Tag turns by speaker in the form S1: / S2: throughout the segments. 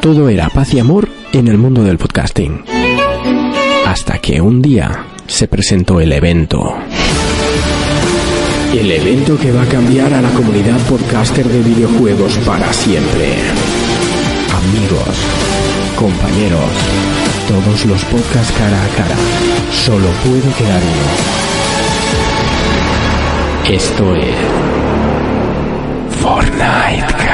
S1: todo era paz y amor en el mundo del podcasting. Hasta que un día se presentó el evento. El evento que va a cambiar a la comunidad podcaster de videojuegos para siempre. Amigos, compañeros, todos los podcasts cara a cara. Solo puede quedar uno. Esto es Fortnitecast.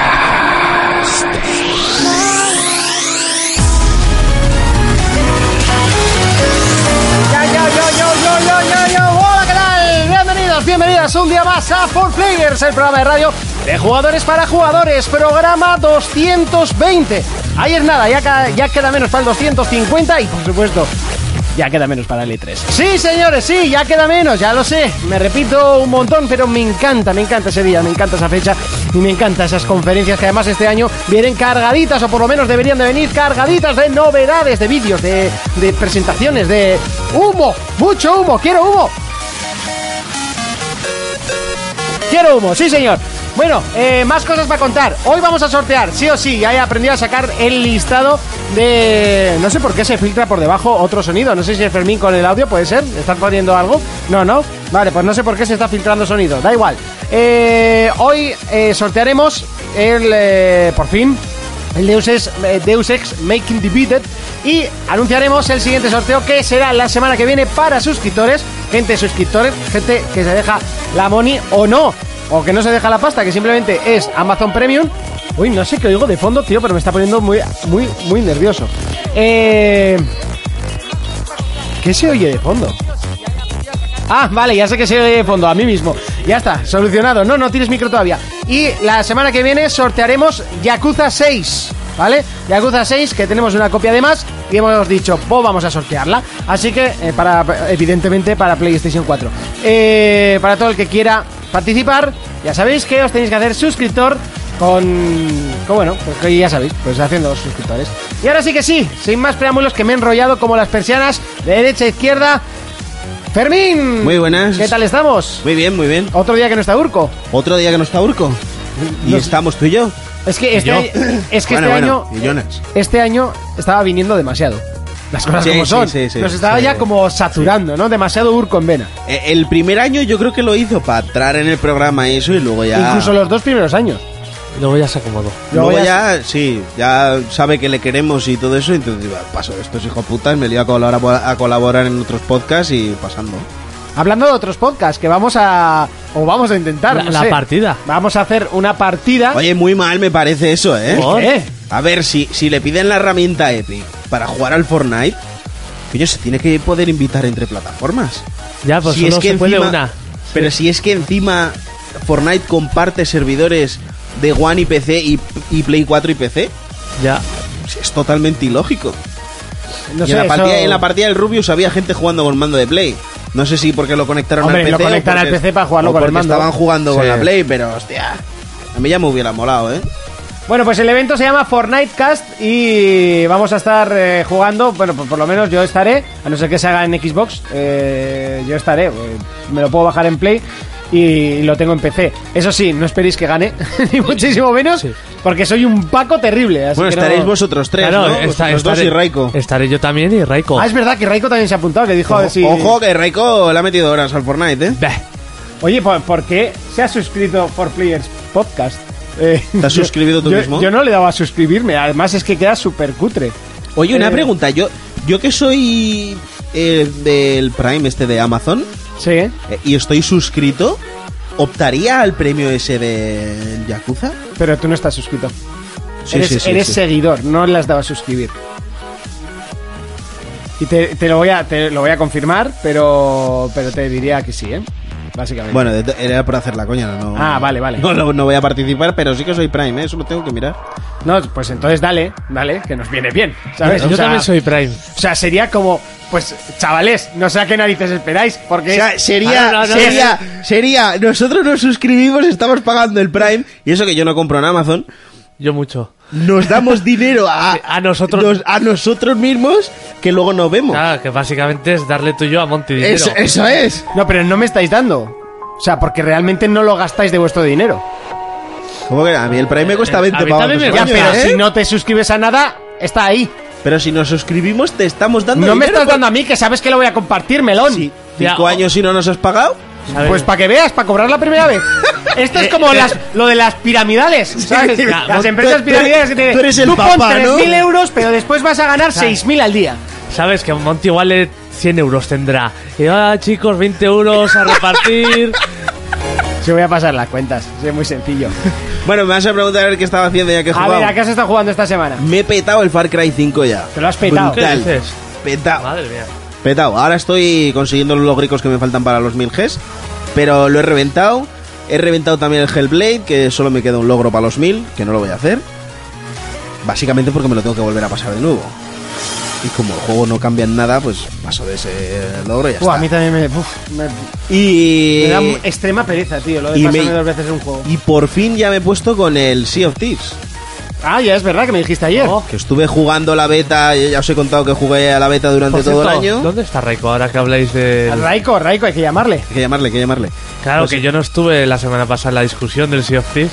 S2: Yo, yo, yo, yo, yo, yo, yo, yo. Hola, ¿qué tal? Bienvenidos, bienvenidas un día más a For Players, el programa de radio de jugadores para jugadores, programa 220. Ayer nada, ya, ca- ya queda menos para el 250 y por supuesto, ya queda menos para el E3. Sí, señores, sí, ya queda menos, ya lo sé. Me repito un montón, pero me encanta, me encanta ese día, me encanta esa fecha y me encanta esas conferencias que además este año vienen cargaditas, o por lo menos deberían de venir cargaditas de novedades, de vídeos, de, de presentaciones, de humo, mucho humo, quiero humo. Quiero humo, sí señor. Bueno, eh, más cosas para contar. Hoy vamos a sortear, sí o sí. Ya he aprendido a sacar el listado de... No sé por qué se filtra por debajo otro sonido. No sé si es Fermín con el audio, puede ser. ¿Están poniendo algo? No, no. Vale, pues no sé por qué se está filtrando sonido. Da igual. Eh, hoy eh, sortearemos el... eh, por fin, el Deus Ex, eh, Deus Ex Making Divided y anunciaremos el siguiente sorteo que será la semana que viene para suscriptores, gente suscriptores, gente que se deja la money o no, o que no se deja la pasta, que simplemente es Amazon Premium. Uy, no sé qué oigo de fondo, tío, pero me está poniendo muy, muy, muy nervioso. Eh, ¿Qué se oye de fondo? Ah, vale, ya sé que se oye de fondo, a mí mismo. Ya está, solucionado. No, no tienes micro todavía. Y la semana que viene sortearemos Yakuza 6, ¿vale? Yakuza 6, que tenemos una copia de más y hemos dicho, pues vamos a sortearla. Así que, eh, para, evidentemente, para PlayStation 4. Eh, para todo el que quiera participar, ya sabéis que os tenéis que hacer suscriptor con, con, bueno, pues que ya sabéis, pues haciendo los suscriptores. Y ahora sí que sí, sin más preámbulos que me he enrollado como las persianas de derecha a izquierda. Fermín.
S3: Muy buenas.
S2: ¿Qué tal estamos?
S3: Muy bien, muy bien.
S2: Otro día que no está Urco.
S3: Otro día que no está Urco. Y estamos tú y yo.
S2: Es que este,
S3: yo.
S2: año- es que
S3: Bueno,
S2: este
S3: bueno,
S2: año
S3: y Jonas.
S2: este año estaba viniendo demasiado. Las cosas
S3: Sí,
S2: como
S3: sí,
S2: son.
S3: sí, sí,
S2: Nos estaba
S3: sí.
S2: ya como saturando, ¿no? Demasiado Urco en vena.
S3: Eh, El primer año yo creo que lo hizo para entrar en el programa y eso y luego ya...
S2: Incluso los dos primeros años.
S4: Luego ya se acomodó.
S3: Luego
S2: Luego
S3: ya, sí, ya sabe que le queremos y todo eso, y entonces va, paso de estos hijos putas, me lío a colaborar, a colaborar en otros podcasts y pasando.
S2: Hablando de otros podcasts que vamos a o vamos a intentar
S4: La-
S2: no
S4: la
S2: sé.
S4: partida.
S2: Vamos a hacer una partida.
S3: Oye, muy mal me parece eso, ¿eh?
S4: ¿Por?
S2: ¿Qué?
S3: A ver, si, si le piden la herramienta Epic para jugar al Fortnite, coño, se tiene que poder invitar entre plataformas.
S2: Ah,
S4: Ya, pues
S3: Si
S4: solo
S3: es que
S4: se puede
S3: encima-
S4: una.
S3: Pero si es que encima Fortnite comparte servidores de One y PC y, y Play 4 y PC,
S4: Ya.
S3: pues es totalmente ilógico.
S2: No
S3: y en, la
S2: eso-
S3: partida, en la partida del Rubius había gente jugando con mando de Play. No sé si porque lo conectaron
S2: Hombre,
S3: al PC.
S2: lo conectan
S3: o
S2: al PC para jugarlo
S3: o
S2: con el
S3: porque
S2: mando.
S3: Estaban jugando con
S2: Sí.
S3: la Play, pero hostia. A mí ya me hubiera molado, ¿eh?
S2: Bueno, pues el evento se llama Fortnite Cast y vamos a estar eh, jugando. Bueno, pues por lo menos yo estaré, a no ser que se haga en Xbox, eh, yo estaré. eh, me lo puedo bajar en Play y lo tengo en PC. Eso sí, no esperéis que gane, ni muchísimo menos,
S4: Sí.
S2: porque soy un Paco terrible. así
S3: Bueno,
S2: que no-
S3: estaréis vosotros tres,
S4: Claro,
S3: ¿no?
S4: esta-
S3: Los dos
S4: estaré-
S3: y Raiko.
S4: Estaré yo también y Raiko.
S2: Ah, es verdad que Raiko también se ha apuntado, que dijo a ver si.
S3: Ojo, que Raiko le ha metido horas al Fortnite, ¿eh?
S4: Bah,
S2: Oye, ¿por, por qué se ha suscrito For Players Podcast? Eh,
S3: ¿Te has
S2: yo-
S3: suscribido tú
S2: yo-
S3: mismo?
S2: Yo no le daba a suscribirme, además es que queda súper cutre.
S3: Oye, una
S2: Eh.
S3: pregunta. Yo, yo que soy eh, del Prime este de Amazon
S2: Sí, ¿eh?
S3: eh, y estoy suscrito, ¿optaría al premio ese de Yakuza?
S2: pero tú no estás suscrito.
S3: Sí,
S2: eres
S3: sí, sí,
S2: eres
S3: sí.
S2: seguidor, no las daba a suscribir. Y te, te lo voy a, te lo voy a confirmar, pero, pero te diría que sí, ¿eh? Básicamente.
S3: Bueno, de- era por hacer la coña, no.
S2: Ah, vale, vale.
S3: No, no, no voy a participar, pero sí que soy Prime, ¿eh? eso lo tengo que mirar.
S2: No, pues entonces dale, dale, que nos viene bien, ¿sabes?
S4: Yo
S2: O sea,
S4: también soy Prime.
S2: O sea, sería como, pues, chavales, no sé a qué narices esperáis, porque...
S3: O sea,
S2: es-
S3: sería,
S2: Ah, no, no, no,
S3: sería, sería, nosotros nos suscribimos, estamos pagando el Prime, y eso que yo no compro en Amazon,
S4: Yo mucho.
S3: nos damos dinero a,
S4: A nosotros.
S3: nos- a nosotros mismos que luego no vemos.
S2: Ah,
S4: Claro, que básicamente es darle tú y yo a Monty dinero.
S3: Eso, eh, eso es.
S2: No, pero no me estáis dando. O sea, porque realmente no lo gastáis de vuestro dinero.
S3: ¿Cómo que? A mí el Prime me cuesta
S4: Eh,
S3: 20
S4: a mí
S3: pavos.
S4: también me
S2: Ya,
S3: coño,
S2: pero
S3: ¿eh?
S2: si no te suscribes a nada, está ahí.
S3: Pero si nos suscribimos, te estamos dando.
S2: No me
S3: dinero,
S2: estás dando a mí, que sabes que lo voy a compartir, melón.
S3: Sí,
S4: Ya,
S3: cinco
S4: o-
S3: años y no nos has pagado.
S4: ¿sabes?
S2: Pues para que veas, para cobrar la primera vez. Eh, Esto es como las, lo de las piramidales, ¿sabes?
S3: Sí, ya,
S2: las
S3: vos-
S2: empresas
S3: tú-
S2: piramidales que te
S3: tú eres el
S2: tú pon
S3: papá, ¿no?
S2: 3.000 euros, pero después vas a ganar 6.000 al día.
S4: Sabes que Monty vale 100 euros tendrá. Y ah, chicos, 20 euros a repartir.
S2: Se voy a pasar las cuentas, es muy sencillo.
S3: Bueno, me vas a preguntar a ver qué estaba haciendo ya que
S2: A
S3: jugaba.
S2: ver, ¿a qué has estado jugando esta semana?
S3: Me he petado el Far Cry 5 ya.
S2: Te lo has petado.
S4: ¿Qué
S3: Brutal.
S4: dices?
S3: Petado.
S4: Madre mía.
S3: Petao, ahora estoy consiguiendo los logricos que me faltan para los 1000 Gs, pero lo he reventado. He reventado también el Hellblade, que solo me queda un logro para los 1000, que no lo voy a hacer. Básicamente porque me lo tengo que volver a pasar de nuevo. Y como el juego no cambia en nada, pues paso de ese logro y ya
S2: Buah, a mí
S3: está.
S2: también me, uf, me-
S3: Y,
S2: me da extrema pereza, tío, lo de
S3: y me-
S2: pasarme dos veces un juego.
S3: y por fin ya me he puesto con el Sea of Thieves.
S2: Ah, ya es verdad que me dijiste ayer.
S4: Oh,
S3: Que estuve jugando la beta, yo ya os he contado que jugué a la beta durante
S4: Por
S3: todo el
S4: cierto,
S3: año.
S4: ¿Dónde está Raiko ahora que habláis de.?
S2: Raico, Raico, hay que llamarle.
S3: Hay que llamarle, hay que llamarle.
S4: Claro
S3: Pues
S4: que yo no estuve la semana pasada en la discusión del Sea of Thieves.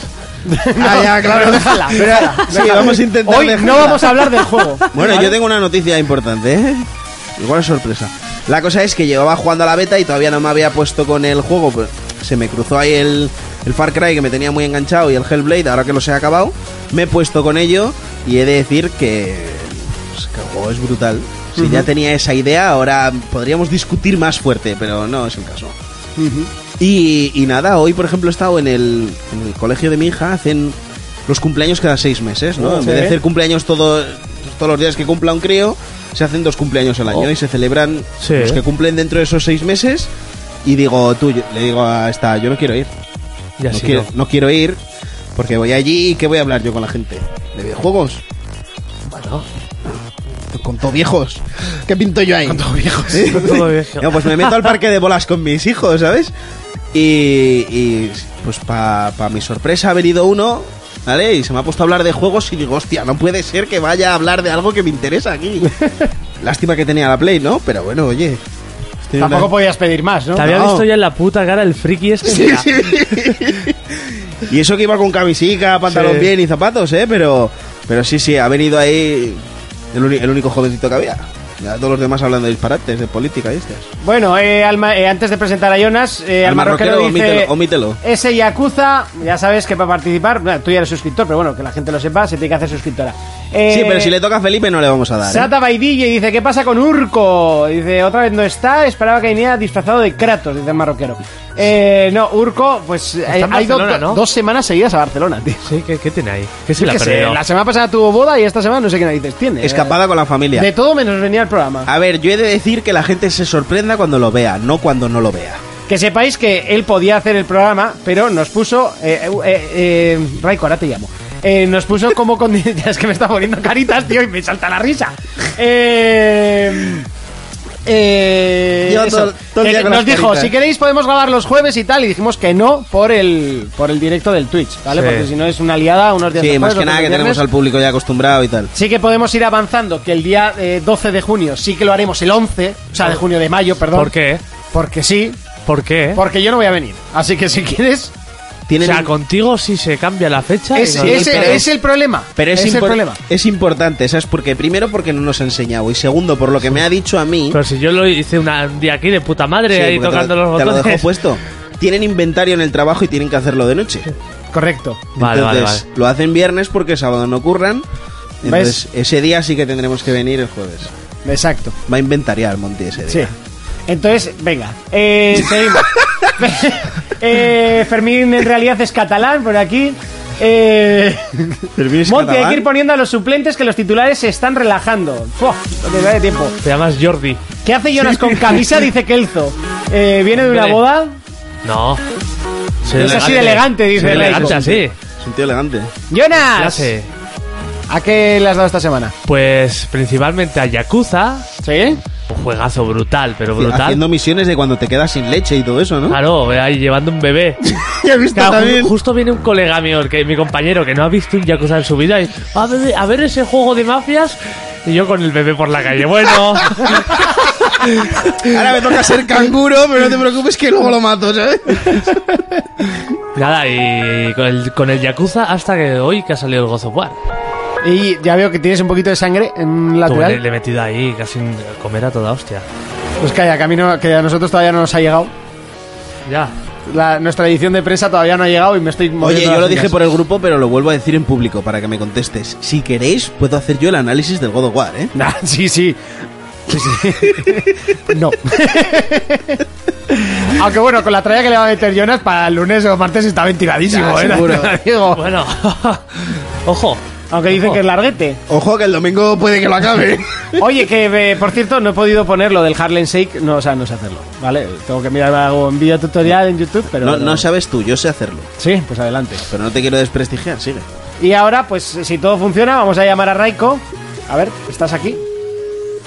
S3: ah, ya, claro.
S2: déjala, déjala,
S3: Sí, vamos a intentar
S2: Hoy
S3: dejarla.
S2: no vamos a hablar del juego.
S3: Bueno,
S2: ¿vale?
S3: yo tengo una noticia importante, ¿eh? Igual es sorpresa. La cosa es que llevaba jugando a la beta y todavía no me había puesto con el juego. Pues se me cruzó ahí el, el Far Cry que me tenía muy enganchado y el Hellblade, ahora que los he acabado. Me he puesto con ello y he de decir que, pues, que el juego es brutal. Si ya tenía esa idea, ahora podríamos discutir más fuerte, pero no es el caso. Y, y nada, hoy por ejemplo he estado en el, en el colegio de mi hija, hacen los cumpleaños cada seis meses, ¿no?
S2: Oh,
S3: en vez
S2: sí.
S3: de hacer cumpleaños todo- todos los días que cumpla un crío, se hacen dos cumpleaños al año
S2: Oh.
S3: y se celebran
S4: Sí.
S3: los que cumplen dentro de esos seis meses. Y digo, tú, yo- le digo a esta, yo no quiero ir,
S4: Ya
S3: no
S4: sí,
S3: quiero,
S4: ¿no?
S3: no quiero ir, porque voy allí y ¿qué voy a hablar yo con la gente? ¿De videojuegos?
S4: Bueno,
S3: Con todo viejos. ¿Qué pinto yo ahí? Con todo viejos.
S4: Con todo viejo.
S3: pues me meto al parque de bolas con mis hijos, ¿sabes? Y, y, pues para mi sorpresa ha venido uno, ¿vale? Y se me ha puesto a hablar de juegos y digo, hostia, no puede ser que vaya a hablar de algo que me interesa aquí. Lástima que tenía la Play, ¿no? Pero bueno, oye. estoy en una-
S2: Tampoco podías pedir más, ¿no?
S4: Te había
S3: no.
S4: visto ya en la puta cara el friki este. mira.
S3: Y eso que iba con camisica, pantalón
S4: Sí.
S3: bien y zapatos, ¿eh? Pero, pero sí, sí, ha venido ahí el, uni- el único jovencito que había. Ya todos los demás hablando de disparates, de política y estas.
S2: Bueno, eh, Alma- eh, antes de presentar a Jonas, eh,
S3: Al
S2: al marroquero,
S3: marroquero,
S2: dice...
S3: omítelo, omítelo.
S2: Ese Yakuza, ya sabes que para participar, bueno, tú ya eres suscriptor, pero bueno, que la gente lo sepa, se tiene que hacer suscriptora. Eh,
S3: Sí, pero si le toca a Felipe no le vamos a dar. ¿eh?
S2: Sata by DJ dice, ¿qué pasa con Urco? Dice, otra vez no está, esperaba que viniera disfrazado de Kratos, dice el marroquero. Eh, no, Urco, pues eh,
S4: en
S2: ha ido
S4: Barcelona,
S2: do-
S4: ¿no?
S2: dos semanas seguidas a Barcelona, tío.
S4: Sí, ¿qué, qué tiene ahí? ¿Qué se
S2: Yo
S4: la
S2: qué sé,
S4: perdió?
S2: la semana pasada tuvo boda y esta semana no sé qué narices tiene.
S3: Escapada con la familia.
S2: De todo menos venir al programa.
S3: A ver, yo he de decir que la gente se sorprenda cuando lo vea, no cuando no lo vea.
S2: Que sepáis que él podía hacer el programa, pero nos puso. Eh, eh, eh, Raiko, ahora te llamo. Eh, nos puso como condición. es que me está poniendo caritas, tío, y me salta la risa. Eh. eh,
S3: Yo
S2: eso.
S3: todo- todo el
S2: Eh,
S3: día con
S2: nos
S3: las
S2: dijo,
S3: caritas.
S2: si queréis podemos grabar los jueves y tal, y dijimos que no por el por el directo del Twitch, ¿vale?
S4: Sí.
S2: Porque si no es una liada unos días
S3: Sí,
S2: después,
S3: más que
S2: otros
S3: nada que
S2: viernes.
S3: tenemos al público ya acostumbrado y tal.
S2: Sí que podemos ir avanzando, que el día eh, 12 de junio sí que lo haremos, el 11, o sea, de junio de mayo, perdón.
S4: Ah. ¿Por qué?
S2: Porque sí,
S4: ¿Por qué?
S3: ¿Eh?
S2: porque yo no voy a venir. Así que si quieres.
S4: O
S3: Tienen-
S4: sea, contigo si se cambia la fecha. y
S2: Es,
S4: no-
S2: es-
S4: pero-
S2: es el problema.
S3: Pero es,
S2: el
S3: impor-
S2: problema.
S3: es importante, ¿sabes? Porque primero porque no nos ha enseñado y segundo por lo que me ha dicho a mí.
S4: pero si yo lo hice una- un día aquí de puta madre
S3: Sí,
S4: ahí
S3: porque te
S4: tocando
S3: lo-
S4: los
S3: te lo
S4: botones.
S3: dejo puesto. Tienen inventario en el trabajo y tienen que hacerlo de noche.
S2: Correcto.
S4: Vale, vale,
S3: entonces,
S4: vale.
S3: lo hacen viernes porque sábado no curran. Entonces, ese día sí que tendremos que venir el jueves.
S2: Exacto.
S3: Va a inventariar Monty ese día.
S2: Sí. Entonces, venga. Eh, seguimos. Eh, Fermín en realidad es catalán por aquí. Eh,
S3: Fermín es
S2: Monty, hay
S3: catalán.
S2: que ir poniendo a los suplentes que los titulares se están relajando. Fua, lo que da de tiempo.
S4: Te llamas Jordi.
S2: ¿Qué hace Jonas con camisa? Dice Kelzo. Eh, viene de una
S4: Hombre.
S2: boda.
S4: No. Soy
S2: Es así de elegante, dice Ah,
S4: Soy
S2: Leico.
S4: elegante, así.
S3: Es un tío elegante.
S2: ¡Jonas!
S4: Clase.
S2: ¿A qué le has dado esta semana?
S4: Pues principalmente a Yakuza.
S2: ¿Sí?
S4: Un juegazo brutal, pero brutal.
S3: Haciendo misiones de cuando te quedas sin leche y todo eso, ¿no?
S4: Claro, ahí llevando un bebé.
S3: Ya he visto
S4: Claro, ju-
S3: también.
S4: justo viene un colega mío, el que, mi compañero, que no ha visto un Yakuza en su vida. Y, a, ver, a ver ese juego de mafias. Y yo con el bebé por la calle. Bueno,
S3: Ahora me toca ser canguro, pero no te preocupes que luego lo mato, ¿sabes?
S4: Nada, y con el, con el Yakuza hasta que hoy que ha salido el Gozo War.
S2: Y ya veo que tienes un poquito de sangre en
S4: Tú,
S2: lateral.
S4: le, le he metido ahí casi un- comer a toda hostia.
S2: Pues calla, que a, mí no- que a nosotros todavía no nos ha llegado.
S4: Ya.
S2: La- nuestra edición de prensa todavía no ha llegado y me estoy moviendo
S3: Oye, yo
S2: las
S3: lo
S2: uñas.
S3: dije por el grupo, pero lo vuelvo a decir en público para que me contestes. Si queréis, puedo hacer yo el análisis del God of War, ¿eh?
S2: Nah, sí, sí. Sí, sí. no. Aunque bueno, con la tralla que le va a meter Jonas para el lunes o martes está ventiladísimo,
S3: Ya,
S2: ¿eh?
S3: seguro.
S2: Digo,
S4: Bueno, ojo.
S2: Aunque dicen
S4: Ojo.
S2: que es larguete.
S3: Ojo que el domingo puede que lo acabe.
S2: Oye, que eh, por cierto, no he podido poner lo del Harlem Shake. No, o sea, no sé hacerlo, ¿vale? Tengo que mirar hago un video tutorial en YouTube, pero.
S3: No, no sabes tú, yo sé hacerlo.
S2: Sí, pues adelante.
S3: Pero no te quiero desprestigiar, sigue.
S2: Y ahora, pues si todo funciona, vamos a llamar a Raiko. A ver, ¿estás aquí?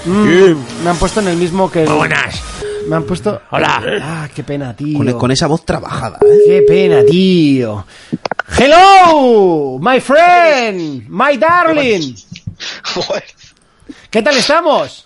S2: Mm, Me han puesto en el mismo que.
S4: Buenas.
S2: Me han puesto.
S4: Hola.
S2: Ah, qué pena, tío.
S3: Con, con esa voz trabajada, ¿eh?
S2: Qué pena, tío. Hello, my friend, my darling.
S5: Joder.
S2: ¿Qué tal estamos?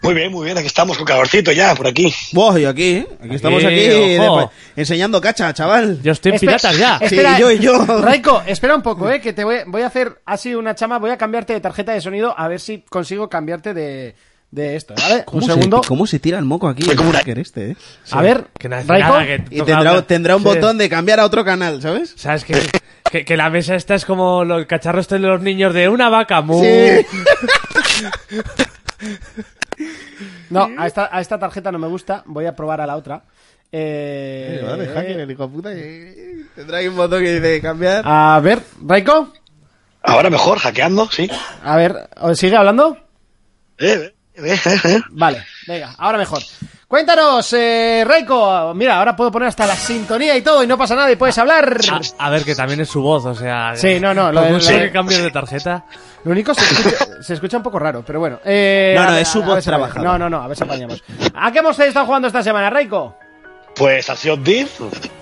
S5: Muy bien, muy bien, aquí estamos con calorcito ya, por aquí.
S3: Buah, y aquí, ¿eh? Aquí estamos aquí
S4: Eh, ojo.
S3: de- enseñando cacha, chaval.
S4: Yo estoy en
S2: Espe-
S4: piratas ya.
S3: Es- Sí, yo y yo.
S2: Raiko, espera un poco, eh, que te voy, voy a hacer así una chama. Voy a cambiarte de tarjeta de sonido a ver si consigo cambiarte de, de esto, ¿vale? Un
S3: ¿Cómo se-
S2: segundo.
S3: ¿Cómo se tira el moco aquí?
S5: Soy como una-
S3: Que este, ¿eh?
S2: A ver,
S4: Que na-
S2: Raiko.
S4: nada, que
S3: Y
S4: toca
S3: tendrá,
S4: hablar.
S3: tendrá un
S4: Sí.
S3: botón de cambiar a otro canal, ¿sabes?
S4: ¿Sabes que, que, que la mesa esta es como lo- el cacharro este de los niños de una vaca muy...
S3: Eh.
S2: No, a esta, a esta tarjeta no me gusta. Voy a probar a la otra. Eh,
S3: Eh, vale, hacker, el hijo de puta. eh, Tendrá ahí un botón que dice cambiar.
S2: A ver, Raiko.
S5: Ahora mejor, hackeando, sí.
S2: A ver, ¿sigue hablando?
S5: Eh, eh, eh, eh.
S2: Vale, venga, ahora mejor. Cuéntanos, eh, Raiko. Mira, ahora puedo poner hasta la sintonía y todo y no pasa nada y puedes
S3: Ah.
S2: hablar.
S4: A, a ver, que también es su voz, o sea...
S2: Sí, no, no, lo
S4: Lo,
S2: de- lo de-
S4: que cambies de tarjeta...
S2: Lo único se escucha, se escucha un poco raro, pero bueno. Eh,
S3: No, no,
S2: a-
S3: es su
S2: a- a
S3: voz
S2: ver si apañamos.
S3: trabajada.
S2: No, no, no, a ver si apañamos. ¿A qué hemos estado jugando esta semana, Raiko?
S5: Pues ha sido Div,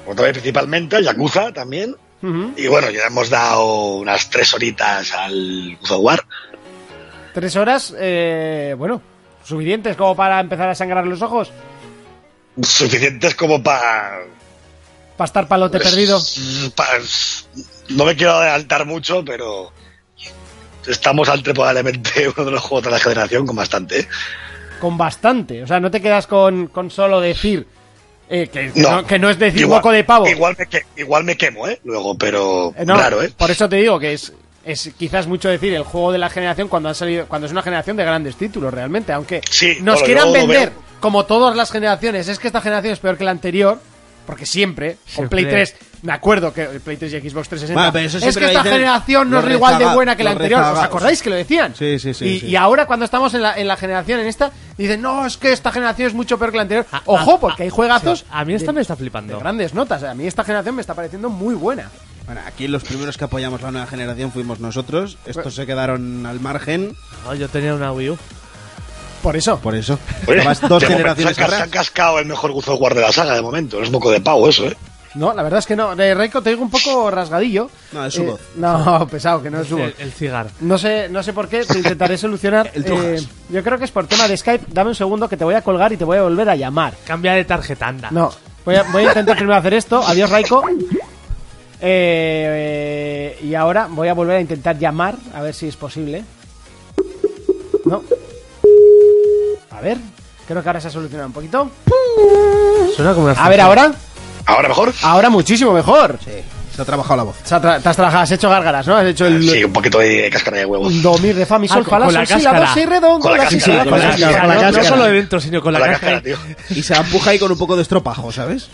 S5: otra vez principalmente, al Yakuza también.
S2: Ujú.
S5: Y bueno, ya hemos dado unas tres horitas al Yakuza War.
S2: Tres horas, eh, bueno, suficientes como para empezar a sangrar los ojos.
S5: Suficientes como para.
S2: Para estar palote
S3: Pues-
S2: perdido.
S5: no me quiero adelantar mucho, pero. Estamos ante probablemente uno de los juegos de la generación con bastante. ¿eh?
S2: Con bastante. O sea, no te quedas con, con solo decir. eh, que, que
S5: No.
S2: no, que no es decir
S5: Igual-
S2: moco de pavo.
S5: Igual me, que- igual me quemo, ¿eh? Luego, pero.
S2: Eh, no,
S5: claro, ¿eh?
S2: Por eso te digo que es, es quizás mucho decir el juego de la generación cuando han salido, cuando es una generación de grandes títulos realmente, aunque
S5: Sí,
S2: nos
S5: no,
S2: quieran
S5: yo lo
S2: vender
S5: veo.
S2: como todas las generaciones, es que esta generación es peor que la anterior, porque siempre, con
S4: Siempre.
S2: Play 3, me acuerdo que el Play 3 y Xbox 360,
S3: Bueno, pero eso
S2: es
S3: siempre
S2: que
S3: lo
S2: esta
S3: dicen
S2: generación no
S3: los
S2: es igual de
S3: rezagados,
S2: buena que la
S3: los
S2: anterior, ¿os
S3: rezagados.
S2: acordáis que lo decían?
S3: Sí, sí, sí,
S2: Y,
S3: sí.
S2: y ahora cuando estamos en la, en la generación en esta, dicen, no, es que esta generación es mucho peor que la anterior.
S3: Ah,
S2: Ojo, porque hay juegazos
S4: Ah, Sí, a mí
S2: de-
S4: esta me está
S2: de
S4: flipando.
S2: grandes notas, a mí esta generación me está pareciendo muy buena.
S3: Bueno, aquí los primeros que apoyamos la nueva generación fuimos nosotros. Estos se quedaron al margen.
S4: No, yo tenía una Wii U.
S2: Por eso.
S3: Por eso.
S5: Oye,
S3: Estabas
S5: de
S3: dos
S5: momento
S3: generaciones
S5: se han, cas- se
S3: atrás.
S5: han cascado el mejor gusto War de la saga de momento. No es moco de pavo eso, ¿eh?
S2: No, la verdad es que no. Eh, Raiko, te digo un poco rasgadillo. Eh,
S3: No, es su voz.
S2: No, pesado, que no es su voz.
S4: El, el cigarro.
S2: No sé, no sé por qué, te intentaré solucionar.
S3: El Trujas.
S2: Eh, yo creo que es por tema de Skype. Dame un segundo que te voy a colgar y te voy a volver a llamar.
S4: Cambia de tarjeta, anda.
S2: No, voy a, voy a intentar primero hacer esto. Adiós, Raiko. Eh, eh, y ahora voy a volver a intentar llamar, a ver si es posible. No. A ver, creo que ahora se ha solucionado un poquito.
S4: Suena como una
S2: A ver, ahora.
S5: Ahora mejor.
S2: Ahora muchísimo mejor.
S3: Sí, se ha trabajado la voz.
S2: O sea, tra- te has trabajado, has hecho gárgaras, ¿no? Has hecho el
S5: Sí, un poquito de cáscara de huevo.
S2: un do, mi, re, fa, mi,
S4: Ah,
S2: sol,
S4: con-
S2: fa, la,
S4: con la
S2: sol, si, la,
S4: cáscara.
S2: do, si, re, do,
S5: Con la
S2: do, si, si,
S5: cáscara,
S2: la,
S5: con la
S2: do, si, la,
S5: cáscara,
S2: con la
S4: no,
S2: cáscara.
S4: no solo de dentro, sino con
S5: Con
S4: la,
S5: la
S4: cáscara.
S5: cáscara, tío.
S3: Y se empuja ahí con un poco de estropajo, ¿sabes?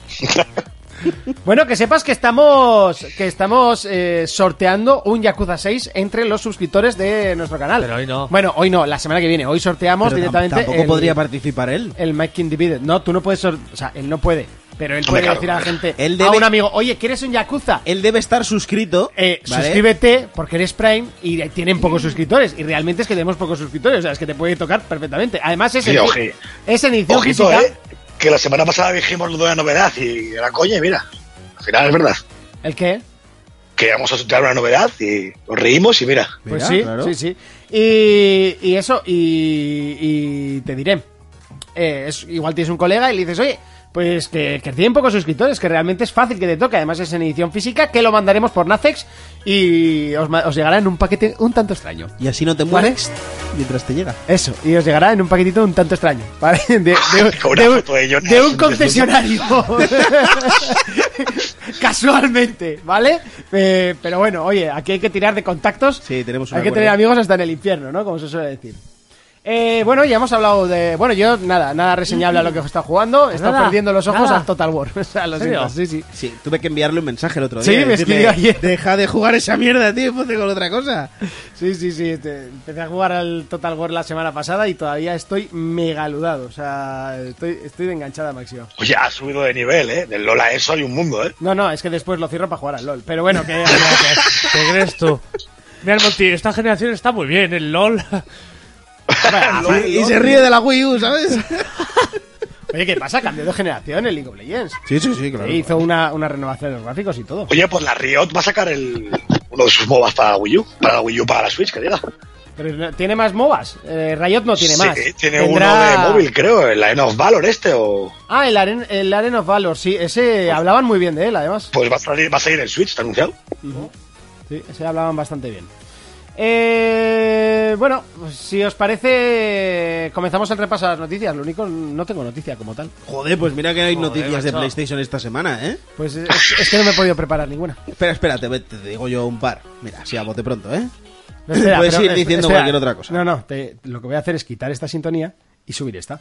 S2: Bueno, que sepas que estamos que estamos eh, sorteando un Yakuza 6 entre los suscriptores de nuestro canal.
S4: Pero hoy no.
S2: Bueno, hoy no, la semana que viene. Hoy sorteamos
S3: Pero tam-
S2: directamente
S3: tampoco
S2: el,
S3: podría participar él.
S2: el Making Divided. No, tú no puedes... sor- O sea, él no puede. Pero él
S5: Hombre,
S2: puede
S5: claro.
S2: decir a la gente,
S3: Él
S2: a
S3: debe-
S2: un amigo, oye, ¿quieres un Yakuza?
S3: Él debe estar suscrito.
S2: Eh,
S3: ¿vale?
S2: Suscríbete porque eres Prime y tienen pocos suscriptores. Y realmente es que tenemos pocos suscriptores. O sea, es que te puede tocar perfectamente. Además, es,
S5: Sí,
S2: en,
S5: oje.
S2: es en edición
S5: Ojito,
S2: física.
S5: ¿eh? Que la semana pasada dijimos lo de la novedad y era coña y mira. Al final es verdad.
S2: ¿El qué?
S5: Que vamos a soltar una novedad y nos reímos y mira.
S3: Mira,
S2: pues sí,
S3: claro.
S2: sí, sí. Y, y eso, y, y te diré. Eh, es- igual tienes un colega y le dices, oye, pues que, que tienen pocos suscriptores, que realmente es fácil que te toque. Además es en edición física, que lo mandaremos por Nacex y os, ma- os llegará en un paquete un tanto extraño.
S3: Y así no te
S2: ¿Vale?
S3: mueres mientras te llega.
S2: Eso, y os llegará en un paquetito un tanto extraño, ¿vale? De, de-
S5: Con una
S2: de un-
S5: foto de Jonas.
S2: de un concesionario. Casualmente, ¿vale? Eh, pero bueno, oye, aquí hay que tirar de contactos.
S3: Sí, tenemos una
S2: Hay que
S3: cuerda.
S2: tener amigos hasta en el infierno, ¿no? Como se suele decir. Eh, bueno, ya hemos hablado de... Bueno, yo nada, nada reseñable a lo que he estado jugando. He estado
S4: Nada,
S2: perdiendo los ojos
S4: nada.
S2: al Total War. O sea, lo
S4: ¿En serio?
S2: siento, sí, sí.
S3: Sí, tuve que enviarle un mensaje el otro
S2: Sí,
S3: día.
S2: me
S3: decirle,
S2: escribió ayer.
S3: Deja de jugar esa mierda, tío, ponte con otra cosa.
S2: Sí, sí, sí. este, empecé a jugar al Total War la semana pasada y todavía estoy megaludado. O sea, estoy, estoy de enganchada máxima.
S5: Oye, ha subido de nivel, ¿eh? Del Lola eso hay un mundo, ¿eh?
S2: No, no, es que después lo cierro para jugar al LOL. Pero bueno, que.
S4: ¿Qué crees tú? Mira, el Monty, esta generación está muy bien, el LOL.
S2: Ah,
S3: Y, y se ríe de la Wii U, ¿sabes?
S2: Oye, ¿qué pasa? Cambió de generación el League of Legends.
S3: Sí, sí, sí,
S2: E hizo una, una renovación de los gráficos y todo.
S5: Oye, pues la Riot va a sacar el, uno de sus MOBAs para la Wii U, para la Wii U, para la Switch, que diga.
S2: Pero no- tiene más MOBAs. Eh, Riot no tiene
S5: Sí,
S2: más.
S5: tiene
S2: Tendrá-
S5: uno de móvil, creo, el Line of Valor este, o...
S2: Ah, el, Aren- el Arena of Valor, sí. Ese hablaban muy bien de él, además.
S5: Pues va a salir, va a salir en Switch, está anunciado.
S2: Sí, ese hablaban bastante bien. Eh, bueno, pues, si os parece, comenzamos el repaso a las noticias. Lo único, no tengo noticia como tal.
S3: Joder, pues mira que hay
S4: Joder,
S3: noticias de
S4: macho.
S3: PlayStation esta semana, ¿eh?
S2: Pues es, es que no me he podido preparar ninguna.
S3: Espera, espérate, ve, te digo yo un par. Mira, si a bote pronto, ¿eh?
S2: No, espera,
S3: Puedes
S2: pero-
S3: ir
S2: esp-
S3: diciendo
S2: espera.
S3: cualquier otra cosa.
S2: No, no, te- lo que voy a hacer es quitar esta sintonía y subir esta.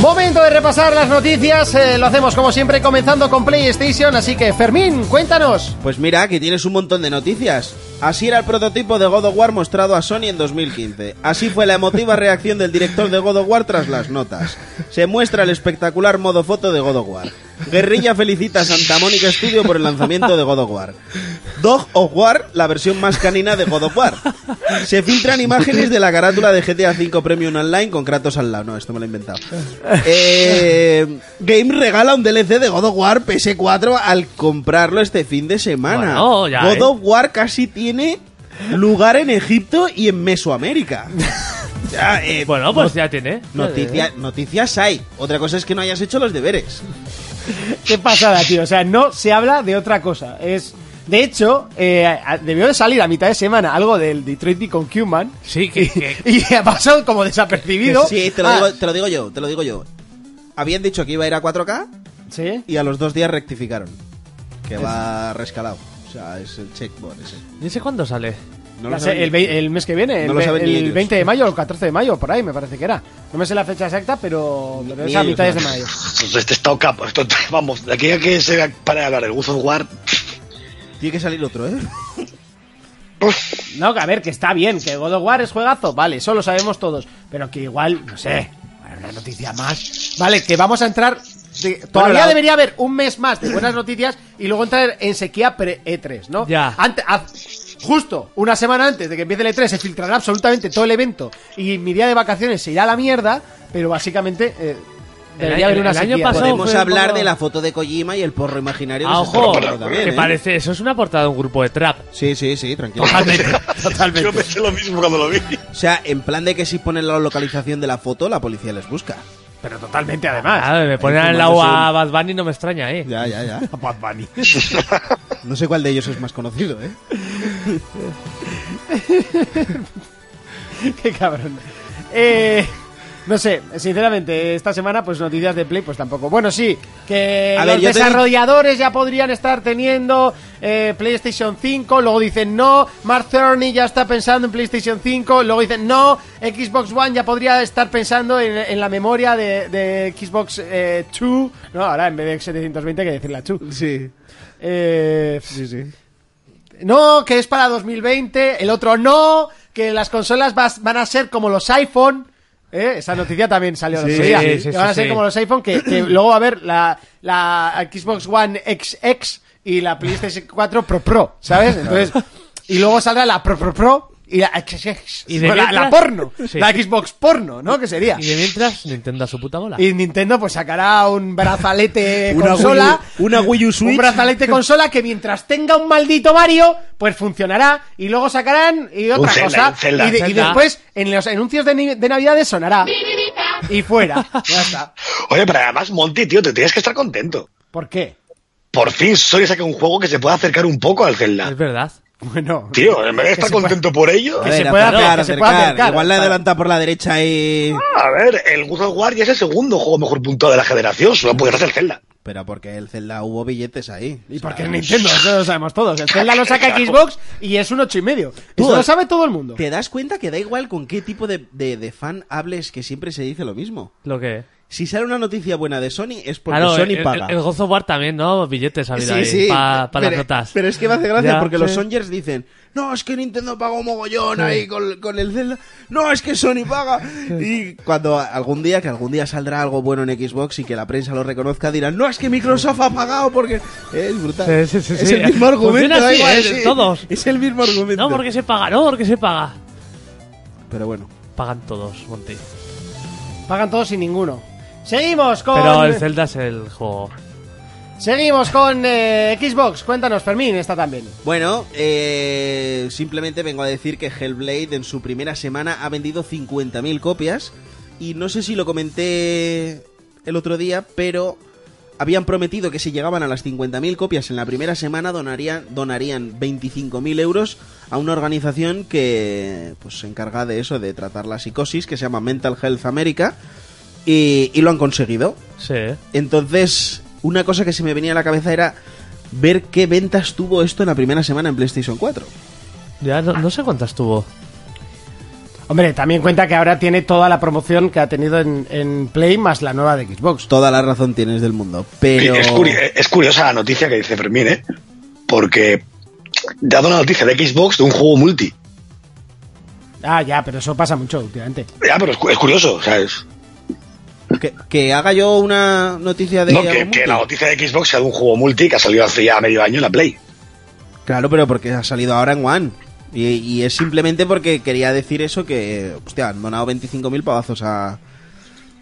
S2: Momento de repasar las noticias, eh, lo hacemos como siempre comenzando con PlayStation, así que Fermín, cuéntanos.
S3: Pues mira, que tienes un montón de noticias. Así era el prototipo de God of War mostrado a Sony en 2015. Así fue la emotiva reacción del director de God of War tras las notas. Se muestra el espectacular modo foto de God of War. Guerrilla felicita a Santa Mónica Studio por el lanzamiento de God of War. Dog of War, la versión más canina de God of War. Se filtran imágenes de la carátula de GTA V Premium Online con Kratos al lado. No, esto me lo he inventado. Eh, Game regala un DLC de God of War PS4 al comprarlo este fin de semana.
S4: Bueno, ya,
S3: God
S4: ¿eh?
S3: of War casi tiene lugar en Egipto y en Mesoamérica. Ya, eh,
S4: Bueno, eh. pues ya tiene.
S3: noticia- noticias hay. Otra cosa es que no hayas hecho los deberes.
S2: Qué pasada, tío, o sea, no se habla de otra cosa, es... De hecho, eh, a- debió de salir a mitad de semana algo del Detroit Become Human,
S4: Sí, que, que-
S2: y ha pasado como desapercibido.
S3: Sí, te lo,
S2: Ah,
S3: digo, te lo digo yo, te lo digo yo. Habían dicho que iba a ir a 4K
S2: ¿sí?
S3: y a los dos días rectificaron. Que va rescalado. O sea, es el checkboard ese.
S4: ¿Y ese cuándo sale?
S3: No
S2: La
S3: lo
S2: se-
S3: saben
S2: el,
S3: ni-
S2: vei- el mes que viene, el
S3: No lo
S2: ve-
S3: saben ni
S2: el,
S3: ellos.
S2: 20 de mayo o el 14 de mayo, por ahí me parece que era. No me sé la fecha exacta, pero, pero
S3: ni
S2: es a
S3: ellos
S2: mitades de
S3: saben.
S2: mayo.
S5: Pues Este está capo. Esto, vamos, de aquí a que se para de hablar el God of War.
S3: Tiene que salir otro, ¿eh?
S2: No, que a ver, que está bien, que God of War es juegazo, vale, eso lo sabemos todos. Pero que igual, no sé, una noticia más. Vale, que vamos a entrar. de- todavía
S3: la-
S2: debería haber un mes más de buenas noticias y luego entrar en sequía pre-E3, ¿no?
S4: Ya.
S2: Ante- haz- justo una semana antes de que empiece el E3 se filtrará absolutamente todo el evento y mi día de vacaciones se irá a la mierda, pero básicamente eh,
S4: El año-
S2: debería haber una
S4: el año
S2: sequía.
S4: pasado
S2: Podemos-
S3: Podemos
S4: fue
S3: hablar
S4: como-
S3: de la foto de Kojima y el porro imaginario. que
S4: Ah,
S3: se está
S4: ojo,
S3: preparando también,
S4: que
S3: ¿eh?
S4: parece, eso es una portada de un grupo de trap.
S3: Sí, sí, sí, tranquilo.
S5: Totalmente. Yo pensé lo mismo cuando lo vi.
S3: O sea, en plan de que si ponen la localización de la foto, la policía les busca.
S2: Pero totalmente además.
S4: Ah, me ponen
S3: Ahí
S4: al lado
S3: fumándose
S4: a Bad Bunny no me extraña, eh.
S3: Ya, ya, ya.
S2: Bad Bunny.
S3: No sé cuál de ellos es más conocido, ¿eh?
S2: Qué cabrón. Eh, no sé, sinceramente, esta semana, pues noticias de Play, pues tampoco. Bueno, sí, que
S3: A
S2: los
S3: ver, yo te-
S2: desarrolladores ya podrían estar teniendo eh, PlayStation 5, luego dicen no, Mark Cerny ya está pensando en PlayStation 5, luego dicen no, Xbox One ya podría estar pensando en, en la memoria de, de Xbox eh, 2. No, ahora en vez de 720 hay que decir la 2.
S3: Sí.
S2: Eh, No, que es para 2020. El otro no, que las consolas vas- van a ser como los iPhone. ¿eh? Esa noticia también salió el
S4: Sí,
S2: otro día.
S4: sí, sí,
S2: que van a
S4: sí,
S2: ser
S4: sí.
S2: como los iPhone, que, que luego va a haber la, la Xbox One XX y la PlayStation 4 Pro Pro, ¿sabes? Entonces, y luego saldrá la Pro Pro Pro. y la, y
S4: Y de
S2: la,
S4: mientras-
S2: la porno,
S4: Sí.
S2: la Xbox porno, ¿no? Que sería.
S4: Y de mientras, Nintendo a su puta bola.
S2: Y Nintendo pues sacará un brazalete
S3: Una
S2: consola.
S3: Wii U- una Wii U Switch.
S2: Un brazalete consola que mientras tenga un maldito Mario, pues funcionará. Y luego sacarán y otra
S5: Zelda,
S2: cosa.
S5: un Zelda.
S2: y, de- y
S4: Zelda.
S2: después en los anuncios de, ni- de Navidades sonará. Y fuera. Ya está.
S5: Oye, pero además, Monty, tío, te tienes que estar contento.
S2: ¿Por qué?
S5: Por fin Sony saca un juego que se pueda acercar un poco al Zelda.
S4: Es verdad.
S2: Bueno.
S5: Tío, en vez de
S2: Que
S5: estar
S2: se pueda-
S5: contento por ello,
S2: se pueda acercar, que se pueda acercar.
S3: Igual la
S2: Vale.
S3: adelanta por la derecha y...
S5: a ver, el God of War ya es el segundo juego mejor puntuado de la generación, solo puedes hacer Zelda.
S3: Pero porque el Zelda hubo billetes ahí.
S2: Y porque es Nintendo, eso lo sabemos todos. El Zelda lo saca Xbox y es un ocho y medio. Eso
S3: Tú- eh.
S2: lo sabe todo el mundo.
S3: ¿Te das cuenta que da igual con qué tipo de, de- de fan hables que siempre se dice lo mismo?
S4: Lo que.
S3: Si sale una noticia buena de Sony es porque
S4: Claro,
S3: Sony
S4: el,
S3: paga.
S4: el, el God of War también, ¿no? Billetes ha habido ahí. Para las
S3: pero,
S4: notas.
S3: pero es que me hace gracia
S4: Ya,
S3: porque los
S4: sí.
S3: Songers dicen: No, es que Nintendo pagó mogollón ahí con, con el Zelda. No, es que Sony paga. Y cuando algún día, que algún día saldrá algo bueno en Xbox y que la prensa lo reconozca, dirán: No, es que Microsoft ha pagado porque. Eh, Es brutal.
S4: Sí, sí, sí,
S3: es
S4: sí.
S3: el mismo argumento.
S4: Funciona
S3: da
S4: así,
S3: igual,
S4: ¿eh? Todos.
S3: Es el mismo argumento.
S4: No, porque se paga, no, porque se paga.
S3: Pero bueno.
S4: Pagan todos, Monty.
S2: Pagan todos sin ninguno. Seguimos con.
S4: Pero
S3: eh.
S4: el Zelda es el juego.
S2: Seguimos con eh, Xbox. Cuéntanos, Fermín, esta también.
S3: Bueno, eh, simplemente vengo a decir que Hellblade en su primera semana ha vendido 50.000 copias y no sé si lo comenté el otro día, pero habían prometido que si llegaban a las 50.000 copias en la primera semana donarían, donarían 25.000 euros a una organización que pues, se encarga de eso, de tratar la psicosis, que se llama Mental Health America, y- y lo han conseguido.
S4: Sí. ¿eh?
S3: Entonces, una cosa que se me venía a la cabeza era ver qué ventas tuvo esto en la primera semana en PlayStation 4.
S4: Ya no, no sé cuántas tuvo.
S2: Hombre, también cuenta que ahora tiene toda la promoción que ha tenido en, en Play más la nueva de Xbox.
S3: Toda la razón tienes del mundo, pero...
S5: Es, curi- es curiosa la noticia que dice Fermín, ¿eh? Porque dado una noticia de Xbox de un juego multi.
S2: Ah, ya, pero eso pasa mucho últimamente.
S3: Eh,
S5: Ya, pero es, cu- es curioso, ¿sabes?
S3: Que, que haga yo una noticia de...
S5: No, que,
S3: algún
S5: que
S3: multi.
S5: la noticia de Xbox sea de un juego multi que ha salido hace ya medio año en la Play.
S3: Claro, pero porque ha salido ahora en One. Y, y es simplemente porque quería decir eso que... Hostia, han donado 25.000 pavazos a...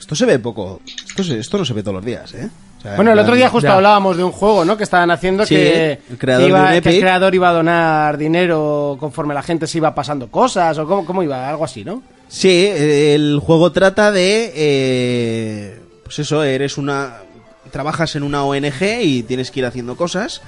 S3: Esto se ve poco... Esto, se- esto no se ve todos los días, ¿eh? O sea,
S2: Bueno, el
S3: en
S2: otro
S3: plan-
S2: día justo
S4: Ya.
S2: hablábamos de un juego, ¿no? Que estaban haciendo
S3: Sí,
S2: que,
S3: el creador
S2: que iba-
S3: de un
S2: que el
S3: Epic.
S2: creador iba a donar dinero conforme la gente se iba pasando cosas o cómo, cómo iba, algo así, ¿no?
S3: Sí, eh, el juego trata de... eh, pues eso, eres una... Trabajas en una ONG y tienes que ir haciendo cosas.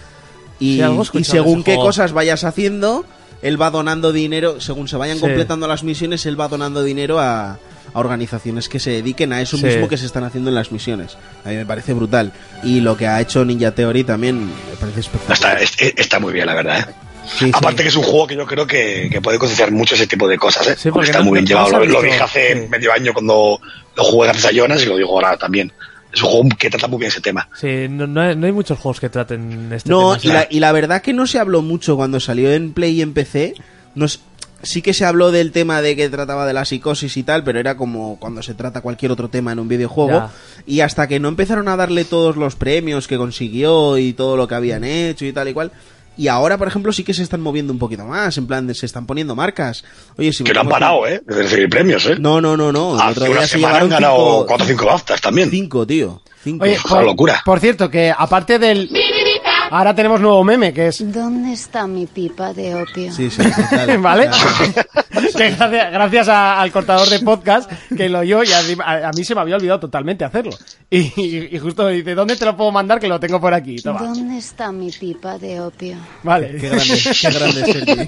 S3: Y,
S4: Sí, algo he
S3: y
S4: escuchado de
S3: según
S4: ese
S3: qué
S4: juego.
S3: cosas vayas haciendo, él va donando dinero, según se vayan
S4: Sí.
S3: completando las misiones, él va donando dinero a, a organizaciones que se dediquen a eso
S4: Sí.
S3: mismo que se están haciendo en las misiones. A mí me parece brutal. Y lo que ha hecho Ninja Theory también me parece
S5: Está,
S3: espectacular.
S5: es- está muy bien, la verdad. ¿eh?
S3: Sí, sí.
S5: Aparte que es un juego que yo creo que, que puede concienciar mucho ese tipo de cosas, ¿eh?
S4: Sí, porque
S5: está
S4: no-
S5: muy bien
S4: no
S5: llevado.
S4: se ha
S5: Lo, lo
S4: visto.
S5: dije hace
S4: Sí.
S5: medio año cuando lo jugué gracias a Jonas y lo digo ahora también. Es un juego que trata muy bien ese tema.
S4: Sí, no, no hay, no hay muchos juegos que traten este
S3: No,
S4: tema.
S3: y la, y la verdad que no se habló mucho cuando salió en Play y en PC. Nos, sí que se habló del tema de que trataba de la psicosis y tal, pero era como cuando se trata cualquier otro tema en un videojuego.
S4: Ya.
S3: Y hasta que no empezaron a darle todos los premios que consiguió y todo lo que habían hecho y tal y cual. Y ahora, por ejemplo, sí que se están moviendo un poquito más, en plan, de, se están poniendo marcas. Oye, si
S5: Que no han
S3: metemos-
S5: parado, ¿eh? De recibir premios, ¿eh?
S3: No, no, no, no. El
S5: Hace
S3: otro día
S5: una
S3: se
S5: semana han
S3: llevaron
S5: ganado
S3: cinco,
S5: 4 o 5 BAFTAs también.
S3: cinco, tío. Cinco.
S2: Oye,
S5: Ojo, la locura.
S2: por cierto, que aparte del... Ahora tenemos nuevo meme, que es...
S6: ¿Dónde está mi pipa de opio?
S3: Sí, sí, total.
S2: ¿Vale?
S3: Claro.
S2: Que gracias gracias a- al cortador de podcast que lo oyó y a, a- a mí se me había olvidado totalmente hacerlo. Y, y- y justo me dice, ¿dónde te lo puedo mandar? Que lo tengo por aquí. Toma.
S6: ¿Dónde está mi pipa de opio?
S2: Vale.
S3: Qué grande, qué grande es el eh,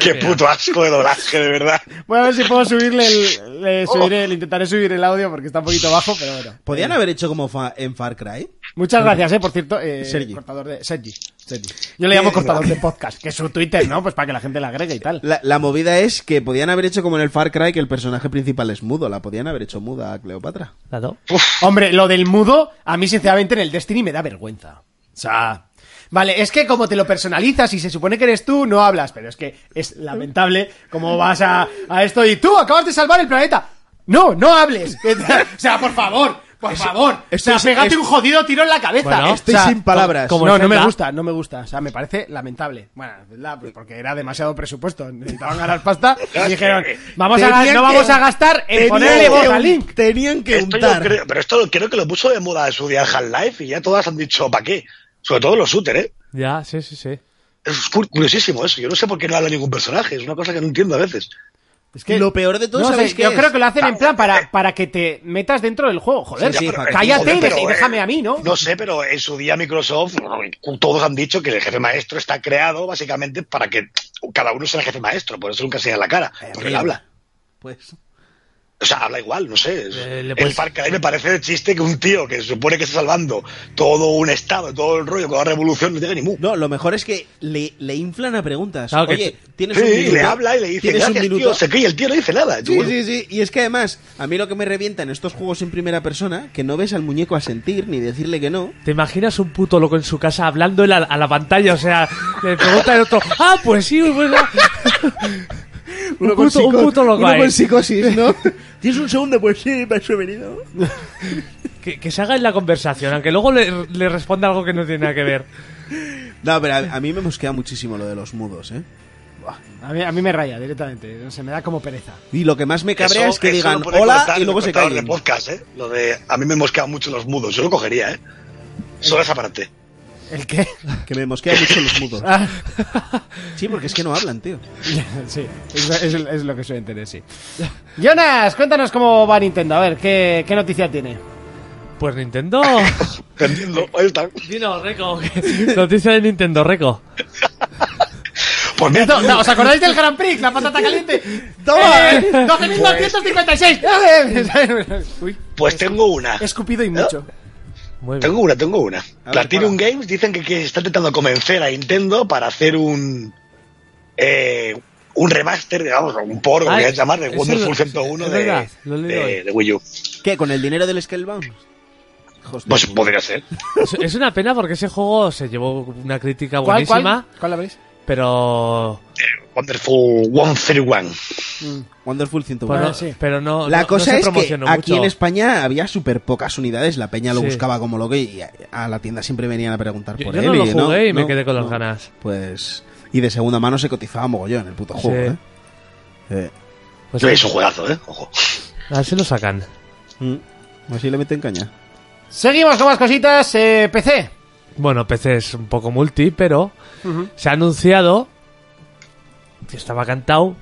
S5: Qué puto asco de doblaje, de verdad.
S2: Voy a ver si puedo subirle el... le
S3: Oh.
S2: subiré- le intentaré subir el audio porque está un poquito bajo, pero bueno.
S3: Podían haber hecho como fa- en Far Cry.
S2: Muchas gracias, eh, por cierto. eh,
S3: Sergi.
S2: Cortador de... Sergi. Sergi. Yo le llamo
S3: Bien.
S2: cortador de podcast, que es su Twitter, ¿no? Pues para que la gente la agregue y tal.
S3: La, la movida es que podían haber hecho como en el Far Cry que el personaje principal es mudo. La podían haber hecho muda a Cleopatra.
S4: La do-
S2: Hombre, lo del mudo, a mí sinceramente en el Destiny me da vergüenza. O sea... Vale, es que como te lo personalizas y se supone que eres tú, no hablas. Pero es que es lamentable cómo vas a, a esto y tú acabas de salvar el planeta. No, no hables. O sea, por favor. Por favor. o
S3: esto
S2: sea,
S3: es-
S2: pegate
S3: es-
S2: un jodido tiro en la cabeza.
S4: Bueno,
S3: estoy
S2: O sea,
S3: sin palabras.
S2: co-
S4: como
S2: no,
S4: en
S2: no me
S4: Zelda.
S2: gusta, no me gusta. O sea, me parece lamentable. Bueno, es verdad, pues porque era demasiado presupuesto. Necesitaban ganar pasta y dijeron, vamos a,
S3: Tenían
S2: ga-
S3: que-
S2: no vamos a gastar en
S3: Tenían
S2: Eh, ponerle
S3: que
S2: voz
S3: un-
S2: a Link.
S3: Tenían que
S5: Esto yo
S3: untar.
S5: creo, pero esto creo que lo puso de moda en su día Half-Life y ya todas han dicho, ¿para qué? Sobre todo los shooter, ¿eh?
S4: Ya, sí, sí, sí.
S5: Es cur- curiosísimo eso. Yo no sé por qué no habla ningún personaje. Es una cosa que no entiendo a veces.
S2: Es
S3: Lo peor de todo,
S2: no sé,
S3: ¿sabéis qué
S2: Yo
S3: es?
S2: creo que lo hacen en plan para, para que te metas dentro del juego, joder.
S3: Sí, sí,
S2: Ya,
S3: para
S2: pero-
S3: que-
S2: cállate
S5: Joder,
S2: y deja-
S5: pero,
S2: y
S5: eh,
S2: déjame a mí, ¿no?
S5: No sé, pero en su día Microsoft, todos han dicho que el jefe maestro está creado básicamente para que cada uno sea el jefe maestro. Por eso nunca se da la cara. Porque él habla.
S3: Pues,
S5: O sea, habla igual, no sé. Es-
S4: Eh, le
S5: El
S4: puedes-
S5: Far Cry me parece de chiste que un tío que se supone que está salvando todo un estado, todo el rollo con la revolución, no llega ni mu.
S3: no, lo mejor es que le, le inflan a preguntas.
S4: Claro que
S3: Oye, tienes
S5: Sí,
S3: un
S5: y
S3: minuto.
S5: le habla y le dice,
S3: Tienes un
S5: gracias,
S3: minuto.
S5: tío, se cree y el tío no dice nada. Yo,
S3: Sí,
S5: bueno,
S3: sí, sí. Y es que además, a mí lo que me revienta en estos juegos en primera persona, que no ves al muñeco asentir ni decirle que no.
S4: ¿Te imaginas un puto loco en su casa hablando él a, a la pantalla? O sea, le pregunta el otro, ah, pues sí, pues no". un,
S3: con
S4: puto, un
S3: psico-
S4: puto loco
S3: uno
S4: ahí.
S3: con psicosis, ¿no? Tienes un segundo, pues sí, me he venido.
S4: Que, que se haga en la conversación, aunque luego le, le responda algo que no tiene nada que ver.
S3: No, pero a, a mí me mosquea muchísimo lo de los mudos, ¿eh.
S2: A, mí, a mí me raya directamente. Se me da como pereza.
S3: Y lo que más me cabrea
S5: eso-
S3: es que
S5: eso
S3: digan
S5: lo puede
S3: hola
S5: cortar
S3: y luego
S5: el
S3: se
S5: cortador
S3: callen.
S5: de podcast, ¿eh? Lo de, a mí me mosquean mucho los mudos. Yo lo cogería, ¿eh? Solo esa parte.
S2: ¿El qué?
S3: Que me mosquea mucho los mudos.
S2: Ah,
S3: Sí, porque es que no hablan, tío.
S2: sí, es, es- es lo que suelen tener, sí. Jonas, cuéntanos cómo va Nintendo. A ver, ¿qué, qué noticia tiene?
S4: Pues Nintendo.
S5: Entiendo, ahí está.
S4: Dino, Reco. que- Noticia de Nintendo, Reco.
S5: Pues mira,
S2: No, no, ¿Os acordáis del Grand Prix? La patata caliente.
S3: Toma,
S2: Eh, 12.256. Uy,
S5: pues tengo una.
S2: he escupido y mucho.
S4: Muy bien.
S5: Tengo una, tengo una.
S3: ver,
S5: Platinum Games dicen que, que está intentando convencer a Nintendo para hacer un. eh, un remaster, digamos, o un por, como
S4: Ah,
S5: quieras llamar, de
S4: es
S5: Wonderful
S4: el-
S5: 101
S4: es
S5: de,
S4: verdad, lo he leído
S5: de-
S4: hoy.
S5: de Wii U.
S3: ¿Qué? ¿Con el dinero del Scalebound? Hostia.
S5: Pues podría ser.
S4: Es, es una pena porque ese juego se llevó una crítica
S2: ¿Cuál,
S4: buenísima,
S2: cuál? ¿Cuál la veis?
S4: pero.
S5: Wonderful 131.
S3: Wonderful 101.
S4: pero
S2: Ah,
S4: no-
S2: sí.
S4: Pero no.
S3: La
S4: no- no
S3: cosa
S4: se
S3: es que
S4: promocionó
S3: aquí
S4: mucho.
S3: en España había súper pocas unidades, la peña lo
S4: Sí.
S3: buscaba como loco y a, a la tienda siempre venían a preguntar
S4: Yo-
S3: por
S4: yo
S3: él.
S4: no lo jugué y me
S3: no,
S4: quedé con las
S3: no.
S4: ganas.
S3: Pues... Y de segunda mano se cotizaba mogollón el puto juego,
S4: Sí.
S3: ¿eh? Eh,
S4: Pues
S5: Es un juegazo, ¿eh? Ojo.
S3: Pues-
S4: a ver si lo sacan.
S3: mm, Así le meten caña.
S2: Seguimos con más cositas. eh, PC.
S4: Bueno, PC es un poco multi, pero se ha anunciado que estaba cantado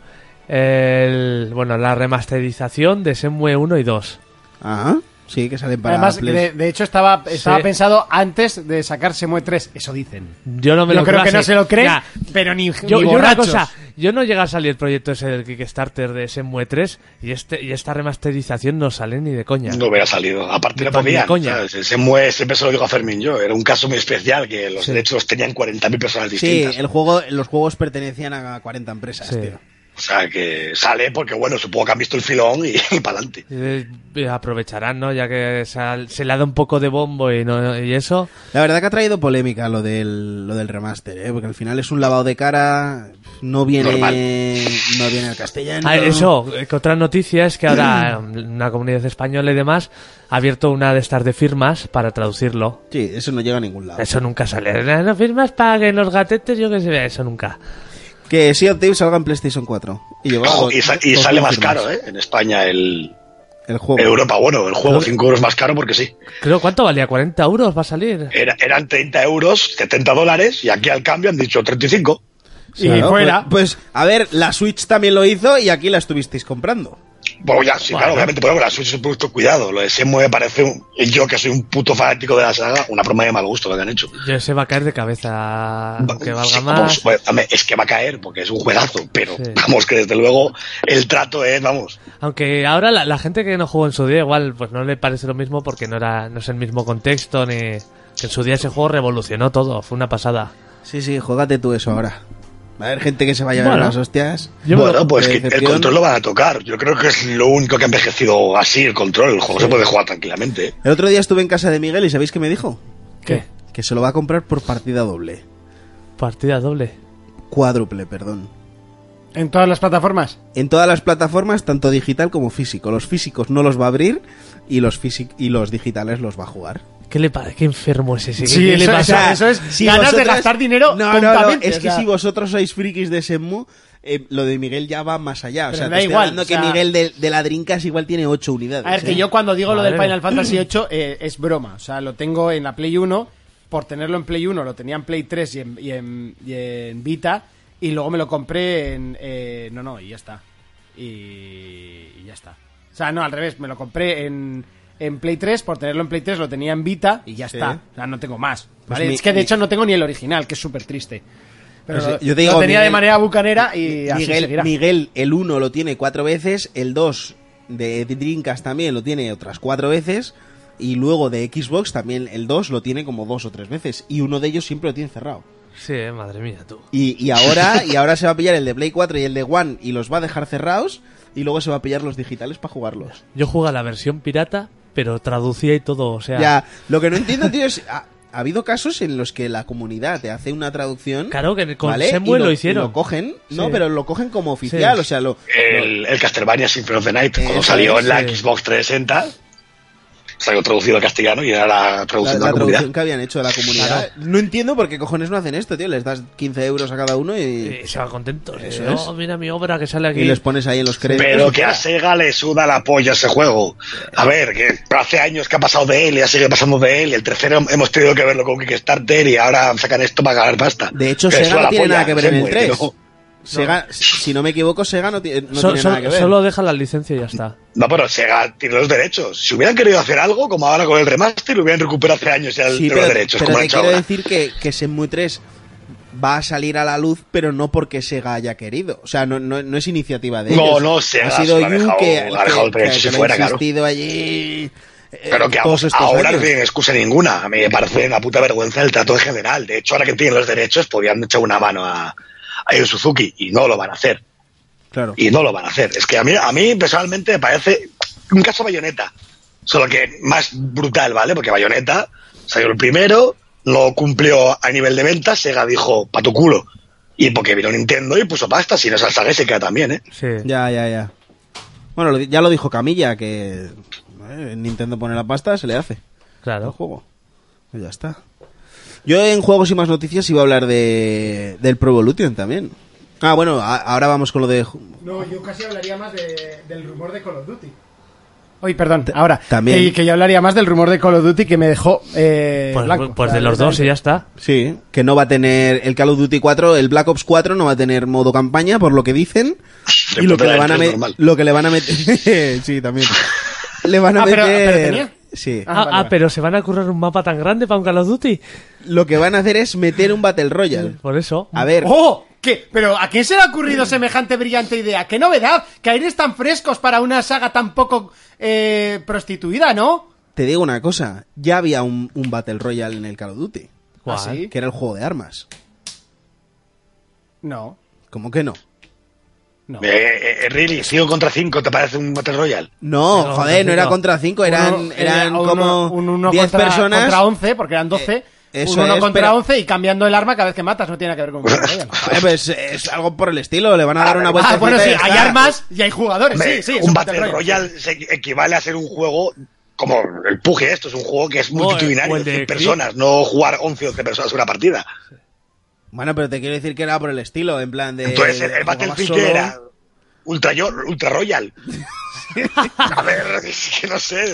S4: el, bueno, la remasterización de Semue 1 y 2.
S3: Ajá. Ah, Sí, que salen para
S2: Además,
S3: Play.
S2: de, de hecho, estaba, estaba
S4: Sí.
S2: pensado antes de sacar Semue 3. Eso dicen.
S4: Yo no me
S2: yo
S4: lo
S2: creo que
S4: así.
S2: no se lo creen,
S4: Ya,
S2: pero ni,
S4: yo,
S2: ni
S4: yo una
S2: borrachos.
S4: cosa, yo no llega a salir el proyecto ese del Kickstarter de Semue 3 y este y esta remasterización no sale ni de coña.
S5: No hubiera salido. Aparte,
S4: Ni
S5: no
S4: pa- ni
S5: podían.
S4: coña.
S5: ¿sabes? Ese mue- siempre se lo digo a Fermín yo. Era un caso muy especial que los
S4: Sí.
S5: derechos los tenían 40.000 personas
S3: Sí,
S5: distintas.
S3: el juego, los juegos pertenecían a 40 empresas,
S4: Sí.
S3: tío.
S5: O sea, que sale porque, bueno, supongo que han visto el filón y, y para adelante.
S4: Eh, eh, aprovecharán, ¿no? Ya que se, ha- se le ha dado un poco de bombo y no y eso.
S3: La verdad que ha traído polémica lo del, lo del remaster, ¿eh? Porque al final es un lavado de cara, no viene,
S5: Normal.
S3: no viene al castellano.
S4: Ah, eso, eh, que otra noticia es que ahora eh, una comunidad española y demás ha abierto una de estas de firmas para traducirlo.
S3: Sí, eso no llega a ningún lado.
S4: Eso nunca sale. Eh, No firmas para que los gatetes, yo que sé, eso nunca.
S3: Que Sea of Thieves salga en PlayStation 4. Y, lleva dos-
S5: Ojo, Oh, y, sa- y
S3: dos
S5: sale
S3: mil
S5: más
S3: firmas.
S5: caro, ¿eh? En España, el,
S3: El juego.
S5: en Europa, bueno, el juego
S4: Creo-
S5: 5 euros más caro porque sí.
S4: Creo, ¿cuánto valía? ¿40 euros va a salir?
S5: Era- eran 30 euros, 70 dólares, y aquí al cambio han dicho 35.
S2: Y
S3: Claro,
S2: fuera.
S3: Pues, pues, a ver, la Switch también lo hizo y aquí la estuvisteis comprando.
S5: Bueno, ya, sí, claro, obviamente, pero bueno, la Switch es un producto cuidado. Lo de Shenmue me parece, un- y yo que soy un puto fanático de la saga, una broma de mal gusto lo que han hecho.
S4: Yo se va a caer de cabeza, que valga
S5: Sí, por
S4: más.
S5: supuesto, hombre, es que va a caer porque es un juegazo, pero
S4: Sí.
S5: vamos, que desde luego el trato es, vamos,
S4: Aunque ahora la, la gente que no jugó en su día igual pues no le parece lo mismo porque no era no es el mismo contexto ni que en su día ese juego revolucionó todo, fue una pasada.
S3: Sí, sí, jógate tú eso ahora. Va a haber gente que se vaya a ver
S4: Bueno.
S3: las hostias.
S4: Yo me lo-
S5: bueno, pues
S3: de
S5: que el
S3: decepción.
S5: control lo van a tocar. Yo creo que es lo único que ha envejecido así el control. El juego se puede jugar tranquilamente. ¿eh?
S3: El otro día estuve en casa de Miguel y ¿sabéis qué me dijo?
S4: ¿Qué?
S3: Que se lo va a comprar por partida doble.
S4: Partida doble.
S3: Cuádruple, perdón.
S2: En todas las plataformas.
S3: En todas las plataformas, tanto digital como físico. Los físicos no los va a abrir y los, físic- y los digitales los va a jugar.
S4: ¿Qué le pasa? ¿Qué enfermo es ese? ¿Qué,
S2: Sí,
S4: qué le
S2: eso-
S4: pasa?
S2: sea, eso es ganas de gastar dinero
S3: No, no, no,
S2: tontamente,
S3: es
S2: o
S3: que
S2: sea.
S3: si vosotros sois frikis de Semu, eh, lo de Miguel ya va más allá. O
S2: Pero
S3: sea,
S2: da
S3: te estoy
S2: igual,
S3: hablando
S2: o sea-
S3: que Miguel de, de la Dreamcast igual tiene 8 unidades.
S2: A ver, que
S3: ¿eh?
S2: yo cuando digo lo del
S4: Madre.
S2: Final Fantasy VIII eh, es broma. O sea, lo tengo en la Play 1. Por tenerlo en Play 1, lo tenía en Play 3 y en, y en- y en Vita. Y luego me lo compré en. eh, no, no, y ya está. Y, y ya está. O sea, no, al revés. Me lo compré en, en Play 3. Por tenerlo en Play 3, lo tenía en Vita y ya
S3: Sí.
S2: está. O sea, no tengo más.
S3: Pues
S2: ¿vale?
S3: mi-
S2: es que de
S3: mi-
S2: hecho no tengo ni el original, que es súper triste. Pero
S3: Pues,
S2: lo-
S3: yo te digo,
S2: lo tenía de
S3: Miguel-
S2: manera bucanera y así
S3: Miguel,
S2: seguirá.
S3: Miguel, el 1 lo tiene 4 veces, el 2 de Dreamcast también lo tiene otras 4 veces. Y luego de Xbox también el 2 lo tiene como dos o tres veces. Y uno de ellos siempre lo tiene cerrado.
S4: Sí, eh, madre mía, tú.
S3: Y, y ahora, y ahora se va a pillar el de Play 4 y el de One y los va a dejar cerrados. Y luego se va a pillar los digitales para jugarlos.
S4: Yo jugaba la versión pirata, pero traducía y todo, o sea...
S3: Ya, lo que no entiendo, tío, es. Ha, ha habido casos en los que la comunidad te hace una traducción.
S4: Claro, que con
S3: ¿vale?
S4: Shenmue
S3: Y
S4: lo
S3: y
S4: hicieron.
S3: Lo cogen, no,
S4: Sí.
S3: pero lo cogen como oficial,
S4: Sí.
S3: o sea, lo.
S5: El, el Castlevania Symphony of the Night, cuando
S3: Eso
S5: salió en la
S4: sí.
S5: Xbox 360, salió traducido al castellano y era la
S3: La,
S5: traducción
S3: la
S5: de la comunidad.
S3: traducción que habían hecho de la comunidad. No entiendo por qué cojones no hacen esto, tío. Les das 15 euros a cada uno y,
S4: Eh, se va contento.
S3: Eso
S4: eh,
S3: es.
S4: "Oh, mira mi obra que sale aquí.
S3: y les pones ahí en los créditos.
S5: Pero que a Sega le suda la polla ese juego. A ver, que hace años que ha pasado de él y ya sigue pasando de él. Y el tercero hemos tenido que verlo con Kickstarter y ahora sacan esto para ganar pasta.
S3: De hecho,
S5: Que le
S3: Sega
S5: suda
S3: no
S5: la
S3: tiene
S5: polla,
S3: nada que ver en el
S5: Shenmue,
S3: 3.
S5: tío.
S3: Sega, si no me equivoco, Sega no, tiene- no
S4: So-
S3: tiene
S4: so-
S3: nada que ver.
S4: Solo deja la licencia y ya está.
S5: No, pero Sega tiene los derechos. Si hubieran querido hacer algo, como ahora con el remaster, lo hubieran recuperado hace años ya el-
S3: Sí,
S5: de
S3: pero,
S5: los derechos.
S3: pero
S5: como han
S3: te
S5: hecho
S3: quiero
S5: ahora.
S3: decir que, que Shenmue 3 va a salir a la luz, pero no porque Sega haya querido. O sea, no, no, no es iniciativa de
S5: No,
S3: ellos.
S5: no, Sega
S3: Ha sido
S5: se lo ha
S3: Yu
S5: dejado-
S3: que,
S5: ha dejado el
S3: que-
S5: proyecto
S3: que
S5: si
S3: lo ha
S5: fuera, claro.
S3: insistido allí. eh,
S5: Pero que
S3: todos estos
S5: ahora
S3: años.
S5: no tienen excusa ninguna. A mí me parece una puta vergüenza el trato en general. De hecho, ahora que tienen los derechos, podrían echar una mano a, a Yu Suzuki y no lo van a hacer.
S3: Claro.
S5: Y no lo van a hacer. Es que a mí, a mí personalmente me parece un caso bayoneta. Solo que más brutal, ¿vale? Porque bayoneta salió el primero, no cumplió a nivel de ventas, Sega dijo, pa' tu culo. Y porque vino Nintendo y puso pasta, si no se sale se queda también, ¿eh?
S4: Sí.
S3: Ya, ya, ya. Bueno, lo di- ya lo dijo Camilla, que eh, Nintendo pone la pasta, se le hace el
S4: Claro.
S3: juego. Y ya está. Yo en juegos y más noticias iba a hablar de del Pro Evolution también. Ah, bueno, a- ahora vamos con lo de ju-
S2: No, yo casi hablaría más de- del rumor de Call of Duty. Oye, perdón, ahora.
S3: también.
S2: Que, que yo hablaría más del rumor de Call of Duty que me dejó eh,
S4: Pues,
S2: blanco.
S4: pues de los dos y ya está.
S3: Sí, que no va a tener el Call of Duty 4, el Black Ops 4 no va a tener modo campaña, por lo que dicen.
S5: De
S3: y lo
S5: puta
S3: que, le
S5: madre,
S3: van a
S5: es
S3: me-
S5: normal.
S3: lo que le van a meter. sí, también. Le van a
S2: Ah, pero-
S3: meter.
S2: pero tenía.
S3: Sí.
S2: Ah,
S4: Ah,
S2: vale,
S4: ah,
S2: vale.
S4: pero se van a currar un mapa tan grande para un Call of Duty.
S3: Lo que van a hacer es meter un Battle Royale.
S4: Por eso.
S3: A ver.
S2: ¡Oh! ¿Qué? ¿Pero a quién se le ha ocurrido semejante brillante idea? ¡Qué novedad! Que aires tan frescos para una saga tan poco eh, prostituida, ¿no?
S3: Te digo una cosa, ya había un, un Battle Royale en el Call of Duty,
S4: ¿Cuál?
S2: ¿Ah, sí?
S3: que era el juego de armas.
S2: No.
S3: ¿Cómo que no?
S2: No.
S5: Eh, eh, eh, really, 5 contra 5, ¿te parece un Battle Royale?
S3: No,
S4: No,
S3: joder, no era
S4: tampoco.
S3: contra 5, eran,
S2: Uno-
S3: eran
S2: era uno-
S3: como
S2: un uno
S3: 10
S2: contra,
S3: personas.
S2: Contra 11, porque eran 12.
S3: Eh,
S2: un
S3: eso
S2: uno
S3: es,
S2: contra
S3: pero-
S2: 11 y cambiando el arma cada vez que matas. No tiene nada que ver con Battle Royale.
S3: Joder, pues es algo por el estilo, le van a dar una vuelta.
S2: Ah, bueno, sí, hay armas y hay jugadores.
S5: Hombre,
S2: sí, sí, es
S5: un Battle Royale,
S2: Royale.
S5: se equivale a ser un juego como el Puje, esto es un juego que es
S4: No,
S5: multitudinario,
S4: o el de
S5: 100
S4: Click.
S5: personas, no jugar 11 o 12 personas en una partida.
S3: Bueno, pero te quiero decir que era por el estilo, en plan de.
S5: Entonces, el, el
S3: jugabas
S5: Battlefield
S3: solo.
S5: que era Ultra, Yo- Ultra Royal. a ver, es que no sé.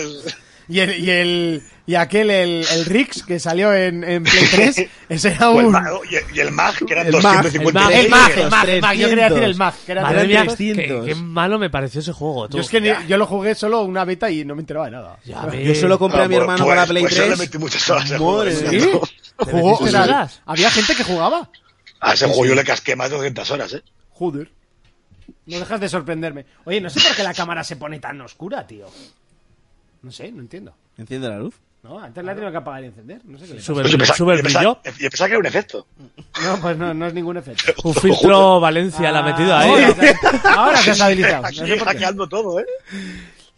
S2: Y el, y el y aquel el, el Rix que salió en, en Play 3, ese era
S5: O el
S2: un
S5: Mag, y, el- y el Mag, que eran
S3: El Mag,
S5: 250.
S4: el Mag,
S2: el
S5: Ah,
S2: Mag, el Mag, el
S3: 300.
S2: Mag, yo quería decir el Mag, que era
S3: Madre
S2: de-
S3: mía,
S4: qué,
S3: 300.
S4: qué malo me pareció ese juego. tú.
S2: Yo es que ni- yo lo jugué solo una beta y no me enteraba de nada.
S4: Ya ves.
S3: Yo solo compré a mi
S5: Ah,
S3: hermano
S5: pues-
S3: para Play
S5: pues yo
S3: 3.
S5: le metí muchas horas
S3: Madre
S5: a jugar,
S3: mía.
S5: ¿no?
S4: Te
S2: Jugó,
S4: metiste
S2: o sea,
S4: horas.
S2: había gente que jugaba.
S5: A ese juego yo le casqué más de 200 horas, ¿eh?
S2: Joder. No dejas de sorprenderme. Oye, no sé por qué la cámara se pone tan oscura, tío. No sé, no entiendo.
S3: Enciende la luz.
S2: No, antes la he tenido que apagar y encender. No sé qué le pasa.
S4: Sube,
S5: Pues yo pensaba-
S4: sube el
S5: yo pensaba-
S4: brillo.
S5: yo pensaba que era un efecto.
S2: No, pues no, no es ningún efecto. Ah,
S4: Un filtro Valencia la ha metido ahí.
S2: Ahora, se- ahora se has habilitado. No
S5: Aquí
S2: sé por qué.
S5: hackeando todo, ¿eh?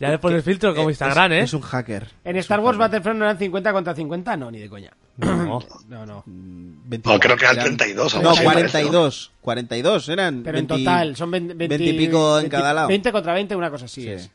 S4: Ya le pones filtro como Instagram, ¿eh?
S3: Es un hacker.
S2: En Star Wars Battlefront no eran 50 contra 50, no, ni de coña.
S4: No.
S2: No, no.
S3: 24.
S5: No, Ah, creo que eran 32 o
S3: No,
S5: algo así,
S3: 42. 42 eran.
S2: Pero en
S3: 20
S2: total son 20,
S3: 20 y pico en
S2: 20
S3: cada lado.
S2: 20 contra 20, una cosa así
S3: Sí.
S2: es.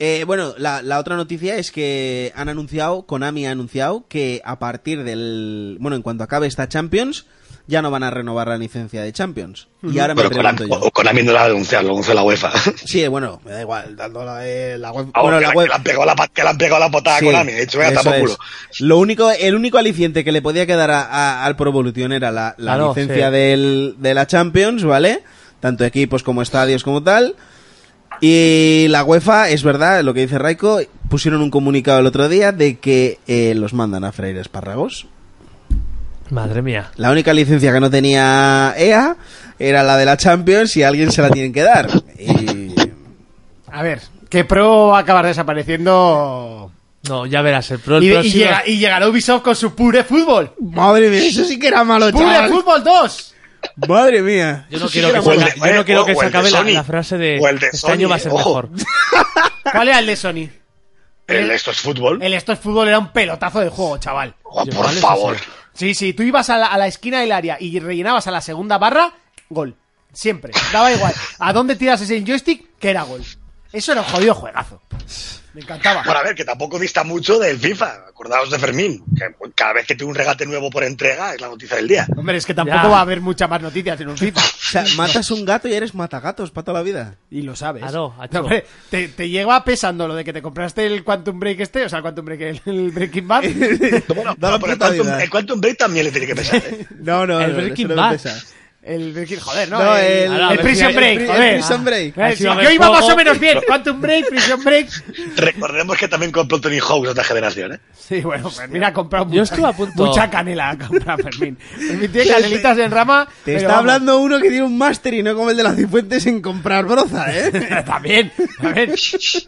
S3: Eh, bueno, la, la otra noticia es que han anunciado, Konami ha anunciado que a partir del. Bueno, en cuanto acabe esta Champions, ya no van a renovar la licencia de Champions. Y ahora me
S5: Pero
S3: pregunto
S5: Konami,
S3: yo.
S5: o- Konami no la va a denunciar, lo anunció la UEFA.
S3: Sí, bueno, me da igual, dando la, de la web.
S5: Ah,
S3: bueno,
S5: que,
S3: la
S5: la-
S3: web-
S5: que le han pegado la, pa- que le han pegado la potada
S3: Sí,
S5: a Konami. De hecho, venga,
S3: eso
S5: tapa
S3: es.
S5: culo.
S3: Lo único, el único aliciente que le podía quedar a- a- al Pro Evolution era la, la
S4: Claro,
S3: licencia
S4: sí.
S3: del- de la Champions, ¿vale? Tanto equipos como estadios como tal. Y la UEFA, es verdad, lo que dice Raiko, pusieron un comunicado el otro día de que eh, los mandan a freír espárragos.
S4: Madre mía.
S3: La única licencia que no tenía EA era la de la Champions y a alguien se la tienen que dar. Y...
S2: A ver, que Pro va a acabar desapareciendo.
S4: No, ya verás, el pro el
S2: Y, de- y
S4: próximo-
S2: llega- y llegará Ubisoft con su Pure Fútbol.
S3: Madre mía, eso sí que era malo,
S2: ¡Pure
S3: chaval.
S2: Fútbol 2!
S3: Madre mía.
S4: Yo no quiero que
S5: O el
S4: se,
S5: de-
S4: yo no quiero que
S5: o
S4: se
S5: el de
S4: acabe la,
S5: Sony.
S4: la frase de,
S5: O el de
S4: este año
S5: Sony,
S4: va a ser
S5: ojo.
S4: mejor.
S2: ¿Cuál era el de Sony?
S5: El Esto es fútbol.
S2: El Esto es Fútbol era un pelotazo de juego, chaval.
S5: Oh,
S4: Yo,
S5: por
S4: ¿cuál es
S5: favor.
S4: ese?
S2: Sí, sí, tú ibas a la, a la esquina del área y rellenabas a la segunda barra, gol. Siempre. Daba igual. ¿A dónde tiras ese joystick? Que era gol. Eso era un jodido juegazo. Me encantaba.
S5: Bueno, a ver, que tampoco dista mucho del FIFA. Acordaos de Fermín. Que cada vez que tiene un regate nuevo por entrega es la noticia del día.
S2: Hombre, es que tampoco
S4: Ya.
S2: va a haber muchas más noticias en un FIFA.
S3: O sea, matas un gato y eres matagatos para toda la vida.
S2: Y lo sabes.
S4: Claro, a
S2: No,
S4: todo.
S2: hombre, te, te lleva pesando lo de que te compraste el Quantum Break este, o sea, el Quantum Break, el, el Breaking Bad.
S5: Bueno,
S3: Da la
S5: pero
S3: puta
S5: el, Quantum,
S3: vida.
S5: el Quantum Break también le tiene que pesar. ¿eh?
S3: No, no,
S4: El
S3: no,
S4: Breaking
S3: eso no me
S4: Bad.
S3: pesa.
S2: El Breaking, joder, ¿no?
S3: No,
S2: el,
S3: el-
S2: el
S4: a la-
S2: Prison
S4: el-
S2: Break,
S4: el-
S2: joder.
S3: el Prison Break.
S2: Ah,
S4: Ha sido
S2: sí,
S4: a
S2: yo
S4: ver
S2: iba más
S4: juego.
S2: o menos bien. Quantum Break, Prison Break.
S5: Recordemos que también compró Tony Hawk de otra generación. ¿eh?
S2: Sí, bueno, Fermín ha comprado
S4: Yo
S2: mucha,
S4: estuve a punto-
S2: mucha canela. Ha comprado Fermín. Fermín tiene canelitas en rama.
S3: Te
S2: pero
S3: está
S2: vamos.
S3: hablando uno que tiene un máster y no como el de las cifuentes en comprar broza, ¿eh?
S2: También, también.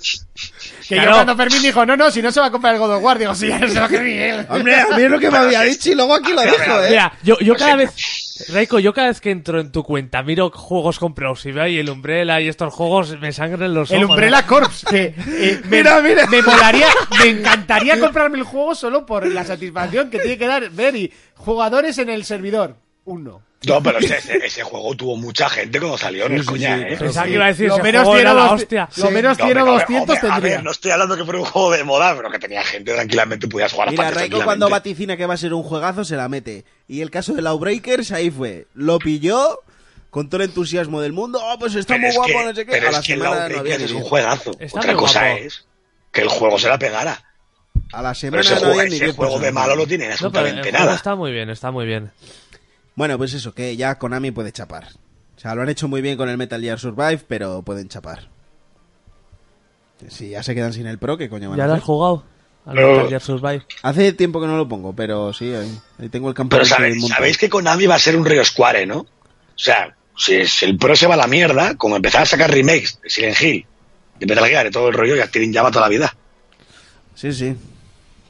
S2: Que
S4: Claro.
S2: yo cuando Fermín dijo, no, no, si no se va a comprar el God of War, digo, sí, ya no se lo creí eh". él.
S3: Hombre, a mí es lo que me había dicho y luego aquí lo dejo, ¿eh?
S4: Mira, yo, yo cada vez, Reiko, yo cada vez que entro en tu cuenta, miro juegos comprados y veo ahí el Umbrella y estos juegos, me sangran los
S2: El
S4: ojos.
S2: Umbrella Corps, que eh, me,
S3: Mira, mira.
S2: me molaría, me encantaría comprarme el juego solo por la satisfacción que tiene que dar ver y jugadores en el servidor. Uno.
S5: No, pero ese, ese- ese juego tuvo mucha gente cuando salió, no es coña, ¿eh?
S4: Pensaba que iba a decir,
S2: Lo
S4: ese
S2: menos
S4: juego era
S2: tiene
S4: la
S2: dos-
S4: hostia.
S2: lo menos
S5: No,
S2: tiene
S5: hombre, hombre,
S2: 200
S5: hombre, a
S2: tendría.
S5: ver, no estoy hablando que fuera un juego de moda, pero que tenía gente tranquilamente, podías jugar a
S3: Mira,
S5: partes
S3: Raiko cuando
S5: tranquilamente.
S3: vaticina que va a ser un juegazo se la mete. Y el caso de Lawbreakers, ahí fue. Lo pilló con todo el entusiasmo del mundo. Oh, pues está
S5: Pero
S3: muy
S5: es
S3: guapo,
S5: que-
S3: no sé qué.
S5: Pero
S3: a la
S5: es que
S3: semana no
S5: Law
S3: había
S5: Breakers es
S3: ni
S5: un
S3: pie.
S5: juegazo.
S4: Está
S5: Otra
S4: muy
S5: cosa
S4: guapo.
S5: es que el juego se la pegara.
S3: A la
S5: Pero
S3: semana
S5: ese
S3: no
S5: juego,
S3: había ni
S5: ese
S3: diez
S5: juego de
S3: personas.
S5: malo no
S4: No, pero
S5: tiene
S4: el
S5: absolutamente
S4: juego
S5: nada.
S4: está muy bien, está muy bien.
S3: Bueno, pues eso, que ya Konami puede chapar. O sea, lo han hecho muy bien con el Metal Gear Survive, pero pueden chapar. Si ya se quedan sin el pro, ¿qué coño van
S4: ¿Ya
S3: a
S4: lo has
S3: hacer?
S4: jugado? Al
S5: No.
S4: Metal Gear Survive.
S3: Hace tiempo que no lo pongo, pero sí, ahí, ahí tengo el campo
S5: Pero
S3: del
S5: sabéis,
S3: mundo.
S5: sabéis que Konami va a ser un Río Square, ¿no? O sea, si, si el pro se va a la mierda, como empezar a sacar remakes de Silent Hill, de Metal Gear y todo el rollo, ya tienen llama toda la vida.
S3: Sí, sí.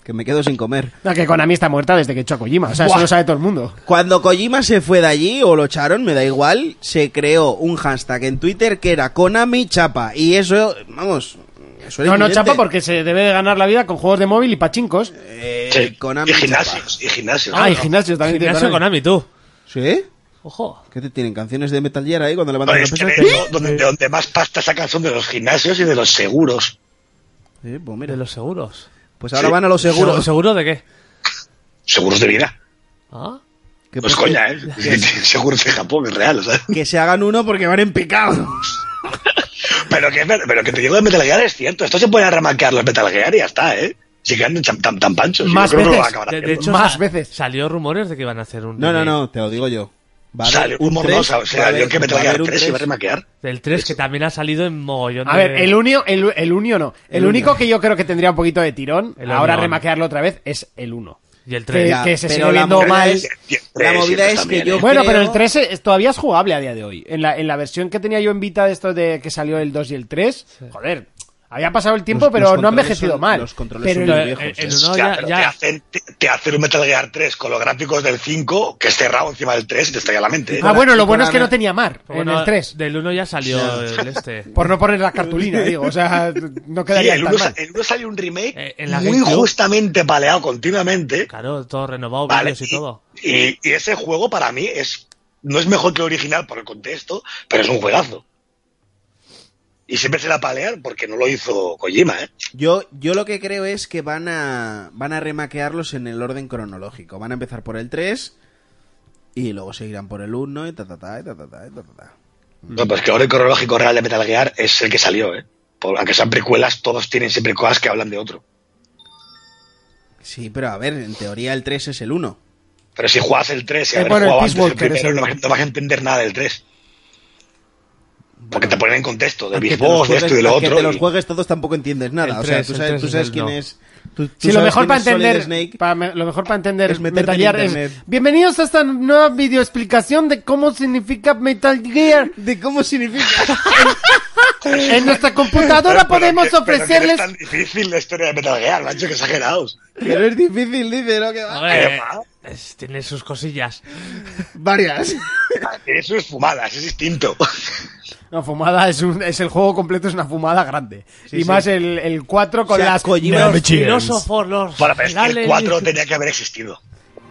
S3: Que me quedo sin comer.
S2: No, que Konami está muerta desde que echó a Kojima. O sea, eso
S3: Buah.
S2: lo sabe todo el mundo.
S3: Cuando Kojima se fue de allí, o lo echaron, me da igual, se creó un hashtag en Twitter que era Konami Chapa. Y eso, vamos, eso era
S2: No, no
S3: evidente.
S2: chapa porque se debe de ganar la vida con juegos de móvil y pachincos.
S3: Eh,
S5: Sí.
S3: Konami
S5: y
S3: Chapa.
S5: gimnasios, y gimnasios.
S2: Ah, y gimnasios también. tiene
S4: Gimnasio
S2: Konami.
S4: Konami, tú.
S3: ¿Sí?
S4: Ojo.
S3: ¿Qué te tienen? ¿Canciones de Metal Gear ahí cuando levantan
S5: Pero
S3: la
S5: es que
S3: pesa?
S5: de hecho, donde, de donde más pasta sacan son de los gimnasios y de los seguros.
S3: Sí, pues mira.
S4: De los seguros.
S3: Pues ahora
S5: Sí.
S3: van a los
S4: ¿Seguro,
S3: seguros.
S4: ¿Seguro de qué?
S5: Seguros de vida.
S4: ¿Ah?
S3: Que,
S5: No
S3: pues,
S5: es coña, ¿eh? seguros de Japón, es real, ¿sabes?
S3: que se hagan uno porque van en picado.
S5: Pero que, es ver- pero que te digo de Metal Gear es cierto. Esto se puede arremancar los Metal Gear y ya está, ¿eh? Si quedan tan, tan, tan panchos.
S2: Más
S5: yo creo que no lo va a
S2: veces.
S5: acabar
S4: De, de
S5: haciendo.
S4: hecho,
S2: Más
S4: sa-
S2: veces.
S4: salió rumores de que iban a hacer un.
S3: No, no,
S4: remake
S3: no, te lo digo yo. Va a haber
S5: Sale un
S3: tres,
S5: morrosa, o
S3: va a
S5: sea,
S3: haber-
S5: yo que Metal
S3: va a
S5: Gear
S3: haber un
S5: 3 se va a
S3: tres.
S5: remaquear.
S4: Del 3, que también ha salido en mogollón
S2: A
S4: de-
S2: ver, el unio, el, el unio no. El,
S3: El
S2: único
S3: unio.
S2: que yo creo que tendría un poquito de tirón,
S4: El
S2: ahora
S4: unión.
S2: remaquearlo otra vez, es el 1.
S4: Y el
S2: que-
S4: 3.
S3: Ya,
S2: que se
S3: pero
S2: sigue
S3: la
S2: viendo
S3: movida
S2: mal.
S3: es- la
S5: Tres,
S3: movida
S5: siete
S3: es que
S5: también,
S3: yo
S5: ¿eh?
S2: Bueno, pero
S3: creo-
S2: el 3 es- todavía es jugable a día de hoy. En la, en la versión que tenía yo en Vita de esto de que salió el 2 y el 3, joder, Había pasado el tiempo,
S3: Los-
S2: pero
S3: los
S2: no ha
S3: controles
S2: envejecido
S3: son-
S2: mal.
S3: los controles
S2: pero
S3: son
S2: el- Ah,
S3: muy
S4: Pero,
S3: viejos,
S4: eh,
S3: eh.
S4: no,
S5: Hostia,
S4: ya-
S5: pero
S4: ya-
S5: Te, hacen, te, te hacen un Metal Gear 3 con los gráficos del 5 que es cerrado encima del 3 y te estaría la mente. ¿eh?
S2: Ah, bueno, lo bueno es que
S3: Bueno,
S2: no tenía mar en
S4: Bueno,
S2: el 3.
S4: Del 1 ya salió el este.
S2: Por no poner la cartulina, digo. O sea, no
S5: Sí,
S2: quedaría
S5: el
S2: tan
S5: 1
S2: mal.
S5: salió un remake
S4: Eh, en la
S5: muy
S4: GameCube.
S5: injustamente paleado continuamente.
S4: Claro, todo renovado,
S5: Vale,
S4: vídeos y, todo.
S5: y- y ese juego para mí es no es mejor que el original por el contexto, pero es un juegazo. Y siempre se la palear porque no lo hizo Kojima, ¿eh?
S3: Yo, yo lo que creo es que van a, van a remaquearlos en el orden cronológico. Van a empezar por el 3 y luego seguirán por el 1 y ta ta ta y ta ta ta. y ta, ta, ta.
S2: Mm.
S5: No, pues que ahora el cronológico real de Metal Gear es el que salió, ¿eh? Por- aunque sean precuelas, todos tienen siempre cosas que hablan de otro.
S3: Sí, pero a ver, en teoría el 3 es el 1.
S5: Pero si juegas el 3 y
S2: Eh,
S5: haber
S2: bueno, el
S5: jugado
S2: Peace
S5: antes el
S2: Walker es
S5: primero,
S2: el-
S5: no, vas- no vas a entender nada del 3. Porque te ponen en contexto de
S3: Aunque
S5: Big
S3: te los
S5: Boss, de esto y de lo
S3: aunque
S5: otro.
S3: te los
S5: y-
S3: juegues todos tampoco entiendes nada.
S4: El
S3: o sea,
S4: 3,
S3: tú
S4: el
S3: sabes,
S4: 3
S3: tú
S4: es
S3: sabes
S4: el
S3: quién
S4: no.
S3: es. Tú, tú
S2: Sí, lo
S3: sabes
S2: mejor
S3: quién
S2: para
S3: es Solid
S2: entender,
S3: Snake.
S2: para me- lo mejor para entender
S3: Es meterte
S2: Metal
S3: en
S2: Gear es
S3: internet.
S2: bienvenidos a esta nueva videoexplicación de cómo significa Metal Gear.
S3: De cómo significa.
S2: En nuestra
S5: Pero-
S2: computadora
S5: pero
S2: podemos
S5: que- pero que
S2: ofrecerles
S5: no es tan difícil la historia de Metal Gear, macho, que exagerados.
S3: Pero es difícil, dice, ¿no? Que va.
S4: Hombre,
S5: ¿Qué va?
S4: Eh, es- tiene sus cosillas.
S3: Varias.
S5: Eso es fumadas, es distinto.
S2: No, fumada es, un, es el juego completo, es una fumada grande.
S3: Sí,
S2: y
S3: sí.
S2: más el, el 4 con
S3: O sea,
S2: las
S3: Kojima-
S2: los
S4: Los
S2: tiros.
S4: filósofos, los
S5: Bueno, pero es que el
S4: generales-
S5: 4 tenía que haber existido.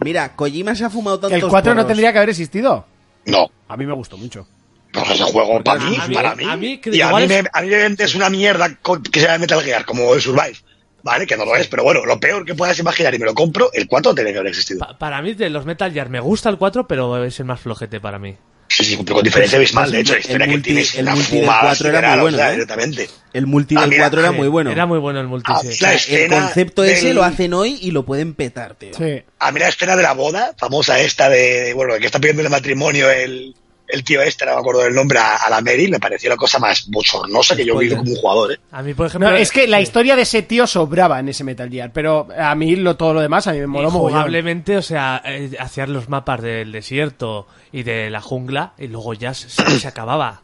S3: Mira, Kojima se ha fumado tantos
S2: El 4 no
S3: porros.
S2: tendría que haber existido.
S5: No.
S2: A mí me gustó mucho.
S5: Pues ese juego, para mí,
S4: a mí-
S5: para mí.
S4: a mí que
S5: y a
S4: igual
S5: mí, me,
S4: es-
S5: a mí me vendes una mierda con- que sea de Metal Gear, como el Survive. Vale, que no lo es, pero bueno, lo peor que puedas imaginar y me lo compro, el 4 tenía que haber existido.
S4: Pa- para mí, de los Metal Gear, me gusta el 4, pero es el más flojete para mí.
S5: Sí, sí, con diferencia abismal. De hecho, la
S3: Pues, El
S5: historia
S3: multi-
S5: que tienes
S3: el
S5: la
S3: multi del
S5: fumada
S3: 4 era muy
S5: sideral, o
S3: bueno,
S5: sea,
S3: ¿eh?
S5: directamente.
S3: El multi
S5: Ah,
S3: del
S5: mira,
S3: 4 era
S5: sí,
S3: muy bueno.
S4: Era muy bueno el multi,
S5: Ah,
S4: sí.
S5: la
S3: el
S5: escena
S3: concepto
S5: del-
S3: ese lo hacen hoy y lo pueden petar, tío.
S2: Sí.
S5: A mí la escena de la boda, famosa esta de, bueno, que está pidiendo el matrimonio el, el tío este, no me acuerdo del nombre, a, a la Mary, me pareció la cosa más bochornosa que yo he vivido como un jugador, ¿eh?
S4: A mí, por ejemplo. eh,
S2: No, es que la
S4: sí.
S2: historia de ese tío sobraba en ese Metal Gear, pero a mí lo, todo lo demás a mí me moló
S4: Y
S2: mogollón.
S4: jugablemente, o sea, eh, hacían los mapas del desierto y de la jungla y luego ya se, se- se acababa.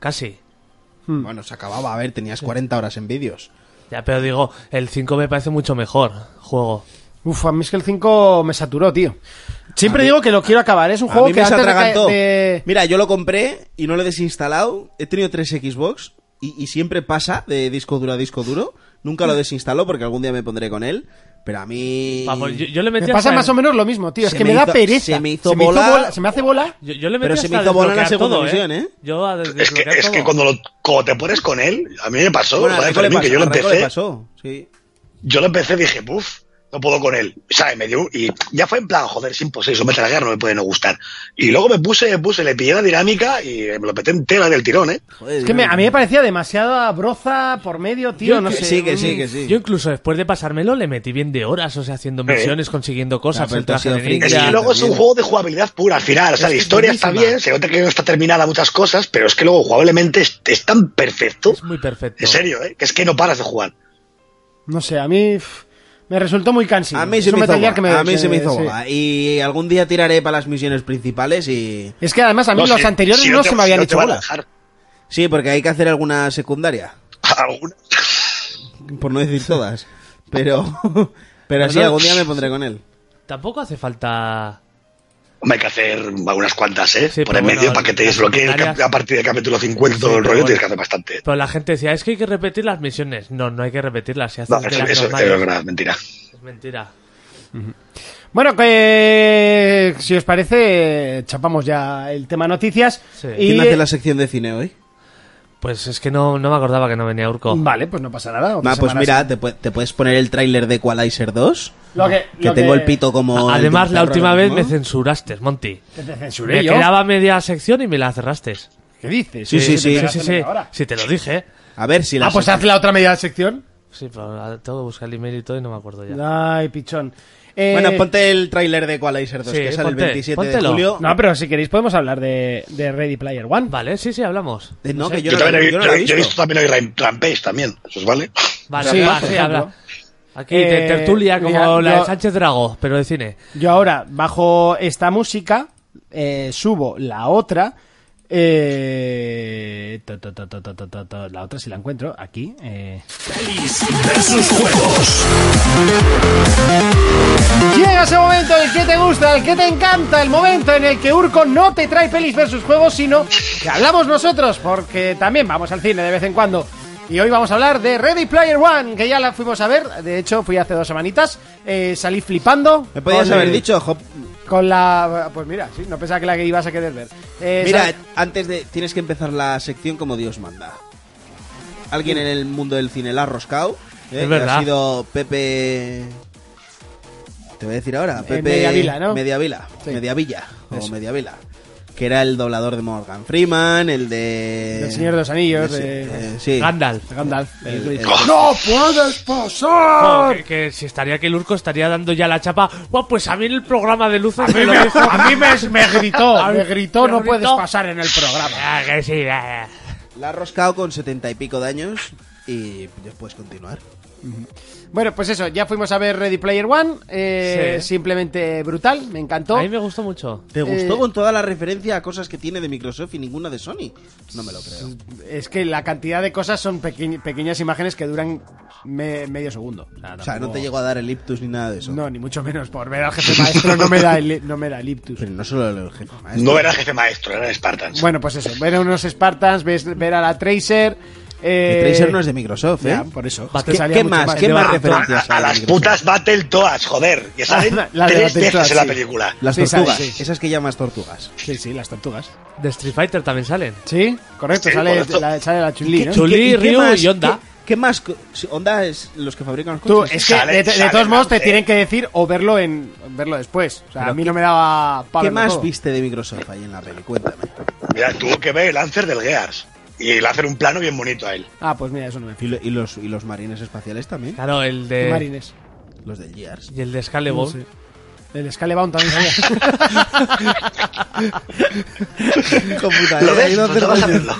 S4: Casi.
S3: Bueno, se acababa. A ver, tenías 40 horas en vídeos.
S4: Ya, pero digo, el 5 me parece mucho mejor juego.
S2: Uf, a mí es que el 5 me saturó, tío. Siempre digo que lo quiero acabar. Es un
S3: A
S2: juego
S3: mí
S2: que
S3: me se
S2: antes de
S3: atragantó.
S2: ca- de-
S3: Mira, yo lo compré y no lo he desinstalado. He tenido tres Xbox y, y siempre pasa de disco duro a disco duro. Nunca
S2: Mm.
S3: lo desinstalo porque algún día me pondré con él. Pero a mí...
S4: Vamos, yo, yo le
S2: Me
S4: metí
S2: pasa
S4: hasta
S2: más
S4: en-
S2: o menos lo mismo, tío. Es
S3: Se
S2: que
S3: me
S2: me da
S3: hizo-
S2: pereza.
S3: se me hizo bola.
S2: Se me hace bola.
S4: Yo, yo le metí
S3: Pero se me
S4: hasta
S3: hizo bola en la
S4: desbloquear
S3: segunda
S4: todo,
S3: misión, ¿eh?
S4: Yo a
S5: Es que,
S4: desbloquear
S5: es que
S4: todo.
S5: cuando, lo- cuando te pones con él, a mí me pasó,
S3: Bueno, a
S5: joder,
S3: Raiko le
S5: Fermín,
S3: pasó,
S5: que yo lo
S3: a Raiko le
S5: empecé,
S3: pasó, sí.
S5: yo lo empecé y dije, uff, no puedo con él. ¿Sabes? Me dio, y ya fue en plan, joder, sin poseíso, Metal Gear no me puede no gustar. Y luego me puse, me puse, le pillé la dinámica y me lo peté en tela del tirón, ¿eh?
S3: Joder,
S2: Es que me- a mí me parecía demasiada broza por medio, tío.
S4: Yo
S2: No
S4: que-
S2: sé.
S3: sí, que
S2: un-
S3: sí, que sí.
S4: Yo incluso después de pasármelo le metí bien de horas, o sea, haciendo misiones, consiguiendo
S3: Ah,
S4: cosas,
S3: pero
S4: el
S3: tú has
S4: traje de
S3: sido friki.
S5: Es
S4: ninja.
S5: que luego es un
S3: también.
S5: juego de jugabilidad pura al final. O sea,
S4: Es
S5: la
S4: que es
S5: historia está
S4: buenísima.
S5: bien, se nota que no está terminada muchas cosas, pero es que luego jugablemente es, es tan perfecto.
S4: Es muy perfecto.
S5: En serio, ¿eh? Que es que no paras de jugar.
S2: No sé, a mí pf, me resultó muy cansino.
S3: A mí
S2: Es
S3: se
S2: un
S3: me hizo
S2: Metal Gear
S3: bola.
S2: que me-
S3: A mí
S2: que-
S3: se me hizo
S2: sí.
S3: bola. eh. Y algún día tiraré para las misiones principales y...
S2: Es que además a mí
S5: No,
S2: los
S5: si-
S2: anteriores
S5: si
S2: no
S5: te-
S2: se me habían
S5: si te
S2: hecho
S5: van a
S2: bola.
S5: dejar
S3: Sí, porque hay que hacer alguna secundaria.
S5: alguna-
S3: Por no decir todas. Pero... Pero sí,
S4: Perdón.
S3: algún día me pondré con él.
S4: Tampoco hace falta...
S5: Hombre, hay que hacer algunas cuantas, ¿eh?
S4: Sí,
S5: Por
S4: pero
S5: en medio
S4: bueno,
S5: para que te
S4: las
S5: desbloquee el cap-
S4: secundarias-
S5: a partir del capítulo 50
S4: Sí,
S5: todo el
S4: pero
S5: rollo,
S4: bueno.
S5: tienes que hacer bastante.
S4: Pero la gente decía, es que hay que repetir las misiones. No, no hay que repetirlas. Si
S5: No,
S4: haces de
S5: eso,
S4: las
S5: eso
S4: normales.
S5: es verdad, mentira.
S4: Es mentira.
S2: Bueno, que si os parece, chapamos ya el tema noticias.
S4: Sí.
S2: Y, eh,
S3: ¿Quién hace la sección de cine hoy?
S4: Pues es que no, no me acordaba que no venía Urco.
S2: Vale, pues no pasa nada. otra
S3: Ah, pues
S2: semana
S3: mira, te, pu- te puedes poner el tráiler de Equalizer 2.
S2: Lo que-
S3: que
S2: lo
S3: tengo
S2: que-
S3: el pito como... el
S4: Además,
S3: de un
S4: la
S3: perro
S4: última
S3: ahora
S4: vez me
S3: mismo.
S4: censuraste, Monty.
S2: sí. Te censuré
S4: Me
S2: yo.
S4: quedaba media sección y me la cerraste.
S2: ¿Qué dices?
S3: Sí, sí, sí.
S4: Sí,
S2: hace
S4: sí, sí.
S2: media hora.
S4: Sí, te lo dije.
S3: A ver si la...
S2: Ah, pues
S3: sec-
S2: haz la otra media sección.
S4: Sí, pero ah, tengo que buscar el email y todo y no me acuerdo ya.
S2: Ay, pichón. Eh,
S3: Bueno, ponte el tráiler de Equalizer 2,
S4: Sí,
S3: que sale
S4: ponte,
S3: el 27 de
S4: póntelo.
S3: julio.
S2: No, pero si queréis podemos hablar de, de Ready Player One.
S4: Vale, sí, sí, hablamos.
S3: Eh, no, que yo,
S5: Yo,
S3: no,
S5: también he,
S3: yo no
S5: yo-
S3: lo
S5: yo he visto también hoy Ram- Rampage también, ¿eso os vale?
S4: Vale,
S2: Sí,
S4: va,
S2: por
S4: sí,
S2: ejemplo.
S4: habla. Aquí,
S2: Eh,
S4: de tertulia, como
S2: mira,
S4: la
S2: yo-
S4: de Sánchez Drago, pero de cine.
S2: Yo ahora bajo esta música, eh, subo la otra, Eh, to, to, to, to, to, to, to, to, la otra si la encuentro aquí. Eh. Llega ese momento el que te gusta, el que te encanta, el momento en el que Urco no te trae pelis versus juegos, sino que hablamos nosotros, porque también vamos al cine de vez en cuando. Y hoy vamos a hablar de Ready Player One, que ya la fuimos a ver. De hecho, fui hace dos semanitas. eh, salí flipando.
S3: Me podías
S2: con
S3: haber
S2: el-
S3: dicho, Hop-
S2: Con la. Pues mira, sí, no pensaba que la que ibas a querer ver. Eh,
S3: Mira,
S2: sal-
S3: antes de. Tienes que empezar la sección como Dios manda. Alguien en el mundo del cine la ha roscado. ¿eh?
S4: Es
S3: que
S4: verdad.
S3: Ha sido Pepe. Te voy a decir ahora. Pepe.
S2: Mediavila, ¿no?
S3: Mediavila.
S2: Sí.
S3: Mediavilla. O Mediavila. Que era el doblador de Morgan Freeman, el de.
S2: Del Señor de los Anillos, de-
S3: de- eh, sí. Eh,
S4: Gandalf.
S2: Gandalf.
S3: El-
S2: Luis.
S3: el-
S5: ¡No puedes pasar!
S4: No, que, que si estaría que el Urco estaría dando ya la chapa. Buah, pues a mí en el programa de luces. me lo dijo".
S2: A mí me, me gritó, me gritó,
S4: Me
S2: no
S4: gritó".
S2: puedes pasar en el programa.
S4: Ah, que sí, ah, ah.
S3: La ha roscado con setenta y pico de años. Y ya puedes continuar.
S2: Bueno, pues eso, ya fuimos a ver Ready Player One, eh,
S4: Sí.
S2: simplemente brutal, me encantó.
S4: A mí me gustó mucho.
S3: ¿Te
S2: Eh,
S3: gustó con toda la referencia a cosas que tiene de Microsoft y ninguna de Sony? No me lo creo.
S2: Es que la cantidad de cosas son peque- pequeñas imágenes que duran me- medio segundo.
S3: O sea, no
S2: tampoco-
S3: te llegó a dar el iptus ni nada de eso.
S2: No, ni mucho menos, por ver al jefe maestro no me da el, no me da el ictus.
S3: Pero no solo el jefe maestro.
S5: No era jefe maestro, eran Spartans.
S2: Bueno, pues eso, ver a unos Spartans, ves- ver a la Tracer... Eh,
S3: el Tracer no es de Microsoft, ¿eh?
S2: ya, por eso. es que
S3: ¿Qué,
S2: salía
S3: qué
S2: mucho
S3: más? ¿Qué
S2: De
S3: más
S2: Batman.
S5: a,
S3: referencias
S5: a- a
S3: hay de
S5: las
S3: Microsoft?
S5: putas Battletoads, joder, que salen
S2: Ah, la de
S5: tres
S2: Battletoads,
S5: veces en la
S2: sí.
S5: película.
S3: Las
S2: Sí,
S3: tortugas.
S2: sale, sí.
S3: Esas que llamas tortugas.
S2: Sí, sí, las tortugas.
S4: De Street Fighter también salen.
S2: Sí, correcto,
S5: Sí,
S2: sale,
S5: correcto.
S2: La, sale la Chun-Li, ¿no?
S4: Chun- Chun-Li, Ryu y Honda.
S3: ¿Qué, qué más? co- si Honda es los que fabrican los
S2: Tú,
S3: coches.
S2: es que
S5: Sale-
S2: de, de
S5: sale
S2: todos
S5: la
S2: modos te
S5: mujer.
S2: tienen que decir o verlo en verlo después. O sea, a mí no me daba palo.
S3: ¿Qué
S2: en
S3: más
S2: todo.
S3: viste de Microsoft ahí en la peli? Cuéntame.
S5: Mira, tuvo que ver el Lancer del Gears. Y le hacer un plano bien bonito a él.
S2: Ah, pues mira, eso no me
S3: ¿Y,
S2: filo.
S3: lo- y los, y los marines espaciales también?
S4: Claro, el de.
S2: Marines.
S3: Los del Gears.
S4: Y el Eh, de Scalebone.
S2: No sé. El Scalebound también salía.
S3: Hijo puta,
S5: ¿Lo
S3: ¿eh?
S5: ves?
S3: Ahí no
S5: Pues
S3: te
S5: no vas a
S3: rayes.
S5: hacerlo.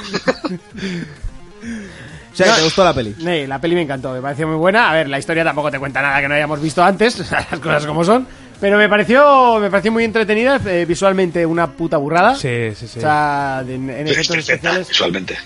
S3: O sea, que ¿te gustó la peli?
S2: Sí, la peli me encantó, me pareció muy buena. A ver, la historia tampoco te cuenta nada que no hayamos visto antes, las cosas como son. Pero me pareció, me pareció muy entretenida, eh, visualmente una puta burrada.
S4: Sí, sí, sí.
S2: O sea, de- en, en
S5: Es
S2: efectos
S5: tristeza,
S2: especiales.
S5: visualmente.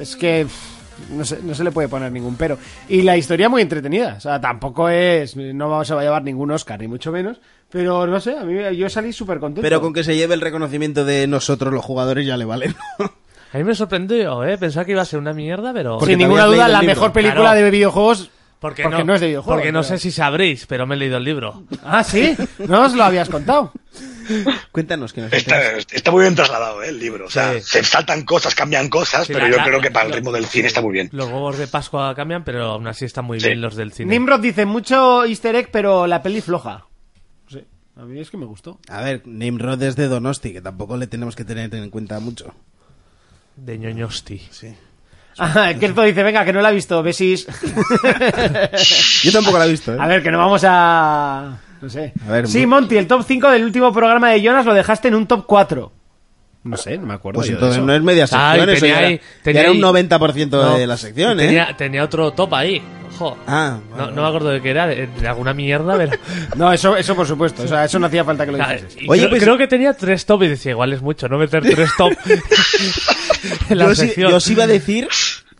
S2: Es que pff, no se, no se le puede poner ningún pero. Y la historia muy entretenida. O sea, tampoco es. No vamos a llevar ningún Oscar, ni mucho menos. Pero no sé, a mí yo salí súper contento.
S3: Pero con que se lleve el reconocimiento de nosotros los jugadores ya le vale, ¿no?
S4: A mí me sorprendió, ¿eh? Pensaba que iba a ser una mierda, pero.
S3: porque
S2: Sin
S3: te
S2: ninguna
S3: habías
S2: duda,
S3: leído el
S2: la
S3: libro.
S2: mejor película
S4: Claro.
S2: de videojuegos.
S4: Porque,
S2: porque no, es de videojuegos.
S4: Porque no
S2: pero-
S4: sé si sabréis, pero me he leído el libro.
S2: Ah, sí. No os lo habías contado.
S3: Cuéntanos que nos
S5: Está, está muy bien trasladado ¿eh? el libro. O sea,
S4: Sí.
S5: se saltan cosas, cambian cosas,
S4: Sí,
S5: pero
S4: la-
S5: yo
S4: la-
S5: creo que para el
S4: lo-
S5: ritmo del cine está muy bien.
S4: Los huevos de Pascua cambian, pero aún así están muy
S5: Sí.
S4: bien los del cine.
S2: Nimrod dice mucho easter egg, pero la peli floja. Sí. A mí es que me gustó.
S3: A ver, Nimrod es de Donosti, que tampoco le tenemos que tener en cuenta mucho.
S4: De ñoñosti.
S3: Sí.
S2: Ah, Kerzo dice, venga, que no la he visto, besis.
S3: Yo tampoco la he visto, ¿eh?
S2: A ver, que no vamos a. No sé.
S3: A ver,
S2: sí,
S3: muy-
S2: Monty, el top 5 del último programa de Jonas lo dejaste en un top 4. No sé, no me acuerdo.
S3: pues
S2: yo de
S3: entonces
S2: eso.
S3: no es media sección,
S4: Ay,
S3: eso
S4: tenía
S3: ya,
S4: ahí-
S3: era, ya
S4: tenía
S3: era un
S4: ahí-
S3: 90% de
S4: No,
S3: la sección, ¿eh?
S4: tenía, tenía otro top ahí. Ojo.
S3: Ah,
S4: no,
S3: bueno.
S4: no me acuerdo de qué era, de, de alguna mierda, pero.
S2: No, eso, eso por supuesto. O sea, eso no hacía falta que lo
S4: Claro,
S2: dijeses.
S4: y
S3: Oye,
S4: creo,
S3: pues-
S4: creo que tenía tres top y decía, igual es mucho, no meter tres top en la
S3: yo, sí-
S4: sección.
S3: yo os iba a decir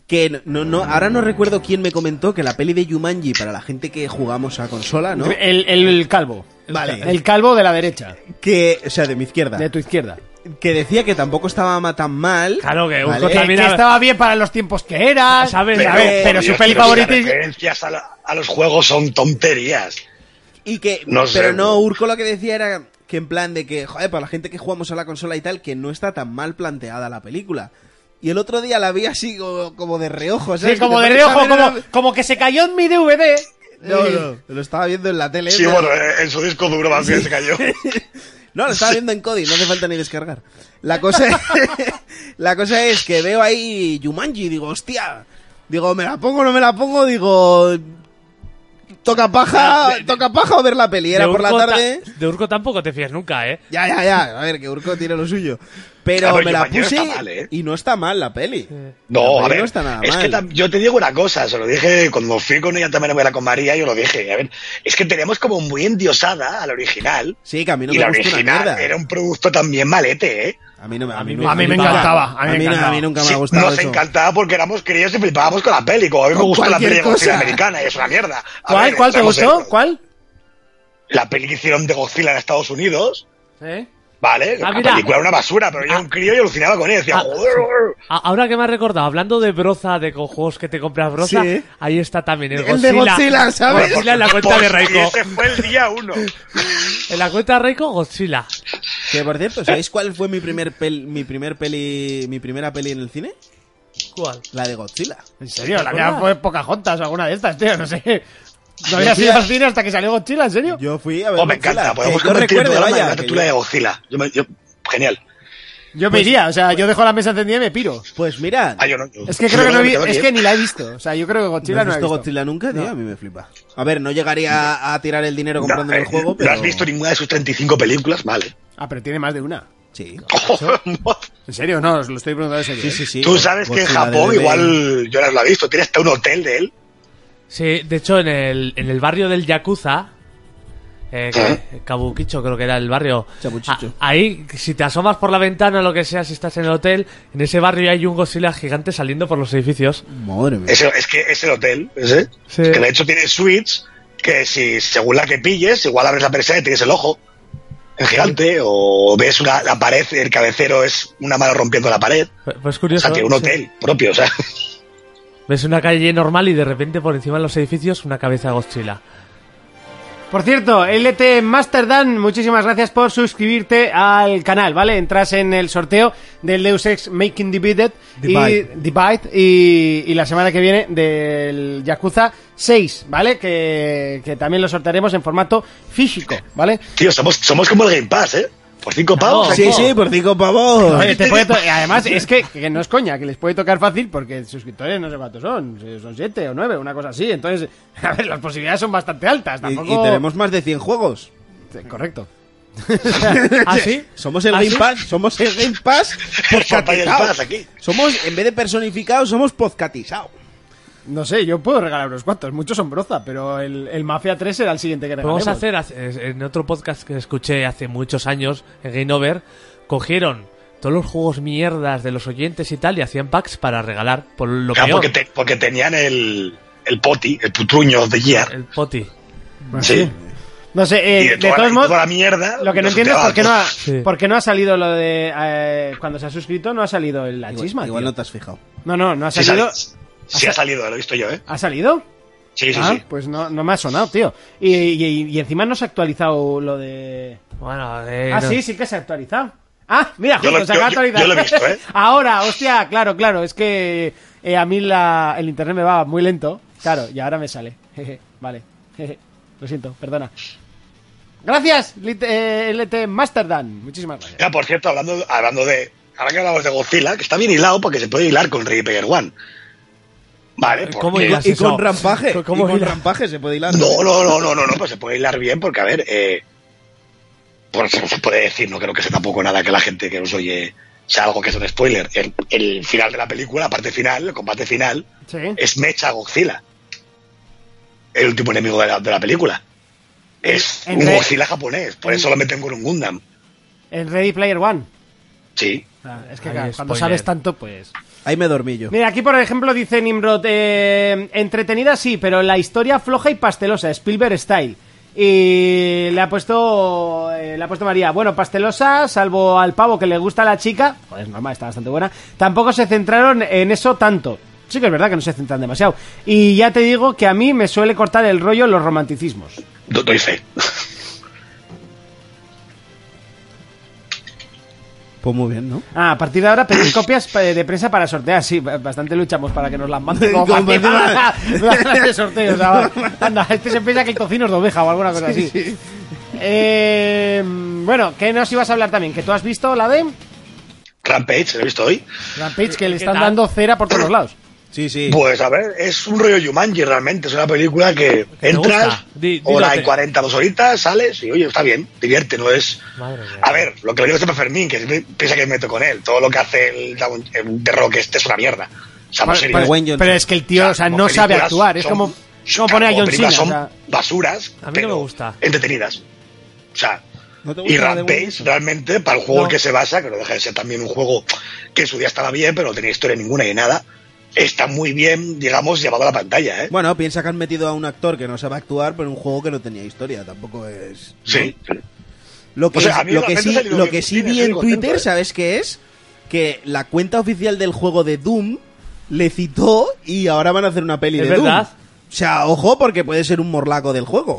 S3: que no, no, ahora no recuerdo quién me comentó que la peli de Yumanji para la gente que jugamos a consola, ¿no?
S2: El, el- el calvo.
S3: Vale.
S2: El calvo de la derecha.
S3: Que, o sea, de mi izquierda.
S2: De tu izquierda.
S3: Que decía que tampoco estaba ma- tan mal.
S4: Claro que un
S3: ¿vale?
S4: co-
S2: Que,
S4: También
S2: que
S4: a-
S2: estaba bien para los tiempos que era.
S4: ¿Sabes?
S2: Pero,
S4: Pero,
S2: a ver, pero
S5: Dios,
S2: su peli
S5: pero si
S2: favorita
S5: Las
S2: es.
S5: referencias a, la- a los juegos son tonterías.
S3: Y que,
S5: No sé.
S3: pero no, Urco lo que decía era que en plan de que, joder, para la gente que jugamos a la consola y tal, que no está tan mal planteada la película. Y el otro día la vi así como, como de reojo,
S2: Sí,
S3: ¿sabes?
S2: como
S3: Que
S2: de
S3: te
S2: reojo,
S3: pones a
S2: como,
S3: ver-
S2: como que se cayó en mi DVD.
S3: No, no, lo estaba viendo en la tele.
S5: Sí,
S3: pero-
S5: bueno, eh, en su disco duro más bien se cayó.
S3: No, lo estaba viendo en Cody, no hace falta ni descargar. La cosa es, la cosa es que veo ahí Yumanji, digo, hostia. Digo, ¿me la pongo o no me la pongo? Digo, ¿toca paja, toca paja o ver la peli? Era
S4: de
S3: por la
S4: Urco ta-
S3: tarde.
S4: de Urco tampoco te fías nunca, ¿eh?
S3: Ya, ya, ya. A ver, que Urco tiene lo suyo. Pero
S5: A ver,
S3: me
S5: yo
S3: la
S5: mañana
S3: puse
S5: está mal, ¿eh?
S3: y no está mal la peli. La
S5: No,
S3: peli
S5: a ver,
S3: no está nada
S5: es que
S3: mal.
S5: tam- yo te digo una cosa, se lo dije cuando fui con ella también era con María, yo lo dije, a ver, es que teníamos como muy endiosada a la original.
S3: Sí, que a mí no
S5: y
S3: me
S5: la
S3: gusta una
S5: original
S3: mierda.
S5: era un producto también malete, ¿eh?
S3: A mí, no,
S4: A mí
S3: no-
S4: me- a mí me
S3: nunca-
S4: encantaba, a mí me
S3: no-
S4: encantaba.
S3: a mí nunca me
S5: Sí,
S3: ha gustado
S5: nos
S3: eso.
S5: encantaba porque éramos críos y flipábamos con la peli, como a mí me
S7: Con
S5: gustó la peli de
S7: cualquier
S5: Godzilla
S7: cosa.
S5: americana y es una mierda. A
S2: ¿Cuál,
S5: ver,
S2: cuál te
S5: seamos
S2: gustó?
S5: sinceros.
S2: ¿Cuál?
S5: La peli que hicieron de Godzilla en Estados Unidos,
S4: ¿Eh?
S5: ¿vale?
S4: Ah,
S5: la
S4: mira.
S5: película era una basura, pero yo era un crío y alucinaba con ella, decía,
S4: Ah,
S5: joder,
S4: sí.
S5: joder".
S4: A- Ahora que me has recordado, hablando de broza, de con juegos que te compras broza,
S7: Sí.
S4: ahí está también el,
S7: El de Godzilla, ¿sabes?
S4: Godzilla en la cuenta de
S5: Pues, y
S4: Reiko.
S5: ese fue el día uno.
S4: En la cuenta de Reiko, Godzilla.
S3: Que por cierto, ¿sabéis cuál fue mi primer pel- mi primer peli, mi primera peli en el cine?
S4: ¿Cuál?
S3: La de Godzilla.
S2: En serio, la mía
S4: acuerdas?
S2: fue Pocahontas o alguna de estas, tío, no sé. No había sido al cine hasta que salió Godzilla, ¿en serio?
S3: Yo fui a ver.
S5: Oh, me
S3: Godzilla.
S5: encanta, podemos
S3: que yo
S5: convertir el
S3: recuerde,
S5: programa en
S3: vaya.
S5: la
S3: que
S5: tertulia de
S3: yo-
S5: Godzilla. Yo me- yo- genial.
S2: Yo me iría, o sea, yo dejo la mesa encendida y me piro.
S3: Pues mira,
S5: Ah, yo no-
S2: Es que
S5: yo
S2: creo que no
S5: me
S2: vi,
S5: quedo aquí,
S2: es
S5: ¿eh?
S2: que ni la he visto. O sea, yo creo que
S3: ¿no
S2: Godzilla
S3: has
S2: no la he
S3: visto
S2: visto.
S3: Godzilla nunca, tío? A mí me flipa. A ver, no llegaría a tirar el dinero
S5: No,
S3: comprando
S5: eh,
S3: el juego, pero.
S5: no has visto ninguna de sus 35 películas, vale.
S2: Ah, pero tiene más de una.
S3: Sí.
S2: En serio, no, os lo estoy preguntando en serio.
S3: Sí,
S2: ¿eh?
S3: sí, sí.
S5: Tú sabes que en
S3: Godzilla
S5: Japón
S3: de- de-
S5: igual yo no lo he visto, tiene hasta un hotel de él.
S4: Sí, de hecho, en el, en el barrio del Yakuza, eh, que- Kabukicho creo que era el barrio.
S3: Chapuchicho.
S4: a- ahí, si te asomas por la ventana o lo que sea, si estás en el hotel, en ese barrio hay un Godzilla gigante saliendo por los edificios.
S3: Madre mía.
S5: Ese- es que es el hotel, ese.
S4: Sí.
S5: Que de hecho tiene suites que si según la que pilles, igual abres la persiana y tienes el ojo. El gigante, o ves una, la pared, el cabecero es una mano rompiendo la pared.
S4: Pues- Pues
S5: O
S4: curioso.
S5: sea, tiene un
S4: sí.
S5: hotel propio, o sea.
S4: Ves una calle normal y de repente por encima de los edificios una cabeza de Godzilla.
S2: Por cierto, LT Masterdan, muchísimas gracias por suscribirte al canal, ¿vale? Entras en el sorteo del Deus Ex Making Divided
S7: Divide.
S2: y Divide y, y la semana que viene del Yakuza 6, ¿vale? Que, que también lo sortearemos en formato físico, ¿ale?
S5: Tío, somos, somos como el Game Pass, ¿eh? Por cinco pavos.
S3: Sí,
S5: aquí.
S3: sí, por cinco pavos.
S2: Oye, te puede to- además, es que, que no es coña, que les puede tocar fácil porque suscriptores no sé cuántos son, si son siete o nueve, una cosa así. Entonces, a ver, las posibilidades son bastante altas.
S3: Y,
S2: Tampoco...
S3: y tenemos más de 100 juegos.
S2: Correcto.
S4: ¿Ah, sí?
S3: Somos el
S4: ¿Ah,
S3: Game
S4: sí?
S3: Pass, somos el Game Pass
S5: Fortnite
S3: podcatizados.
S5: Pass aquí.
S3: Somos, en vez de personificados, somos podcatizados.
S2: No sé, yo puedo regalar unos cuantos, muchos son broza, pero el, el Mafia 3 será el siguiente que regalemos.
S4: Vamos a hacer, hace- en otro podcast que escuché hace muchos años, en Game Over, cogieron todos los juegos mierdas de los oyentes y tal y hacían packs para regalar por lo
S5: Ah,
S4: peor.
S5: porque, te- porque tenían el, el poti, el putruño de Gear.
S4: El poti.
S5: Sí.
S2: No sé, eh,
S5: Y
S2: de,
S5: de, toda la-
S2: todos
S5: y
S2: modos,
S5: toda la mierda.
S2: lo que no
S5: nos
S2: entiendo es por
S5: enterábamos.
S2: qué no ha,
S4: Sí.
S2: por qué no ha salido lo de... eh, cuando se ha suscrito no ha salido el- la
S3: Igual,
S2: chisma,
S3: igual
S2: tío.
S3: no te has fijado.
S2: No, no, no ha
S5: Sí,
S2: salido...
S5: sale- sí ha salido, lo he visto yo, ¿eh?
S2: ¿Ha salido?
S5: Sí, sí,
S2: Ah,
S5: sí.
S2: pues no, no me ha sonado, tío. Y, y- y encima no se ha actualizado lo de...
S4: Bueno, eh,
S2: ah,
S4: no-
S2: sí, sí que se ha actualizado. Ah, mira,
S5: Yo
S2: justo,
S5: lo-
S2: se acaba de
S5: yo- yo-
S2: actualizar.
S5: yo lo he visto, ¿eh?
S2: ahora, hostia, claro, claro, es que eh, a mí la, el internet me va muy lento, claro, y ahora me sale. Jeje, vale, jeje, lo siento, perdona. Gracias, Lit- eh, LT Masterdan, muchísimas gracias.
S5: Mira, Ah, por cierto, hablando, hablando de. Ahora que hablamos de Godzilla, que está bien hilado porque se puede hilar con Ready Player One. Vale,
S4: ¿Cómo
S5: porque-
S4: hilas?
S3: Y
S4: Eso.
S3: con rampaje.
S4: ¿Cómo- cómo
S3: y con
S4: hilar?
S3: rampaje se puede hilar.
S5: No, no, no, no, no, no, pues se puede hilar bien porque, a ver, eh, pues se puede decir, no creo que sea tampoco nada que la gente que nos oye sea algo que es un spoiler. El, el final de la película, la parte final, el combate final,
S2: Sí.
S5: es Mecha Godzilla, el último enemigo de la, de la película. Es un
S2: Entre-
S5: Godzilla japonés, por eso lo meten con un Gundam.
S2: En Ready Player One.
S5: Sí.
S2: Ah, es que
S4: Ay,
S2: claro, cuando
S4: spoiler.
S2: sabes tanto, pues...
S3: Ahí me dormí yo.
S2: Mira, aquí por ejemplo dice Nimrod, eh, entretenida sí, pero la historia floja y pastelosa, Spielberg style. Y le ha puesto eh, le ha puesto María, bueno, pastelosa, salvo al pavo que le gusta a la chica, joder, normal, está bastante buena, tampoco se centraron en eso tanto. Sí que es verdad que no se centran demasiado. Y ya te digo que a mí me suele cortar el rollo los romanticismos.
S5: Do- doy fe.
S3: Pues muy bien, ¿no?
S2: Ah, a partir de ahora pedís copias eh, de prensa para sortear. Sí, bastante luchamos para que nos las manden como
S3: Como
S2: partida
S3: partida.
S2: de este sorteo. O sea, va. Anda, este se piensa que el tocino es de oveja o alguna cosa así. Eh, bueno, ¿qué nos ibas a hablar también? ¿Que tú has visto la de
S5: Rampage, lo he visto hoy.
S2: Rampage? Que le
S4: ¿Qué
S2: están
S4: tal?
S2: dando cera por todos lados.
S3: Sí, sí.
S5: Pues a ver, es un rollo Jumanji realmente, es una película que
S4: te
S5: entras,
S4: gusta. Di- dilo,
S5: hora
S4: te-
S5: y 40, dos horitas, sales y oye, está bien, divierte, no es...
S4: Madre mía.
S5: A ver, lo que le digo siempre a Fermín, que siempre piensa que me meto con él, todo lo que hace el, Down- el The Rock este es una mierda. O sea, no
S2: Pero,
S5: serio.
S2: pero-
S3: Dwayne Johnson.
S2: pero es que el tío, o sea, no sabe
S5: películas
S2: actuar. Es
S5: son-
S2: como, como
S5: son-
S2: poner a John Cena.
S5: películas
S2: o
S5: Son
S2: sea,
S5: basuras,
S4: A mí no
S5: pero
S4: me gusta.
S5: entretenidas. O sea,
S3: ¿No te gusta
S5: y
S3: la de Walt
S5: Rampage
S3: Disney?
S5: realmente, para el juego
S4: No.
S5: en que se basa, que no deja de ser también un juego que en su día estaba bien, pero no tenía historia ninguna ni nada, está muy bien, digamos, llevado a la pantalla, ¿eh?
S3: Bueno, piensa que han metido a un actor que no sabe actuar, pero un juego que no tenía historia, tampoco es.
S5: sí.
S3: Lo que,
S5: O sea,
S3: es-
S5: a mí
S3: lo
S5: la
S3: que
S5: gente
S3: sí,
S5: se le dio
S3: lo
S5: bien,
S3: que sí
S5: tiene,
S3: vi
S5: estoy
S3: en
S5: contento,
S3: Twitter,
S5: ¿eh?
S3: ¿sabes qué es? Que la cuenta oficial del juego de Doom le citó y ahora van a hacer una peli de
S4: Es verdad.
S3: Doom. O sea, ojo, porque puede ser un morlaco del juego.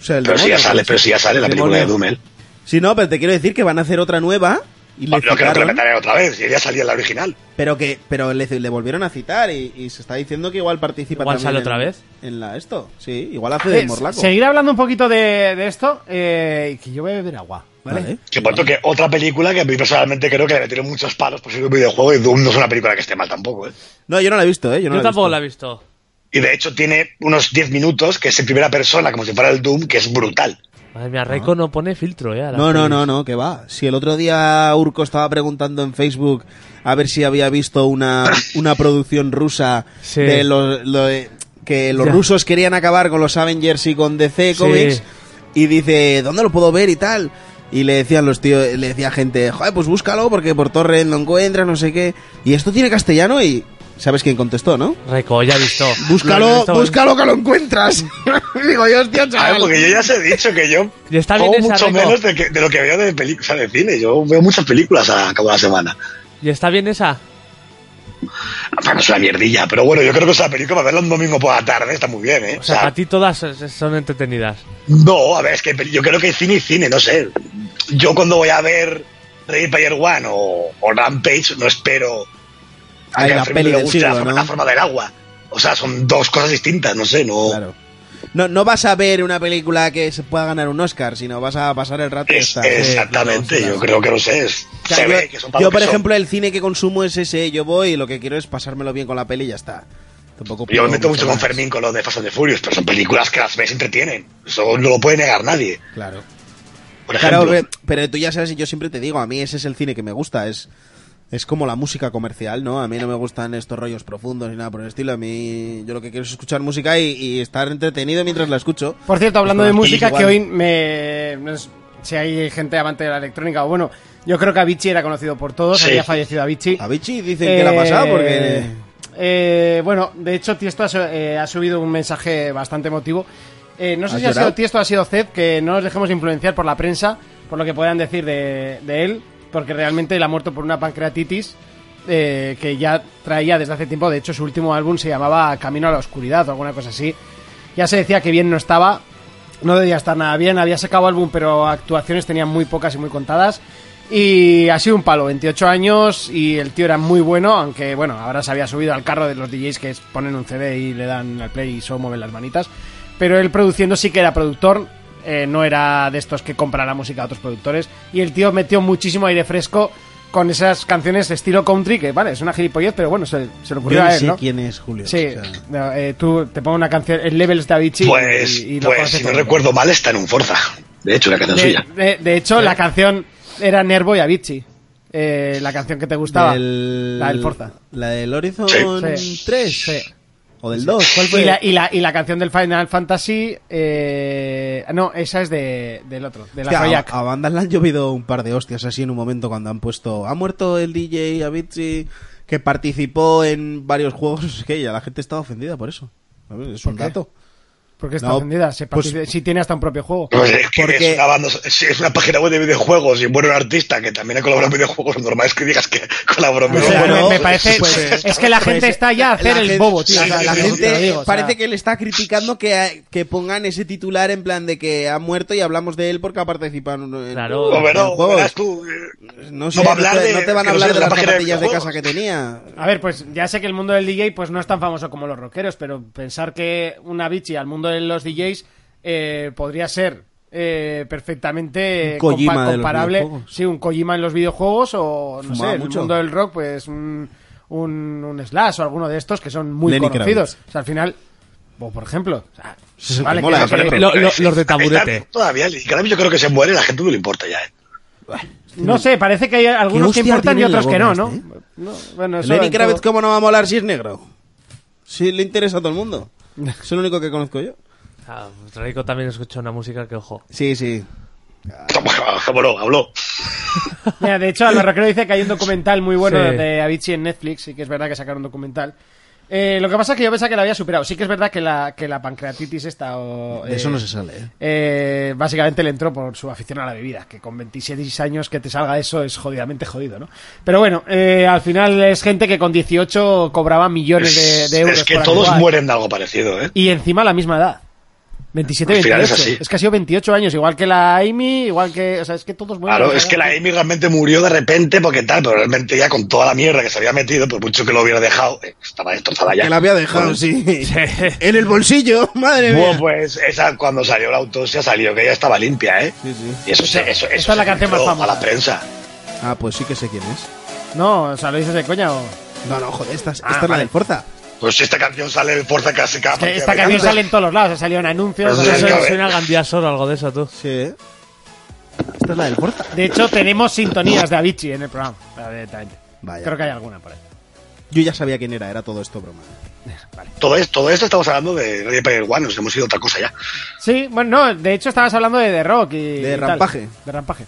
S3: O sea, el
S5: Pero si
S3: demonio,
S5: ya sale,
S3: ¿sabes?
S5: pero si ya sale la película de
S4: Demonios.
S5: Dumel.
S3: Sí, no, pero te quiero decir que van a hacer otra nueva y le
S5: Lo que no te lo
S3: citaron,
S5: meteré otra vez, y ya salía en la original.
S3: pero que pero le, le volvieron a citar y, y se está diciendo que igual participa
S4: Igual
S3: también
S4: sale
S3: en-
S4: otra vez.
S3: en la esto. Sí, igual hace de
S2: eh,
S3: morlaco.
S2: seguir hablando un poquito de, de esto, eh, que yo voy a beber agua. ¿Vale?
S3: Vale.
S5: Que por cierto, que otra película que a mí personalmente creo que le metieron muchos palos por ser un videojuego y Doom no es una película que esté mal tampoco, ¿eh?
S3: No, yo no la he visto, eh, yo no la he
S4: Yo tampoco
S3: visto.
S4: la he visto.
S5: Y de hecho tiene unos 10 minutos que es en primera persona, como si fuera el Doom, que es brutal.
S4: Madre mía, Reiko no pone filtro, ¿eh? a las
S3: No, no,
S4: pelis.
S3: no, no, que va. Si el otro día Urco estaba preguntando en Facebook a ver si había visto una, una producción rusa
S4: Sí.
S3: de los lo de- que los
S4: Ya.
S3: rusos querían acabar con los Avengers y con DC Comics y dice, "¿Dónde lo puedo ver y tal?" Y le decían los tíos, le decía gente, "Joder, pues búscalo porque por torre no encuentras, no sé qué." Y esto tiene castellano y ¿sabes quién contestó, no?
S4: Reiko, ya he visto. Lo he
S3: Búscalo,
S4: visto.
S3: búscalo que lo encuentras. Digo, yo, hostia,
S5: Ah,
S3: chaval.
S5: porque yo ya os he dicho que yo
S4: Y está
S5: como
S4: bien esa,
S5: mucho
S4: Rico.
S5: menos de, que- de lo que veo de películas de cine. Yo veo muchas películas a cabo de la semana.
S4: ¿Y está bien esa?
S5: Bueno, es una mierdilla, pero bueno, yo creo que esa película para verla un domingo por la tarde está muy bien, ¿eh?
S4: O sea, para ti todas es- son entretenidas.
S5: no, a ver, es que yo creo que hay cine y cine, no sé. Yo cuando voy a ver Ready Player One o, o Rampage no espero
S3: Ay,
S5: que
S3: la
S5: a Fermín
S3: peli
S5: le
S3: del
S5: guste la
S3: siglo,
S5: forma-
S3: ¿no?
S5: la forma del agua. O sea, son dos cosas distintas, no sé, no...
S3: Claro. No, no vas a ver una película que se pueda ganar un Oscar, sino vas a pasar el rato. y
S5: Es-
S3: estar-
S5: exactamente, yo creo que no sé. es-
S3: O sea,
S5: se
S3: yo,
S5: ve que son para
S3: yo,
S5: lo que
S3: por
S5: son.
S3: ejemplo, el cine que consumo es ese. Yo voy y lo que quiero es pasármelo bien con la peli y ya está. Tampoco
S5: Yo
S3: pido
S5: me meto mucho con
S3: más.
S5: Fermín con lo de Fast and the Furious, pero son películas que las ves y entretienen. Eso no lo puede negar nadie.
S3: Claro.
S5: Por
S3: Claro,
S5: ejemplo,
S3: pe- pero tú ya sabes, y yo siempre te digo, a mí ese es el cine que me gusta. Es, es como la música comercial, ¿no? A mí no me gustan estos rollos profundos ni nada por el estilo. A mí yo lo que quiero es escuchar música y, y estar entretenido mientras la escucho.
S2: Por cierto, hablando
S3: Y
S2: de
S3: con
S2: música,
S3: Arquillo
S2: que hoy
S3: igual.
S2: me. no sé si hay gente amante de la electrónica, o bueno, yo creo que Avicii era conocido por todos,
S5: Sí.
S2: había fallecido Avicii.
S3: Avicii dicen que la ha
S2: Eh,
S3: pasado porque...
S2: eh, bueno, de hecho, Tiesto ha, su- eh, ha subido un mensaje bastante emotivo. Eh, no sé
S3: ¿Has
S2: si ha
S3: llorado?
S2: sido Tiesto o ha sido Zed, que no nos dejemos influenciar por la prensa, por lo que puedan decir de, de él, porque realmente él ha muerto por una pancreatitis eh, que ya traía desde hace tiempo. De hecho, su último álbum se llamaba Camino a la Oscuridad o alguna cosa así. Ya se decía que bien no estaba, no debía estar nada bien, había sacado álbum, pero actuaciones tenía muy pocas y muy contadas. Y ha sido un palo, 28 años y el tío era muy bueno, aunque bueno, ahora se había subido al carro de los DJs que es- ponen un CD y le dan al play y solo mueven las manitas. Pero él produciendo sí que era productor, eh, no era de estos que compra la música a otros productores. Y el tío metió muchísimo aire fresco con esas canciones de estilo country, que vale, es una gilipollez, pero bueno, se, se le
S3: Yo
S2: ocurrió
S3: ni
S2: a él,
S3: sé
S2: ¿no?
S3: quién es Julio.
S2: Sí,
S3: o sea.
S2: no, eh, tú te pongo una canción, el Levels de Avicii.
S5: pues,
S2: y- y lo
S5: pues
S2: conoces
S5: si no
S2: todo.
S5: recuerdo mal, está en un Forza. De hecho, la canción
S2: De,
S5: suya.
S2: de- de hecho,
S3: Eh.
S2: la canción era Nervo y Avicii. Eh, la canción que te gustaba.
S3: Del-
S2: La del Forza.
S3: La del Horizon
S2: Sí.
S3: 3.
S2: Sí.
S3: O del 2. ¿Cuál fue?
S2: Y la, y, la, y la canción del Final Fantasy. Eh, no, esa es de, del otro, de la
S3: Hostia, ah,
S2: Froyak.
S3: a, a bandas le han llovido un par de hostias así en un momento cuando han puesto. Ha muerto el DJ Avicii que participó en varios juegos. Que ya la gente estaba ofendida por eso. A ver, Es un
S2: qué?
S3: dato.
S2: Porque está
S3: no,
S2: ofendida. Se
S3: pues-
S2: participa- si tiene hasta un propio juego.
S5: Pues es que
S3: Porque-
S5: es, una banda- es- es una página web de videojuegos y bueno, un artista que también ha colaborado en videojuegos. Normal es que digas que colaboró en
S2: O sea,
S5: videojuegos.
S3: bueno,
S2: me, me parece.
S3: pues,
S2: es que la
S3: pues,
S2: gente está ya a hacer
S3: la
S2: el
S3: gente-
S2: bobo, tío.
S3: o sea,
S5: sí, sí,
S3: la
S5: sí, sí,
S3: gente
S5: sí, sí,
S3: parece que le está criticando que, que pongan ese titular en plan de que ha muerto y hablamos de él porque ha participado en, en-
S4: Claro.
S5: Pero,
S3: en
S5: pero,
S3: juegos.
S5: verás tú, eh,
S3: No sé,
S5: va a
S3: no
S5: hablar
S3: te,
S5: de-
S3: no te van a
S5: que no
S3: hablar
S5: sé
S3: de
S5: la
S3: las
S5: página de
S3: zapatillas de
S5: videojuegos.
S3: casa que tenía.
S2: A ver, pues ya sé que el mundo del DJ pues no es tan famoso como los rockeros, pero pensar que una bichi al mundo de los DJs eh, podría ser eh, perfectamente
S3: Un Kojima
S2: compa-
S3: de los
S2: comparable.
S3: videojuegos.
S2: sí, un Kojima en los videojuegos o no
S3: Fumaba
S2: sé, en el
S3: mucho.
S2: mundo del rock, pues un, un, un Slash o alguno de estos que son muy
S8: Lenny
S2: conocidos. O sea, al final, o por ejemplo, o sea,
S3: Eso es
S2: vale,
S3: que mola,
S2: que-
S3: pero-
S2: que-
S4: Lo- lo- los de taburete.
S5: Están Todavía, y cada vez yo creo que se muere, la gente no le importa ya. ¿eh?
S2: no sé, parece que hay algunos que
S3: hostia
S2: importan y
S3: tiene en la
S2: otros que no,
S3: boca
S2: ¿no?
S3: este,
S2: No, bueno, eso
S3: Lenny
S2: en
S3: Kravitz,
S2: todo-
S3: ¿cómo no va a molar si es negro? Si le interesa a todo el mundo. Es el único que conozco yo.
S4: Ah, Rico también escucha una música que, ojo.
S3: Sí, sí.
S5: Cómo no, habló.
S2: Mira, de hecho, Álvaro Creo dice que hay un documental muy bueno
S4: Sí.
S2: de Avicii en Netflix, y que es verdad que sacaron un documental. Eh, lo que pasa es que yo pensaba que la había superado. Sí que es verdad que la, que la pancreatitis esta... O,
S3: De eso no se sale, ¿eh?
S2: eh, básicamente le entró por su afición a la bebida, que con 26 años que te salga eso es jodidamente jodido, ¿no? Pero bueno, eh, al final es gente que con 18 cobraba millones de,
S5: Es,
S2: de euros.
S5: es que
S2: por
S5: todos
S2: actuar.
S5: mueren de algo parecido, ¿eh?
S2: Y encima a la misma edad. 27,
S5: Al final
S2: 28.
S5: es
S2: Es,
S5: así.
S2: que ha sido 28 años, igual que la Amy, igual que... O sea, es que todos mueren.
S5: Claro,
S2: de
S5: es
S2: edad.
S5: que la Amy realmente murió de repente porque tal, pero realmente ya con toda la mierda que se había metido, por mucho que lo hubiera dejado, eh, estaba destrozada ya.
S3: Que la había dejado, sí. en el bolsillo, madre mía.
S5: Bueno, pues esa cuando salió la autopsia salió que ella estaba limpia, ¿eh?
S3: Sí, sí.
S5: Y eso se, eso,
S2: Esta
S5: eso
S2: es la
S5: se
S2: canción más
S5: filtró
S2: famosa.
S5: a la prensa.
S3: Ah, pues sí que sé quién es.
S2: No, o sea, lo dices de coña o...
S3: No, no, joder, esta, es-
S2: Ah,
S3: esta es la
S2: vale.
S3: del Forza.
S5: Pues esta canción sale de fuerza casi cada
S2: Que
S5: partida
S2: esta
S5: de
S2: canción
S5: Gandalf.
S2: sale en todos los lados, ha salido en anuncios.
S5: Pues
S2: ha
S4: Eso
S5: sí,
S2: salido-
S5: cabrón.
S4: suena a Gandía Soro, algo de eso, tú.
S3: Sí. ¿eh? Esta es la del Forza.
S2: De hecho, tenemos sintonías de Avicii en el programa. para ver directamente.
S3: Vaya.
S2: Creo que hay alguna por ahí.
S3: Yo ya sabía quién era, era todo esto broma.
S5: Todo esto, todo esto estamos hablando de Ready Player One, nos hemos ido a otra cosa ya.
S2: Sí, bueno, no, de hecho estabas hablando de The Rock y.
S3: De
S2: y tal.
S3: Rampaje.
S2: De rampaje.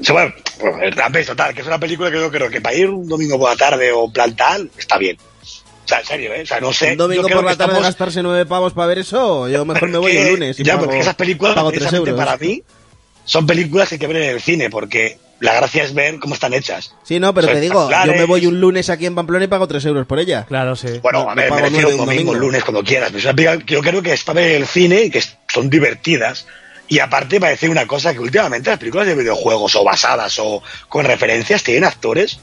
S5: Sí, bueno, bueno, el Rampage total, que es una película que yo creo que para ir un domingo por la tarde o en plan tal, está bien. O sea, en serio, ¿eh? O sea, no sé.
S3: Un domingo
S5: yo creo
S3: por la
S5: que
S3: tarde
S5: estamos-
S3: gastarse nueve pavos para ver eso, yo mejor me voy
S5: que-
S3: el lunes. y
S5: ya,
S3: pago-
S5: porque esas películas,
S3: pago tres
S5: precisamente
S3: euros.
S5: para mí, son películas que hay que ver en el cine, porque la gracia es ver cómo están hechas.
S3: Sí, no, pero
S5: Son
S3: te digo, yo me
S5: espectaculares.
S3: voy un lunes aquí en Pamplona y pago tres euros por ella.
S4: Claro, sí.
S5: Bueno,
S3: No,
S5: a
S3: no
S5: ver,
S3: pago
S5: me refiero
S3: nueve
S5: un
S3: un
S5: domingo,
S3: domingo.
S5: lunes, cuando quieras. Pero es una película que yo creo que es para ver en el cine y que es- son divertidas. Y aparte, para decir una cosa, que últimamente las películas de videojuegos o basadas o con referencias tienen actores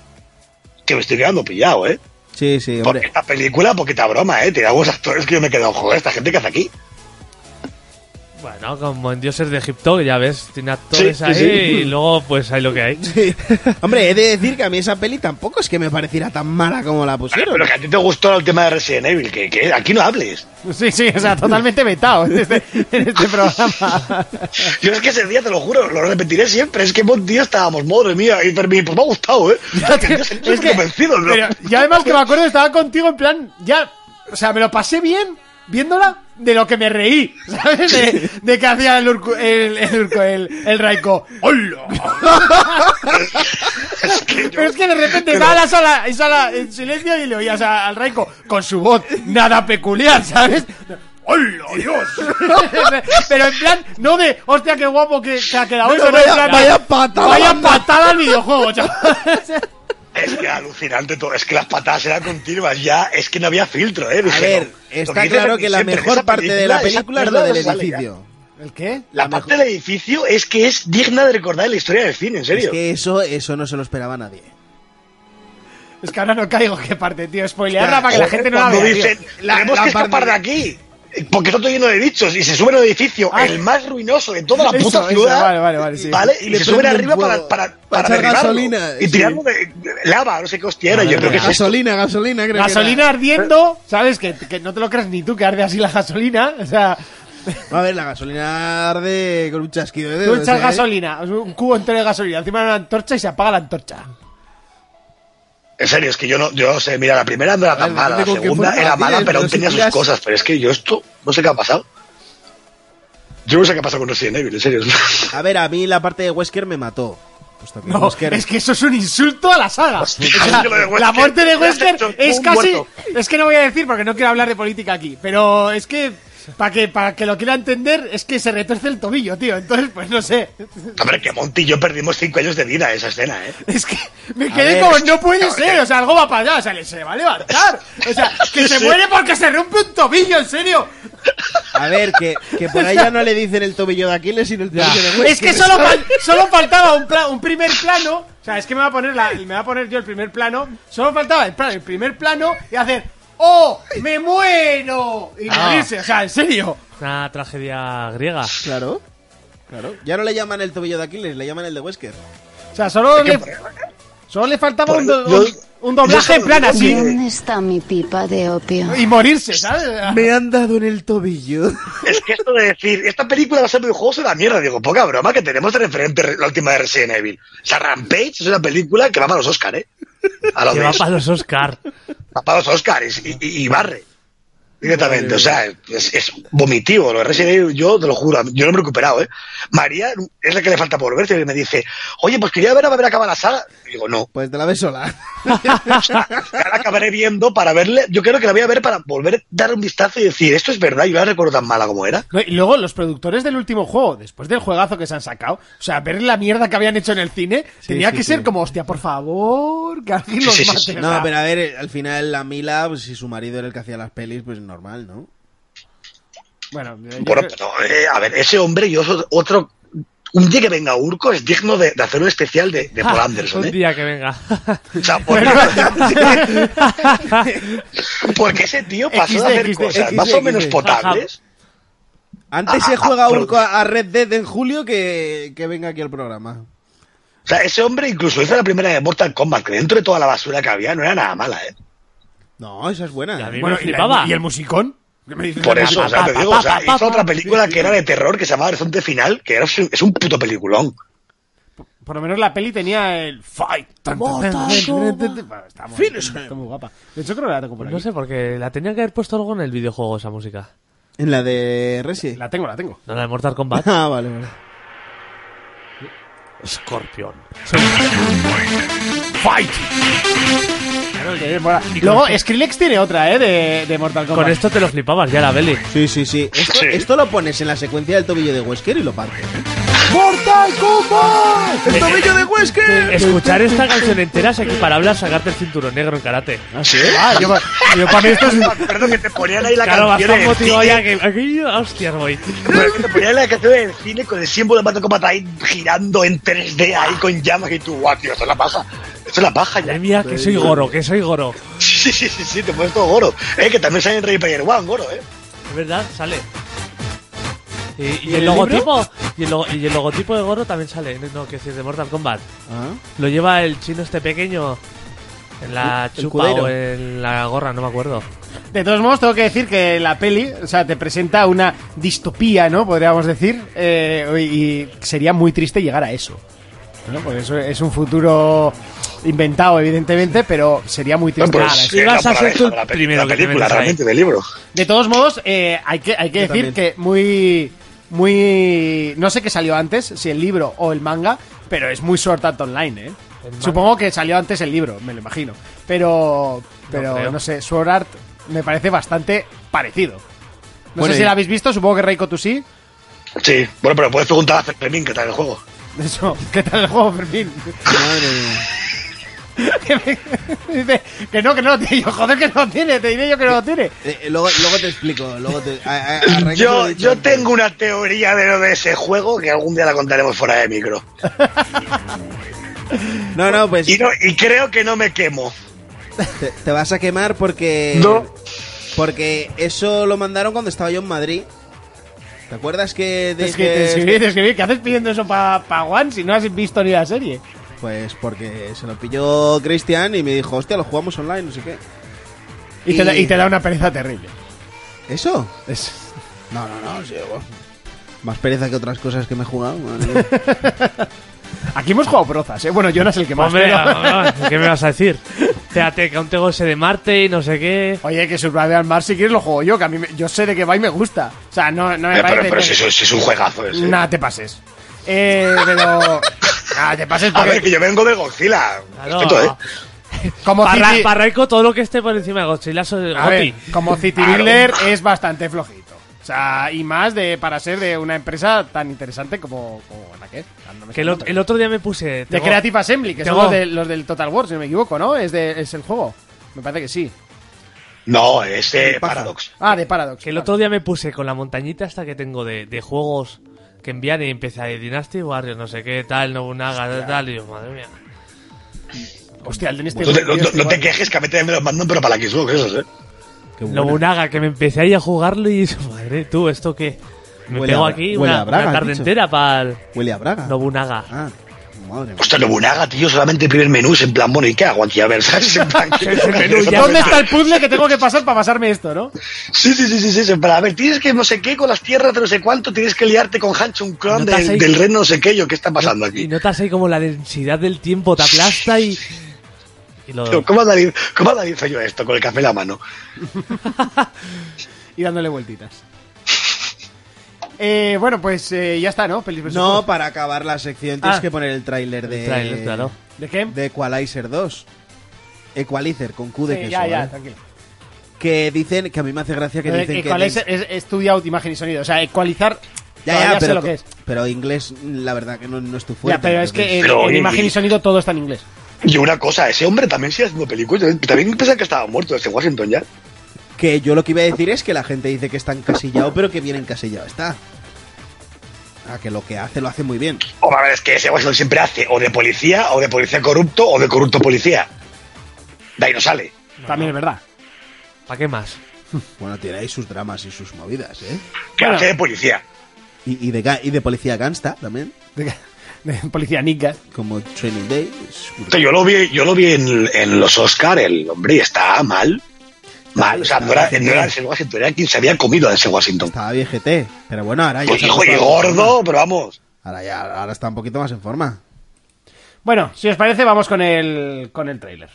S5: que me estoy quedando pillado, ¿eh?
S3: Sí, sí,
S5: Porque
S3: hombre.
S5: esta película, poquita broma, ¿eh? Tiene algunos actores que yo me he quedado, joder, esta gente que hace aquí.
S4: Bueno, como en Dioses de Egipto, ya ves, tiene actores
S5: Sí, sí,
S4: ahí
S5: sí.
S4: y luego pues hay lo que hay.
S3: Sí. Hombre, he de decir que a mí esa peli tampoco es que me pareciera tan mala como la pusieron.
S5: Pero que a ti te gustó el tema de Resident Evil, que, que aquí no hables.
S2: Sí, sí, o sea, totalmente vetado en este, en este programa.
S5: Yo es que ese día, te lo juro, lo repetiré siempre. Es que un día estábamos, madre mía, y Fermín, pues me ha gustado, ¿eh? es que, convencido, ¿no?
S2: pero- y además que me acuerdo, estaba contigo en plan, ya. O sea, me lo pasé bien viéndola de lo que me reí, ¿sabes? De, de que hacía el urco, el, el, urco, el, el Raiko. ¡Hola!
S5: Es que yo-
S2: Pero es que de repente va a la sala, y sala en silencio y le oías a- al Raico con su voz nada peculiar, ¿sabes? ¡Hola, Dios! Pero en plan, no de, hostia, qué guapo que se ha quedado
S3: No,
S2: eso,
S3: no,
S2: no, en
S3: vaya-
S2: plan,
S3: vaya patada,
S2: Vaya
S3: banda.
S2: patada al videojuego, chaval.
S5: es que alucinante todo. Es que las patadas eran continuas ya. Es que no había filtro, ¿eh?
S3: A
S5: Dijeron,
S3: ver,
S5: lo
S3: está
S5: dice
S3: claro
S5: Fermín
S3: que la
S5: siempre,
S3: mejor
S5: esa
S3: parte de la
S5: esa
S3: película es
S5: mierda
S3: la del
S5: no sale ya.
S3: edificio.
S2: ¿El qué?
S5: La parte del edificio es que es digna de recordar en la historia del cine, en
S3: Es
S5: serio.
S3: que eso, eso no se lo esperaba nadie.
S2: Es que ahora no caigo, qué parte, tío. Spoilearla para que la
S5: Joder,
S2: gente no la
S5: cuando
S2: vea. tío.
S5: dicen, tenemos que escapar de aquí. Porque está todo lleno de bichos y se suben al edificio,
S2: Ah.
S5: el más ruinoso de toda la
S2: Eso,
S5: puta
S2: eso,
S5: ciudad.
S2: vale, vale, vale, sí.
S5: ¿vale?
S3: Y
S5: Y,
S3: le
S5: se suben
S3: prenden
S5: arriba
S3: fuego
S5: para, para,
S3: para
S5: para
S3: echar
S5: derribarlo.
S3: gasolina,
S5: Y
S3: sí.
S5: tirarlo de, de lava, no sé qué hostia era. Yo creo que es esto.
S3: gasolina, gasolina, creo
S2: Gasolina ardiendo, ¿sabes? Que, que no te lo creas ni tú que arde así la gasolina. O sea,
S3: que era. A ver, la gasolina arde con un chasquido de
S2: tú
S3: dedos.
S2: echas
S3: ¿eh?
S2: gasolina, un cubo entero de gasolina, encima de una antorcha y se apaga la antorcha.
S5: En serio, es que yo no, yo no sé, mira, la primera no era
S3: A ver,
S5: tan mala, la
S3: depende con qué
S5: segunda
S3: forma
S5: era mala,
S3: tires,
S5: pero
S3: pero
S5: aún
S3: si
S5: tenía sus
S3: tiras-
S5: cosas. Pero es que yo esto, no sé qué ha pasado. Yo no sé qué ha pasado con Resident Evil, en serio.
S3: A ver, a mí la parte de Wesker me mató. Puesto que
S2: No,
S3: Wesker-
S2: es que eso es un insulto a la saga.
S5: Hostia,
S2: O sea,
S5: es que lo de Wesker,
S2: la muerte de
S5: le has
S2: Wesker
S5: hecho
S2: es
S5: un
S2: casi.
S5: muerto.
S2: Es que no voy a decir porque no quiero hablar de política aquí, pero es que. Para que, para que lo quiera entender, es que se retuerce el tobillo, tío. Entonces, pues no sé.
S5: A ver, que Monty y yo perdimos cinco años de vida en esa escena, ¿eh?
S2: Es que me
S3: A
S2: quedé
S3: ver,
S2: como,
S3: es
S2: no puede
S5: no,
S2: ser. O sea, algo va para allá. O sea, le- se va a levantar. O sea, que se
S5: Sí.
S2: muere porque se rompe un tobillo, en serio.
S3: A ver, que, que por ahí ya no le dicen el tobillo de Aquiles, sino el tobillo de Wesker.
S5: Pues
S2: Es que solo, fal- solo faltaba un, pla- un primer plano. O sea, es que me va a poner la- me va a poner yo el primer plano. Solo faltaba el, pla- el primer plano y hacer ¡Oh! ¡Me muero! Y
S4: Ah.
S2: morirse. O sea, en serio.
S4: Una tragedia griega.
S3: Claro. Claro. Ya no le llaman el tobillo de Aquiles, le llaman el de Wesker.
S2: O sea, solo
S5: Es que
S2: le,
S5: por-
S2: solo le faltaba
S5: por-
S2: un, do-
S5: yo-
S2: un- un doblaje en plan así
S6: ¿Dónde está mi pipa de opio?
S2: y morirse, ¿sabes?
S3: Me han dado en el tobillo.
S5: Es que esto de decir, esta película va a ser videojuegos es la mierda. Digo, poca broma que tenemos de referente re- la última de Resident Evil. O sea, Rampage es una película que va para los Oscar, ¿eh? A lo
S4: Que va
S5: menos.
S4: para los Oscar.
S5: Va para los Oscar y, y- y barre. Directamente, o sea, es, es vomitivo. Lo de Resident Evil, yo te lo juro, yo no me he recuperado, ¿eh? María es la que le falta por ver, y me dice, oye, pues quería ver a ver acabar la saga. Y digo, no,
S3: Pues te la ves sola.
S5: ya la acabaré viendo para verle. Yo creo que la voy a ver para volver a dar un vistazo y decir, esto es verdad, yo la recuerdo tan mala como era.
S2: No, Y luego los productores del último juego, después del juegazo que se han sacado, o sea, ver la mierda que habían hecho en el cine, tenía
S4: sí,
S2: que
S4: sí.
S2: ser como, hostia, por favor, que alguien los
S5: Sí, sí,
S2: mate.
S5: sí.
S2: o
S3: No,
S2: sea,
S3: pero a ver, eh, al final la Mila, pues, si su marido era el que hacía las pelis, pues normal, ¿no?
S2: Bueno, yo
S5: Bueno,
S2: creo-
S5: pero, eh, a ver, ese hombre y oso- otro. Un día que venga Urco es digno de, de hacer un especial de, de Paul Anderson,
S4: Un
S5: ¿eh?
S4: día que venga.
S5: O sea, por- porque ese tío pasó de hacer
S2: XD,
S5: cosas más o menos
S3: XD.
S5: potables.
S3: Antes se
S5: Ah, ah,
S3: juega
S5: pero-
S3: Urco a a Red Dead en julio que, que venga aquí al programa.
S5: O sea, ese hombre incluso hizo la primera de Mortal Kombat, que dentro de toda la basura que había no era nada mala, ¿eh?
S3: No, esa es buena.
S4: A mí
S3: ¿eh?
S4: me
S2: bueno, y, la-
S4: flipaba.
S2: y el musicón. ¿Qué me dices
S5: Por
S2: del
S5: eso, o
S2: musicón?
S5: sea, te digo, o sea, hizo otra película que era de terror que se llamaba Horizonte Final, que era, es un puto peliculón.
S2: Por lo menos la peli tenía el fight. Tan, tan, tan, tan, tan, tan. Bueno, Está muy, está muy guapa. De hecho, creo que la tengo por aquí.
S4: No sé, porque la tenían que haber puesto algo en el videojuego esa música.
S3: En la de Resi.
S2: La tengo, la tengo.
S4: No la de Mortal Kombat.
S3: Ah, vale, vale.
S4: Scorpion.
S2: Que mola. Luego, Skrillex tiene otra, ¿eh? De, de Mortal Kombat.
S4: Con esto te lo flipabas ya la Belly.
S3: Sí, sí, sí. Esto,
S5: Sí.
S3: esto lo pones en la secuencia del tobillo de Wesker y lo partes. ¿eh? ¡El tobillo de
S4: eh,
S3: Wesker!
S4: Escuchar esta canción entera es equiparable a sacarte el cinturón negro en karate.
S2: Ah, yo, yo para mí esto es...
S5: Perdón, que te ponían ahí la
S4: claro, vas
S5: canción.
S4: tan
S5: en el
S4: motivado
S5: cine.
S4: ya que... aquí, hostias, voy.
S5: Pero que te ponían la canción del cine con el símbolo de Mortal Kombat ahí girando en 3D ahí con llamas y tú, guau, tío, esto es la paja. Esto es la paja
S4: Madre
S5: ya.
S4: mía, que soy Goro, que soy Goro.
S5: Sí, sí, sí, sí, te pones todo goro. Eh, que también sale en Ready Player One, goro, eh.
S4: Es verdad, sale. Y, y
S2: el
S4: el logotipo y el, logo- y el logotipo de Goro también sale. No, no, que es de Mortal Kombat.
S3: Ah,
S4: Lo lleva el chino este pequeño en la
S3: El- el
S4: chupa
S3: cudero.
S4: o en la gorra, no me acuerdo.
S2: De todos modos, tengo que decir que la peli, o sea, te presenta una distopía, ¿no? Podríamos decir. eh, y y sería muy triste llegar a eso. ¿no? Porque eso es un futuro inventado, evidentemente, pero sería muy triste
S5: Bueno,
S2: llegar a eso.
S4: sí. ibas
S5: pues, eh, la
S4: a ser
S5: moraleja
S4: tú el
S5: de la pe-
S4: primero
S5: la
S4: que te
S5: película,
S4: metes ahí.
S5: realmente, del libro.
S2: De todos modos, eh, hay que, hay que
S3: Yo
S2: decir
S3: también.
S2: que muy. Muy. No sé qué salió antes, si el libro o el manga, pero es muy Sword Art Online, ¿eh?
S4: El manga.
S2: Supongo que salió antes el libro, me lo imagino. Pero. Pero no,
S4: creo.
S2: sé, Sword Art me parece bastante parecido. No
S3: Bueno,
S2: sé si
S3: y-
S2: lo habéis visto, supongo que Reiko tú sí.
S5: Sí, bueno, pero puedes preguntar a Fermín qué tal el juego.
S2: Eso, ¿qué tal el juego, Fermín?
S3: madre mía.
S2: Dice que no, que no lo tiene. Yo, joder, que no lo tiene, te diré yo que no lo tiene.
S3: Eh, eh, luego, luego te explico. Luego te, a- a- arranca lo
S5: Yo,
S3: dicho
S5: yo
S3: antes.
S5: tengo una teoría de lo de ese juego que algún día la contaremos fuera de micro.
S3: No, no, pues
S5: Y, no, y creo que no me quemo.
S3: te, te vas a quemar porque.
S5: No.
S3: Porque eso lo mandaron cuando estaba yo en Madrid. ¿Te acuerdas que
S2: Es
S3: dije-
S2: que te escribí, te escribí. ¿Qué haces pidiendo eso para pa Juan si no has visto ni la serie?
S3: Pues porque se lo pilló Cristian y me dijo, hostia, lo jugamos online, no sé qué.
S2: Y, Te, da,
S3: Y-
S2: y te da una pereza terrible.
S3: ¿Eso?
S2: Es-
S3: No, no, no, sí, bueno. Más pereza que otras cosas que me he jugado. madre mía.
S2: Aquí hemos jugado brozas, ¿eh? Bueno, Jonas el que más.
S4: Hombre,
S2: pero-
S4: ah, ah, ¿qué me vas a decir? Fíjate, que aún tengo ese de Marte y no sé qué.
S2: Oye, que Survival Mars si quieres lo juego yo, que a mí me- yo sé de qué va y me gusta. O sea, no, no me
S5: Pero,
S2: parece...
S5: pero, pero
S2: que-
S5: si, es- si es un juegazo ese.
S2: Nah, te pases. Eh, pero... Nah, te pases
S5: A ver,
S2: porque...
S5: que yo vengo de Godzilla.
S4: Claro.
S5: Respeto, ¿eh?
S2: Como
S4: Parra-
S2: City...
S4: Parraico, todo lo que esté por encima de Godzilla es
S2: A ver,
S4: Goti.
S2: como City
S5: Claro.
S2: Builder es bastante flojito. O sea, y más de para ser de una empresa tan interesante como, como la que es. O sea, no me
S4: Que el, ot-
S2: estoy
S4: el otro día me puse...
S2: De
S4: tengo-
S2: Creative Assembly, que son
S4: tengo-
S2: los, de- los del Total War, si no me equivoco, ¿no? Es, de, es el juego. Me parece que sí.
S5: No, es eh,
S3: Paja.
S5: Paradox.
S2: Ah, de Paradox.
S4: Que el otro día me puse con la montañita esta que tengo de, de juegos que envían y empieza de Dynasty Warriors, no sé qué, tal, Nobunaga, tal, y yo, madre mía.
S2: Hostia, el de este
S5: No te, no- no- no te quejes que a mí también me los mandan, pero para la Xbox, esos, ¿eh?
S3: Qué buena.
S4: Nobunaga, que me empecé ahí a jugarlo y eso, madre, tú, ¿esto qué? Me
S3: Huele a
S4: pego
S3: bra-
S4: aquí
S3: huele
S4: una,
S3: a braga,
S4: una
S3: has
S4: tarde
S2: Ah.
S3: dicho.
S4: entera para
S3: Huele a Braga.
S4: Nobunaga.
S3: Ah, Madre mía.
S5: Hostia, Nobunaga, tío, solamente el primer menú es en plan, bueno, ¿y qué hago aquí? A ver, ¿sabes? En plan, ¿qué-
S2: ¿Dónde está el puzzle que tengo que pasar para pasarme esto, no?
S5: Sí, sí, sí, sí, sí, sí, para a ver, tienes que no sé qué con las tierras de no sé cuánto, tienes que liarte con Hanchon Kron
S4: Notas
S5: del,
S4: ahí-
S5: del reino no sé qué, yo, ¿qué está pasando
S4: Y
S5: aquí?
S4: notas ahí como la densidad del tiempo te aplasta y. y lo-
S5: Tío, ¿Cómo analizo, ¿Cómo analizo yo esto con el café en la mano?
S2: Y dándole vueltitas. Eh, bueno, pues eh, ya está, ¿no? Feliz versus
S3: No,
S2: Futuro.
S3: para acabar la sección tienes
S4: Ah.
S3: que poner el tráiler de...
S4: El tráiler, claro.
S2: ¿De qué?
S3: de Equalizer 2. Equalizer, con Q de
S2: Sí,
S3: queso.
S2: ya, ya,
S3: ¿vale?
S2: tranquilo.
S3: Que dicen, que a mí me hace gracia ¿eh? que
S2: Eh,
S3: dicen que...
S2: equalizer es, es estudiado imagen y sonido. O sea, ecualizar.
S3: Ya,
S2: todavía
S3: ya,
S2: sé
S3: pero,
S2: lo que es.
S3: pero inglés, la verdad que no, no es tu fuerte.
S2: Ya, pero es que en,
S3: entonces-
S5: Pero,
S2: en
S5: oye,
S2: imagen y
S5: y-
S2: sonido todo está en inglés.
S5: Y una cosa, ese hombre también sigue haciendo películas. Yo también pensaba que estaba muerto desde Washington ya.
S3: Que yo lo que iba a decir es que la gente dice que está encasillado, pero que bien encasillado está. Ah, que lo que hace, lo hace muy bien.
S5: O a ver, es que ese Washington siempre hace o de policía, o de policía corrupto, o de corrupto policía. De ahí no sale.
S2: También es verdad.
S4: ¿Para qué más?
S3: Bueno, tiene ahí sus dramas y sus movidas, ¿eh?
S5: Que
S2: Bueno.
S5: hace de policía.
S3: Y, y de, ga- y de policía gangsta también,
S2: De, de policía Nickas.
S3: como Training Day. es brutal.
S5: Tío, Yo lo vi, yo lo vi en, en los Oscar, el hombre y está mal. Mal, o sea, no era, no era ese Washington, era quien se había comido a ese Washington.
S3: Estaba viejete, pero bueno, ahora ya...
S5: Pues
S3: se ha
S5: hijo y
S3: puesto-
S5: gordo, pero vamos.
S3: Ahora ya, ahora está un poquito más en forma.
S2: Bueno, si os parece, vamos con el, con el trailer.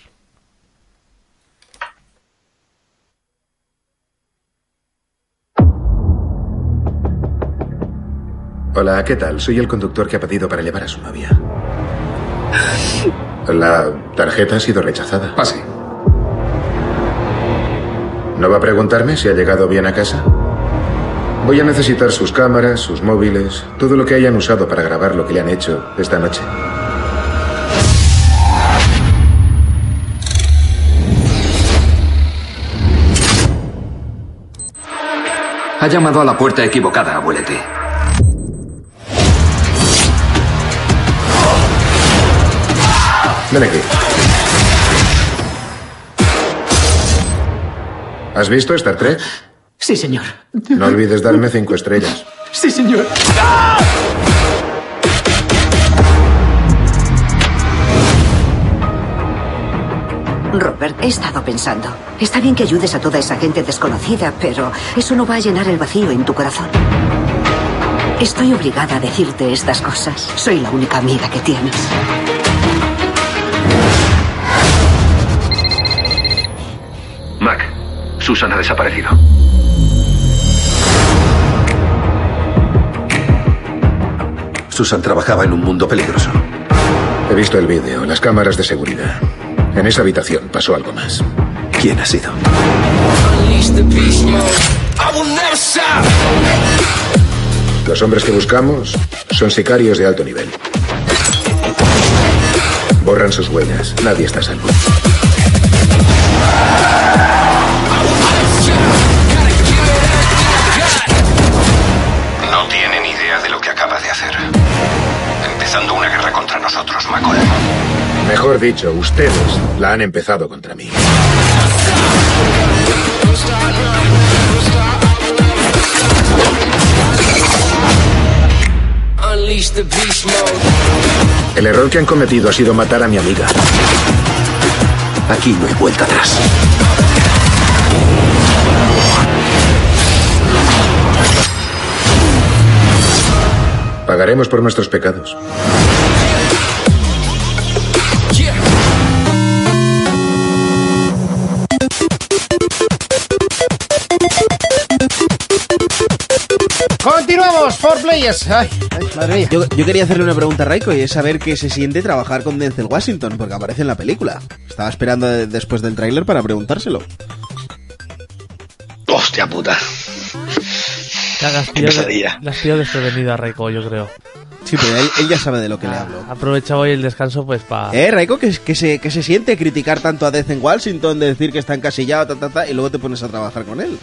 S8: Hola, ¿qué tal? Soy el conductor que ha pedido para llevar a su novia. La tarjeta ha sido rechazada. Pase. ¿No va a preguntarme si ha llegado bien a casa? Voy a necesitar sus cámaras, sus móviles, todo lo que hayan usado para grabar lo que le han hecho esta noche.
S9: Ha llamado a la puerta equivocada, abuelete.
S8: Ven aquí. ¿Has visto Star Trek?
S10: Sí, señor.
S8: No olvides darme cinco estrellas.
S10: Sí, señor.
S11: Robert, he estado pensando. Está bien que ayudes a toda esa gente desconocida, pero eso no va a llenar el vacío en tu corazón. Estoy obligada a decirte estas cosas. Soy la única amiga que tienes.
S9: Mac, Susan ha desaparecido. Susan trabajaba en un mundo peligroso.
S8: He visto el vídeo, las cámaras de seguridad. En esa habitación pasó algo más.
S9: ¿Quién ha sido?
S8: Los hombres que buscamos son sicarios de alto nivel. Borran sus huellas, nadie está a salvo.
S9: No tienen idea de lo que acaba de hacer. Empezando una guerra contra nosotros, Macon.
S8: Mejor dicho, ustedes la han empezado contra mí. El error que han cometido ha sido matar a mi amiga.
S9: Aquí no hay vuelta atrás.
S8: Pagaremos por nuestros pecados.
S2: Continuamos, por players. Ay, ay, madre mía.
S3: Yo, yo quería hacerle una pregunta a Raiko y es saber qué se siente trabajar con Denzel Washington, porque aparece en la película. Estaba esperando de- después del tráiler para preguntárselo.
S5: Hostia puta.
S4: Te has
S5: Qué
S4: pillado,
S5: pesadilla.
S4: le has pillado desprevenido a Reiko, yo creo.
S3: Sí, pero él, él ya sabe de lo que le
S5: Ah,
S4: Ha
S3: hablo.
S4: aprovechado hoy el descanso pues para...
S3: ¿Eh, Raiko? ¿Qué, qué se, qué se siente criticar tanto a Denzel Washington, de decir que está encasillado, ta, ta, ta, y luego te pones a trabajar con él?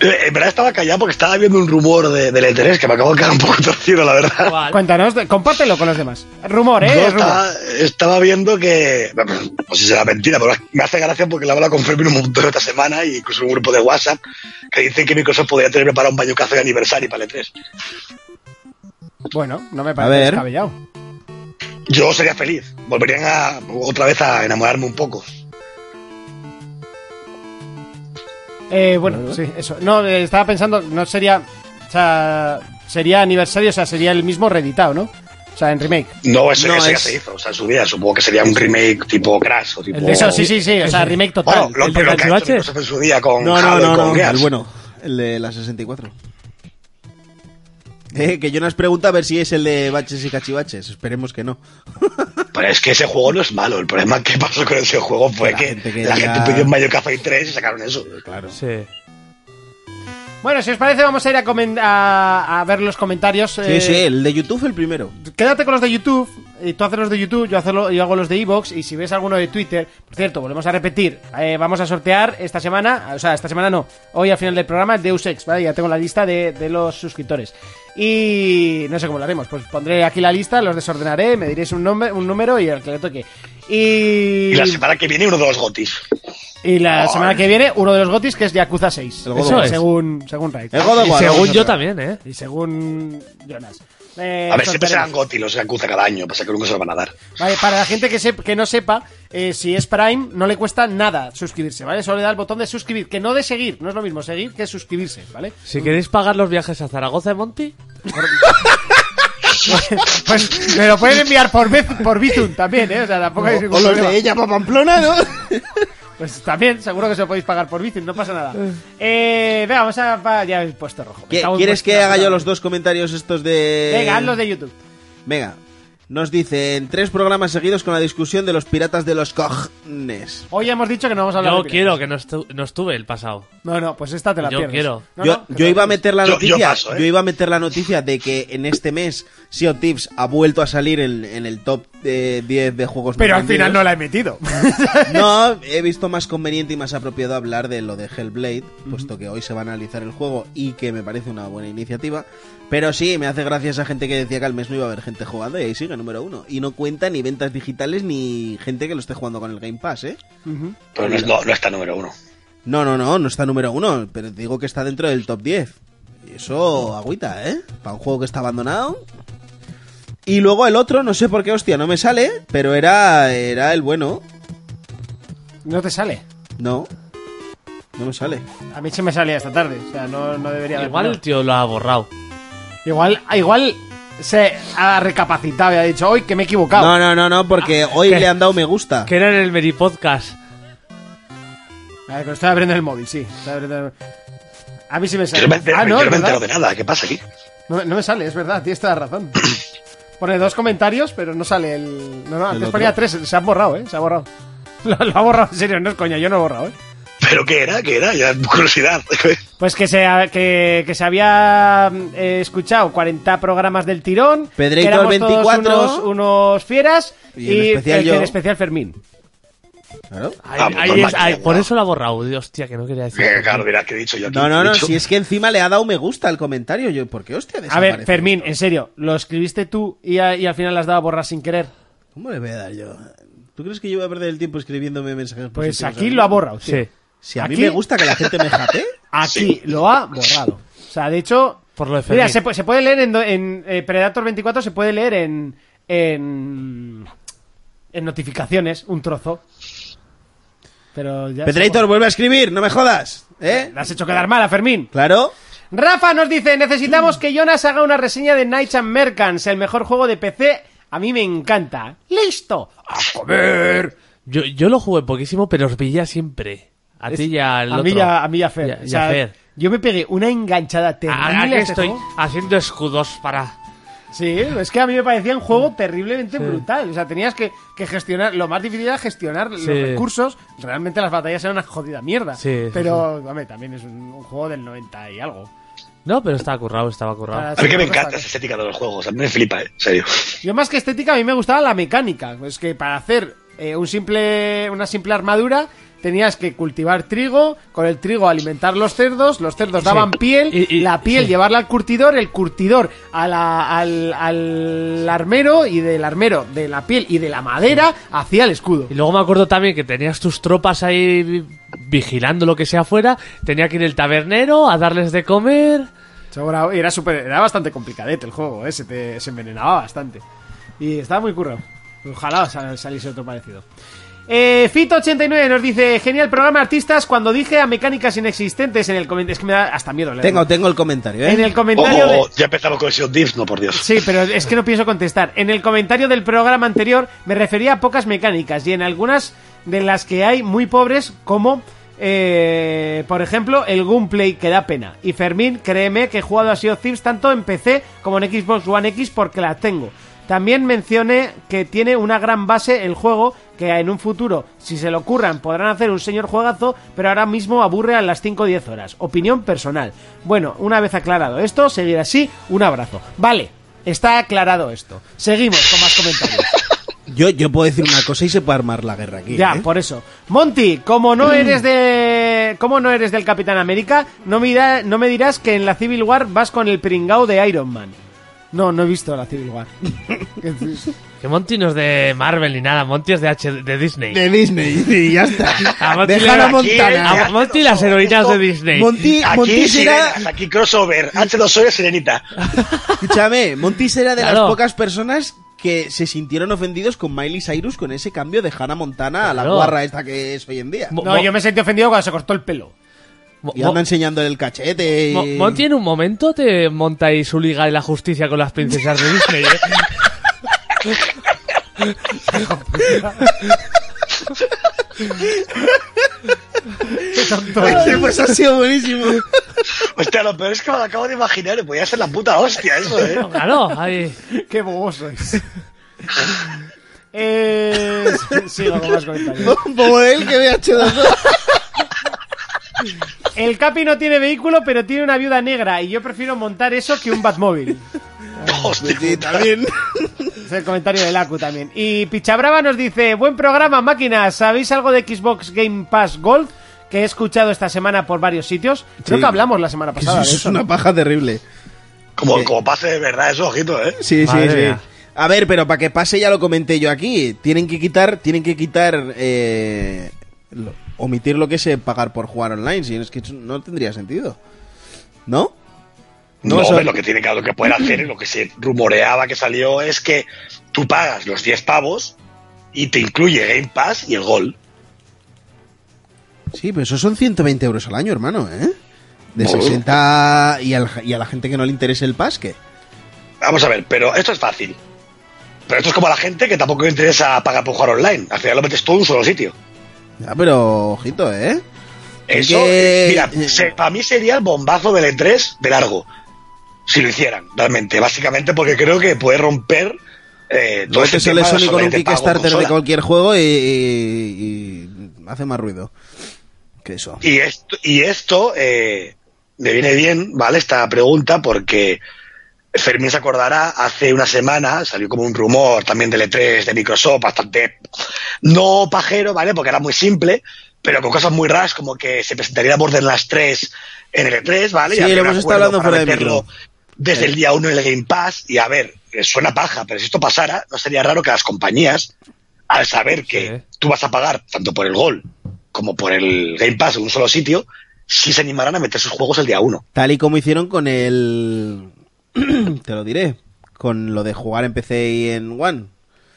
S5: Eh, En verdad estaba callado porque estaba viendo un rumor de, del E3 que me acabo de quedar un poco torcido, la verdad.
S2: Cuéntanos, de- compártelo con los demás. Rumor, ¿eh?
S5: Yo
S2: Es rumor.
S5: estaba, estaba viendo que. No sé si será mentira, pero me hace gracia porque la habla con Fermín un montón esta semana y incluso en un grupo de WhatsApp que dicen que Microsoft podría tener preparado un E bañucazo de aniversario para el E3.
S2: Bueno, no me
S3: A
S2: parece
S3: ver.
S2: descabellado.
S5: yo sería feliz. Volverían a, otra vez a enamorarme un poco.
S2: Eh, bueno, sí, eso. No, eh, estaba pensando, no sería. O sea, sería aniversario, o sea, sería el mismo reeditado, ¿no? O sea, en remake.
S5: No, ese,
S2: No,
S5: ese ya
S2: es-
S5: se hizo, o sea, en su vida. Supongo que sería un remake tipo Crash o tipo.
S2: El de eso, sí, sí, sí, o sea, remake total.
S5: Bueno, lo,
S2: ¿El de
S5: lo que ha hecho
S2: Cachivaches?
S5: Microsoft en su día con
S3: No, no,
S5: Halo y
S3: no,
S5: con
S3: no,
S5: Gears.
S3: el bueno, el de la 64. Eh, que Jonas pregunta a ver si es el de baches y cachivaches. Esperemos que no.
S5: Pero es que ese juego no es malo. El problema que pasó con ese juego fue que, la
S3: quería-
S5: gente pidió un Mario Café 3 y sacaron eso.
S3: Claro.
S4: Sí.
S2: Bueno, si os parece, vamos a ir a, comen- a, a ver los comentarios.
S3: Sí,
S2: eh,
S3: sí, el de YouTube el primero.
S2: Quédate con los de YouTube, y tú haces los de YouTube, yo, hacerlo- yo hago los de Evox, y si ves alguno de Twitter, por cierto, volvemos a repetir, eh, vamos a sortear esta semana, o sea, esta semana no, hoy al final del programa el Deus Ex, ¿vale? Ya tengo la lista de, de los suscriptores. Y no sé cómo lo haremos, pues pondré aquí la lista, los desordenaré, me diréis un, nombre, un número y el que le toque. Y,
S5: Y la semana que viene uno de los gotis.
S2: y la semana que viene, uno de los gotis que es Yakuza 6.
S5: God of War.
S2: según, según Raid.
S5: El God of Y War, según vamos a yo ver.
S4: también, ¿eh?
S2: Y según Jonas. Eh,
S5: a ver, siempre
S2: sortearemos.
S5: serán gotis los Yakuza cada año, pasa que nunca se lo van a dar.
S2: Vale, para la gente que, sep- que no sepa, eh, si es Prime, no le cuesta nada suscribirse, ¿vale? Solo le da el botón de suscribir, que no de seguir, no es lo mismo seguir que suscribirse, ¿vale?
S4: Si queréis pagar los viajes a Zaragoza de Monty,
S2: Pues me lo pueden enviar por, Be- por Bitum también, ¿eh? O sea, tampoco hay ningún
S3: O los
S2: problema.
S3: de ella para Pamplona, ¿no?
S2: Pues también, seguro que se lo podéis pagar por Bitum, no pasa nada. Eh, venga, vamos a... pa- Ya he puesto rojo. Me
S3: ¿Qué-
S2: cago en
S3: ¿Quieres que
S2: vuestra
S3: haga
S2: puta
S3: yo
S2: madre.
S3: los dos comentarios estos de.
S2: Venga, haz los de YouTube.
S3: Venga. Nos dicen tres programas seguidos con la discusión de los piratas de los cojones.
S2: Hoy hemos dicho que no vamos a hablar
S4: yo
S2: de piratas.
S4: quiero que no, estu- no estuve el pasado.
S2: No, no, pues esta te la
S4: Yo
S2: pierdes.
S4: quiero.
S2: No,
S3: yo,
S2: no, que
S3: yo
S2: no.
S3: iba a meter la
S4: Yo- yo
S3: noticia. Yo,
S4: paso, ¿eh?
S3: iba a meter la noticia de que en este mes Sea of Thieves ha vuelto a salir en, en el top eh, 10 de juegos
S2: Pero
S3: más
S2: al final no
S3: vendidos.
S2: la he metido.
S3: No, he visto más conveniente y más apropiado hablar de lo de Hellblade, puesto que hoy se va a analizar el juego y que me parece una buena iniciativa. Pero sí, me hace gracia esa gente que decía que al mes no iba a haber gente jugando y ahí sigue, número uno. Y no cuenta ni ventas digitales ni gente que lo esté jugando con el Game Pass, ¿eh?
S5: Pero no, es- no- no está número uno.
S3: No, no, no, no está número uno, pero digo que está dentro del top 10. Y Eso agüita, ¿eh? Para un juego que está abandonado. Y luego el otro, no sé por qué, hostia, no me sale, pero era, era el bueno.
S2: No te sale.
S3: No. No me sale.
S2: A mí se me salía esta tarde, o sea, no, no debería haber
S4: Igual
S2: problema.
S4: el tío lo ha borrado.
S2: Igual, ah, igual se ha recapacitado y ha dicho, hoy que me he equivocado.
S3: No, no, no, no,
S2: Ah,
S3: porque hoy
S4: ¿qué?
S3: le han dado me gusta.
S4: Que era en el Meri Podcast.
S2: A ver, que estoy abriendo el móvil, sí. estoy abriendo el- A mí sí me sale.
S5: Yo no me entero,
S2: ah, no,
S5: yo
S2: es
S5: no me entero de
S2: verdad.
S5: nada, ¿qué pasa aquí?
S2: no, no me sale, es verdad, tienes toda la razón. Pone dos comentarios, pero no sale el... No, no, antes
S5: otro.
S2: ponía tres, se han borrado, eh, se ha borrado. Lo, lo ha borrado, en serio, no es coña, yo no lo he borrado, eh.
S5: ¿Pero qué era? ¿Qué era? Ya, curiosidad.
S2: Pues que se, ha- que, que se había mm, eh, escuchado 40 programas del tirón.
S3: Pedreito
S2: que éramos
S3: al 24.
S2: todos Unos, unos fieras.
S3: Y
S2: Y,
S3: en especial
S2: el que
S3: yo.
S2: en especial Fermín.
S3: Claro.
S5: Ah, pues
S4: Ahí- ahí es- ahí- por eso lo ha borrado. Dios, hostia, que no quería decir.
S5: claro, dirás que he dicho yo aquí.
S3: No, no, no,
S5: Dicho-
S3: si es que encima le ha dado me gusta al comentario. Yo, ¿por qué, hostia?
S2: A ver,
S3: desaparece?
S2: Fermín, en serio, lo escribiste tú y, a- y al final las daba a borrar sin querer.
S3: ¿Cómo le voy a dar yo? ¿Tú crees que yo voy a perder el tiempo escribiéndome mensajes
S2: Pues
S3: positivos
S2: aquí
S3: mí?
S2: lo ha borrado. tío.
S3: Sí. Si a mí
S2: Aquí-
S3: me gusta que la gente me jate.
S2: Aquí lo ha borrado. O sea, de hecho,
S4: Por lo de Fermín.
S2: mira, se, pu- se puede leer en, do- en eh, Predator 24, se puede leer en, en en notificaciones un trozo. Pero ya se
S3: Petrator, vuelve a escribir, no me jodas. ¿Eh?
S2: La has hecho quedar mal a Fermín.
S3: Claro.
S2: Rafa nos dice, necesitamos que Jonas haga una reseña de Knights and Merchants, el mejor juego de PC. A mí me encanta. ¡Listo!
S4: Joder. Yo, yo lo jugué poquísimo, pero os veía siempre. A ti y al
S2: a
S4: otro.
S2: mí ya, a mí ya Fer.
S4: Ya-
S2: O
S4: ya
S2: sea,
S4: Fer.
S2: Yo me pegué una enganchada terrible.
S4: Ahora
S2: a
S4: que
S2: este
S4: estoy
S2: juego.
S4: haciendo escudos para...
S2: Sí, es que a mí me parecía un juego terriblemente brutal. O sea, tenías que, que gestionar. Lo más difícil era gestionar los
S4: Sí.
S2: recursos. Realmente las batallas eran una jodida mierda.
S4: Sí, sí,
S2: pero, hombre, también es un, un juego del 90 y algo.
S4: No, pero estaba currado, estaba currado.
S2: Ah,
S5: A mí que me encanta esa estética de los juegos, a mí me flipa, eh, en serio.
S2: Yo más que estética, a mí me gustaba la mecánica. Es que para hacer eh, un simple, una simple armadura tenías que cultivar trigo, con el trigo alimentar los cerdos, los cerdos daban piel, la piel llevarla al curtidor, el curtidor a la- al, al armero y del armero de la piel y de la madera hacia el escudo.
S4: Y luego me acuerdo también que tenías tus tropas ahí vi- vigilando lo que sea afuera. Tenía que ir el tabernero a darles de comer.
S2: Sobra- y Era, súper- era bastante complicadete el juego, ¿eh? se, te, se envenenaba bastante. Y estaba muy currado. Ojalá sal- saliese otro parecido. Eh, Fito89 nos dice: Genial programa, artistas. Cuando dije a mecánicas inexistentes en el comentario. Es que me da hasta miedo leerlo.
S3: Tengo, tengo el comentario, ¿eh?
S2: En el comentario de-
S5: Ya empezamos con esos divs, no por Dios.
S2: Sí, pero es que no pienso contestar. En el comentario del programa anterior me refería a pocas mecánicas y en algunas de las que hay muy pobres, como eh, por ejemplo el Gunplay que da pena. Y Fermín, créeme que he jugado a Sea of Thieves tanto en PC como en Xbox One X porque la tengo. También mencioné que tiene una gran base el juego que en un futuro, si se lo ocurran, podrán hacer un señor juegazo, pero ahora mismo aburre a las 5 o 10 horas. Opinión personal. Bueno, una vez aclarado esto, seguir así, un abrazo. Vale, está aclarado esto. Seguimos con más comentarios.
S3: Yo, yo puedo decir una cosa y se puede armar la guerra aquí.
S2: Ya, pues-
S3: ¿eh?
S2: por eso. Monty, como no eres de. Como no eres del Capitán América, no me, dirá- no me dirás que en la Civil War vas con el pringao de Iron Man. No, no he visto la Civil War.
S4: Que Monty no es de Marvel ni nada, Monty es de, H de Disney.
S3: De Disney, y ya está.
S4: A Monty
S3: Dejar
S4: le-
S3: a Montana.
S4: A Monty y las heroínas de Disney.
S3: ¿eh? Monty,
S5: Aquí
S3: Monty será,
S5: sirenas, aquí crossover, H2O y Sirenita.
S3: escúchame, Monty será de
S4: Claro.
S3: las pocas personas que se sintieron ofendidos con Miley Cyrus con ese cambio de Hannah Montana a la
S4: Claro.
S3: guarra esta que es hoy en día.
S4: Mo-
S2: No, yo me sentí ofendido cuando se cortó el pelo.
S4: Mo-
S3: Y anda enseñándole el cachete. y-
S4: Mo- Monty en un momento te monta ahí su liga de la justicia con las princesas de Disney, ¿eh?
S3: Ese, pues ha sido buenísimo.
S5: Hostia, lo peor es que me lo acabo de imaginar y podía ser la puta hostia eso, ¿eh?
S4: Claro, ahí.
S2: Qué bobo sois. eh, sigo con más comentarios.
S3: Un poco de él que ve H2O.
S2: El Capi no tiene vehículo, pero tiene una viuda negra. Y yo prefiero montar eso que un Batmóvil.
S5: Hostia,
S3: Sí,
S5: puta.
S3: también.
S2: Es el comentario del Acu también. Y Pichabrava nos dice: Buen programa, máquinas. ¿Sabéis algo de Xbox Game Pass Gold? Que he escuchado esta semana por varios sitios. Creo
S3: Sí.
S2: que hablamos la semana
S3: Eso
S2: pasada. de
S3: es
S2: eso,
S3: una
S2: ¿no?
S3: paja terrible.
S5: Como, como pase de verdad eso, ojito, ¿eh?
S3: Sí,
S4: Madre
S3: sí, sí.
S4: mía.
S3: A ver, pero para que pase ya lo comenté yo aquí. Tienen que quitar, tienen que quitar, eh, lo- omitir lo que es eh, pagar por jugar online. Si no es que eso no tendría sentido, ¿no?
S5: No,
S3: eso-
S5: hombre, lo que tiene que, lo que pueden hacer y lo que se rumoreaba que salió es que tú pagas los 10 pavos y te incluye Game Pass y el gol.
S3: Sí, pero eso son 120 euros al año, hermano, ¿eh? De
S5: No.
S3: 60 y, al- y a la gente que no le interese el pas, ¿qué?
S5: Vamos a ver, pero esto es fácil. Pero esto es como a la gente que tampoco le interesa pagar por jugar online. Al final lo metes todo en un solo sitio.
S3: Ya, pero ojito, ¿eh? Es
S5: Eso,
S3: que-
S5: eh, mira, para mí sería el bombazo del E3 de largo. Si lo hicieran, realmente. Básicamente porque creo que puede romper eh, todo
S3: Luego
S5: este
S3: te sale
S5: tema
S3: Sony con
S5: sobre
S3: un
S5: de pago en
S3: Kickstarter de
S5: consola.
S3: cualquier juego y, y- y hace más ruido que eso.
S5: Y esto, y esto eh, me viene bien, ¿vale? Esta pregunta, porque Fermín se acordará, hace una semana salió como un rumor también del E3 de Microsoft, bastante no pajero, ¿vale? Porque era muy simple, pero con cosas muy raras, como que se presentaría Borderlands 3 en el E3, ¿vale? Y
S3: Sí,
S5: había
S3: lo
S5: un
S3: hemos estado
S5: acuerdo
S3: hablando
S5: para
S3: fuera de
S5: meterlo
S3: micro.
S5: Desde el día 1 en el Game Pass, y a ver, eh, suena paja, pero si esto pasara, no sería raro que las compañías, al saber que
S4: Sí.
S5: tú vas a pagar tanto por el gol como por el Game Pass en un solo sitio, sí se animarán a meter sus juegos el día 1.
S3: Tal y como hicieron con el. Te lo diré. Con lo de jugar en PC y en One.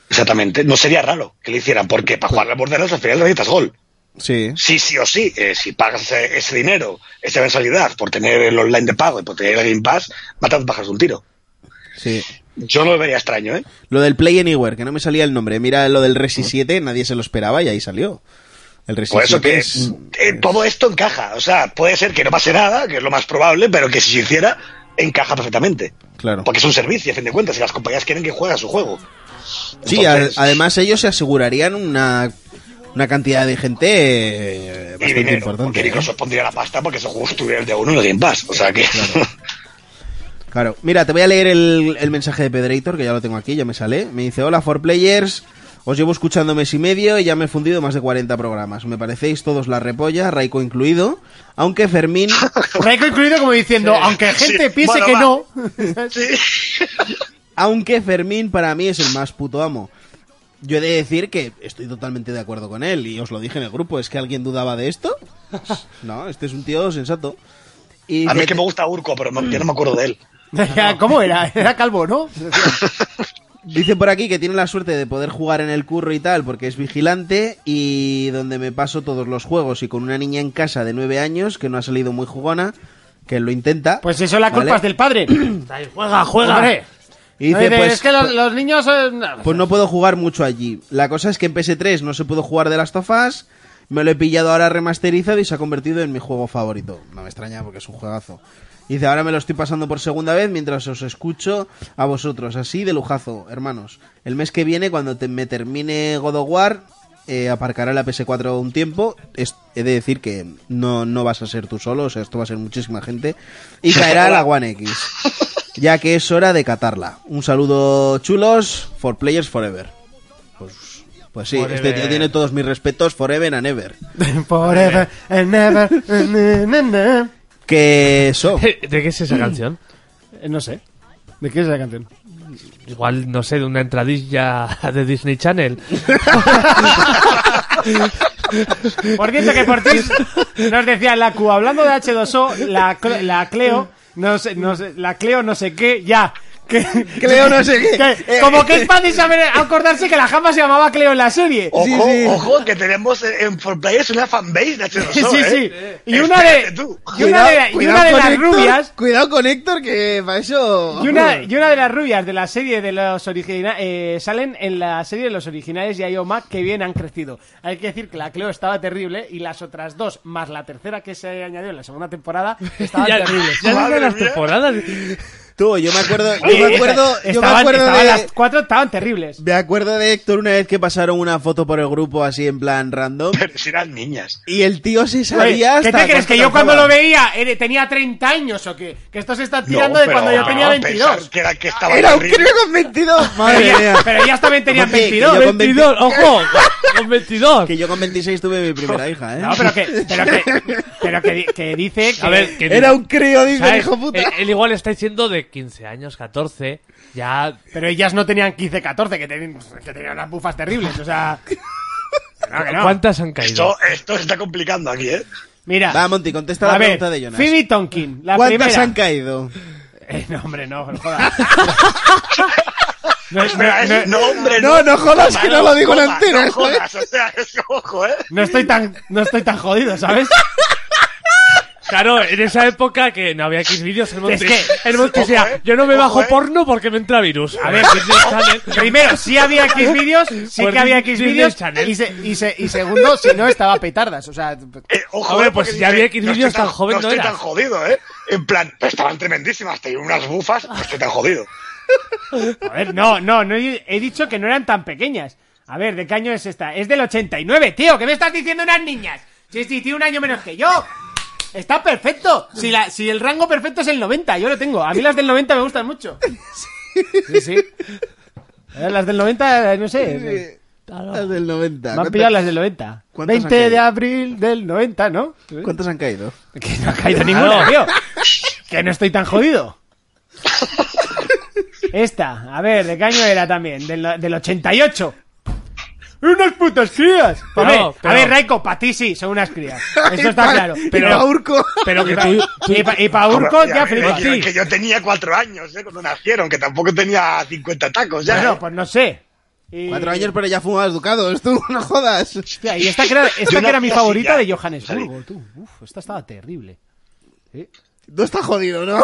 S5: Exactamente. No sería raro que lo hicieran, porque para jugar al Borderlands al final necesitas gol.
S3: Sí.
S5: Sí, sí o sí. eh, si pagas ese, ese dinero, esa mensualidad, por tener el online de pago y por tener el Game Pass, matas dos pájaros de un tiro.
S3: Sí.
S5: Yo no lo vería extraño, ¿eh?
S3: Lo del Play Anywhere, que no me salía el nombre. Mira lo del Resi 7, nadie se lo esperaba y ahí salió. El Resi
S5: Por eso
S3: 7
S5: que
S3: es.
S5: eh, todo esto encaja. O sea, puede ser que no pase nada, que es lo más probable, pero que si se hiciera, encaja perfectamente.
S3: Claro.
S5: Porque es un servicio, a fin de cuentas, y las compañías quieren que juegue a su juego.
S3: Sí,
S5: Entonces-
S3: a- además ellos se asegurarían una, una cantidad de gente eh,
S5: y
S3: bastante
S5: dinero,
S3: importante.
S5: porque
S3: ¿eh?
S5: Microsoft pondría la pasta porque ese juego estuviera el de uno en el Game Pass. O sea que.
S3: Claro, mira, te voy a leer el, el mensaje de Pedreitor, que ya lo tengo aquí, ya me sale. Me dice, hola, for players, os llevo escuchando mes y medio y ya me he fundido más de 40 programas. Me parecéis todos la repolla, Raiko incluido, aunque Fermín...
S2: Raiko incluido como diciendo: Aunque gente
S5: Sí,
S2: piense
S5: bueno,
S2: que
S5: va.
S2: no.
S3: aunque Fermín para mí es el más puto amo. Yo he de decir que estoy totalmente de acuerdo con él y os lo dije en el grupo, ¿es que alguien dudaba de esto? No, este es un tío sensato. Y
S5: a
S3: dice,
S5: mí es que me gusta Urco, pero no- yo no me acuerdo de él.
S2: Ya, ¿Cómo era? Era calvo, ¿no?
S3: Dicen por aquí que tiene la suerte de poder jugar en el curro y tal, porque es vigilante y donde me paso todos los juegos. Y con una niña en casa de nueve años que no ha salido muy jugona, que lo intenta.
S2: Pues eso la culpa es del padre. Ahí, juega, juega.
S3: Hombre. Y dice,
S2: Oye,
S3: pues,
S2: es que los, los niños. eh,
S3: pues no puedo jugar mucho allí. La cosa es que en PS3 no se pudo jugar de las tofas. Me lo he pillado ahora remasterizado y se ha convertido en mi juego favorito. No me extraña porque es un juegazo. Dice, ahora me lo estoy pasando por segunda vez mientras os escucho a vosotros. Así de lujazo, hermanos. El mes que viene, cuando te- me termine God of War, eh, aparcará la PS4 un tiempo. Es- he de decir que no, no vas a ser tú solo, o sea, esto va a ser muchísima gente. Y caerá la One X. Ya que es hora de catarla. Un saludo chulos, for players forever. Pues, pues sí,
S2: Forever.
S3: este tío tiene todos mis respetos, forever and ever.
S2: Forever and never. na, na, na.
S3: Que eso.
S4: ¿De qué es esa canción?
S2: Eh, No sé. ¿De qué es la canción?
S4: Igual, no sé, de una entradilla de Disney Channel.
S2: Por cierto, que por ti nos decía la Q, hablando de H2O, la, Cl- la Cleo, no sé, no sé- la Cleo no sé qué, ya. Que,
S3: Cleo no sé qué. Eh,
S2: que- eh, como que es fácil saber, acordarse que la jamba se llamaba Cleo en la serie.
S5: Ojo, ojo, que tenemos en For Players una fanbase de H2O,
S2: Sí, sí,
S5: ¿eh?
S2: sí. Y una de-
S5: Espérate tú.
S2: y una de- y una de las rubias-
S3: Cuidado con Héctor, que para eso.
S2: Y una, y una de las rubias de la serie de los originales salen en la serie de los originales de Ioma que bien han crecido. Hay que decir que la Cleo estaba terrible y las otras dos, más la tercera que se añadió en la segunda temporada, estaban
S4: ya
S2: terribles.
S4: ya desde
S5: Madre
S4: las
S5: mía.
S4: temporadas.
S3: Tú, yo me acuerdo, yo
S2: Oye,
S3: me acuerdo,
S2: esta-
S3: yo me
S2: estaban-
S3: acuerdo
S2: estaban
S3: de.
S2: las cuatro estaban terribles.
S3: Me acuerdo de Héctor una vez que pasaron una foto por el grupo así en plan random.
S5: Pero si eran niñas.
S3: Y el tío se
S2: Oye,
S3: sabía
S2: ¿Qué te
S3: hasta
S2: crees?
S3: cuánto
S2: ¿Que yo cuando lo
S3: calzaba.
S2: veía eh, tenía 30 años o qué? Que esto se está tirando de
S5: pero
S2: cuando yo tenía
S5: no,
S2: 22.
S5: pensar que era que estaba
S3: Era un
S5: terrible.
S3: crío con 22.
S2: Pero
S3: Madre
S2: ya,
S3: mía.
S2: pero ellas también tenían
S3: Oye, que yo
S2: 22.
S3: con 20
S4: 22, ojo, con 22.
S3: Que yo con 26 tuve mi primera hija, ¿eh?
S2: No, pero que, pero que, pero que, di- que dice que...
S4: A ver, que
S3: Era un crío, dice el
S4: ¿sabes?
S3: hijo puta.
S4: Él, él igual está diciendo de 15 años, 14. Ya.
S2: Pero ellas no tenían 15, 14, que tenían, pues, que tenían unas bufas terribles, o sea... No, Ah, que no.
S4: ¿Cuántas han caído?
S5: Esto, esto se está complicando aquí, ¿eh?
S2: Mira,
S3: Va, Monty, contesta
S2: a
S3: la
S2: ver,
S3: pregunta de Jonas.
S2: Phoebe Tonkin, la
S3: ¿Cuántas
S2: primera...
S3: han caído?
S2: Eh, no, hombre, no, no jodas. No, no,
S5: Espera,
S2: no-
S5: es- no, hombre,
S3: No, no jodas, que
S5: Vale,
S3: no lo digo en ¿eh?
S5: jodas,
S3: antena.
S5: No jodas, o sea, es ojo, ¿eh?
S2: no estoy tan, no estoy tan jodido, ¿sabes?
S4: Claro, en esa época que no había X vídeos, el monte.
S2: Es que-
S4: el monte
S5: ojo,
S4: sea,
S5: eh,
S4: yo no me
S5: ojo,
S4: bajo
S5: eh.
S4: porno porque me entra virus.
S2: A ver,
S4: Disney Channel.
S2: Primero, sí había X vídeos, sí
S4: Pues
S2: que había
S4: Disney
S2: X vídeos,
S4: Channel.
S2: y, se- y, se- y segundo, si no estaba petardas, o sea,
S5: Eh, ojo,
S4: Hombre,
S5: eh,
S4: pues
S5: porque
S4: si ya
S5: dice,
S4: había X vídeos,
S5: estoy
S4: tan joven no
S5: no estoy
S4: eras.
S5: tan jodido, ¿eh? En plan, pues estaban tremendísimas, tenía unas bufas, no estoy tan jodido.
S2: a ver, no, no, no he he dicho que no eran tan pequeñas. A ver, ¿de qué año es esta? Es del 89, tío, ¿qué me estás diciendo unas niñas? Sí, sí, tiene un año menos que yo. Está perfecto. Si, la, si el rango perfecto es el 90, yo lo tengo. A mí las del 90 me gustan mucho. Sí, sí. A ver, Las del 90, no sé.
S3: Las del 90.
S2: Me han
S3: ¿Cuántas-
S2: pillado las del 90.
S3: ¿Cuántas han
S2: 20 de
S3: caído?
S2: abril del 90, ¿no?
S3: ¿Cuántas han caído?
S2: Que no ha caído ninguna, tío. Que no estoy tan jodido. Esta, a ver, ¿de qué año era también? Del, del 88. ¡Unas putas crías!
S4: Pero,
S2: a ver,
S4: pero-
S2: a ver, Raiko, para ti sí, son unas crías. Eso
S3: Y
S2: está
S3: pa-
S2: claro.
S3: y
S2: Pero,
S3: pa' Urco.
S4: Pero que tú. tú-
S2: y para Urco
S5: Hombre,
S2: ya
S5: mira,
S2: flipas.
S5: que, que yo tenía cuatro años, ¿eh? Cuando nacieron, que tampoco tenía 50 tacos ya.
S2: Bueno,
S5: ¿eh?
S2: pues no sé. Y,
S3: Cuatro años, pero ya fumabas ducados, tú, no jodas.
S2: Hostia, y esta que era, esta
S5: Yo
S2: que era
S5: nací
S2: mi
S5: así
S2: favorita
S5: ya.
S2: de Johannesburgo, tú. Uf, esta estaba terrible.
S3: No está jodido, ¿no?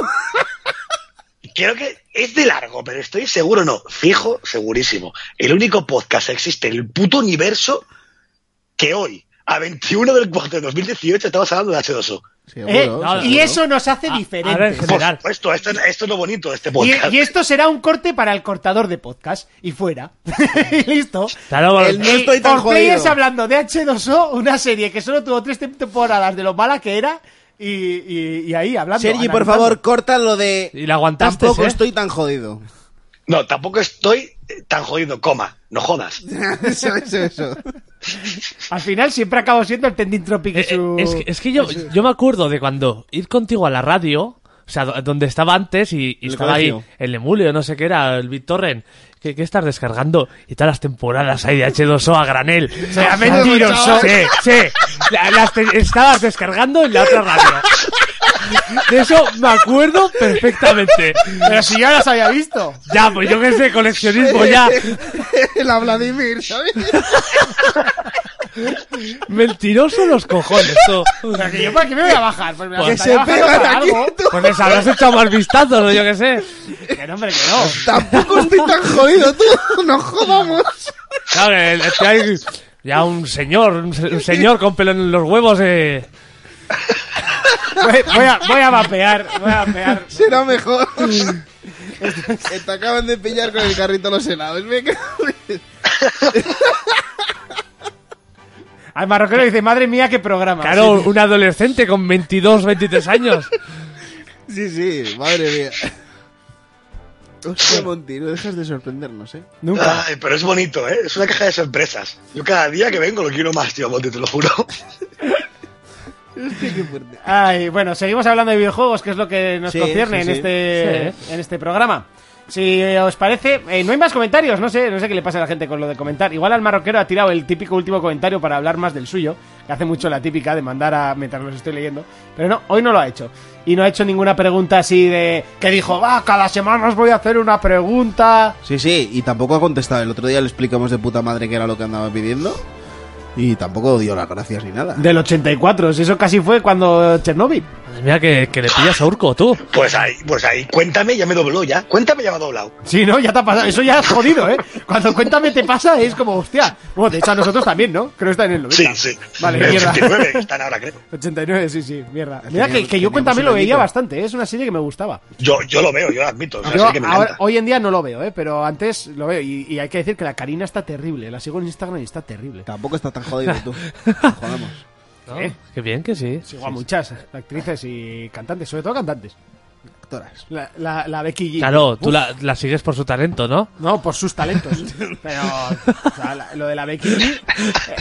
S5: Creo que es de largo, pero estoy seguro, no, fijo, segurísimo. El único podcast que existe en el puto universo que hoy, a 21 del 4 de 2018, estamos hablando de H2O.
S2: Eh,
S4: no,
S2: y
S4: seguro.
S2: eso nos hace
S4: A-
S2: diferentes.
S4: ahora en
S5: Por
S4: general.
S5: supuesto, esto, esto es lo bonito de este
S2: Y,
S5: podcast.
S2: y esto será un corte para el cortador de podcast. Y fuera. Y Listo.
S4: Claro,
S3: El no
S2: Y
S3: estoy tan
S2: por Players
S3: jodido.
S2: hablando de H2O, una serie que solo tuvo tres temporadas de lo mala que era. Y, y- y ahí hablando.
S3: Sergi, por
S2: analizando.
S3: favor, corta lo de.
S4: Y la aguantaste,
S3: Tampoco
S4: ¿eh?
S3: estoy tan jodido.
S5: No, tampoco estoy eh, tan jodido, coma, no jodas.
S3: eso, eso, eso.
S2: Al final siempre acabo siendo el Tending Tropic y
S4: Eh,
S2: su.
S4: eh, es, que, es que yo, yo me acuerdo de cuando ir contigo a la radio, o sea, do- donde estaba antes y, y
S3: El
S4: estaba ahí
S3: colegio.
S4: el Emulio, no sé qué era, el BitTorrent, que, que estás descargando y todas las temporadas ahí de H2O a granel. O sea, mentiroso. Sí, sí. La- las te- estabas descargando en la otra radio. De eso me acuerdo perfectamente.
S2: Pero si ya las había visto.
S4: Ya, pues yo que sé, coleccionismo ya.
S7: La Vladimir, ¿sabes?
S4: Mentiroso los cojones, tú.
S2: Pero que yo para qué me voy a bajar. Pues me
S4: Pues-
S2: estaré
S4: Que se
S2: bajando
S4: pegan
S2: para
S4: aquí,
S2: algo.
S4: Pues les habrás echado más vistazos, ¿no? yo que sé.
S2: Que no, hombre, que no.
S7: Tampoco estoy tan jodido, tú. No jodamos.
S4: Claro, que el- que hay ya un señor, un, se- un señor con pelo en los huevos, eh.
S2: Voy, voy a, voy a vapear, voy a vapear.
S7: Será mejor. Que Te acaban de pillar con el carrito los helados. Venga.
S2: Al marroquero dice, madre mía, qué programa.
S4: Claro,
S2: Sí.
S4: un adolescente con 22, 23 años.
S7: Sí, sí, madre mía. Hostia, Monty, no dejas de sorprendernos, ¿eh?
S2: Nunca.
S5: Ay, pero es bonito, ¿eh? Es una caja de sorpresas. Yo cada día que vengo lo quiero más, tío, Monty, te lo juro.
S7: Hostia, qué fuerte.
S2: Ay, Ah, bueno, seguimos hablando de videojuegos, que es lo que nos
S7: Sí,
S2: concierne
S7: sí, sí.
S2: en, este, en este programa. Si eh, os parece, eh, no hay más comentarios, no sé, no sé qué le pasa a la gente con lo de comentar. Igual al marroquero ha tirado el típico último comentario para hablar más del suyo, que hace mucho la típica de mandar a mientras los estoy leyendo, pero no, hoy no lo ha hecho. Y no ha hecho ninguna pregunta así de que dijo, va, cada semana os voy a hacer una pregunta.
S3: Sí, sí, y tampoco ha contestado. El otro día le explicamos de puta madre qué era lo que andaba pidiendo. Y tampoco dio las gracias ni nada.
S2: Del 84, si eso casi fue cuando Chernobyl.
S4: Madre mía, que, que le pillas a Urco, tú.
S5: Pues ahí, pues ahí. Cuéntame, ya me dobló ya. Cuéntame, ya me ha doblado.
S2: Sí, ¿no? Ya te ha pasado. Eso ya es jodido, ¿eh? Cuando cuéntame te pasa es como, hostia. Bueno, de hecho a nosotros también, ¿no? Creo que está en el 90.
S5: Sí, sí.
S2: Vale,
S5: El
S2: mierda.
S5: 89 están ahora, creo.
S2: 89, sí, sí, mierda. Mira
S3: Teníamos-
S2: que, que yo
S3: teníamos
S2: cuéntame
S3: un
S2: lo veía
S3: añito.
S2: bastante, ¿eh? es una serie que me gustaba.
S5: Yo, yo lo veo, yo lo admito. o sea,
S2: Yo
S5: sé que me
S2: ahora-
S5: encanta.
S2: hoy en día no lo veo, ¿eh? Pero antes lo veo. Y, y hay que decir que la Karina está terrible. La sigo en Instagram y está terrible.
S3: Tampoco está tan jodido tú. Jodamos.
S4: ¿no? Qué bien que ¿Eh? sí.
S2: Sigo a muchas actrices y cantantes, sobre todo cantantes.
S3: Actoras.
S2: La, la, la Becky G.
S4: Claro, tú
S2: Uf,
S4: la, la sigues por su talento, ¿no?
S2: No, por sus talentos. Pero o sea, la- lo de la Becky G eh,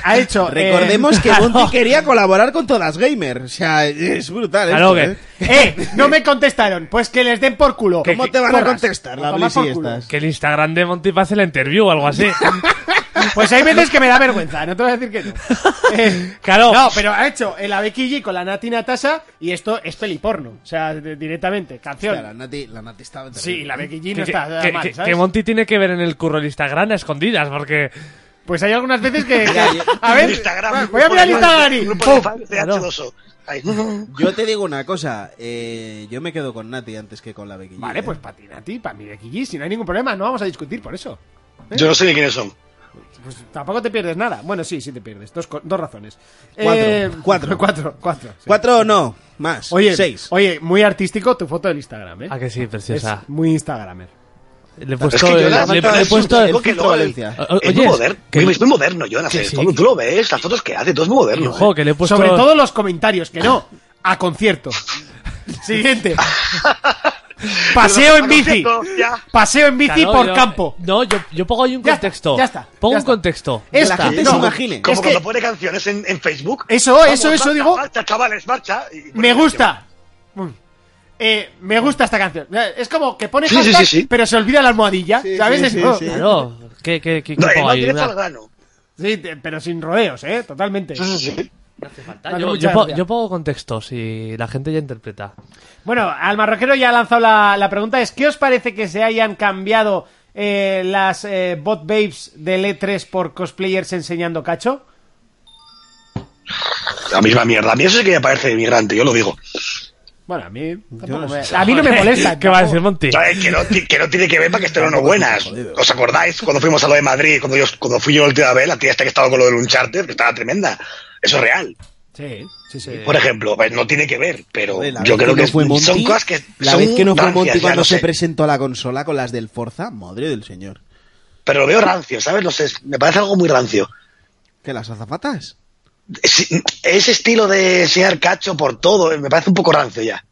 S2: ha hecho... eh,
S3: Recordemos que Monty quería colaborar con todas gamers. O sea, es brutal.
S4: Claro
S3: esto,
S4: que-
S3: ¿eh?
S2: ¡Eh! No me contestaron. Pues que les den por culo.
S4: Que-
S3: ¿Cómo te van a
S2: Porras.
S3: contestar
S2: A tomar
S3: las
S2: por culo.
S3: lisiestas?
S4: Que el Instagram de Monty hace la interview o algo así.
S2: Pues hay veces que me da vergüenza, no te voy a decir que no. Eh,
S4: Claro.
S2: No, pero ha hecho el Becky G con la Nati Natasha y esto es peliporno. O sea, de- directamente,
S3: O sea, la
S2: canción.
S3: Nati, la Nati estaba
S2: Sí, la Becky G
S4: que,
S2: no está
S4: que-
S2: mal,
S4: que-
S2: ¿sabes?
S4: que Monty tiene que ver en el curro el Instagram a escondidas, porque...
S2: Pues hay algunas veces que.
S3: Ya, yo-
S2: a ver,
S5: Instagram,
S2: voy a mirar el
S5: grupo
S2: Instagram
S5: de-
S2: y.
S5: grupo de
S2: ¡pum!
S5: fans de
S4: Claro.
S5: H2O. Ahí.
S3: Yo te digo una cosa. eh, yo me quedo con Nati antes que con la Becky G,
S2: Vale,
S3: ¿eh?
S2: pues para ti, Nati, para mi Becky G, si no hay ningún problema, no vamos a discutir por eso.
S5: Yo no sé ni quiénes son.
S2: Pues tampoco te pierdes nada. Bueno, sí, sí te pierdes. Dos, co- dos razones.
S3: Cuatro.
S2: Eh,
S3: Cuatro.
S2: Cuatro. Cuatro. sí.
S3: Cuatro o no. Más.
S2: Oye,
S3: Seis.
S2: oye, muy artístico tu foto del Instagram, ¿eh?
S4: Ah, que sí,
S2: es
S4: preciosa.
S2: muy Instagramer.
S4: Le he puesto...
S5: es que yo
S4: el-
S5: la-
S4: le-
S5: la-
S4: le he puesto...
S5: la-
S4: el-
S5: la- que
S3: Filtro
S5: no, eh.
S3: Valencia.
S4: O-
S5: es,
S4: oye,
S5: muy moderno,
S4: que-
S5: es muy moderno, Jonas.
S4: que
S5: eh.
S4: sí,
S5: Tú,
S4: que-
S5: tú lo ves, las fotos que hace, todo es muy
S4: Y
S5: moderno.
S4: ojo,
S5: eh.
S4: que le he puesto...
S2: Sobre todo los comentarios, que no. A concierto. Siguiente. Paseo en
S5: A
S2: bici.
S5: conciertos, ya.
S2: Paseo en bici
S4: Claro,
S2: por
S4: yo-
S2: campo.
S4: No, yo, yo pongo ahí un
S2: Ya está,
S4: contexto.
S2: ya está,
S4: Pongo
S2: ya
S4: un
S2: está. Eh,
S4: contexto.
S3: Que
S2: Esta,
S3: la gente
S2: no.
S3: se imagine.
S5: Como
S2: Es que-
S5: cuando pone canciones en, en Facebook.
S2: Eso, eso, eso,
S5: marcha,
S2: digo.
S5: Marcha, chavales, marcha. y pone
S2: Me
S5: canción.
S2: gusta. Mm. Eh, me gusta esta canción. Eh, Es como que pone
S5: Sí, sí,
S2: hashtag,
S5: sí, sí.
S2: pero se olvida la almohadilla.
S7: Sí,
S2: ¿Sabes?
S7: sí,
S2: Es
S7: sí,
S2: como-
S7: sí.
S4: Claro, ¿qué, qué, qué, qué
S5: No, eh,
S4: pongo
S5: no,
S4: ahí?
S5: directo
S4: Una-
S5: al grano.
S2: Sí, te- pero sin rodeos, ¿eh? Totalmente.
S5: Sí, sí, sí.
S4: falta.
S2: Vale,
S4: Yo,
S2: muchas
S4: yo po-
S2: gracias. Oh.
S4: yo pongo contextos y la gente ya interpreta.
S2: Bueno, al marroquero ya ha lanzado la, la pregunta. Es, ¿qué os parece que se hayan cambiado eh, las eh, bot babes del E3 por cosplayers enseñando cacho?
S5: La misma mierda. A mí eso sí que me parece migrante, yo lo digo.
S2: Bueno, a mí, tampoco
S3: no
S2: me-
S3: sé.
S2: a mí no me molesta.
S4: ¿Qué va a
S2: tampoco.
S4: decir Monty?
S5: No, eh, que, no, ti- que no tiene que ver para que estén o no buenas. ¿Os acordáis cuando fuimos a lo de Madrid? Cuando, yo, cuando fui yo la última vez, la tía esta que estaba con lo del Uncharted, que estaba tremenda. Eso es real.
S2: Sí, sí, sí.
S5: Por ejemplo, pues, no tiene que ver, pero
S3: Hombre, la
S5: yo
S3: vez
S5: creo que,
S3: no fue Monty-
S5: son cosas que.
S3: La
S5: son
S3: vez que no fue
S5: rancias,
S3: Monty
S5: ya
S3: cuando
S5: no
S3: se
S5: sé.
S3: presentó a la consola con las del Forza, madre del señor.
S5: Pero lo veo rancio, ¿sabes? No sé, es- me parece algo muy rancio.
S3: ¿Que las azafatas?
S5: Sí, Ese estilo de enseñar cacho por todo, eh, me parece un poco rancio ya.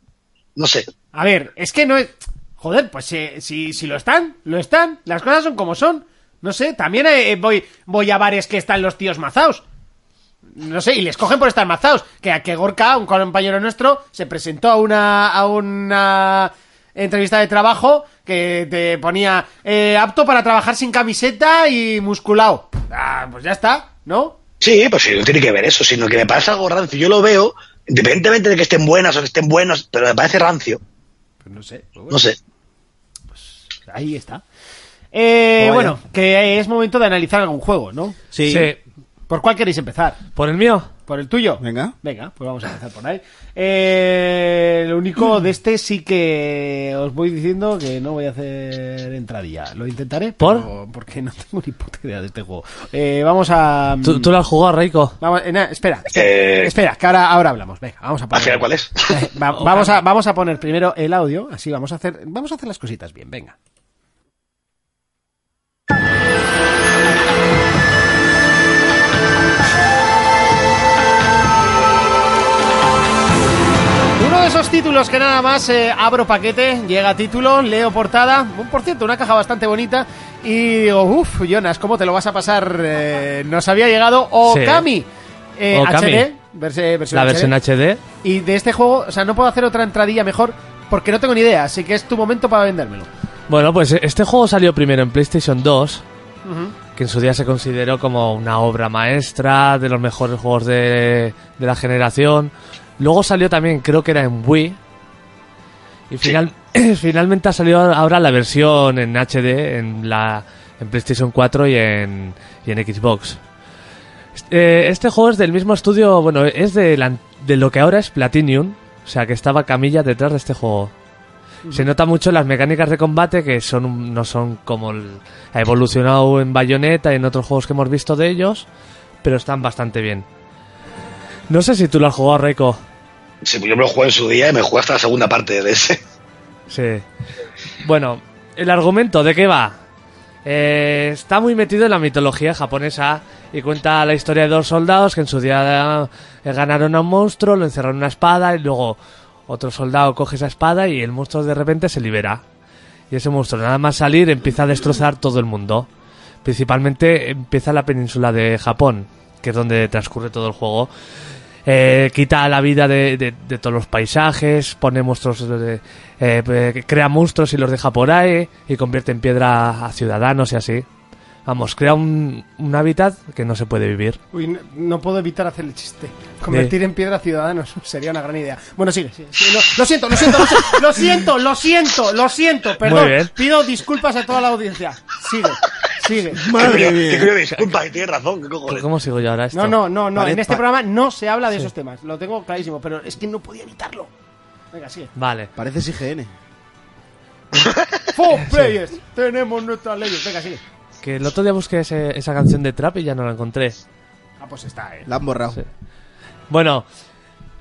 S5: No sé.
S2: A ver, es que no es... Joder, pues eh, si, si lo están, lo están. Las cosas son como son. No sé, también eh, voy, voy a bares que están los tíos mazaos. No sé, y les cogen por estar mazaos. Que a que Gorka, un compañero nuestro, se presentó a una, a una entrevista de trabajo que te ponía eh, apto para trabajar sin camiseta y musculado. Ah, pues ya está, ¿no?
S5: Sí, pues sí, no tiene que ver eso, sino que me parece algo rancio. Yo lo veo independientemente de que estén buenas o que estén buenos, pero me parece rancio.
S2: Pues no sé.
S5: No sé.
S2: Ahí está. Eh, bueno, que es momento de analizar algún juego, ¿no?
S3: Sí.
S2: ¿Por cuál queréis empezar?
S4: ¿Por el mío?
S2: ¿Por el tuyo?
S3: Venga.
S2: Venga, pues vamos a empezar por ahí. Eh, lo único de este sí que os voy diciendo que no voy a hacer entradilla. Lo intentaré.
S4: ¿Por?
S2: pero- Porque no tengo ni puta idea de este juego. Eh, vamos a...
S4: ¿Tú, tú lo has jugado, Reiko?
S2: Vamos, eh, na- espera, espera,
S5: Eh.
S2: espera, que ahora, ahora hablamos. Venga, vamos a
S5: Al
S2: poner.
S5: final, ¿cuál es?
S2: Eh, va- vamos, a, vamos a poner primero el audio, así vamos a hacer, vamos a hacer las cositas bien, venga. Uno de esos títulos que nada más eh, abro paquete, llega título, leo portada, un por cierto, una caja bastante bonita y digo, uff, Jonas, ¿cómo te lo vas a pasar? Eh, nos había llegado Okami, eh,
S4: Okami.
S2: HD, verse- versión
S4: La
S2: HD.
S4: versión HD.
S2: Y de este juego, o sea, no puedo hacer otra entradilla mejor porque no tengo ni idea, así que es tu momento para vendérmelo.
S4: Bueno, pues este juego salió primero en PlayStation 2, que en su día se consideró como una obra maestra de los mejores juegos de, de la generación. Luego salió también, creo que era en Wii. Y final, finalmente ha salido ahora la versión en HD, en, la, en PlayStation 4 y en, y en Xbox. Eh, este juego es del mismo estudio, bueno, es de, la- de lo que ahora es Platinum, o sea que estaba Camilla detrás de este juego. Se nota mucho en las mecánicas de combate que son un- no son como el- ha evolucionado en Bayonetta y en otros juegos que hemos visto de ellos, pero están bastante bien. No sé si tú lo has jugado, Reiko.
S5: Sí, pues yo me lo jugué en su día y me jugué hasta la segunda parte de ese.
S4: Sí. Bueno, el argumento, ¿de qué va? Eh, está muy metido en la mitología japonesa y cuenta la historia de dos soldados que en su día eh, ganaron a un monstruo, lo encerraron en una espada y luego otro soldado coge esa espada y el monstruo de repente se libera. Y ese monstruo nada más salir empieza a destrozar todo el mundo. Principalmente empieza la península de Japón, que es donde transcurre todo el juego. Eh, quita la vida de, de- de todos los paisajes, pone monstruos, eh, eh, eh, crea monstruos y los deja por ahí y convierte en piedra a ciudadanos y así. Vamos, crea un, un hábitat que no se puede vivir.
S2: Uy, no, no puedo evitar hacer el chiste. Convertir en piedra a ciudadanos sería una gran idea. Bueno, sigue. sigue, sigue. No, lo siento, lo siento, lo siento, lo siento, lo siento, lo siento, perdón.
S4: Muy bien.
S2: Pido disculpas a toda la audiencia. Sigue, sigue.
S5: Te pido- Te pido disculpas, y tienes razón, ¿qué cojones?
S4: ¿Cómo sigo yo ahora esto?
S2: No, no, no, no.
S3: Vale,
S2: En este
S3: pa-
S2: programa no se habla de esos temas. Lo tengo clarísimo, pero es que no podía evitarlo. Venga, sigue.
S4: Vale.
S3: Pareces IGN.
S2: Four players. Tenemos nuestras leyes. Venga, sigue.
S4: Que el otro día busqué ese- esa canción de Trap y ya no la encontré.
S2: Ah, pues está, eh.
S3: La han borrado.
S4: Sí. Bueno,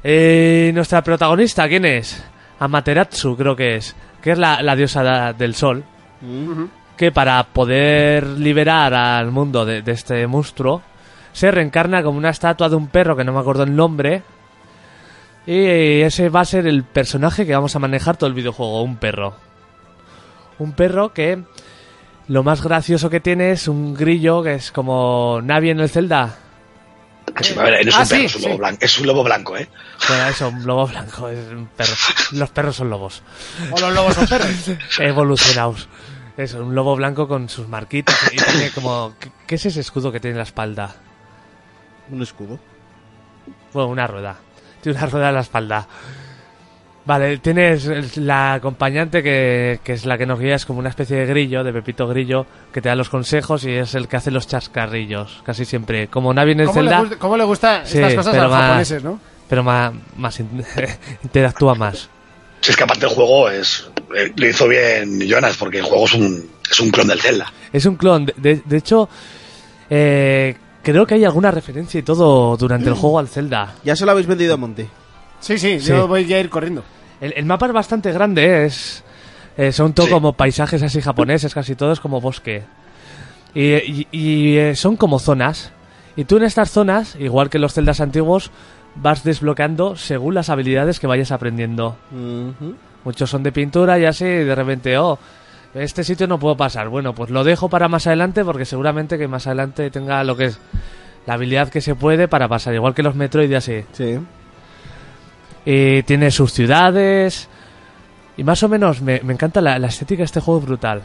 S4: eh, nuestra protagonista, ¿quién es? Amaterasu, creo que es. Que es la, la diosa da- del sol. Que para poder liberar al mundo de, de este monstruo, se reencarna como una estatua de un perro que no me acuerdo el nombre. Y ese va a ser el personaje que vamos a manejar todo el videojuego, un perro. Un perro que lo más gracioso que tiene es un grillo que es como Navi en el Zelda.
S5: A ver, no es
S2: Ah,
S5: un perro,
S2: sí,
S5: es un lobo
S2: sí.
S5: blanco. Es un lobo blanco, ¿eh?
S4: Bueno, eso, un lobo blanco es un perro. Los perros son lobos.
S2: O los lobos son perros.
S4: Evolucionados. Eso, un lobo blanco con sus marquitas. Y tiene como. ¿qué- ¿Qué es ese escudo que tiene en la espalda?
S3: Un escudo.
S4: Bueno, una rueda. Tiene una rueda en la espalda. Vale, tienes el- la acompañante que, que es la que nos guía, es como una especie de grillo, de Pepito Grillo, que te da los consejos y es el que hace los chascarrillos, casi siempre. Como Navi en el
S2: ¿Cómo,
S4: Zelda,
S2: le gusta- cómo le gustan
S4: Sí,
S2: estas cosas a
S4: pero
S2: los
S4: va-
S2: japoneses, no?
S4: pero más, más in- interactúa más.
S5: Si es que aparte el juego es. eh, Lo hizo bien Jonas, porque el juego es un, es un clon del Zelda.
S4: Es un clon. De, de- de hecho, eh, creo que hay alguna referencia y todo durante el juego al Zelda.
S3: Ya se lo habéis vendido a Monty.
S2: Sí, sí,
S4: Sí.
S2: yo voy ya a ir corriendo.
S4: El, el mapa es bastante grande, ¿eh? es eh, son todo
S5: Sí.
S4: como paisajes así japoneses, casi todos como bosque. Y, y- y, eh, son como zonas. Y tú en estas zonas, igual que en los celdas antiguos, vas desbloqueando según las habilidades que vayas aprendiendo. Muchos son de pintura y así, y de repente, oh, este sitio no puedo pasar. Bueno, pues lo dejo para más adelante porque seguramente que más adelante tenga lo que es la habilidad que se puede para pasar, igual que los Metroid y así.
S3: Sí.
S4: Eh, tiene sus ciudades. Y más o menos me, me encanta la, la estética de este juego, es brutal.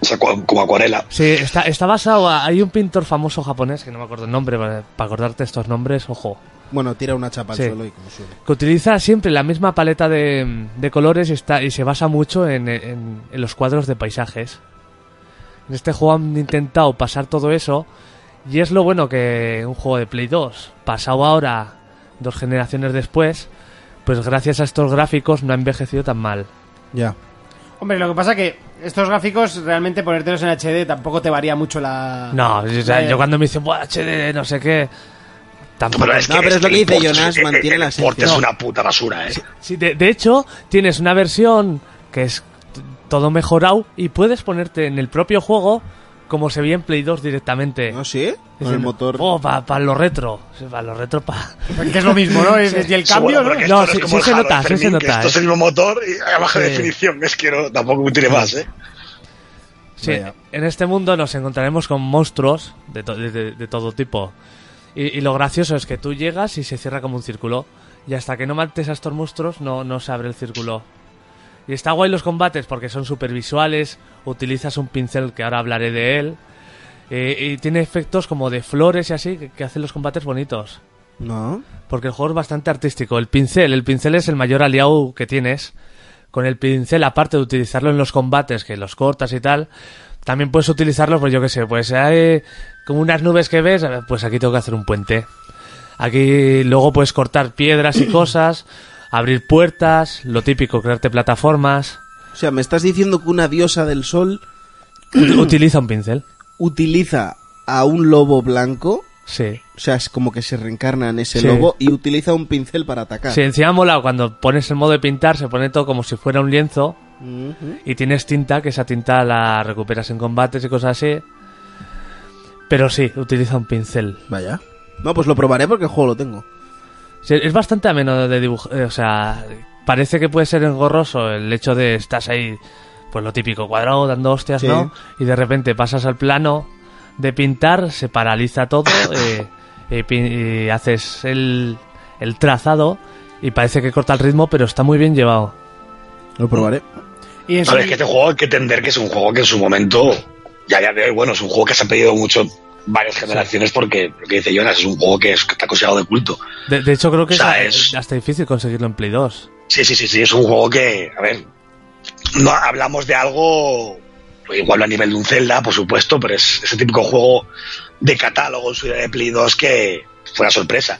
S5: O sea, cua- como acuarela.
S4: Sí, está, está basado. a- hay un pintor famoso japonés, que no me acuerdo el nombre, para, para acordarte estos nombres, ojo.
S3: Bueno, tira una chapa
S4: Sí.
S3: al suelo y como suele.
S4: que utiliza siempre la misma paleta de, de colores y, está, y se basa mucho en, en- en los cuadros de paisajes. En este juego han intentado pasar todo eso y es lo bueno que un juego de Play 2, pasado ahora, dos generaciones después, pues gracias a estos gráficos no ha envejecido tan mal.
S3: Ya.
S2: Hombre, lo que pasa que estos gráficos realmente ponértelos en HD tampoco te varía mucho la.
S4: No, o sea,
S2: la-
S4: yo cuando me dicen, "Buah, HD, no sé qué... Tampoco
S5: Pero es que,
S3: No, pero es lo que dice
S5: el port-
S3: Jonas,
S5: el-
S3: mantiene
S5: el
S3: la
S5: port
S3: esencia.
S5: es
S3: No.
S5: una puta basura, ¿eh?
S4: Sí, de, de hecho, tienes una versión que es t- todo mejorado y puedes ponerte en el propio juego como se veía en Play 2 directamente.
S3: ¿No sí? Con
S4: Diciendo,
S3: el motor.
S4: Oh, para lo retro. Para lo retro, pa-
S2: Que es lo mismo, ¿no? Es- Y el cambio,
S5: Seguro,
S2: ¿no?
S5: porque
S4: No,
S5: esto
S4: sí-
S5: es como
S4: sí
S5: el
S4: se
S5: Halo
S4: nota, sí
S5: Infinite,
S4: se
S5: que
S4: nota,
S5: Esto es
S4: ¿eh?
S5: el mismo motor y a baja
S4: Sí.
S5: definición. Es que no, tampoco tiene más, ¿eh?
S4: Sí,
S3: Vaya.
S4: en este mundo nos encontraremos con monstruos de, to- de- de- de todo tipo. Y, y lo gracioso es que tú llegas y se cierra como un círculo. Y hasta que no mates a estos monstruos, no, no se abre el círculo. Y está guay los combates porque son super visuales. Utilizas un pincel que ahora hablaré de él. eh, y tiene efectos como de flores y así que, que hacen los combates bonitos.
S3: No.
S4: Porque el juego es bastante artístico. El pincel, el pincel es el mayor aliado que tienes. Con el pincel, aparte de utilizarlo en los combates, que los cortas y tal, también puedes utilizarlo, pues yo qué sé, pues hay como unas nubes que ves, eh, pues aquí tengo que hacer un puente. Aquí luego puedes cortar piedras y cosas, abrir puertas, lo típico, crearte plataformas.
S3: O sea, me estás diciendo que una diosa del sol
S4: Utiliza un pincel.
S3: utiliza a un lobo blanco.
S4: Sí.
S3: O sea, es como que se reencarna en ese
S4: Sí.
S3: lobo y utiliza un pincel para atacar.
S4: Sí, encima mola cuando pones el modo de pintar, se pone todo como si fuera un lienzo.
S3: Ujú.
S4: Y tienes tinta, que esa tinta la recuperas en combates y cosas así. Pero sí, utiliza un pincel.
S3: Vaya. No, pues lo probaré porque el juego lo tengo.
S4: Sí, es bastante ameno de dibujar. O sea, parece que puede ser engorroso el hecho de estás ahí, pues lo típico, cuadrado, dando hostias,
S3: Sí.
S4: ¿no? Y de repente pasas al plano de pintar, se paraliza todo eh, y, pin- y haces el, el trazado y parece que corta el ritmo, pero está muy bien llevado.
S3: Lo probaré.
S2: Y eso-
S5: Pero es que este juego hay que entender que es un juego que en su momento, ya día de hoy, bueno, es un juego que se ha pedido mucho varias generaciones porque lo que dice Jonas es un juego que, es- que está considerado de culto.
S4: De, de hecho, creo que
S5: O sea,
S4: es,
S5: es-
S4: hasta difícil conseguirlo en Play 2.
S5: Sí, sí, sí, sí, es un juego que, a ver, no hablamos de algo, pues, igual no a nivel de un Zelda, por supuesto, pero es ese típico juego de catálogo en su día de Play 2 que fue una sorpresa.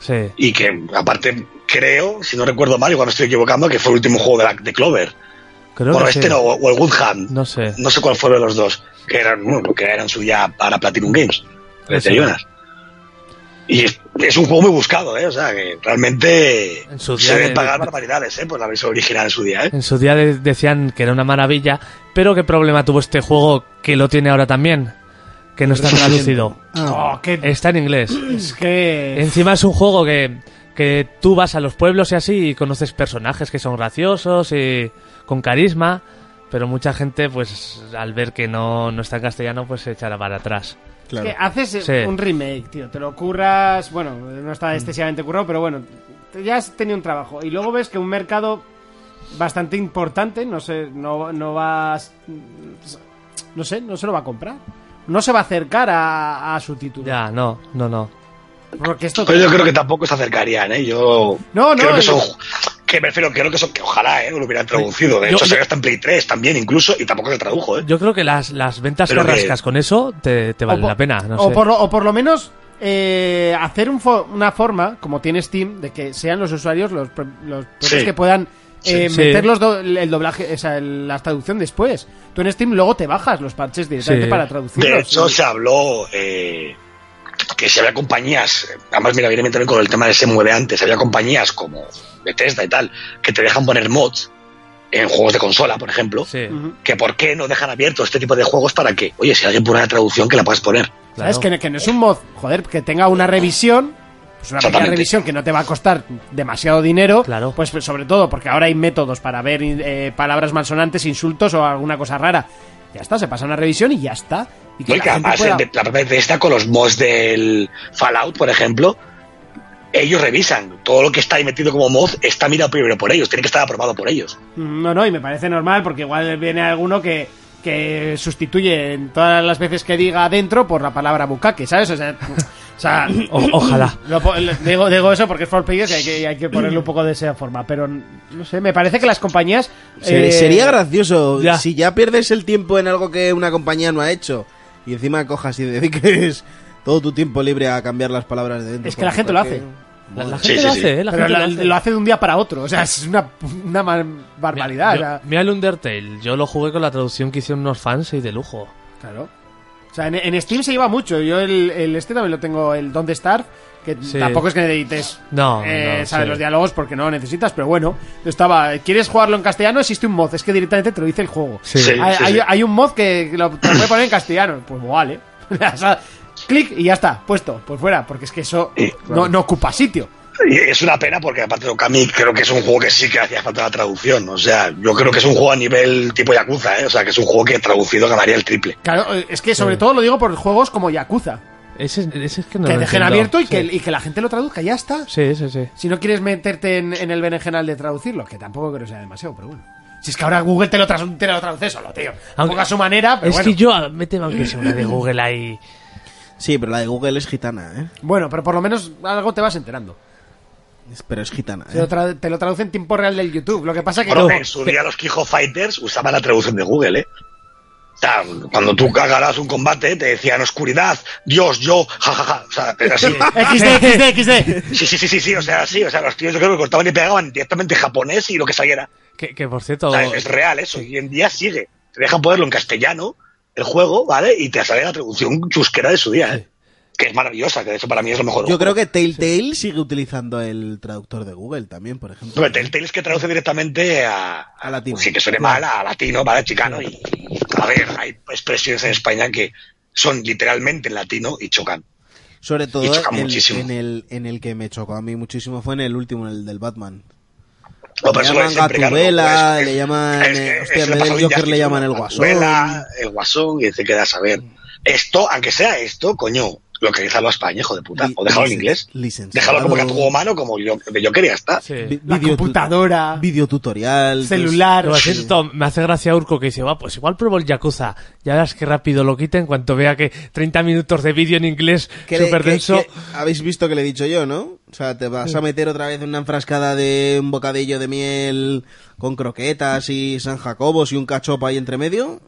S4: Sí.
S5: Y que, aparte, creo, si no recuerdo mal, igual me estoy equivocando, que fue el último juego de, la- de Clover.
S4: Creo
S5: bueno,
S4: que
S5: este
S4: sí.
S5: no, o el Woodham.
S4: No sé.
S5: No sé cuál fue de los dos, que eran, bueno, que eran suya para Platinum Games, de
S4: Eso.
S5: Jonas. Y es, es un juego muy buscado, ¿eh? O sea, que realmente
S4: En su día
S5: se deben
S4: de-
S5: pagar barbaridades, ¿eh? Por la versión original en su día, ¿eh?
S4: En su día de- decían que era una maravilla, pero ¿qué problema tuvo este juego que lo tiene ahora también? Que no está traducido.
S2: Oh, que-
S4: Está en inglés.
S2: Es que.
S4: Encima es un juego que, que tú vas a los pueblos y así y conoces personajes que son graciosos y con carisma, pero mucha gente pues al ver que no, no está en castellano pues se echará para atrás.
S3: Claro.
S2: que haces eh,
S4: Sí. Mm.
S2: un remake, tío. Te lo curras. Bueno, no está excesivamente currado, pero bueno. te- Ya has tenido un trabajo. Y luego ves que un mercado bastante importante, no sé, no, no vas. No sé, no se lo va a comprar. No se va a acercar a, a su título.
S4: Ya, no, no, no.
S2: Porque esto.
S5: Pero yo creo que tampoco se acercarían, ¿eh? Yo
S2: No, no,
S5: creo que
S2: yo-
S5: son... Que me refiero, creo que son... Que ojalá, ¿eh? Lo hubieran traducido. De
S4: Yo-
S5: hecho, se
S4: yo-
S5: está en Play 3 también, incluso, y tampoco se tradujo, ¿eh?
S4: Yo creo que las, las ventas
S5: Pero
S4: que
S5: que-
S4: rascas con eso te, te valen
S2: por-
S4: la pena. No
S2: o,
S4: sé.
S2: Por lo, o por lo menos eh, hacer un fo- una forma, como tiene Steam, de que sean los usuarios los, pro- los propios
S5: Sí.
S2: que puedan eh,
S4: Sí.
S2: meter los do- el doblaje, o sea, el- la traducción después. Tú en Steam luego te bajas los parches directamente
S4: Sí.
S2: para traducirlos.
S5: De hecho,
S2: Sí.
S5: se habló eh, que si había compañías, además, mira, viene bien también con el tema de ese mueve antes, había compañías como Bethesda y tal, que te dejan poner mods en juegos de consola, por ejemplo,
S4: Sí,
S2: Ujú.
S5: que por qué no dejan abierto este tipo de juegos para que, oye, si alguien pone una traducción, que la puedas poner.
S4: claro.
S2: ¿Sabes? Que, que no es un mod, joder, que tenga una revisión. Pues una pequeña
S5: Exactamente.
S2: revisión que no te va a costar demasiado dinero.
S4: Claro.
S2: Pues sobre todo porque ahora hay métodos para ver eh, palabras malsonantes, insultos o alguna cosa rara. Ya está, se pasa una revisión y ya está. Y
S5: No, y que
S2: la gente
S5: además,
S2: pueda-
S5: de- la propia Bethesda con los mods del Fallout, por ejemplo, ellos revisan. Todo lo que está ahí metido como mod está mirado primero por ellos, tiene que estar aprobado por ellos.
S2: No, no, y me parece normal porque igual viene alguno que, que sustituye en todas las veces que diga adentro por la palabra bucaque, ¿sabes? O sea, O sea,
S4: O- ojalá.
S2: lo po- lo- digo, digo eso porque es for players y hay que, hay que ponerle un poco de esa forma. Pero no sé, me parece que las compañías.
S3: Se-
S2: eh,
S3: sería gracioso
S4: ya.
S3: si ya pierdes el tiempo en algo que una compañía no ha hecho y encima cojas y dediques todo tu tiempo libre a cambiar las palabras de dentro.
S2: Es que la gente lo hace.
S4: La, la
S5: Sí,
S4: gente
S5: sí,
S4: lo
S5: sí.
S4: hace, ¿eh? La
S2: pero
S4: gente
S2: la-
S4: lo hace.
S2: lo hace de un día para otro. O sea, es una, una ma-
S4: Mira,
S2: barbaridad.
S4: yo-
S2: o sea,
S4: mira el Undertale. Yo lo jugué con la traducción que hicieron unos fans y de lujo.
S2: claro. O sea, en, en Steam se lleva mucho. Yo el, el este también lo tengo, el Don't Starve, que
S4: Sí.
S2: tampoco es que necesites
S4: No,
S2: eh,
S4: no,
S2: sabes
S4: sí.
S2: los diálogos porque no necesitas, pero bueno, estaba, ¿quieres jugarlo en castellano? Existe un mod, es que directamente te lo dice el juego.
S4: Sí.
S5: Sí.
S2: hay, hay- hay un mod que lo te lo puede poner en castellano. Pues vale. O sea, clic y ya está, puesto, pues fuera, porque es que eso no, no ocupa sitio.
S5: Y es una pena porque aparte de Okami creo que es un juego que sí que hacía falta la traducción. O sea, yo creo que es un juego a nivel tipo Yakuza, ¿eh? O sea, que es un juego que traducido ganaría el triple.
S2: Claro, eh, es que sobre todo lo digo por juegos como Yakuza,
S4: Ese, ese es que no
S2: que
S4: lo
S2: dejen
S4: entiendo.
S2: abierto y,
S4: Sí.
S2: que, y que la gente lo traduzca, ya está.
S4: Sí, sí, sí.
S2: Si no quieres meterte en, en el berenjenal de traducirlo, que tampoco creo que sea demasiado, pero bueno. Si es que ahora Google te lo, tras- te lo traduce solo, tío.
S4: Aunque-
S2: Ponga su manera, pero
S4: es
S2: bueno.
S4: que yo ah, me temo que sea una de Google ahí.
S3: Sí, pero la de Google es gitana, ¿eh?
S2: Bueno, pero por lo menos algo te vas enterando.
S3: Es- Pero es gitana.
S2: Te
S3: ¿eh?
S2: lo, tra- te lo traduce en tiempo real del YouTube. Lo que pasa que
S5: Bueno,
S2: no-
S5: en su día los Kijo Fighters usaban la traducción de Google, ¿eh? O sea, cuando tú cagaras un combate te decían oscuridad, Dios, yo, jajaja. O sea, era así.
S2: XD, XD, XD.
S5: Sí, sí, sí, sí, sí, o sea, sí, o sea, los tíos yo creo que cortaban y pegaban directamente en japonés y lo que saliera.
S4: Que, que, por cierto.
S5: O sea, es, es real eso, y hoy en día sigue. Te dejan ponerlo en castellano, el juego, ¿vale? Y te sale la traducción chusquera de su día, ¿eh? Que es maravillosa, que de hecho para mí es lo mejor.
S3: Yo creo que Telltale sigue utilizando el traductor de Google también, por ejemplo.
S5: Hombre, Telltale es que traduce directamente a, pues,
S3: A latino.
S5: Sí, que suene mal, a latino, ¿vale? Chicano. Y, a ver, hay expresiones en España que son literalmente en latino y chocan.
S3: Sobre todo
S5: Y choca
S3: el-
S5: muchísimo.
S3: en el, en el que me chocó a mí muchísimo fue en el último, el del Batman.
S5: No, pero
S3: Le
S5: eso lo
S3: llaman
S5: es siempre, claro,
S3: Gatubela,
S5: pues,
S3: le llaman, eh, hostia,
S5: eso
S3: en vez
S5: le
S3: del
S5: pasa a
S3: Joker
S5: Injustice,
S3: le llaman
S5: ¿no?
S3: el Guasón.
S5: Gatubela, el guasón, y te quedas a ver. Esto, aunque sea esto, coño, localizarlo a España, hijo de puta.
S3: Li-
S5: o déjalo en
S3: licen-
S5: inglés.
S3: licenciado.
S5: Déjalo como Gatubo humano, como yo, yo quería, está.
S4: Sí.
S3: Vi-
S2: La
S3: videotu-
S4: Ah.
S2: computadora,
S3: Videotutorial.
S2: celular.
S4: Pero, por cierto, me hace gracia Urco que dice, va, pues igual pruebo el Yakuza. Ya verás que rápido lo quita en cuanto vea que 30 minutos de vídeo en inglés
S3: Que le-
S4: súper
S3: que-
S4: denso.
S3: que- habéis visto que le he dicho yo, ¿no? O sea, te vas a meter otra vez en una enfrascada de un bocadillo de miel con croquetas y San Jacobos y un cachopo ahí entre medio.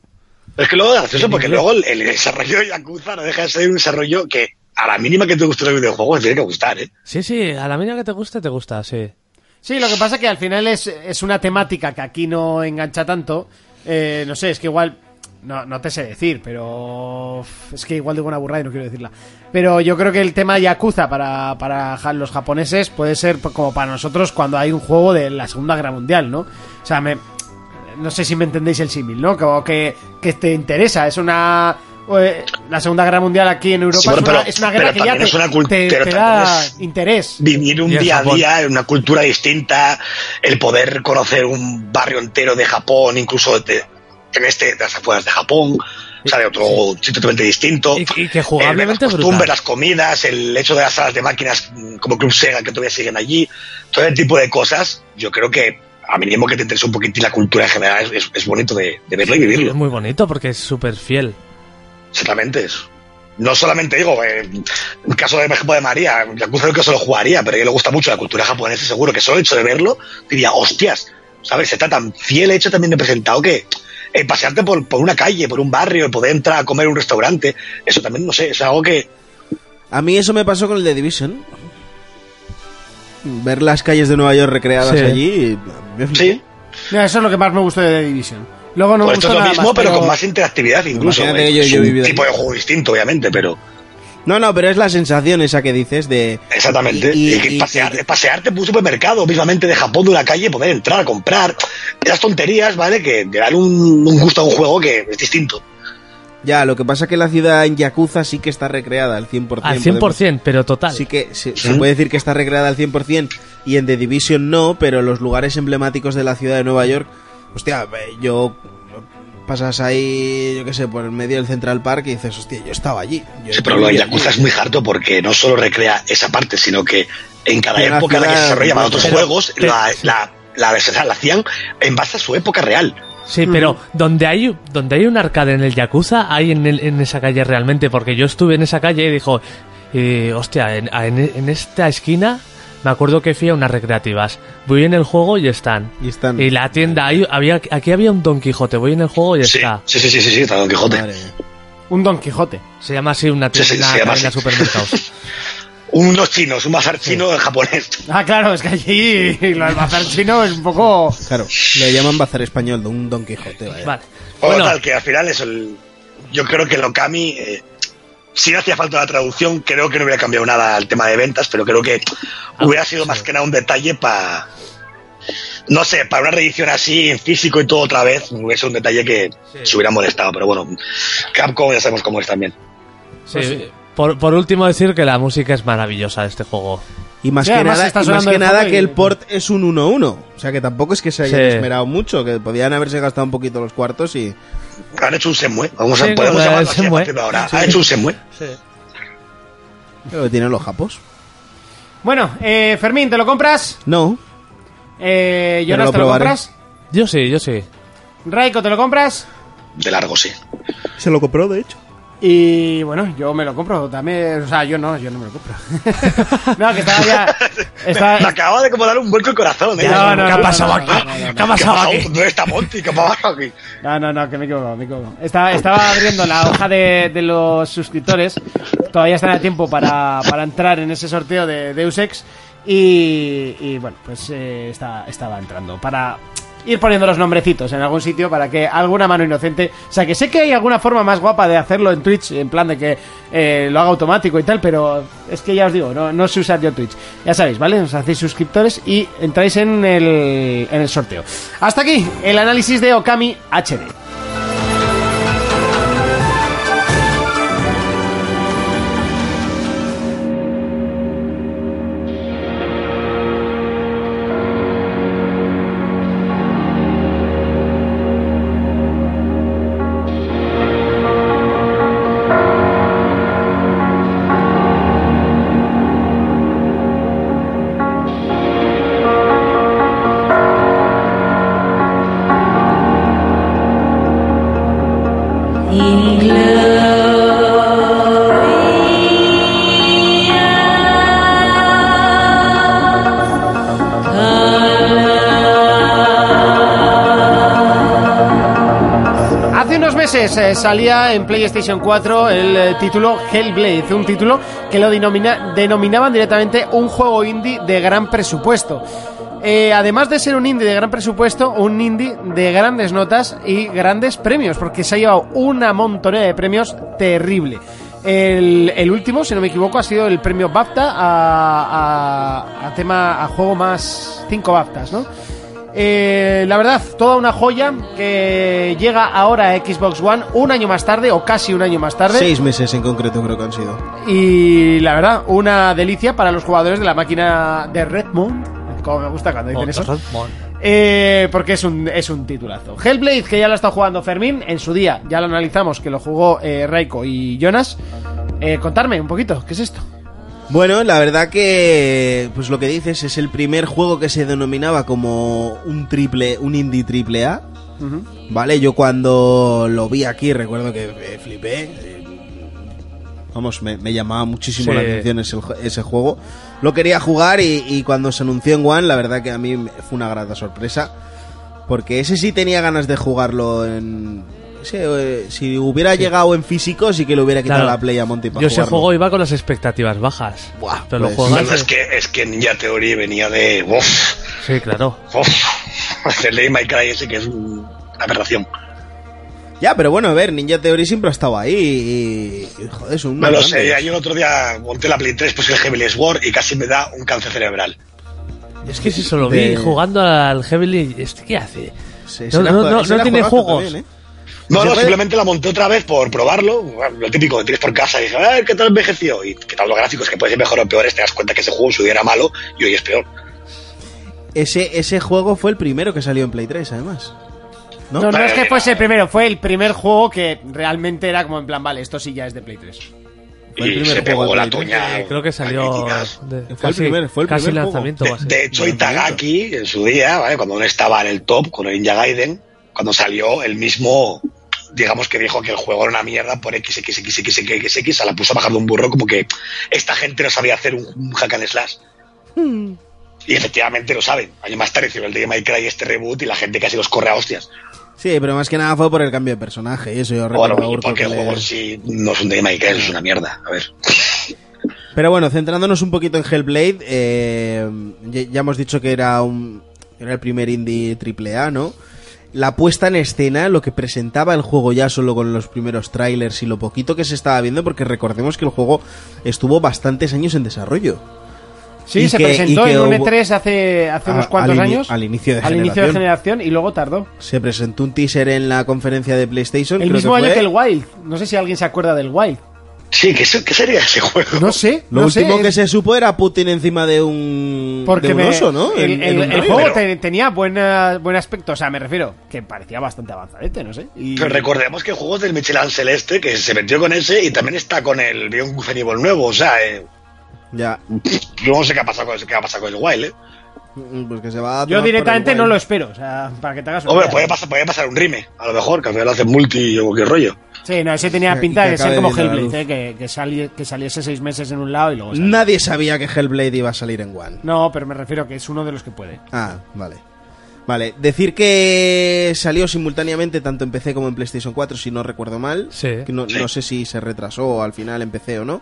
S5: Es que luego es gracioso porque luego el, el desarrollo de Yakuza no deja de ser un desarrollo que a la mínima que te guste el videojuego te tiene que gustar, ¿eh?
S4: Sí, sí, a la mínima que te guste, te gusta, sí.
S2: Sí, lo que pasa que al final es, es una temática que aquí no engancha tanto. Eh, no sé, es que igual. No, no te sé decir, pero. uf, Es que igual digo una burrada y no quiero decirla. Pero yo creo que el tema Yakuza para, para ja- los japoneses puede ser p- como para nosotros cuando hay un juego de la Segunda Guerra Mundial, ¿no? O sea, me. No sé si me entendéis el símil, ¿no? Como que, que te interesa. Es una. eh, la Segunda Guerra Mundial aquí en Europa
S5: Sí, bueno,
S2: es, una,
S5: pero-
S2: es una guerra
S5: pero
S2: que ya
S5: también
S2: te,
S5: es una cult-
S2: te-
S5: pero
S2: te da
S5: también es-
S2: interés.
S5: vivir un
S4: Y en
S5: día a
S4: Japón.
S5: día en una cultura distinta, el poder conocer un barrio entero de Japón, incluso de- en este, de las afueras de Japón, o sea, de otro sitio totalmente distinto.
S4: Y- y que
S5: El-
S4: jugablemente
S5: Las costumbres,
S4: brutal.
S5: las comidas, el hecho de las salas de máquinas mm, como Club Sega que todavía siguen allí, todo ese tipo de cosas, yo creo que a mínimo que te interese un poquitín la cultura en general, es, es- es bonito de, de verlo y
S4: Es
S5: vivirlo.
S4: muy bonito porque es súper fiel.
S5: Exactamente eso. No solamente digo, eh, el caso de por ejemplo de María, Yakuza creo que se lo jugaría, pero a ella le gusta mucho la cultura japonesa, seguro que solo el hecho de verlo diría, hostias, ¿sabes? Está tan fiel hecho también representado que eh, pasearte por, por una calle, por un barrio, poder entrar a comer en un restaurante, eso también, no sé, es algo que
S3: A mí eso me pasó con el de Division. Ver las calles de Nueva York recreadas
S4: Sí.
S3: allí. me flipó.
S5: Sí.
S2: Mira, eso es lo que más me gustó de The Division. Luego no
S5: pues
S2: me gustó
S5: esto es lo
S2: nada
S5: mismo,
S2: más,
S5: pero, con más interactividad incluso.
S3: Imagínate
S5: eh.
S3: que yo-
S5: es
S3: yo he
S5: un
S3: vivido
S5: tipo
S3: ahí.
S5: de juego distinto, obviamente, pero
S3: No, no, pero es la sensación esa que dices de.
S5: Exactamente.
S3: Y-
S5: Y,
S3: y-
S5: que
S3: y-
S5: pasear-
S3: y-
S5: pasearte por un supermercado, mismamente de Japón, de una calle, poder entrar a comprar. Esas tonterías, ¿vale? Que le dan un, un gusto a un juego que es distinto.
S3: Ya, lo que pasa que la ciudad en Yakuza sí que está recreada al 100%.
S4: Al 100%, pero total.
S3: Sí que se, se puede decir que está recreada al 100% y en The Division no, pero los lugares emblemáticos de la ciudad de Nueva York, hostia, eh, yo pasas ahí, yo qué sé, por el medio del Central Park y dices, hostia, yo estaba allí. yo
S5: Sí, pero lo de
S3: vivía
S5: Yakuza
S3: allí.
S5: es muy harto porque no solo recrea esa parte, sino que en cada
S3: Y una
S5: época en la que se
S3: ciudad-
S5: desarrolla para otros
S3: pero-
S5: juegos,
S4: pero-
S5: la, la, la, la- la hacían en base a su época real.
S4: Sí, pero donde hay donde hay un arcade en el Yakuza, hay en, el- en esa calle realmente, porque yo estuve en esa calle y dijo, Y hostia, en, en- en esta esquina me acuerdo que fui a unas recreativas. Voy en el juego y están.
S3: Y están.
S4: Y la tienda, ahí había, aquí había un Don Quijote. Voy en el juego y está.
S5: Sí, sí, sí, sí, sí, está Don Quijote.
S2: Un Don Quijote.
S4: Se llama así una
S5: Sí,
S4: tienda
S5: sí,
S4: una
S5: se llama
S4: cadena
S5: así.
S4: de supermercados.
S5: Unos chinos, un bazar chino en japonés.
S2: Ah, claro, es que allí lo del bazar chino es un poco.
S3: Claro, le llaman bazar español de un Don Quijote. vaya.
S4: Vale.
S5: O
S4: Bueno.
S5: tal, que al final es el. Yo creo que lo Kami. eh, si no hacía falta la traducción, creo que no hubiera cambiado nada al tema de ventas, pero creo que
S2: Ah,
S5: hubiera sido más que nada un detalle para. No sé, para una reedición así en físico y todo otra vez, hubiese sido un detalle que se hubiera molestado, pero bueno, Capcom ya sabemos cómo es también.
S4: Sí,
S5: pues
S4: Por, por último, decir que la música es maravillosa de este juego.
S3: Y más
S2: Sí,
S3: que
S2: además
S3: nada,
S2: está
S3: y más
S2: sonando
S3: que,
S2: de
S3: nada
S2: fondo
S3: que
S2: y-
S3: el port es un 1-1. O sea que tampoco es que se hayan
S4: Sí.
S3: esmerado mucho, que podían haberse gastado un poquito los cuartos y.
S5: Han hecho un semue, vamos
S4: Sí,
S5: a, podemos
S4: con el
S5: llamarlo así a
S4: semue.
S5: partir de ahora.
S4: Sí.
S5: Ha hecho un semue.
S3: Pero tienen los japos.
S2: Bueno, eh, Fermín, ¿te lo compras?
S3: No.
S2: Eh,
S3: Pero
S2: Jonas,
S3: lo
S2: ¿te lo
S3: probaré.
S2: compras?
S4: Yo sí, yo sí.
S2: Raiko, ¿te lo compras?
S5: De largo, sí.
S3: Se lo compró, de hecho.
S2: Y bueno, yo me lo compro también. O sea, yo no, yo no me lo compro. no, que estaba ya. estaba-
S5: Me acaba de como dar un vuelco el corazón, ¿eh?
S2: No, no,
S4: ¿Qué ha
S2: no,
S4: pasado
S2: no, no,
S4: aquí?
S2: no, no, no.
S4: ¿Qué ha pasado aquí?
S5: ¿Dónde está Monty? ¿Qué ha pasado aquí?
S2: No, no, no, que me he equivocado, me he equivocado. Estaba, estaba abriendo la hoja de, de los suscriptores. Todavía están a tiempo para, para entrar en ese sorteo de Deus Ex. Y, y, bueno, pues eh, está- estaba entrando para ir poniendo los nombrecitos en algún sitio para que alguna mano inocente... O sea, que sé que hay alguna forma más guapa de hacerlo en Twitch, en plan de que eh, lo haga automático y tal, pero es que ya os digo, no, no sé usar yo Twitch. Ya sabéis, ¿vale? Os hacéis suscriptores y entráis en el, en el sorteo. Hasta aquí el análisis de Okami HD. Hace unos meses eh, salía en PlayStation 4 el eh, título Hellblade, un título que lo denomina- denominaban directamente un juego indie de gran presupuesto. Eh, además de ser un indie de gran presupuesto, un indie de grandes notas y grandes premios, porque se ha llevado una montonera de premios terrible. El, el último, si no me equivoco, ha sido el premio BAFTA a, a- a tema a juego más 5 BAFTAs, ¿no? Eh, la verdad, toda una joya que llega ahora a Xbox One un año más tarde o casi un año más tarde.
S3: Seis meses en concreto creo que han sido.
S2: Y la verdad, una delicia para los jugadores de la máquina de Redmond. Como me gusta cuando dicen eso. Eh, porque es un, es un titulazo. Hellblade, que ya lo está jugando Fermín en su día. Ya lo analizamos, que lo jugó eh, Raiko y Jonas. Eh, contarme un poquito, ¿qué es esto?
S3: Bueno, la verdad que, pues lo que dices, es el primer juego que se denominaba como un triple, un indie triple A. Vale, yo cuando lo vi aquí recuerdo que eh, flipé. eh, Vamos, me, me llamaba muchísimo
S4: Sí.
S3: la atención ese, ese juego. Lo quería jugar y, y cuando se anunció en One, la verdad que a mí me- fue una grata sorpresa. Porque ese sí tenía ganas de jugarlo en... sí, eh, si hubiera llegado en físico, sí que le hubiera quitado
S4: Claro.
S3: la play a Monty para
S4: Yo ese
S3: jugarlo.
S4: juego iba con las expectativas bajas.
S3: Buah,
S4: pero
S3: pues,
S4: lo juegas.
S5: Entonces, es que, es que Ninja Theory venía de. Uf,
S4: Sí, claro.
S5: uf, el de My Cry ese que es un- una aberración.
S3: Ya, pero bueno, a ver, Ninja Theory siempre ha estado ahí y... y, joder, son
S5: No
S3: unos
S5: lo sé,
S3: grandes.
S5: yo el otro día monté la Play 3, pues el Heavenly Sword y casi me da un cáncer cerebral.
S4: Es que si solo
S3: De-
S4: vi jugando al Heavily, ¿este qué hace?
S3: Se-
S4: No,
S3: se la
S4: no,
S3: juega-
S4: no,
S3: se
S4: no
S3: la
S4: tiene
S3: juegazo
S4: juegos.
S3: también, ¿eh?
S5: No,
S3: ¿Se
S5: no,
S3: puede?
S5: simplemente la monté otra vez por probarlo. Bueno, Lo típico que tienes por casa y dije, "Ah, ¿qué tal envejeció? Y qué tal los gráficos, que puede ser mejor o peores. Te das cuenta que ese juego en su día era malo y hoy es peor.
S3: Ese, ese juego fue el primero que salió en Play 3, además. ¿No?
S2: No, no es que
S5: Era-
S2: fuese el primero, fue el primer juego que realmente era como en plan, vale, esto sí ya es de Play 3.
S3: Fue el
S5: Y
S3: primer
S5: se
S3: juego
S5: pegó
S3: de
S5: la
S3: Play tres.
S5: toña.
S4: Eh, creo que salió.
S5: a
S4: de-
S3: Fue el primer- fue el
S4: casi
S3: primer juego.
S4: lanzamiento.
S5: De,
S4: o así.
S5: de hecho, Itagaki, en su día, ¿vale? cuando no estaba en el top con el Ninja Gaiden, cuando salió el mismo digamos que dijo que el juego era una mierda por X, X, X, X, X, X, se la puso a bajar de un burro como que esta gente no sabía hacer un, un hack and slash. Y efectivamente lo saben. Años más tarde hicieron el de My Cry este reboot y la gente casi los corre a hostias.
S3: Sí, pero más que nada fue por el cambio de personaje. y Eso yo
S5: Bueno,
S3: recuerdo a
S5: y
S3: Urco
S5: porque
S3: que
S5: el
S3: le-
S5: juego sí no es un de My Cry, es una mierda. A ver.
S3: Pero bueno, centrándonos un poquito en Hellblade, eh, ya, ya hemos dicho que era un era el primer indie triple A, ¿no? La puesta en escena, lo que presentaba el juego ya solo con los primeros trailers y lo poquito que se estaba viendo, porque recordemos que el juego estuvo bastantes años en desarrollo.
S2: Sí,
S3: Y
S2: se
S3: que-
S2: presentó
S3: y que
S2: en un
S3: hubo-
S2: E3 hace, hace
S3: A-
S2: unos cuantos
S3: al ini-
S2: años.
S3: al inicio de
S2: al inicio de
S3: generación.
S2: generación y luego tardó.
S3: Se presentó un teaser en la conferencia de PlayStation.
S2: El
S3: creo
S2: mismo
S3: que
S2: año
S3: fue.
S2: que el Wild. No sé si alguien se acuerda del Wild.
S5: Sí, ¿qué, se- qué sería ese juego?
S2: No sé.
S3: Lo
S2: no sé,
S3: último que se supo era Putin encima de un,
S2: Porque
S3: de un
S2: me-
S3: oso, ¿no?
S2: El,
S3: En-
S2: el-
S3: en un
S2: el
S3: río.
S2: juego te- tenía buena- buen aspecto, o sea, me refiero, que parecía bastante avanzadete, no sé. Y
S5: Pero recordemos que juegos del Michelin Celeste, que se metió con ese y también está con el Beyond Good and Evil nuevo, o sea, eh,
S3: Ya,
S5: yo no sé qué ha pasado con, qué ha pasado con el Wild, ¿eh?
S3: mm, pues que se va a tomar
S2: yo
S3: por el
S2: directamente
S3: guay.
S2: no lo espero, o sea, para que te hagas una
S5: Hombre,
S2: idea.
S5: puede pasar, puede pasar un rime, a lo mejor, que al final hacen multi o qué rollo.
S2: Sí, no, ese tenía
S3: Y-
S2: pinta
S3: y que
S2: de ser
S3: acabe
S2: como
S3: viendo la
S2: Hellblade, eh, que, que, sali- que saliese seis meses en un lado y luego... sale.
S3: Nadie sabía que Hellblade iba a salir en One.
S2: No, pero me refiero que es uno de los que puede.
S3: Ah, vale. Vale, decir que salió simultáneamente tanto en PC como en PlayStation 4, si no recuerdo mal.
S4: Sí.
S3: Que No,
S5: Sí.
S3: no sé si se retrasó al final en PC o no.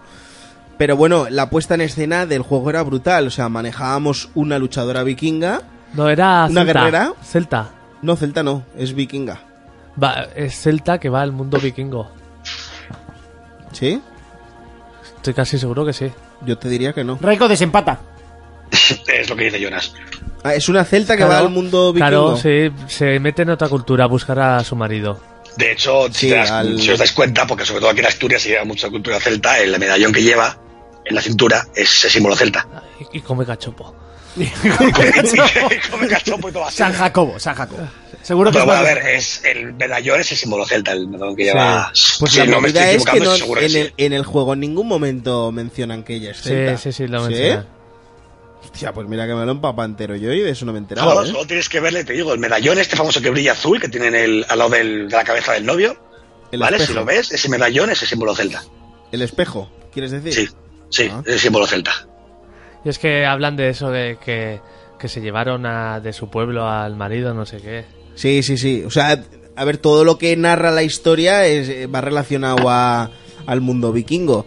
S3: Pero bueno, la puesta en escena del juego era brutal. O sea, manejábamos una luchadora vikinga.
S4: No, era
S3: ¿Una
S4: celta.
S3: guerrera?
S4: Celta.
S3: No, celta no, es vikinga.
S4: Va, es celta que va al mundo vikingo.
S3: ¿Sí?
S4: Estoy casi seguro que sí.
S3: Yo te diría que no.
S2: Raiko desempata.
S5: es lo que dice Jonas.
S3: Ah, es una celta que va
S4: Claro,
S3: al mundo vikingo.
S4: Claro, sí, se mete en otra cultura a buscar a su marido.
S5: De hecho, si,
S3: Sí,
S5: te das-
S3: al-
S5: si os dais cuenta, porque sobre todo aquí en Asturias se lleva mucha cultura celta, el medallón que lleva en la cintura es el símbolo celta.
S4: Y, y come cachopo.
S5: Y come- y come cachopo y todo así.
S2: San Jacobo, San Jacobo. Seguro que
S5: Pero
S2: es
S5: bueno, a
S2: más-
S5: ver, es, el medallón es el símbolo celta, el medallón que lleva.
S3: Pues
S5: Si
S3: la
S5: no me estoy
S3: movida es que
S5: equivocando,
S3: no-
S5: estoy seguro que
S3: en,
S5: sí.
S3: el, en el juego en ningún momento mencionan que ella es celta.
S4: Sí, sí, sí, lo menciona.
S3: Hostia, pues mira que me lo empapa entero yo y de eso no me he enterado.
S5: Solo,
S3: ¿eh?
S5: solo tienes que verle, te digo, el medallón este famoso que brilla azul, que tiene en el, al lado del- de la cabeza del novio.
S3: El
S5: ¿Vale? Si
S3: espejo.
S5: lo ves, ese medallón es el símbolo celta.
S3: El espejo, ¿quieres decir?
S5: Sí, sí,
S3: Ah.
S5: es el símbolo celta.
S4: Y es que hablan de eso de que, que se llevaron a- de su pueblo al marido, no sé qué.
S3: Sí, sí, sí. O sea, a ver, todo lo que narra la historia es, eh, va relacionado a- al mundo vikingo.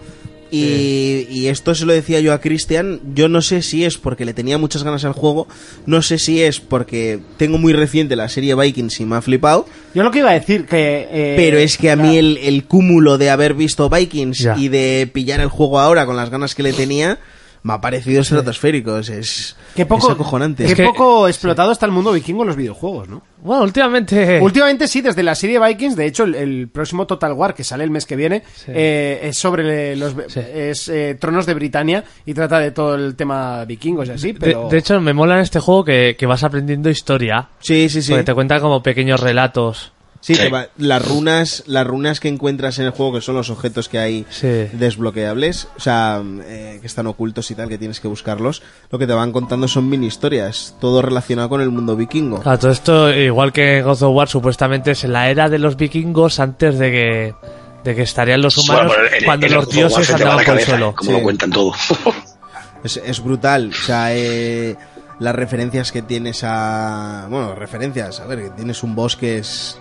S3: Y, y esto se lo decía yo a Cristian. Yo no sé si es porque le tenía muchas ganas al juego. No sé si es porque tengo muy reciente la serie Vikings y me ha flipado.
S2: Yo lo que iba a decir que... eh,
S3: Pero es que a mí el, el cúmulo de haber visto Vikings
S4: Ya.
S3: y de pillar el juego ahora con las ganas que le tenía me ha parecido estratosférico. Es, es,
S2: Qué poco,
S3: es acojonante.
S2: qué
S4: Es que-
S2: poco explotado está el mundo vikingo en los videojuegos, ¿no?
S4: Bueno, últimamente.
S2: Últimamente sí, desde la serie Vikings, de hecho el, el próximo Total War que sale el mes que viene
S4: Sí.
S2: eh, es sobre los
S4: Sí.
S2: es, eh, tronos de Britania y trata de todo el tema vikingos y así,
S4: de,
S2: pero
S4: de hecho, me mola en este juego que, que vas aprendiendo historia.
S3: Sí, sí, sí.
S4: Porque te cuentan como pequeños relatos.
S3: Sí,
S5: Sí.
S3: te va- las runas, las runas que encuentras en el juego, que son los objetos que hay
S4: Sí.
S3: desbloqueables, o sea, eh, que están ocultos y tal, que tienes que buscarlos, lo que te van contando son mini historias, todo relacionado con el mundo vikingo.
S4: Claro, todo esto, igual que God of War, supuestamente es la era de los vikingos antes de que, de que estarían los humanos
S5: Bueno, pero en-
S4: cuando
S5: en el
S4: los
S5: juego
S4: dioses
S5: se te va la
S4: andaban por el
S5: cabeza,
S4: suelo.
S5: Como
S3: Sí.
S5: lo cuentan todo.
S3: Es, es brutal, o sea, eh, las referencias que tienes a... Bueno, referencias, a ver, que tienes un boss que es...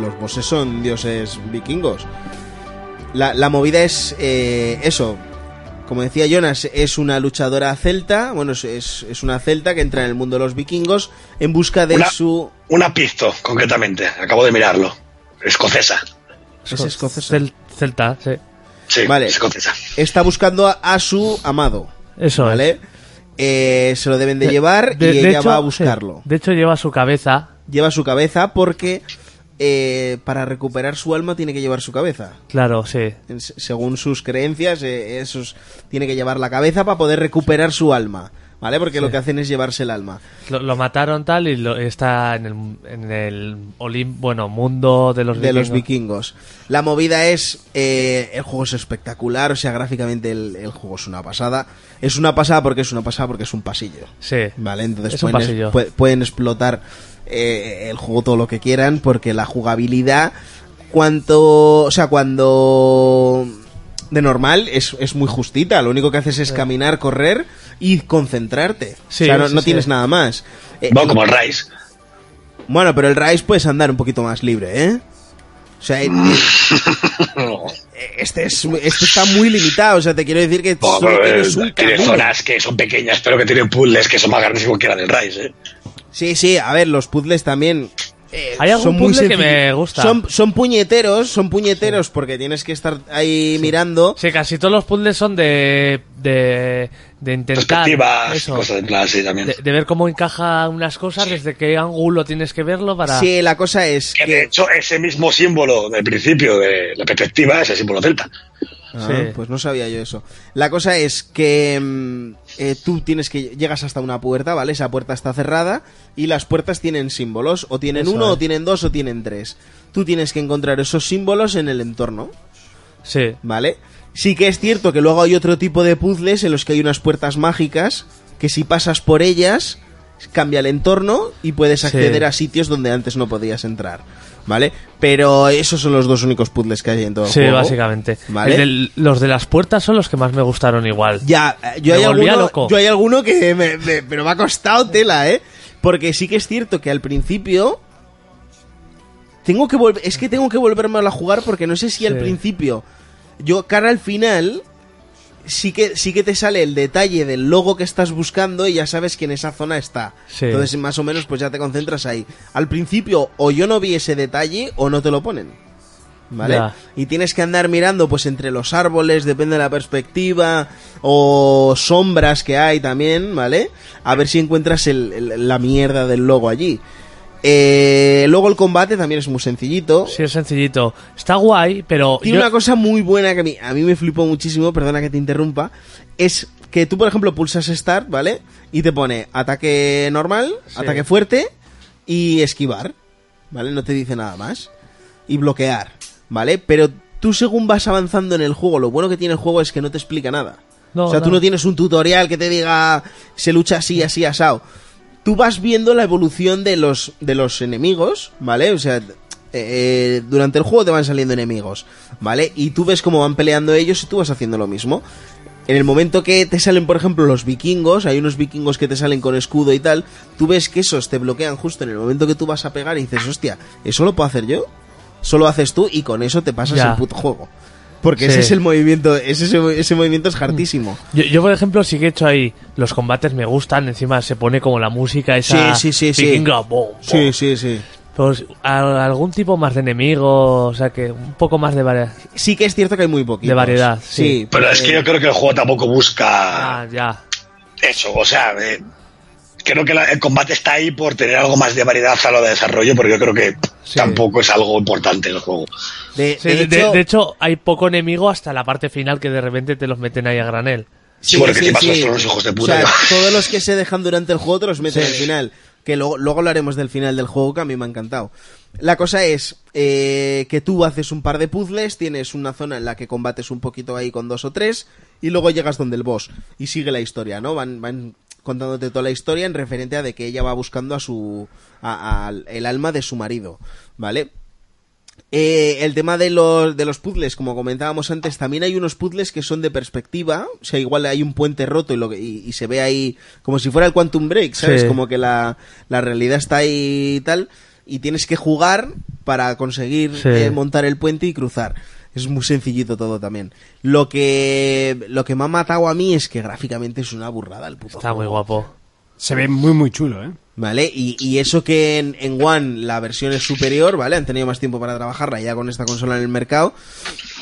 S3: Los bosses son dioses vikingos. La, la movida es eh, eso. Como decía Jonas, es una luchadora celta, bueno, es, es, es una celta que entra en el mundo de los vikingos en busca de
S5: Una-
S3: su...
S5: Una pizto, concretamente. Acabo de mirarlo. Escocesa.
S3: Es escocesa.
S4: Cel- celta, sí.
S5: Sí,
S3: Vale.
S5: escocesa.
S3: Está buscando a, a su amado,
S4: Eso es.
S3: ¿vale? Eh, se lo deben de llevar
S4: De-
S3: y
S4: de
S3: ella
S4: hecho,
S3: va a
S4: sí.
S3: buscarlo.
S4: de hecho, lleva su cabeza.
S3: lleva su cabeza porque eh, para recuperar su alma tiene que llevar su cabeza.
S4: Claro, sí.
S3: En- se- Según sus creencias, eh, esos- tiene que llevar la cabeza para poder recuperar su alma. ¿Vale? Porque lo que hacen es llevarse el alma.
S4: Lo, lo mataron tal y lo- está en el, en el Olim- bueno, mundo de los
S3: de los
S4: vikingos.
S3: vikingos. La movida es. eh, el juego es espectacular. O sea, gráficamente el, el juego es una pasada. Es una pasada porque es una pasada porque es un pasillo.
S4: Sí.
S3: Vale, entonces
S4: Es un
S3: pueden,
S4: pasillo.
S3: pu- pueden explotar eh, el juego todo lo que quieran porque la jugabilidad cuanto. O sea, cuando. De normal es, es muy justita. Lo único que haces es caminar, correr y concentrarte.
S5: Sí,
S3: o sea, no,
S5: sí,
S3: no
S5: sí.
S3: tienes nada más. Eh,
S5: Bueno, como el Rice.
S3: Bueno, pero el Rice puedes andar un poquito más libre, ¿eh? O sea, eh, este, es, este está muy limitado. O sea, te quiero decir que solo tienes un
S5: Tiene
S3: camino.
S5: zonas que son pequeñas, pero que tienen puzzles que son más grandes que cualquiera del Rise, ¿eh?
S3: Sí, sí, a ver, los puzzles también. eh,
S5: Hay algún
S3: son muy
S5: puzzle que
S3: sencillos.
S5: me gusta.
S3: Son, son puñeteros, son puñeteros porque tienes que estar ahí mirando.
S4: Sí, casi todos los puzzles son de. de. de intentar.
S5: Perspectivas,
S4: eso,
S5: cosas en plan así también.
S4: de, de ver cómo encaja unas cosas, desde qué ángulo tienes que verlo para.
S3: Sí, la cosa es
S5: que... De hecho, ese mismo símbolo del principio de la perspectiva es el símbolo celta.
S3: Ah,
S5: Sí.
S3: Pues no sabía yo eso. La cosa es que mm, eh, tú tienes que llegas hasta una puerta, ¿vale? Esa puerta está cerrada y las puertas tienen símbolos, o tienen
S4: Eso
S3: uno,
S4: es.
S3: o tienen dos, o tienen tres. Tú tienes que encontrar esos símbolos en el entorno.
S4: Sí.
S3: ¿Vale? Sí que es cierto que luego hay otro tipo de puzzles en los que hay unas puertas mágicas que si pasas por ellas cambia el entorno y puedes
S4: Sí.
S3: acceder a sitios donde antes no podías entrar. ¿Vale? Pero esos son los dos únicos puzzles que hay en todo el
S4: Sí,
S3: juego.
S4: básicamente.
S3: ¿Vale?
S4: El del- los de las puertas son los que más me gustaron igual.
S3: Ya, eh, Yo
S4: me
S3: hay,
S4: volvía
S3: alguno,
S4: loco.
S3: yo hay alguno que me, me- pero me ha costado tela, ¿eh? Porque sí que es cierto que al principio tengo que volver, es que tengo que volverme a jugar porque no sé si al
S4: Sí.
S3: principio yo cara al final sí que sí que te sale el detalle del logo que estás buscando y ya sabes que en esa zona está.
S4: Sí.
S3: Entonces más o menos pues ya te concentras ahí. Al principio o yo no vi ese detalle o no te lo ponen. ¿Vale?
S4: Ya.
S3: Y tienes que andar mirando pues entre los árboles, depende de la perspectiva, o sombras que hay también, ¿vale? A ver si encuentras el- el- la mierda del logo allí. Eh, luego el combate también es muy sencillito.
S4: Sí, es sencillito. Está guay, pero.
S3: Tiene
S4: yo-
S3: una cosa muy buena que a mí, a mí me flipó muchísimo, perdona que te interrumpa, es que tú, por ejemplo, pulsas Start, ¿vale? Y te pone ataque normal,
S4: Sí.
S3: ataque fuerte y esquivar, ¿vale? No te dice nada más. Y bloquear, ¿vale? Pero tú según vas avanzando en el juego, lo bueno que tiene el juego es que no te explica nada.
S4: No,
S3: o sea, tú
S4: no.
S3: no tienes un tutorial que te diga se lucha así, así, asado. Tú vas viendo la evolución de los, de los enemigos, ¿vale? O sea, eh, durante el juego te van saliendo enemigos, ¿vale? Y tú ves cómo van peleando ellos y tú vas haciendo lo mismo. En el momento que te salen, por ejemplo, los vikingos, hay unos vikingos que te salen con escudo y tal, tú ves que esos te bloquean justo en el momento que tú vas a pegar y dices, hostia, ¿eso lo puedo hacer yo? Solo haces tú y con eso te pasas
S4: Ya.
S3: el puto juego. Porque
S4: Sí.
S3: ese es el movimiento, ese, ese, ese movimiento es hartísimo.
S4: Yo, yo, por ejemplo, sí que he hecho ahí. Los combates me gustan. Encima se pone como la música esa.
S3: Sí, sí, sí, sí.
S4: vikinga, bo, bo.
S3: Sí, sí, sí.
S4: Pues a- algún tipo más de enemigo. O sea, que un poco más de variedad.
S3: Sí que es cierto que hay muy poquito.
S4: De variedad, sí.
S5: Pero es que yo creo que el juego tampoco busca
S4: Ah, ya.
S5: eso. O sea, eh, creo que la- el combate está ahí por tener algo más de variedad a lo de desarrollo, porque yo creo que tampoco es algo importante el juego.
S3: De,
S4: Sí, de- de- de hecho, hay poco enemigo hasta la parte final que de repente te los meten ahí a granel.
S5: Sí, porque encima son los hijos de puta.
S3: O sea,
S5: que-
S3: todos los que se dejan durante el juego te los meten
S5: Sí.
S3: al final. Que luego, luego hablaremos del final del juego, que a mí me ha encantado. La cosa es eh, que tú haces un par de puzzles, tienes una zona en la que combates un poquito ahí con dos o tres, y luego llegas donde el boss. Y sigue la historia, ¿no? Van, van contándote toda la historia en referente a de que ella va buscando a su. a- al- el alma de su marido, ¿vale? Eh, el tema de los, de los puzzles, como comentábamos antes, también hay unos puzzles que son de perspectiva. O sea, igual hay un puente roto y, lo que- y, y se ve ahí como si fuera el Quantum Break, ¿sabes?
S4: Sí.
S3: Como que la, la realidad está ahí y tal. Y tienes que jugar para conseguir
S4: Sí.
S3: eh, montar el puente y cruzar. Es muy sencillito todo también. Lo que, lo que me ha matado a mí es que gráficamente es una burrada el puto
S4: Está muy guapo.
S2: Se ve muy, muy chulo, ¿eh?
S3: ¿Vale? Y, y eso que en, en One la versión es superior, ¿vale? Han tenido más tiempo para trabajarla ya con esta consola en el mercado.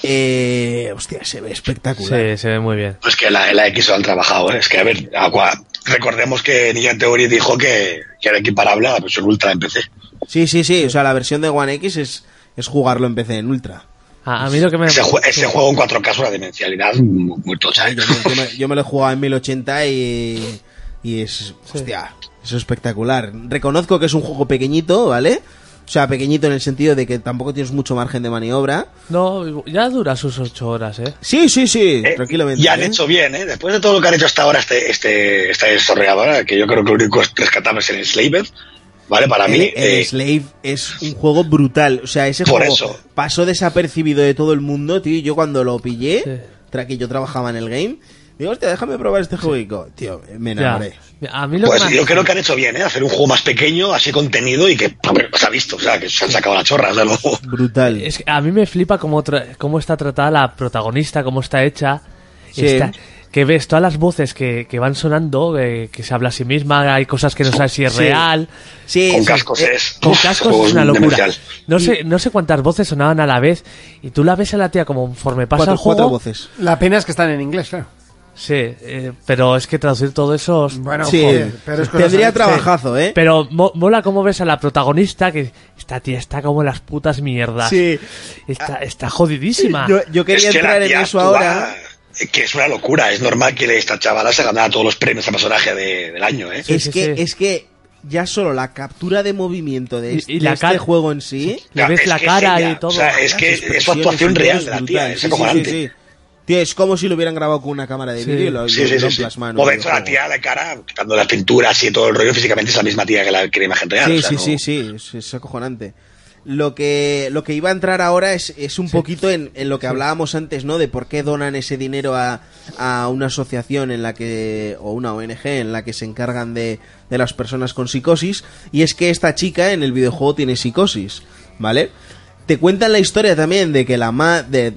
S3: Eh, hostia, se ve espectacular.
S4: Sí, se ve muy bien.
S5: Pues que la, la X lo han trabajado, ¿eh? Es que, a ver, agua- recordemos que Ninja Theory dijo que, que era equiparable a la versión Ultra en PC.
S3: Sí, sí, sí. O sea, la versión de One X es, es jugarlo en PC, en Ultra.
S4: A, a mí lo que me.
S5: Ese, jue- ese juego en 4K es una demencialidad mu- muy tocha. ¿eh?
S3: Yo me, yo me lo he jugado en 1080 y, y es... Hostia, es espectacular. Reconozco que es un juego pequeñito, ¿vale? O sea, pequeñito en el sentido de que tampoco tienes mucho margen de maniobra.
S4: No, ya dura sus ocho horas, ¿eh?
S3: Sí, sí, sí, tranquilamente.
S5: Y han
S3: ¿eh?
S5: hecho bien, ¿eh? Después de todo lo que han hecho hasta ahora este, este, esta desarrolladora, que yo creo que lo único es rescatable es el Slaver, ¿Vale? Para
S3: el,
S5: mí.
S3: el
S5: eh,
S3: Slave es un juego brutal. O sea, ese
S5: Por
S3: juego
S5: eso.
S3: pasó desapercibido de todo el mundo, tío. y Yo cuando lo pillé, tras que yo trabajaba en el game, digo, hostia, déjame probar este jueguico. Tío, me
S5: Ya.
S3: enamoré.
S4: A mí
S5: pues yo creo que han hecho bien, ¿eh? Hacer un juego más pequeño, así contenido y que a ver, se ha visto, o sea, que se han sacado la chorra, desde luego.
S3: Brutal.
S4: Es que a mí me flipa cómo, tra- cómo está tratada la protagonista, cómo está hecha.
S5: Sí.
S4: Está- que ves todas las voces que, que van sonando, eh, que se habla a sí misma, hay cosas que no sabes si es
S5: Sí.
S4: real.
S3: Sí, eh,
S5: Con sí. cascos es-
S4: Con
S5: uf,
S4: cascos
S5: juego
S4: es una locura.
S5: demencial.
S4: No sé, no sé cuántas voces sonaban a la vez y tú la ves a la tía como conforme pasa
S3: Cuatro-
S4: el juego.
S3: cuatro voces.
S2: La pena es que están en inglés, claro.
S4: Sí, eh, pero es que traducir todo eso. os-
S2: Bueno, Sí, joder, pero es cosa
S3: tendría
S2: de-
S3: trabajazo, ¿eh?
S4: Pero mo- mola cómo ves a la protagonista que esta tía está como en las putas mierdas.
S3: Sí.
S4: Está, está jodidísima.
S3: Yo, yo quería
S5: Es que la
S3: entrar en
S5: tía
S3: eso
S5: actúa-
S3: ahora.
S5: Que es una locura, es normal que esta chavala se ganara todos los premios a personaje de- del año, ¿eh?
S3: es, que, es que ya solo la captura de movimiento de
S4: Y-
S3: este,
S4: y la
S3: de este
S4: cal-
S3: juego en sí.
S5: Le ves Es la que es cara y ella, todo. o sea, es
S3: Las
S5: que es su
S3: expresiones
S5: actuación
S3: y todo
S5: real de la tía, ¿eh?
S3: brutal.
S5: es
S3: Sí, sí,
S5: acojonante.
S3: sí, sí. Tío, es como si lo hubieran grabado con una cámara de
S5: Sí.
S3: vídeo y lo,
S5: Sí,
S3: y
S5: sí,
S3: lo
S5: sí, sí.
S3: plasman en un
S5: O de hecho, la
S3: videojuego.
S5: tía de cara, quitando las pinturas y todo el rollo, físicamente es la misma tía que la, que la imagen real.
S3: Sí,
S5: o sea,
S3: sí,
S5: no-
S3: sí, sí, es, es acojonante. Lo que, lo que iba a entrar ahora es, es un poquito en, en lo que hablábamos antes, ¿no? De por qué donan ese dinero a, a una asociación en la que, o una ONG en la que se encargan de, de las personas con psicosis. Y es que esta chica en el videojuego tiene psicosis, ¿vale? Te cuentan la historia también de que la ma... De,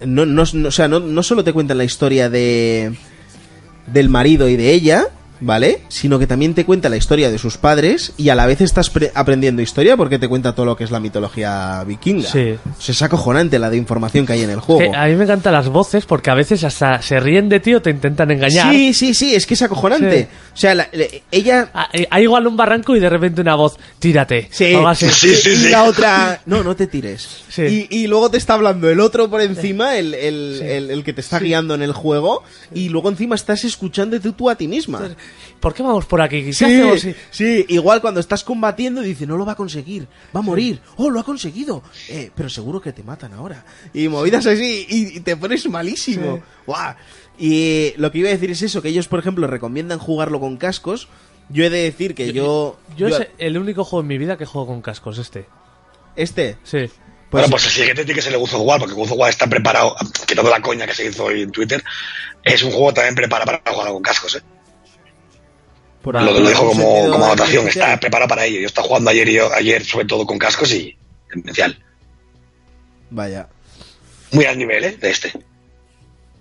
S3: no, no, no- o sea, no, no solo te cuentan la historia de del marido y de ella, ¿vale? Sino que también te cuenta la historia de sus padres y a la vez estás pre- aprendiendo historia porque te cuenta todo lo que es la mitología vikinga.
S4: Sí.
S3: O sea, es acojonante la de información que hay en el
S4: Es
S3: juego.
S4: que a mí me encantan las voces porque a veces hasta se ríen de ti o te intentan engañar.
S3: Sí, sí, sí, es que es acojonante.
S4: Sí.
S3: O sea, la- le- ella...
S4: Ah, eh, Hay igual un barranco y de repente una voz, tírate.
S3: Sí,
S4: O algo así.
S3: y la otra... No, no te tires.
S4: Sí.
S3: Y, y luego te está hablando el otro por encima, el, el- el- el que te está guiando en el juego, y luego encima estás escuchándote tú a ti misma.
S4: ¿Por qué vamos por aquí? ¿Qué hacemos?
S3: Sí, sí, igual cuando estás combatiendo y dice no lo va a conseguir, va a morir, oh, lo ha conseguido, eh, pero seguro que te matan ahora. Y movidas así y, y te pones malísimo.
S7: Sí.
S3: Guau. Y lo que iba a decir es eso, que ellos, por ejemplo, recomiendan jugarlo con cascos. Yo he de decir que yo...
S4: Yo es el único juego en mi vida que juego con cascos, este.
S3: ¿Este?
S4: Sí.
S5: bueno, pues el siguiente tiene que ser el God of War, porque God of War está preparado, quitando la coña que se hizo hoy en Twitter, es un juego también preparado para jugar con cascos, ¿eh?
S3: Por
S5: pues, Lo, lo dijo como,
S3: sentido
S5: como anotación,
S3: artificial.
S5: está preparado para ello. Yo estaba jugando ayer, y yo, ayer sobre todo con cascos y demencial.
S3: Vaya.
S5: Muy al nivel, ¿eh? De este.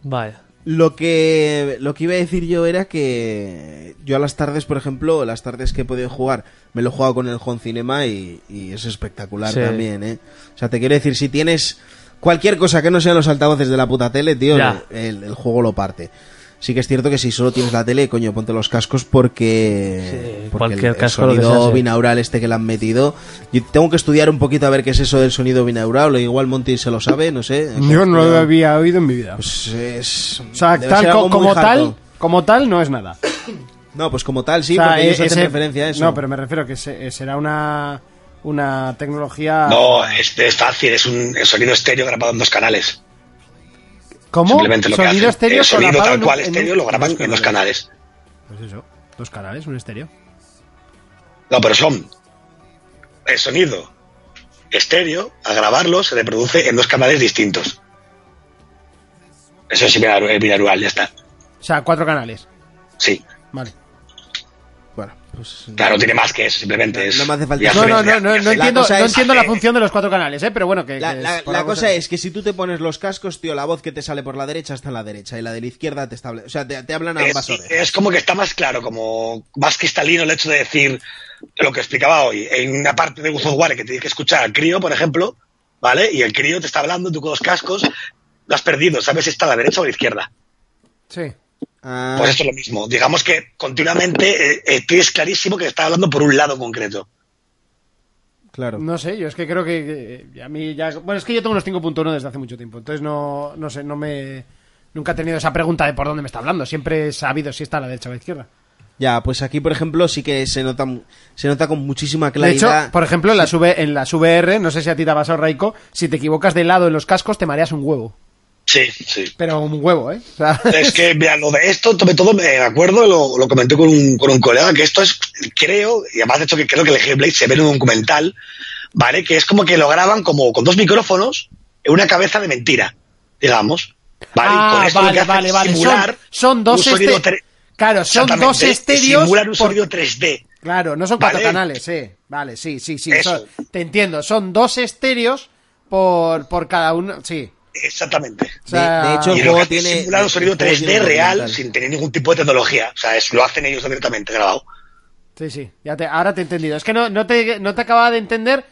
S4: Vaya.
S3: Lo que, lo que iba a decir yo era que yo a las tardes, por ejemplo, las tardes que he podido jugar, me lo he jugado con el Home Cinema y, y es espectacular
S4: Sí.
S3: también, ¿eh? O sea, te quiero decir, si tienes cualquier cosa que no sean los altavoces de la puta tele, tío,
S4: Ya.
S3: el, el juego lo parte. Sí que es cierto que si solo tienes la tele, coño, ponte los cascos porque, porque
S4: cualquier
S3: el, el
S4: casco lo
S3: sonido
S4: deshace.
S3: binaural este que le han metido. Yo tengo que estudiar un poquito a ver qué es eso del sonido binaural, o igual Monty se lo sabe, no sé.
S2: Yo no lo había oído en mi vida.
S3: es...
S2: O sea,
S3: Pues, Debe
S2: tal
S3: ser algo
S2: co-
S3: muy
S2: como
S3: hardcore.
S2: tal, como tal no es nada.
S3: No, pues como tal, sí,
S2: O sea,
S3: porque ellos
S2: eh,
S3: hacen
S2: ese-
S3: referencia a eso.
S2: No, pero me refiero que se- eh, será una una tecnología
S5: No, este está fácil, es un el sonido estéreo grabado en dos canales.
S2: ¿Cómo?
S5: Simplemente lo que
S2: sonido
S5: hacen.
S2: estéreo
S5: El sonido
S2: solapado en
S5: tal
S2: un-
S5: cual
S2: en
S5: estéreo
S2: un-
S5: lo graban en dos canales.
S2: Pues eso, dos canales, un estéreo.
S5: No, pero son el sonido estéreo, al grabarlo, se reproduce en dos canales distintos. Eso es binaural, eh, binaural, ya está.
S2: O sea, cuatro canales.
S5: Sí.
S2: Vale.
S3: Bueno, pues.
S5: Claro, no tiene más que eso, simplemente es.
S3: no me hace falta.
S5: ya
S2: No,
S5: se-
S2: no,
S5: ya-
S2: no, no,
S5: ya
S2: no
S5: se-
S2: entiendo,
S3: cosa
S2: no
S3: es-
S2: entiendo la función de los cuatro canales, ¿eh? Pero bueno, que...
S3: La,
S2: que
S3: la-
S2: es por
S3: la
S2: algo
S3: cosa
S2: se-
S3: es que si tú te pones los cascos, tío, la voz que te sale por la derecha está a la derecha y la de la izquierda te está. O sea, te, te hablan a ambas
S5: Es,
S3: horas.
S5: es como que está más claro, como más cristalino el hecho de decir lo que explicaba hoy. En una parte de God of War que tienes que escuchar al crío, por ejemplo, ¿vale? Y el crío te está hablando, tú con los cascos, lo has perdido, sabes si está a la derecha o a la izquierda.
S2: Sí.
S3: Ah,
S5: Pues esto es lo mismo. Digamos que continuamente eh, eh, tienes clarísimo que está hablando por un lado concreto.
S3: Claro.
S2: No sé, yo es que creo que, que a mí ya... Bueno, es que yo tengo unos 5.1 desde hace mucho tiempo, entonces no, no sé, no me... Nunca he tenido esa pregunta de por dónde me está hablando, siempre he sabido si está a la derecha o a la izquierda.
S3: Ya, pues aquí, por ejemplo, sí que se nota, mu- se nota con muchísima
S2: De
S3: claridad.
S2: hecho, por ejemplo, en E las, V- en las VR, no sé si a ti te ha pasado, Raiko, si te equivocas de lado en los cascos te mareas un huevo.
S5: Sí, sí.
S2: Pero un huevo, ¿eh? O sea,
S5: Es que, mira, lo de esto, sobre todo, me acuerdo, lo, lo comenté con un, con un colega, que esto es, creo, y además de hecho que creo que el Hellblade se ve en un documental, ¿vale? Que es como que lo graban como con dos micrófonos en una cabeza de mentira, digamos. ¿Vale? Y con
S2: Ah,
S5: esto lo
S2: vale,
S5: que hace
S2: vale,
S5: es
S2: vale.
S5: simular
S2: Son, son
S5: un
S2: dos
S5: sonido
S2: este-
S5: tre-
S2: Claro, son dos
S5: Exactamente,
S2: estéreos.
S5: Simular un
S2: por-
S5: sonido 3D.
S2: Claro, no son cuatro
S5: Vale.
S2: canales, eh. Vale, sí, sí, sí.
S5: Eso.
S2: son- te entiendo. Son dos estéreos por, por cada uno. Sí.
S5: Exactamente.
S2: O sea,
S3: de hecho, el
S5: y lo que
S3: juego
S5: hace es
S3: tiene-
S5: simular un sonido
S3: el juego
S5: 3D
S3: tiene un
S5: real
S3: documental.
S5: sin tener ningún tipo de tecnología. O sea, es- lo hacen ellos directamente grabado.
S2: Sí, sí. Ya te, ahora te he entendido. Es que no, no, te, no te acababa de entender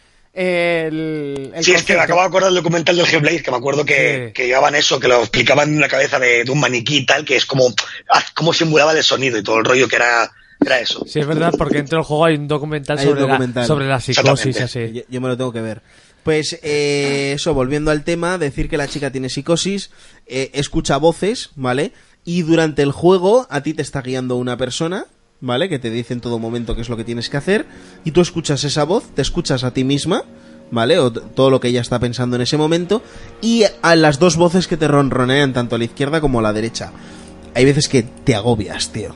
S2: el. el
S5: sí, es que me
S2: concepto.
S5: acabo de acordar del documental del Hellblade, que me acuerdo que,
S4: Sí.
S5: que llevaban eso, que lo explicaban en la cabeza de, de un maniquí y tal, que es como ah, cómo simulaba el sonido y todo el rollo que era, era eso.
S4: Sí, es verdad, porque dentro del juego hay un documental,
S3: Hay un
S4: sobre,
S3: documental.
S4: La, sobre la psicosis, así.
S5: Exactamente.
S3: Yo, yo me lo tengo que ver. Pues eh, eso, volviendo al tema, decir que la chica tiene psicosis, eh, escucha voces, ¿vale? Y durante el juego a ti te está guiando una persona, ¿vale? Que te dice en todo momento qué es lo que tienes que hacer. Y tú escuchas esa voz, te escuchas a ti misma, ¿vale? O t- todo lo que ella está pensando en ese momento. Y a las dos voces que te ronronean, tanto a la izquierda como a la derecha. Hay veces que te agobias, tío.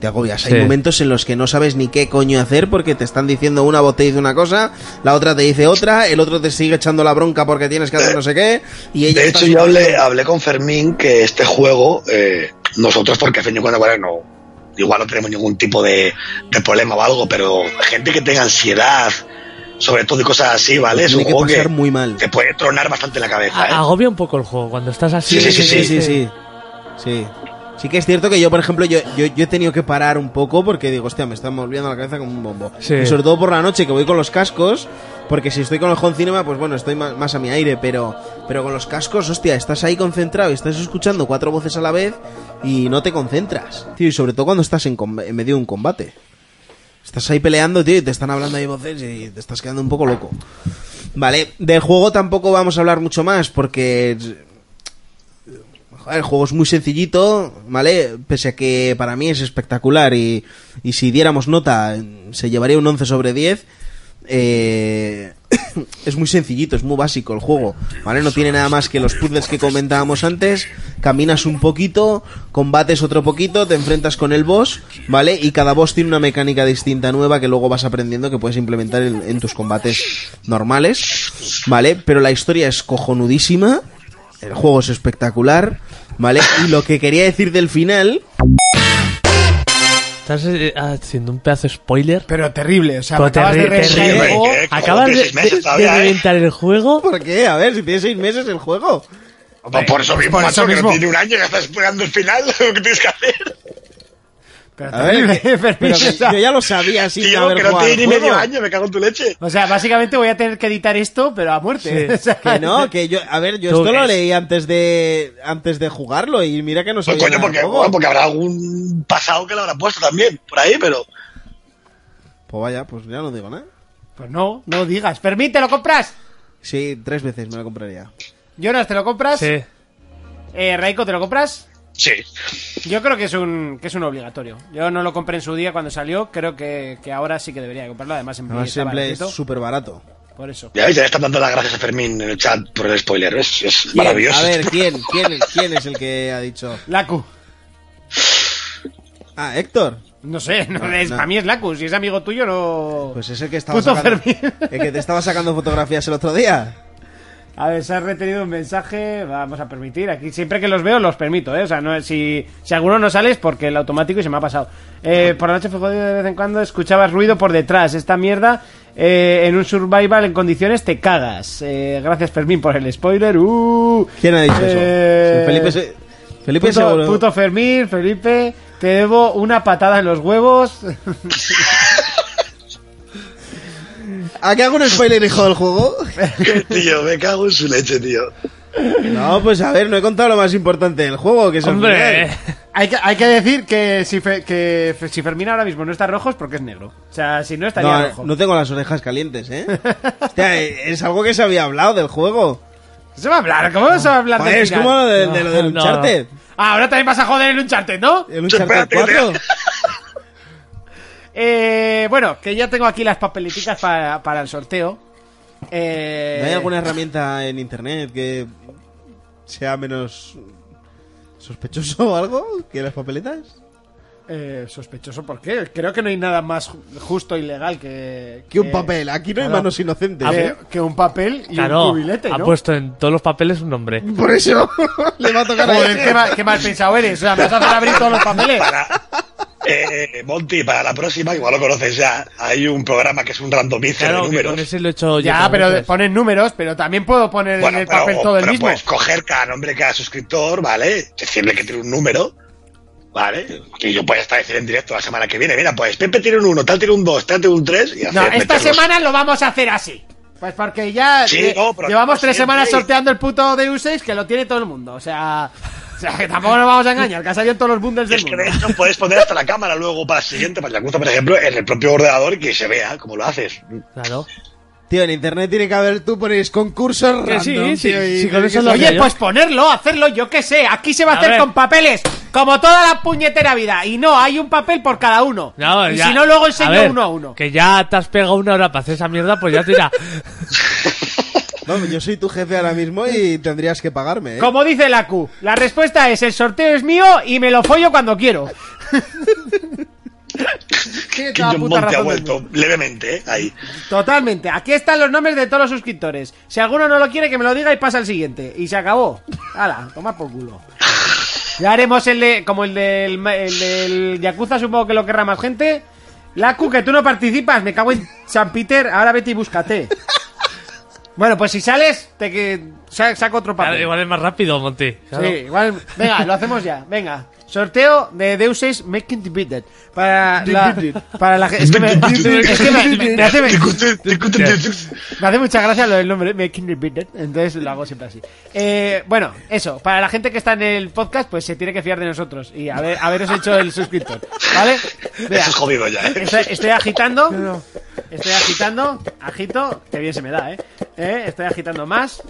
S3: Te agobias. Hay
S4: Sí.
S3: momentos momentos en los que no sabes ni qué coño hacer porque te están diciendo una voz te dice una cosa, la otra te dice otra, el otro te sigue echando la bronca porque tienes que hacer no sé qué y ella
S5: De
S3: está
S5: hecho, yo
S3: sudando.
S5: hablé, hablé con Fermín que este juego, eh, nosotros, porque a fin de cuentas, bueno, no, igual no tenemos ningún tipo de, de problema o algo, pero gente que tenga ansiedad, sobre todo y cosas así, ¿vale? Es un
S3: Tiene que
S5: juego
S3: pasar
S5: que
S3: muy mal.
S5: te puede tronar bastante la
S3: Ah,
S5: cabeza. ¿eh?
S4: A- Agobia un poco el juego cuando estás así.
S5: Sí, sí, sí,
S3: sí, sí, sí. Sí. Sí que es cierto que yo, por ejemplo, yo, yo, yo he tenido que parar un poco porque digo, hostia, me está volviendo la cabeza como un bombo.
S4: Sí.
S3: Y sobre todo por la noche que voy con los cascos, porque si estoy con el home cinema, pues bueno, estoy más, más a mi aire, pero, pero con los cascos, hostia, estás ahí concentrado y estás escuchando cuatro voces a la vez y no te concentras. Tío, y sobre todo cuando estás en, com- en medio de un combate. Estás ahí peleando, tío, y te están hablando ahí voces y te estás quedando un poco loco. Vale, del juego tampoco vamos a hablar mucho más porque Joder, El juego es muy sencillito, ¿vale? Pese a que para mí es espectacular y, y si diéramos nota mm, se llevaría un 11 sobre 10. Eh, es muy sencillito, es muy básico el juego, ¿vale? No tiene nada más que los puzzles que comentábamos antes. Caminas un poquito, combates otro poquito, te enfrentas con el boss, ¿vale? Y cada boss tiene una mecánica distinta nueva que luego vas aprendiendo que puedes implementar en, en tus combates normales, ¿vale? Pero la historia es cojonudísima. El juego es espectacular, ¿vale? Y lo que quería decir del final,
S4: Estás eh, haciendo un pedazo de spoiler.
S2: Pero terrible. O sea,
S4: Pero
S2: me acabas de
S4: terri-
S2: reventar el
S4: terrible.
S2: juego.
S5: Eh, como
S4: Acabas de,
S5: de seis meses
S4: de- de
S5: todavía, ¿eh?
S4: reventar el juego.
S3: ¿por qué? A ver, si tiene seis meses el juego.
S5: No, por eso mismo,
S2: por
S5: macho,
S2: eso
S5: que
S2: mismo.
S5: no tiene un año, ya estás esperando el final, lo que tienes que hacer.
S2: Pero
S3: A ver,
S2: terrible,
S3: que-
S2: Fermín,
S3: pero
S2: o
S3: que
S2: sea-
S3: yo ya lo sabía sin
S5: Tío,
S3: haber
S5: que no
S3: jugado
S5: tiene ni
S3: al juego.
S5: medio año, me cago en tu leche.
S2: O sea, básicamente voy a tener que editar esto, pero a muerte. O sea,
S3: Que no, que yo, a ver, yo
S4: Tú
S3: esto lo
S4: ves.
S3: leí antes de antes de jugarlo y mira que no
S5: Pues
S3: sabía
S5: coño,
S3: nada
S5: porque,
S3: del juego.
S5: bueno, porque habrá algún pasado que lo habrá puesto también, por ahí, pero...
S3: Pues vaya, pues ya no digo nada.
S2: Pues no, no digas. Fermín, ¿te lo compras?
S3: Sí, tres veces me lo compraría.
S2: Jonas, ¿te lo compras?
S4: Sí.
S2: Eh, Raiko, ¿te lo compras?
S5: Sí,
S2: Yo creo que es un que es un obligatorio. Yo no lo compré en su día cuando salió. Creo que, que ahora sí que debería comprarlo. Además, en Play
S3: Además,
S2: está
S3: siempre es
S2: baratito,
S3: súper barato.
S2: Por eso.
S5: ya veis, ya le están dando las gracias a Fermín en el chat por el spoiler, es, es
S3: ¿Quién?
S5: maravilloso.
S3: A ver, ¿quién, quién, ¿quién es el que ha dicho?
S2: Laku.
S3: Ah, Héctor.
S2: No sé, no,
S3: No,
S2: es,
S3: no.
S2: para mí es Laku. Si es amigo tuyo, no.
S3: Pues es el que estaba
S2: Puto
S3: sacando,
S2: Fermín.
S3: el que te estaba sacando fotografías el otro día.
S2: A ver, se ha retenido un mensaje. Vamos a permitir. Aquí siempre que los veo, los permito, ¿eh? O sea, no, si, si alguno no sale es porque el automático y se me ha pasado. Eh, por la noche fue jodido de vez en cuando. Escuchabas ruido por detrás. Esta mierda eh, en un survival en condiciones te cagas. Eh, gracias, Fermín, por el spoiler. Uh,
S3: ¿Quién ha dicho
S2: Eh,
S3: eso? Felipe, se- Felipe
S2: puto,
S3: seguro.
S2: puto Fermín, Felipe. Te debo una patada en los huevos.
S3: ¿A qué hago un spoiler, hijo del juego?
S5: tío, me cago en su leche, tío.
S3: No, pues a ver, no he contado lo más importante del juego, que es el
S2: eh,
S4: Hombre.
S3: final.
S2: Hay que, hay que decir que si, Fe- que Fe- si Fermín ahora mismo no está rojo es porque es negro. O sea, si no estaría
S3: No,
S2: rojo.
S3: no tengo las orejas calientes, ¿eh? Hostia, eh, es algo que se había hablado del juego.
S2: Se va a hablar, ¿cómo vamos a hablar
S3: Joder,
S2: del
S3: es
S2: final?
S3: como lo de, de lo del
S4: No, no.
S3: Uncharted.
S2: Ah, ahora también vas a joder el Uncharted, ¿no?
S3: El Uncharted
S5: Espérate,
S3: 4.
S2: Eh, bueno, que ya tengo aquí las papeleticas para, para el sorteo. Eh,
S3: ¿No hay alguna herramienta en internet que
S7: sea menos sospechoso o algo que las papeletas?
S2: Eh, sospechoso, ¿por qué? Creo que no hay nada más ju- justo y legal que...
S7: Que un papel, aquí no hay
S2: Eh, claro.
S7: manos inocentes.
S2: que,
S7: ¿eh?
S2: que un papel y
S4: Claro,
S2: un cubilete,
S4: ha
S2: ¿no?
S4: puesto en todos los papeles un nombre.
S7: Por eso le va a tocar a este.
S2: Joder,
S7: él.
S2: qué, mal, qué mal pensado eres. O sea, me vas a hacer abrir todos los papeles.
S5: Eh, eh, Monty, para la próxima, igual lo conoces ya, hay un programa que es un randomizer
S4: Claro,
S5: de
S4: que con
S5: números.
S4: ese lo he hecho yo.
S2: Ya,
S4: otras
S2: pero
S4: veces.
S2: ponen números, pero también puedo poner en el papel todo el
S5: pero
S2: mismo.
S5: puedes coger cada nombre, cada suscriptor, ¿vale? Decirle que tiene un número, ¿vale? Y yo puedo estar diciendo en directo la semana que viene, mira, pues Pepe tiene un 1, tal tiene un 2, tal tiene un 3 y
S2: No,
S5: hacer-
S2: esta
S5: Eh, meterlos.
S2: semana lo vamos a hacer así. Pues porque ya
S5: Sí,
S2: lle-
S5: no, pero
S2: llevamos
S5: no
S2: tres
S5: siempre
S2: semanas
S5: hay-
S2: sorteando el puto Deus 6 que lo tiene todo el mundo. O sea, o sea, que tampoco nos vamos a engañar, que ha salido en todos los bundles
S5: Y
S2: del
S5: Es que de
S2: mundo.
S5: hecho puedes poner hasta la cámara luego para el siguiente, para que gusta, por ejemplo, en el propio ordenador y que se vea cómo lo haces.
S4: Claro.
S7: Tío, en internet tiene que haber tú pones concursos
S4: Que
S7: random,
S4: sí, sí,
S7: tío, y-
S4: sí, con eso lo
S2: Oye,
S4: yo.
S2: pues ponerlo, hacerlo, yo qué sé. Aquí se va a,
S4: A
S2: hacer
S4: ver.
S2: con papeles, como toda la puñetera vida. Y no, hay un papel por cada uno.
S4: No,
S2: y
S4: ya-
S2: si no, luego
S4: a
S2: enseño
S4: ver,
S2: uno a uno.
S4: Que ya te has pegado una hora para hacer esa mierda, pues ya te irá.
S7: Vamos, yo soy tu jefe ahora mismo y tendrías que pagarme, ¿eh?
S2: Como dice la Q, la respuesta es el sorteo es mío y me lo follo cuando quiero. Tiene
S5: Que
S2: toda
S5: John
S2: puta
S5: Monte ha
S2: razón del
S5: vuelto
S2: mundo.
S5: levemente, ¿eh? Ahí.
S2: Totalmente. Aquí están los nombres de todos los suscriptores. Si alguno no lo quiere, que me lo diga y pasa al siguiente. Y se acabó. Hala, toma por culo. Ya haremos el de. Como el del, ma- el del Yakuza, supongo que lo querrá más gente. Laku, que tú no participas, me cago en San Peter, ahora vete y búscate. Bueno, pues si sales, te que sa- saco otro papel.
S4: Claro, igual es más rápido, Monty. Claro.
S2: Sí, igual. Venga, lo hacemos ya. Venga. Sorteo de Deus Ex Making the Beat Dead. Para la. Para la es que me, es que me- me- me hace, me, me hace mucha gracia lo del nombre, Making the Beat Dead. Entonces lo hago siempre así. Eh, bueno, eso. Para la gente que está en el podcast, pues se tiene que fiar de nosotros. Y a ver, haberos hecho el suscriptor. ¿Vale? Vea,
S5: Eso es jodido ya, ¿eh?
S2: Estoy, estoy agitando. Estoy agitando. Agito. Que bien se me da, ¿eh? ¿Eh? Estoy agitando más.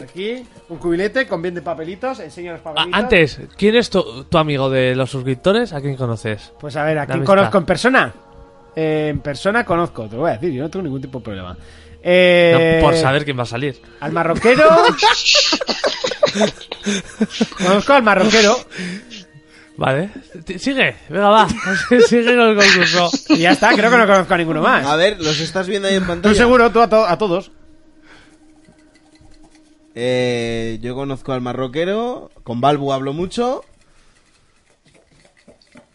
S2: Aquí, un cubilete con bien de papelitos. Enseño los
S4: A-
S2: papelitos.
S4: Ah, Antes, ¿quién es tu, tu amigo de los suscriptores? ¿A quién conoces?
S2: Pues a ver, ¿a
S4: La
S2: quién
S4: amistad.
S2: conozco en persona? Eh, en persona conozco, te lo voy a decir, yo no tengo ningún tipo de problema. Eh,
S4: No, por saber quién va a salir.
S2: Al marroquero. conozco al marroquero.
S4: Vale. T- Sigue, venga, va. Sigue con el concurso.
S2: Y ya está, creo que no conozco a ninguno
S7: A
S2: más.
S7: ver, los estás viendo ahí en
S2: Tú
S7: pantalla.
S2: Ah, seguro, tú a, to- a todos.
S7: Eh, yo conozco al marroquero, con Balbu hablo mucho.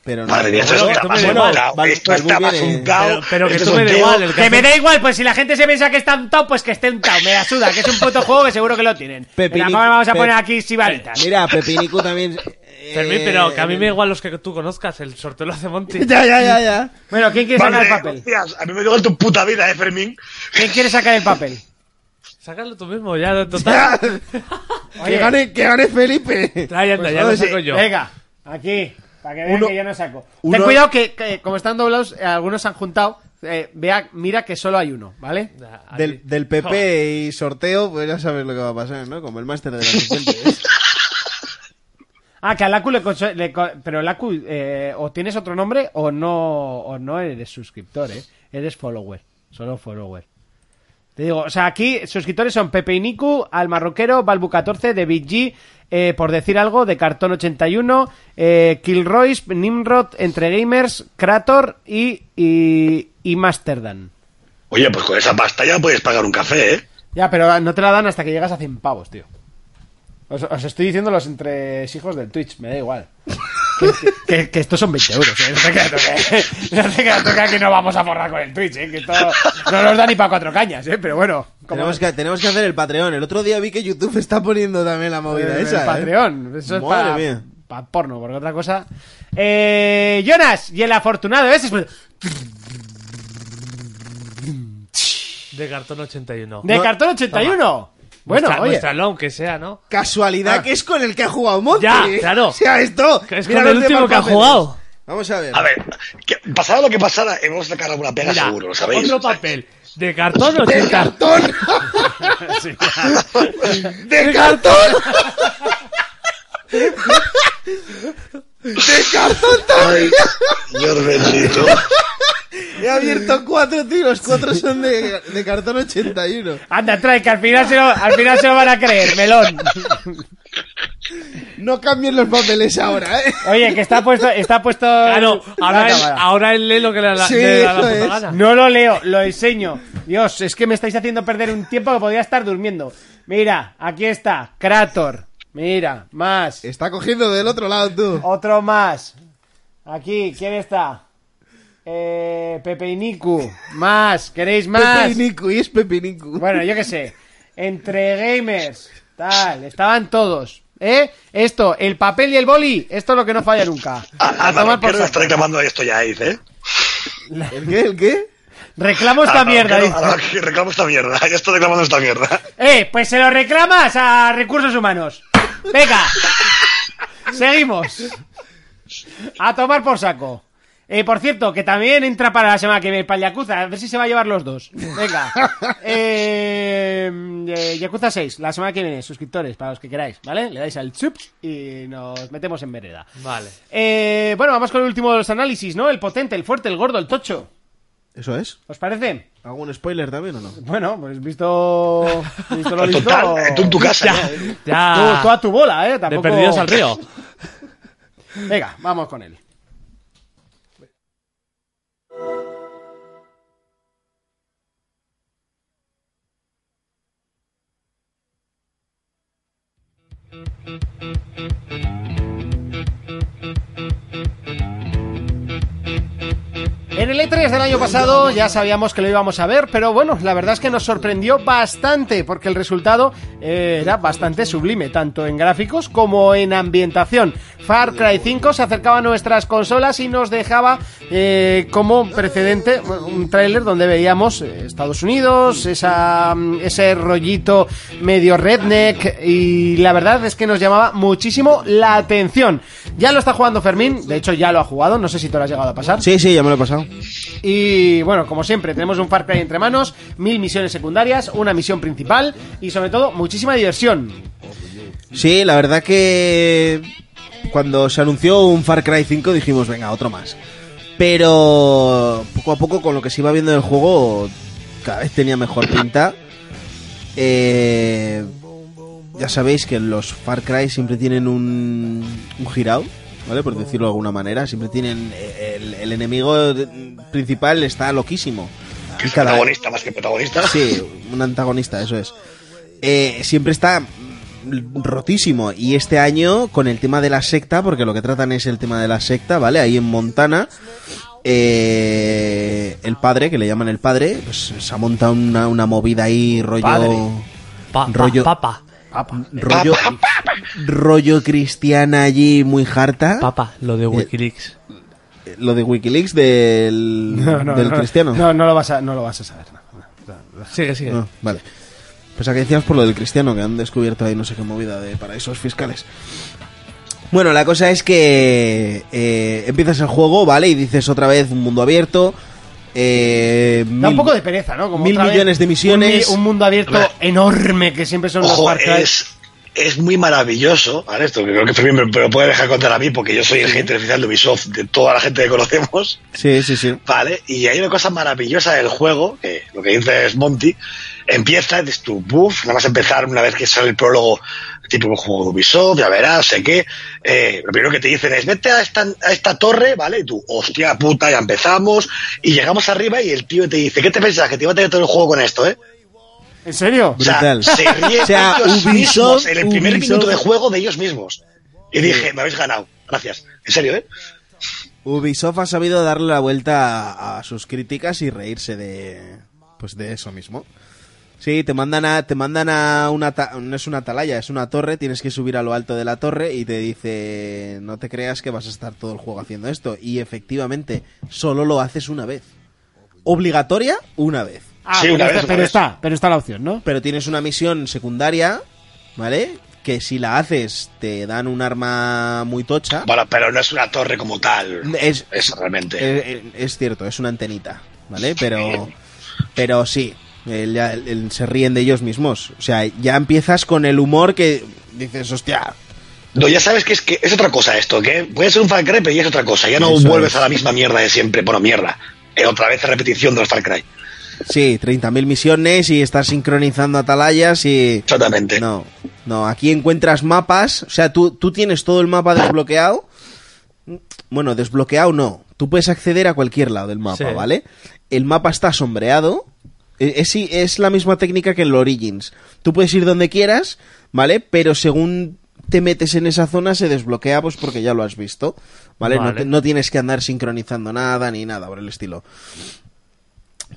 S7: Pero no.
S5: Madre mía, esto es
S4: Bueno,
S5: está más
S4: bueno,
S5: un caos,
S7: Balbu-
S3: pues
S5: Esto está
S7: Balbu
S5: más
S7: viene-
S5: un caos.
S4: pero- pero que
S5: Esto
S4: tú
S5: es un
S4: me da
S5: tío-
S4: igual, el
S2: Que me da igual, pues si la gente se piensa que está untado, pues que esté untado. Me la suda, que es un puto juego que seguro que lo tienen.
S7: Pepini-
S2: Pero vamos a
S7: pe-
S2: poner aquí sibaritas.
S7: Mira, Pepinico también. eh,
S4: Fermín, pero que a mí me da igual los que tú conozcas. El sorteo lo hace Monty.
S7: Ya, ya, ya, ya.
S2: Bueno, ¿quién quiere sacar
S5: Madre,
S2: el papel?
S5: hostias, a mí me dio tu puta vida, eh, Fermín.
S2: ¿Quién quiere sacar el papel?
S4: Sácalo tú mismo, ya, total.
S7: Que gane, que gane Felipe.
S4: Ah, ya, anda, ya lo
S7: Pues,
S4: saco yo.
S2: Venga, aquí. Para que vean
S7: Uno-
S2: que yo no saco. Ten
S7: uno-
S2: cuidado que, que como están doblados, eh, algunos se han juntado. Eh, vea, mira que solo hay uno, ¿vale?
S4: Ah, ahí.
S7: Del, del PP y sorteo, pues ya sabes lo que va a pasar, ¿no? Como el máster de las asistentes.
S2: Ah, que a Laku le, conso- le co- Pero Laku, eh, o tienes otro nombre o no, o no eres suscriptor, ¿eh? Eres follower. Solo follower. Te digo, o sea, aquí suscriptores son Pepe y Niku, Al Marroquero, Balbu14, de G, eh, por decir algo, de Cartón81, eh, Kilroys, Nimrod, Entre Gamers, Krator y, y, y Masterdan.
S5: Oye, pues con esa pasta ya puedes pagar un café, ¿eh?
S2: Ya, pero no te la dan hasta que llegas a 100 pavos, tío. Os, os estoy diciendo los entresijos del Twitch, me da igual. Que, que- que estos son 20 euros, ¿eh? No te creas tú que, no te creas tú que aquí no vamos a forrar con el Twitch, ¿eh? Que esto no nos da ni para cuatro cañas, ¿eh? Pero bueno, como
S7: tenemos, que, tenemos que hacer el Patreon. El otro día vi que YouTube está poniendo también la
S2: el,
S7: movida
S2: el
S7: esa. ¿eh?
S2: Patreon, eso es
S7: Madre
S2: para
S7: mía.
S2: porno, porque otra cosa... Eh, Jonas, y el afortunado ese es... pues,
S4: De cartón 81.
S2: De Cartón 81. Bueno,
S4: Nuestra-
S2: oye.
S4: Nuestra aunque sea, ¿no?
S7: Casualidad que es con el que ha jugado Monty.
S4: Ya, claro.
S7: O sea, esto.
S4: Que es
S7: mira
S4: con el
S7: los
S4: último
S7: demás
S4: que ha
S7: papeles.
S4: jugado.
S7: Vamos a ver.
S5: A ver, que, pasara lo que pasara, hemos sacado alguna pega
S4: Mira,
S5: seguro, ¿lo sabéis?
S4: otro papel. De cartón 80.
S7: ¡De cartón! ¡De cartón
S5: Ay, Dios bendito.
S7: He abierto cuatro, tío. Los cuatro son de, de cartón 81.
S2: Anda, trae, que al final, se lo, al final se lo van a creer, melón.
S3: No cambien los papeles ahora, ¿eh?
S2: Oye, que está puesto. Está puesto
S4: Claro, ahora
S2: la
S4: él,
S2: cámara.
S4: ahora él lee lo que le, da-
S3: Sí,
S4: le da la
S3: eso
S4: puta
S3: es.
S4: gana.
S2: No lo leo, lo enseño. Dios, es que me estáis haciendo perder un tiempo que podría estar durmiendo. Mira, aquí está, Krator. Mira, más.
S3: Está cogiendo del otro lado, tú.
S2: Otro más. Aquí, ¿quién está? Eh, Pepe y Niku. Más, ¿queréis más?
S3: Pepinicu, y es Pepinicu.
S2: Bueno, yo qué sé. Entre gamers, tal, estaban todos. ¿Eh? Esto, el papel y el boli, esto es lo que no falla nunca.
S5: A-
S2: A tomar
S5: Álvaro,
S2: por
S5: que no está
S2: saco.
S5: reclamando esto ya, dice. ¿eh?
S3: ¿El qué? ¿El qué?
S2: Reclamo esta
S5: Álvaro,
S2: mierda,
S5: que Ah, no-
S2: dice.
S5: Álvaro, que reclamo esta mierda. Ya está reclamando esta mierda.
S2: Eh, pues se lo reclamas a recursos humanos. Venga. Seguimos. A tomar por saco. Eh, por cierto, que también entra para la semana que viene para el Yakuza. A ver si se va a llevar los dos. Venga. Eh, eh, Yakuza 6, la semana que viene. Suscriptores, para los que queráis, ¿vale? Le dais al chups y nos metemos en vereda.
S4: Vale.
S2: Eh, bueno, vamos con el último de los análisis, ¿no? El potente, el fuerte, el gordo, el tocho.
S3: ¿Eso es?
S2: ¿Os parece?
S3: ¿Algún spoiler también o no?
S2: Bueno, pues visto, visto lo visto...
S5: Total, eh, tú en tu casa. ¿eh?
S4: Ya.
S2: Tú, tú a tu bola, ¿eh? Tampoco...
S4: De perdidos al río.
S2: Venga, vamos con él. En el E3 del año pasado ya sabíamos que lo íbamos a ver, pero bueno, la verdad es que nos sorprendió bastante porque el resultado eh, era bastante sublime, tanto en gráficos como en ambientación. Far Cry 5 se acercaba a nuestras consolas y nos dejaba eh, como precedente bueno, un tráiler donde veíamos eh, Estados Unidos, esa, mm, ese rollito medio redneck y la verdad es que nos llamaba muchísimo la atención. Ya lo está jugando Fermín, de hecho ya lo ha jugado, no sé si te lo has llegado a pasar.
S3: Sí, sí, ya me lo he pasado.
S2: Y bueno, como siempre, tenemos un Far Cry entre manos, mil misiones secundarias, una misión principal y sobre todo muchísima diversión.
S3: Sí, la verdad que cuando se anunció un Far Cry 5 dijimos, venga, otro más. Pero poco a poco con lo que se iba viendo del juego, cada vez tenía mejor pinta. Eh, ya sabéis que los Far Cry siempre tienen un, un girao, ¿vale? Por decirlo de alguna manera, siempre tienen eh, el, el enemigo principal está loquísimo. Y cada-
S5: Protagonista más que protagonista.
S3: Sí, un antagonista, eso es. Eh, siempre está mm, rotísimo y este año con el tema de la secta porque lo que tratan es el tema de la secta vale ahí en Montana eh, el padre que le llaman el padre pues se ha montado una, una movida ahí rollo
S4: Padre. Pa- pa-
S3: Rollo-
S4: Papa.
S3: rollo rollo cristiana allí muy harta
S4: Papa, lo de Wikileaks.
S3: Eh, lo de Wikileaks del, del cristiano
S2: No, no lo vas a, no lo vas a saber. no, no, no.
S4: Sigue, sigue.
S3: Ah, vale. Pues que decías por lo del cristiano, que han descubierto ahí no sé qué movida de paraísos fiscales. Bueno, la cosa es que eh, empiezas el juego, ¿vale? Y dices otra vez un mundo abierto. eh,
S2: Da un
S3: mil-
S2: poco de pereza, ¿no?
S3: mil
S2: otra vez,
S3: millones de misiones.
S2: Un, mi- un mundo abierto
S5: Claro.
S2: enorme que siempre son los
S5: Ojo,
S2: Far Cry.
S5: es, es muy maravilloso, ¿vale? Esto creo que Fermín me, me lo puede dejar contar a mí porque yo soy el gerente oficial de Ubisoft, de toda la gente que conocemos,
S3: Sí, sí, sí.
S5: ¿vale? Y hay una cosa maravillosa del juego, que lo que dice es Monty, empieza, dices tú, buff, nada más empezar una vez que sale el prólogo, típico juego de Ubisoft, ya verás, sé qué, eh, lo primero que te dicen es, vete a esta, a esta torre, ¿vale? Y tú, hostia puta, ya empezamos, y llegamos arriba y el tío te dice, ¿qué te pensás? Que te iba a tener todo el juego con esto, ¿eh?
S2: ¿En serio?
S5: O sea,
S3: Brutal.
S5: se ríen
S3: O sea,
S5: ellos
S3: Ubisoft-
S5: mismos en el primer
S3: Ubisoft-
S5: minuto de juego de ellos mismos. Y dije, me habéis ganado. Gracias. En serio, ¿eh?
S3: Ubisoft ha sabido darle la vuelta a, a sus críticas y reírse de pues de eso mismo. Sí, te mandan a te mandan a una ta- no es una atalaya, es una torre, tienes que subir a lo alto de la torre y te dice, "No te creas que vas a estar todo el juego haciendo esto" y efectivamente solo lo haces una vez. Obligatoria una vez.
S2: Ah,
S5: Sí, una
S2: pero, está,
S5: vez, una
S2: pero
S5: vez.
S2: está, pero está la opción, ¿no?
S3: Pero tienes una misión secundaria, ¿vale? Que si la haces te dan un arma muy tocha.
S5: Bueno, pero no es una torre como tal.
S3: Es-
S5: Es realmente.
S3: Eh, eh, es cierto, es una antenita, ¿vale? Pero, pero sí, el- ya- el- se ríen de ellos mismos. O sea, ya empiezas con el humor que dices, hostia,
S5: No, ya sabes que es que es otra cosa esto, que puede ser un Far Cry, pero ya es otra cosa. Ya no
S3: Eso
S5: vuelves
S3: es.
S5: a la misma mierda de siempre. Bueno, mierda. Eh, otra vez repetición del Far Cry.
S3: Sí, 30.000 misiones y estás sincronizando atalayas y...
S5: Exactamente.
S3: No, no, aquí encuentras mapas, o sea, tú, tú tienes todo el mapa desbloqueado. Bueno, desbloqueado no, tú puedes acceder a cualquier lado del mapa,
S4: Sí.
S3: ¿vale? El mapa está sombreado, Eh, es, sí, es la misma técnica que en el Origins. Tú puedes ir donde quieras, ¿vale? Pero según te metes en esa zona se desbloquea pues porque ya lo has visto, ¿vale? No,
S4: Vale.
S3: te- no tienes que andar sincronizando nada ni nada por el estilo.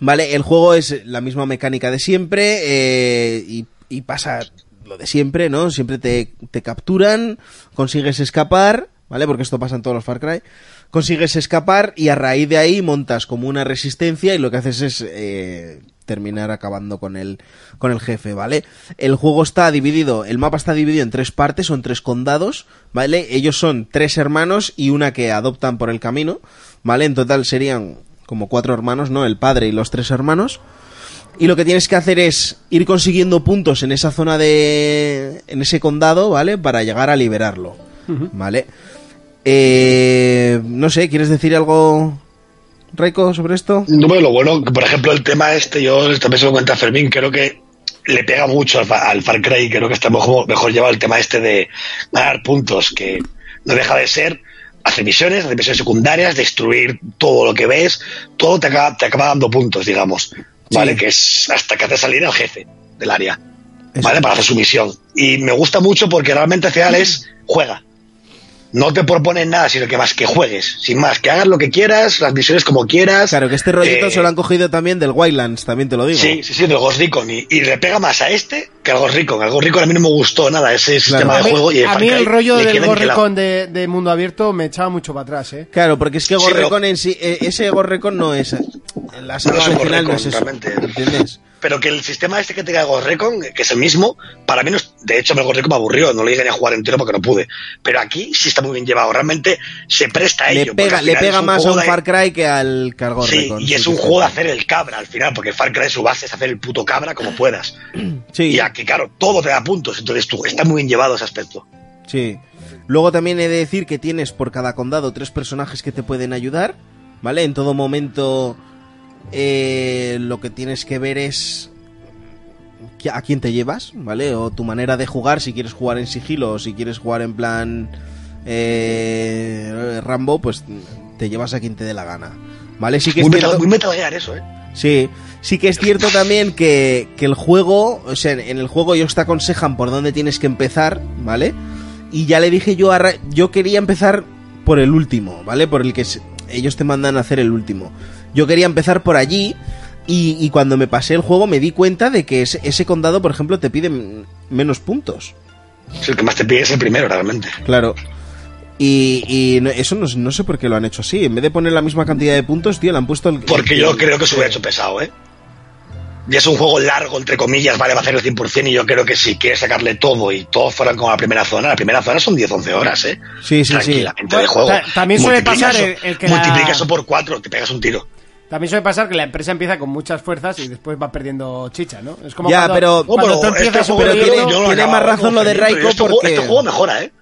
S3: Vale, el juego es la misma mecánica de siempre eh, y, y pasa lo de siempre, ¿no? Siempre te, te capturan, consigues escapar, ¿vale? Porque esto pasa en todos los Far Cry. Consigues escapar y a raíz de ahí montas como una resistencia y lo que haces es eh, terminar acabando con el, con el jefe, ¿vale? El juego está dividido, el mapa está dividido en tres partes, son tres condados, ¿vale? Ellos son tres hermanos y una que adoptan por el camino, ¿vale? En total serían como cuatro hermanos, ¿no? El padre y los tres hermanos. Y lo que tienes que hacer es ir consiguiendo puntos en esa zona de. en ese condado, ¿vale? Para llegar a liberarlo. ¿Vale? Eh, no sé, ¿quieres decir algo, Reiko, sobre esto?
S5: No, pero lo bueno, que, por ejemplo, el tema este, yo también se lo cuenta Fermín, creo que le pega mucho al, Fa- al Far Cry, creo que está mejor, mejor llevado el tema este de ganar puntos, que no deja de ser hacer misiones, hacer misiones secundarias, destruir todo lo que ves, todo te acaba, te acaba dando puntos, digamos, ¿vale? Que es hasta que hace salir al jefe del área, ¿vale? Para hacer su misión. Y me gusta mucho porque realmente al final es juega no te proponen nada, sino que más que juegues, sin más, que hagas lo que quieras, las misiones como quieras.
S3: Claro, que este rollito
S5: Eh,
S3: se lo han cogido también del Wildlands, también te lo digo.
S5: Sí, sí, sí, del Ghost Recon. Y, y le pega más a este que al Ghost Recon. Al Ghost Recon a mí no me gustó nada ese sistema
S2: A
S5: de
S2: mí,
S5: juego. Y
S2: a mí
S5: Far
S2: el
S5: Cry
S2: rollo
S5: le
S2: del
S5: queda aniquilado.
S2: Gorricón de, de mundo abierto me echaba mucho para atrás, ¿eh?
S3: Claro, porque es que
S5: Sí,
S3: Gorrecon
S5: pero-
S3: en sí, eh, ese Gorrecon no es. La
S5: No
S3: saga
S5: es un
S3: original
S5: Gorrecon,
S3: no es eso.
S5: realmente.
S3: ¿Entiendes?
S5: Pero que el sistema este que tenga Ghost Recon, que es el mismo, para mí, no es- de hecho, el Ghost Recon me aburrió. No lo llegué ni a jugar entero porque no pude. Pero aquí sí está muy bien llevado. Realmente se presta a
S3: Le
S5: ello. porque
S3: pega,
S5: al
S3: le
S5: final es
S3: pega más a
S5: juego
S3: un
S5: de-
S3: Far Cry que al Cargo
S5: Sí, y es un juego de hacer el cabra al final, porque Far Cry su base es hacer el puto cabra como puedas.
S3: Sí.
S5: Y aquí, claro, todo te da puntos. Entonces tú, está muy bien llevado ese aspecto.
S3: Sí. Luego también he de decir que tienes por cada condado tres personajes que te pueden ayudar, ¿vale? En todo momento eh, lo que tienes que ver es qui- a quién te llevas, ¿vale? O tu manera de jugar, si quieres jugar en sigilo o si quieres jugar en plan eh, Rambo, pues te llevas a quien te dé la gana, ¿vale? Sí que
S5: Muy
S3: es
S5: metal,
S3: cierto-
S5: muy Metal Gear eso, ¿eh?
S3: Sí, sí que es cierto también que, que el juego, o sea, en el juego ellos te aconsejan por dónde tienes que empezar, ¿vale? Y ya le dije yo a Ra- yo quería empezar por el último, ¿vale? Por el que se- ellos te mandan a hacer el último. Yo quería empezar por allí y, y cuando me pasé el juego me di cuenta de que ese, ese condado, por ejemplo, te pide m- menos puntos.
S5: Sí, el que más te pide es el primero, realmente.
S3: Claro. Y, y no- eso no, no sé por qué lo han hecho así. En vez de poner la misma cantidad de puntos, tío, le han puesto el...
S5: Porque yo creo que se hubiera hecho pesado, ¿eh? Y es un juego largo, entre comillas, vale, va a hacer el 100% y yo creo que si quieres sacarle todo y todos fueran como la primera zona, la primera zona son 10-11 horas, ¿eh?
S3: Sí, sí, sí.
S5: Tranquilamente de
S2: Bueno,
S5: juego.
S2: ta- también suele
S5: Multiplica
S2: pasar
S5: eso-
S2: el- el que la-
S5: Multiplica eso por 4, te pegas un tiro.
S2: También suele pasar que la empresa empieza con muchas fuerzas y después va perdiendo chicha, ¿no? Es como
S3: Ya,
S2: cuando,
S3: pero-
S5: No,
S2: cuando tú
S5: este
S2: empiezas un
S5: juego yo-
S3: tiene-
S5: yo
S2: proyecto-
S5: lo
S3: tiene
S5: acababa
S3: más razón lo de
S5: con Felipe,
S3: Raiko
S5: este juego-
S3: porque-
S5: Este juego mejora, ¿eh?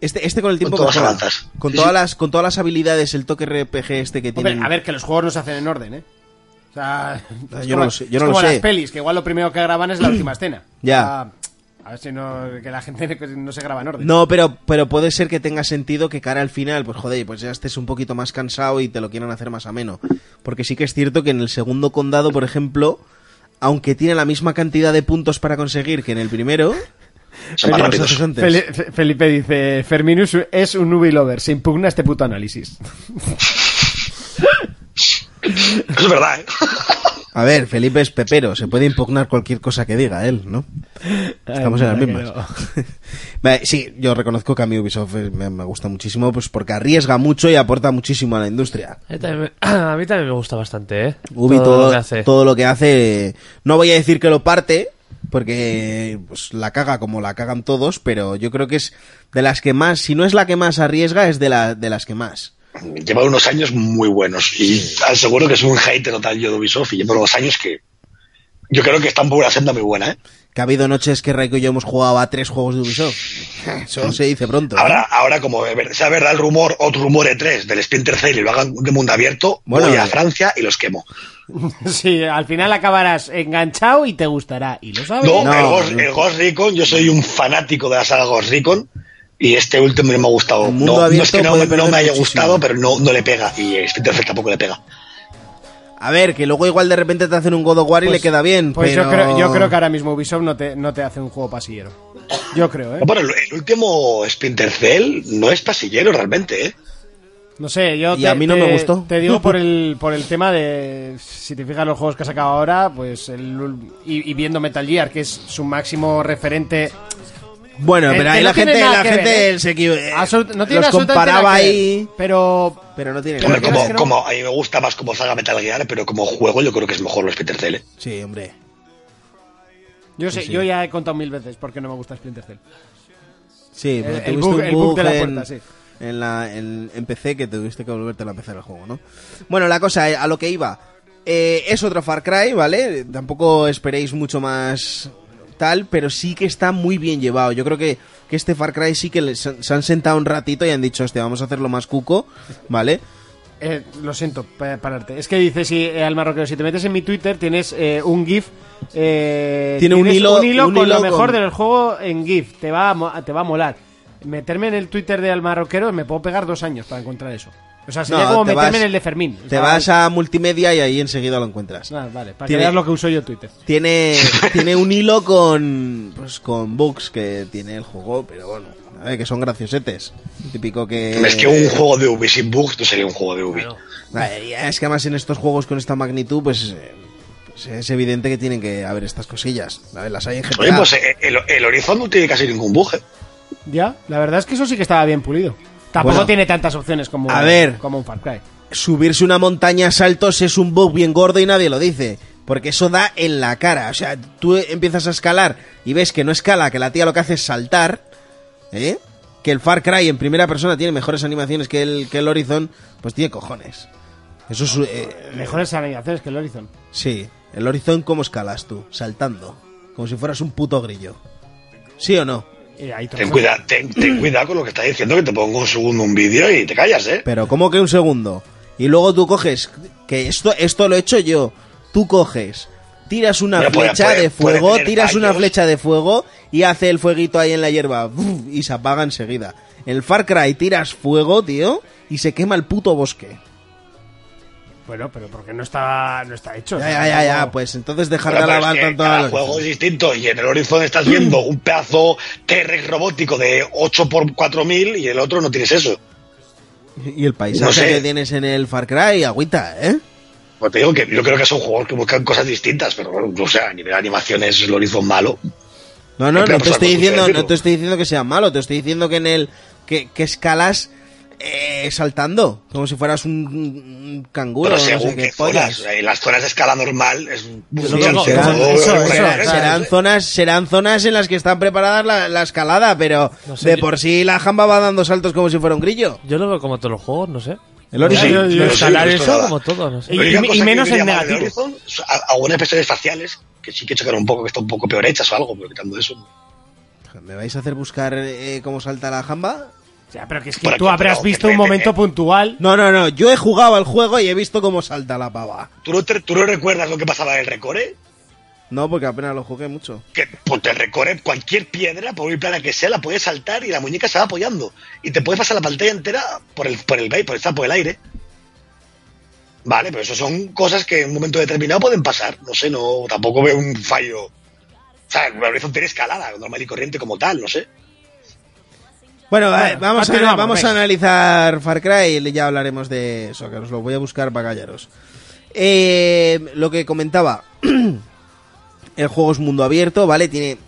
S3: Este, este con el tiempo
S5: todas
S3: mejora.
S5: avanzas.
S3: Con
S5: Sí,
S3: todas
S5: sí.
S3: las con todas las habilidades el toque RPG este que
S2: Hombre,
S3: tiene.
S2: a ver, que los juegos no se hacen en orden, ¿eh? O sea, es
S3: Ah, Yo no
S2: como-
S3: lo sé, yo no
S2: es
S3: lo
S2: como
S3: sé.
S2: las pelis, que igual lo primero que graban es la última escena.
S3: Ya.
S2: Ah, a ver si no, que la gente no se graba en orden.
S3: No, pero pero puede ser que tenga sentido que cara al final, pues joder, pues ya estés un poquito más cansado y te lo quieran hacer más ameno, porque sí que es cierto que en el segundo condado, por ejemplo, aunque tiene la misma cantidad de puntos para conseguir que en el primero,
S5: Son más
S3: los
S5: rápidos.
S3: haces antes.
S2: Fel- Fe- Felipe dice, Ferminus es un ubi lover, se impugna este puto análisis.
S5: Eso es verdad, ¿eh?
S3: A ver, Felipe es pepero, se puede impugnar cualquier cosa que diga él, ¿no? Estamos en las
S2: mira
S3: mismas. Vale, sí, yo reconozco que a mí Ubisoft eh, me, me gusta muchísimo, pues porque arriesga mucho y aporta muchísimo a la industria.
S4: A mí también me, a mí también me gusta bastante, ¿eh?
S3: Ubi todo,
S4: lo que hace.
S3: todo lo que hace, eh, no voy a decir que lo parte, porque pues, la caga como la cagan todos, pero yo creo que es de las que más, si no es la que más arriesga, es de, la, de las que más.
S5: lleva unos años muy buenos y aseguro que es un hater total yo de Ubisoft y lleva unos años que yo creo que está por una senda muy buena, ¿eh?
S3: que ha habido noches que Raiko y yo hemos jugado a tres juegos de Ubisoft. Eso se dice pronto. ¿eh?
S5: Ahora, ahora como es ver- sea verdad el rumor, otro rumor E3 del Splinter Cell y lo hagan de mundo abierto,
S3: Bueno,
S5: voy a
S3: eh.
S5: Francia y los quemo.
S2: Sí, al final acabarás enganchado y te gustará. ¿Y lo sabes?
S5: No,
S3: No,
S5: el, Ghost,
S3: no.
S5: el Ghost Recon, yo soy un fanático de la saga Ghost Recon y este último no me ha gustado.
S3: El mundo
S5: No, no
S3: abierto
S5: es que no,
S3: puede
S5: me- no
S3: perder
S5: me haya
S3: muchísimo.
S5: gustado, pero no, no le pega. Y eh, Splinter Cell tampoco le pega.
S3: A ver, que luego igual de repente te hacen un God of War y
S2: Pues-
S3: le queda bien.
S2: Pues yo,
S3: pero-
S2: creo, yo creo que ahora mismo Ubisoft no te, no te hace un juego pasillero. Yo creo, ¿eh?
S5: Bueno, el, el último Splinter Cell no es pasillero realmente, ¿eh?
S2: No sé, yo
S3: Y
S2: te,
S3: a mí no
S2: te-
S3: me gustó.
S2: Te digo por el, por el tema de. Si te fijas los juegos que ha sacado ahora, pues. El, y, y viendo Metal Gear, que es su máximo referente.
S3: Bueno,
S2: Eh,
S3: pero
S2: que
S3: ahí
S2: no
S3: la
S2: tiene
S3: gente,
S2: nada
S3: la
S2: que
S3: gente
S2: ver, ¿eh?
S3: se equi- eh,
S2: Absolut- no tiene
S3: los
S2: absolutamente
S3: comparaba
S2: nada que ver,
S3: ahí,
S2: Pero.
S3: pero no tiene
S5: Hombre,
S3: nada que ver.
S5: como,
S2: es que no-
S5: como- a mí me gusta más como saga Metal Gear, pero como juego yo creo que es mejor los Splinter Cell. ¿eh?
S3: Sí, hombre.
S2: Yo sé, yo ya he contado mil veces porque no me gusta Splinter Cell.
S3: Sí, porque
S2: El- Eh, el
S3: tuviste
S2: bug-
S3: un
S2: el bug de la
S3: en-
S2: puerta, sí.
S3: En, la, en, en PC que tuviste que volverte a empezar el juego, ¿no? Bueno, la cosa, eh, a lo que iba. Eh, es otro Far Cry, ¿vale? Tampoco esperéis mucho más tal, pero sí que está muy bien llevado. Yo creo que, que este Far Cry sí que les- se han sentado un ratito y han dicho, hostia, vamos a hacerlo más cuco, ¿vale?
S2: Eh, lo siento, pa- pararte. Es que dice, si eh, al marroquero, si te metes en mi Twitter, tienes eh, un GIF. eh,
S3: Tiene un
S2: tienes
S3: hilo- un
S2: con
S3: hilo
S2: lo mejor
S3: con-
S2: del juego en GIF. Te va, a, mo- te va a molar. Meterme en el Twitter de al marroquero me puedo pegar dos años para encontrar eso. O sea, sería
S3: No,
S2: como
S3: te
S2: meterme
S3: vas-
S2: en el de Fermín.
S3: Te vas a multimedia y ahí enseguida lo encuentras.
S2: Ah, vale, para que
S3: Tiene-
S2: veas lo que uso yo en Twitter.
S3: Tiene, tiene un hilo con, pues, con bugs que tiene el juego, pero bueno, a ver, que son graciosetes. Típico que...
S5: Es que un juego de Ubi sin bugs no sería un juego de Ubi.
S3: Ay, Es que además en estos juegos con esta magnitud, pues, eh, pues es evidente que tienen que haber estas cosillas. A ver, Las hay en GTA.
S5: Oye, pues eh, el, el Horizon no tiene casi ningún bug. ¿eh?
S2: Ya, la verdad es que eso sí que estaba bien pulido. Tampoco
S3: Bueno.
S2: tiene tantas opciones como,
S3: A ver.
S2: como un Far Cry.
S3: Subirse una montaña a saltos es un bug bien gordo y nadie lo dice. Porque eso da en la cara. O sea, tú empiezas a escalar y ves que no escala, que la tía lo que hace es saltar. ¿eh? Que el Far Cry en primera persona tiene mejores animaciones que el, que el Horizon. Pues tiene cojones. Eso es... eh,
S2: Mejores animaciones que el Horizon.
S3: Sí, el Horizon, ¿cómo escalas tú? Saltando. Como si fueras un puto grillo. ¿Sí o no?
S2: Y Eh, ahí
S5: Ten,
S2: trozos.
S5: cuida, ten, ten cuidado con lo que estás diciendo, que te pongo un segundo un vídeo y te callas, ¿eh?
S3: Pero ¿cómo que un segundo? Y luego tú coges, que esto, esto lo he hecho yo, tú coges, tiras una
S5: Pero puede-
S3: flecha
S5: pues, puede-
S3: de
S5: puede
S3: fuego,
S5: tener
S3: tiras una
S5: fallos.
S3: flecha de fuego y hace el fueguito ahí en la hierba ¡buf! y se apaga enseguida. En el Far Cry tiras fuego, tío, y se quema el puto bosque.
S2: Bueno, pero porque no está, no está hecho.
S3: Ya,
S2: o sea,
S3: ya, ya, ya,
S2: tampoco-
S3: pues entonces dejar de
S5: Bueno, pero es
S3: alabar
S5: que
S3: tanto
S5: cada
S3: a la-
S5: juego es distinto y en el Horizon estás viendo un pedazo T-Rex robótico de 8x4000 y el otro no tienes eso.
S3: Y el paisaje
S5: No sé.
S3: que tienes en el Far Cry, agüita, ¿eh?
S5: Pues te digo que yo creo que son juegos que buscan cosas distintas, pero bueno, o sea, a nivel de animación es el Horizon malo.
S3: No, no,
S5: Pero,
S3: no
S5: pues,
S3: te estoy
S5: algo
S3: diciendo,
S5: sucede,
S3: no
S5: digo.
S3: te estoy diciendo que sea malo, te estoy diciendo que en el que, que escalas eh, saltando, como si fueras un, un canguro,
S5: pero
S3: no sé
S5: según
S3: qué
S5: qué
S3: pollas.
S5: zonas, en las zonas de escala normal es un...
S4: no
S5: un-
S4: tengo-
S5: un-
S3: Serán,
S5: un-
S3: eso,
S5: un-
S3: eso,
S5: un-
S3: serán zonas, serán zonas en las que están preparadas la, la escalada, pero
S4: No sé,
S3: de
S4: yo-
S3: por sí la jamba va dando saltos como si fuera un grillo.
S4: Yo lo veo como todos los juegos, no sé.
S3: El Horizon.
S5: Sí, yo-
S4: Los
S5: sí,
S4: salarios
S5: esto
S4: son
S5: nada.
S4: como todos, no sé.
S2: Y-
S5: La única
S2: y- y
S5: cosa que
S2: menos
S5: me
S2: en
S5: llama de
S2: negativo.
S5: Horizon, son a- Algunas expresiones faciales que sí que chocan un poco, que están un poco peor hechas o algo, pero quitando eso.
S3: ¿Me vais a hacer buscar eh, cómo salta la jamba?
S2: O sea, pero que es que
S5: Por
S2: tú
S5: aquí,
S2: habrás
S5: pero que
S2: visto un
S5: vete,
S2: momento
S5: eh.
S2: puntual.
S3: No, no, no, yo he jugado al juego y he visto cómo salta la pava.
S5: ¿Tú no, te- tú no recuerdas lo que pasaba en el recore?
S3: No, porque apenas lo jugué mucho.
S5: que pues, te recorre cualquier piedra, por muy plana que sea, la puedes saltar y la muñeca se va apoyando. Y te puedes pasar la pantalla entera por el, por el, ba- por el sapo del aire. Vale, pero eso son cosas que en un momento determinado pueden pasar. No sé, no, tampoco veo un fallo. O sea, el Horizon tiene escalada, normal y corriente como tal, no sé.
S3: Bueno, eh,
S2: Bueno,
S3: vamos, a,
S2: continuamos,
S3: vamos a
S2: venga.
S3: analizar Far Cry y ya hablaremos de eso, que os lo voy a buscar para callaros. Eh, lo que comentaba, el juego es mundo abierto, ¿vale? Tiene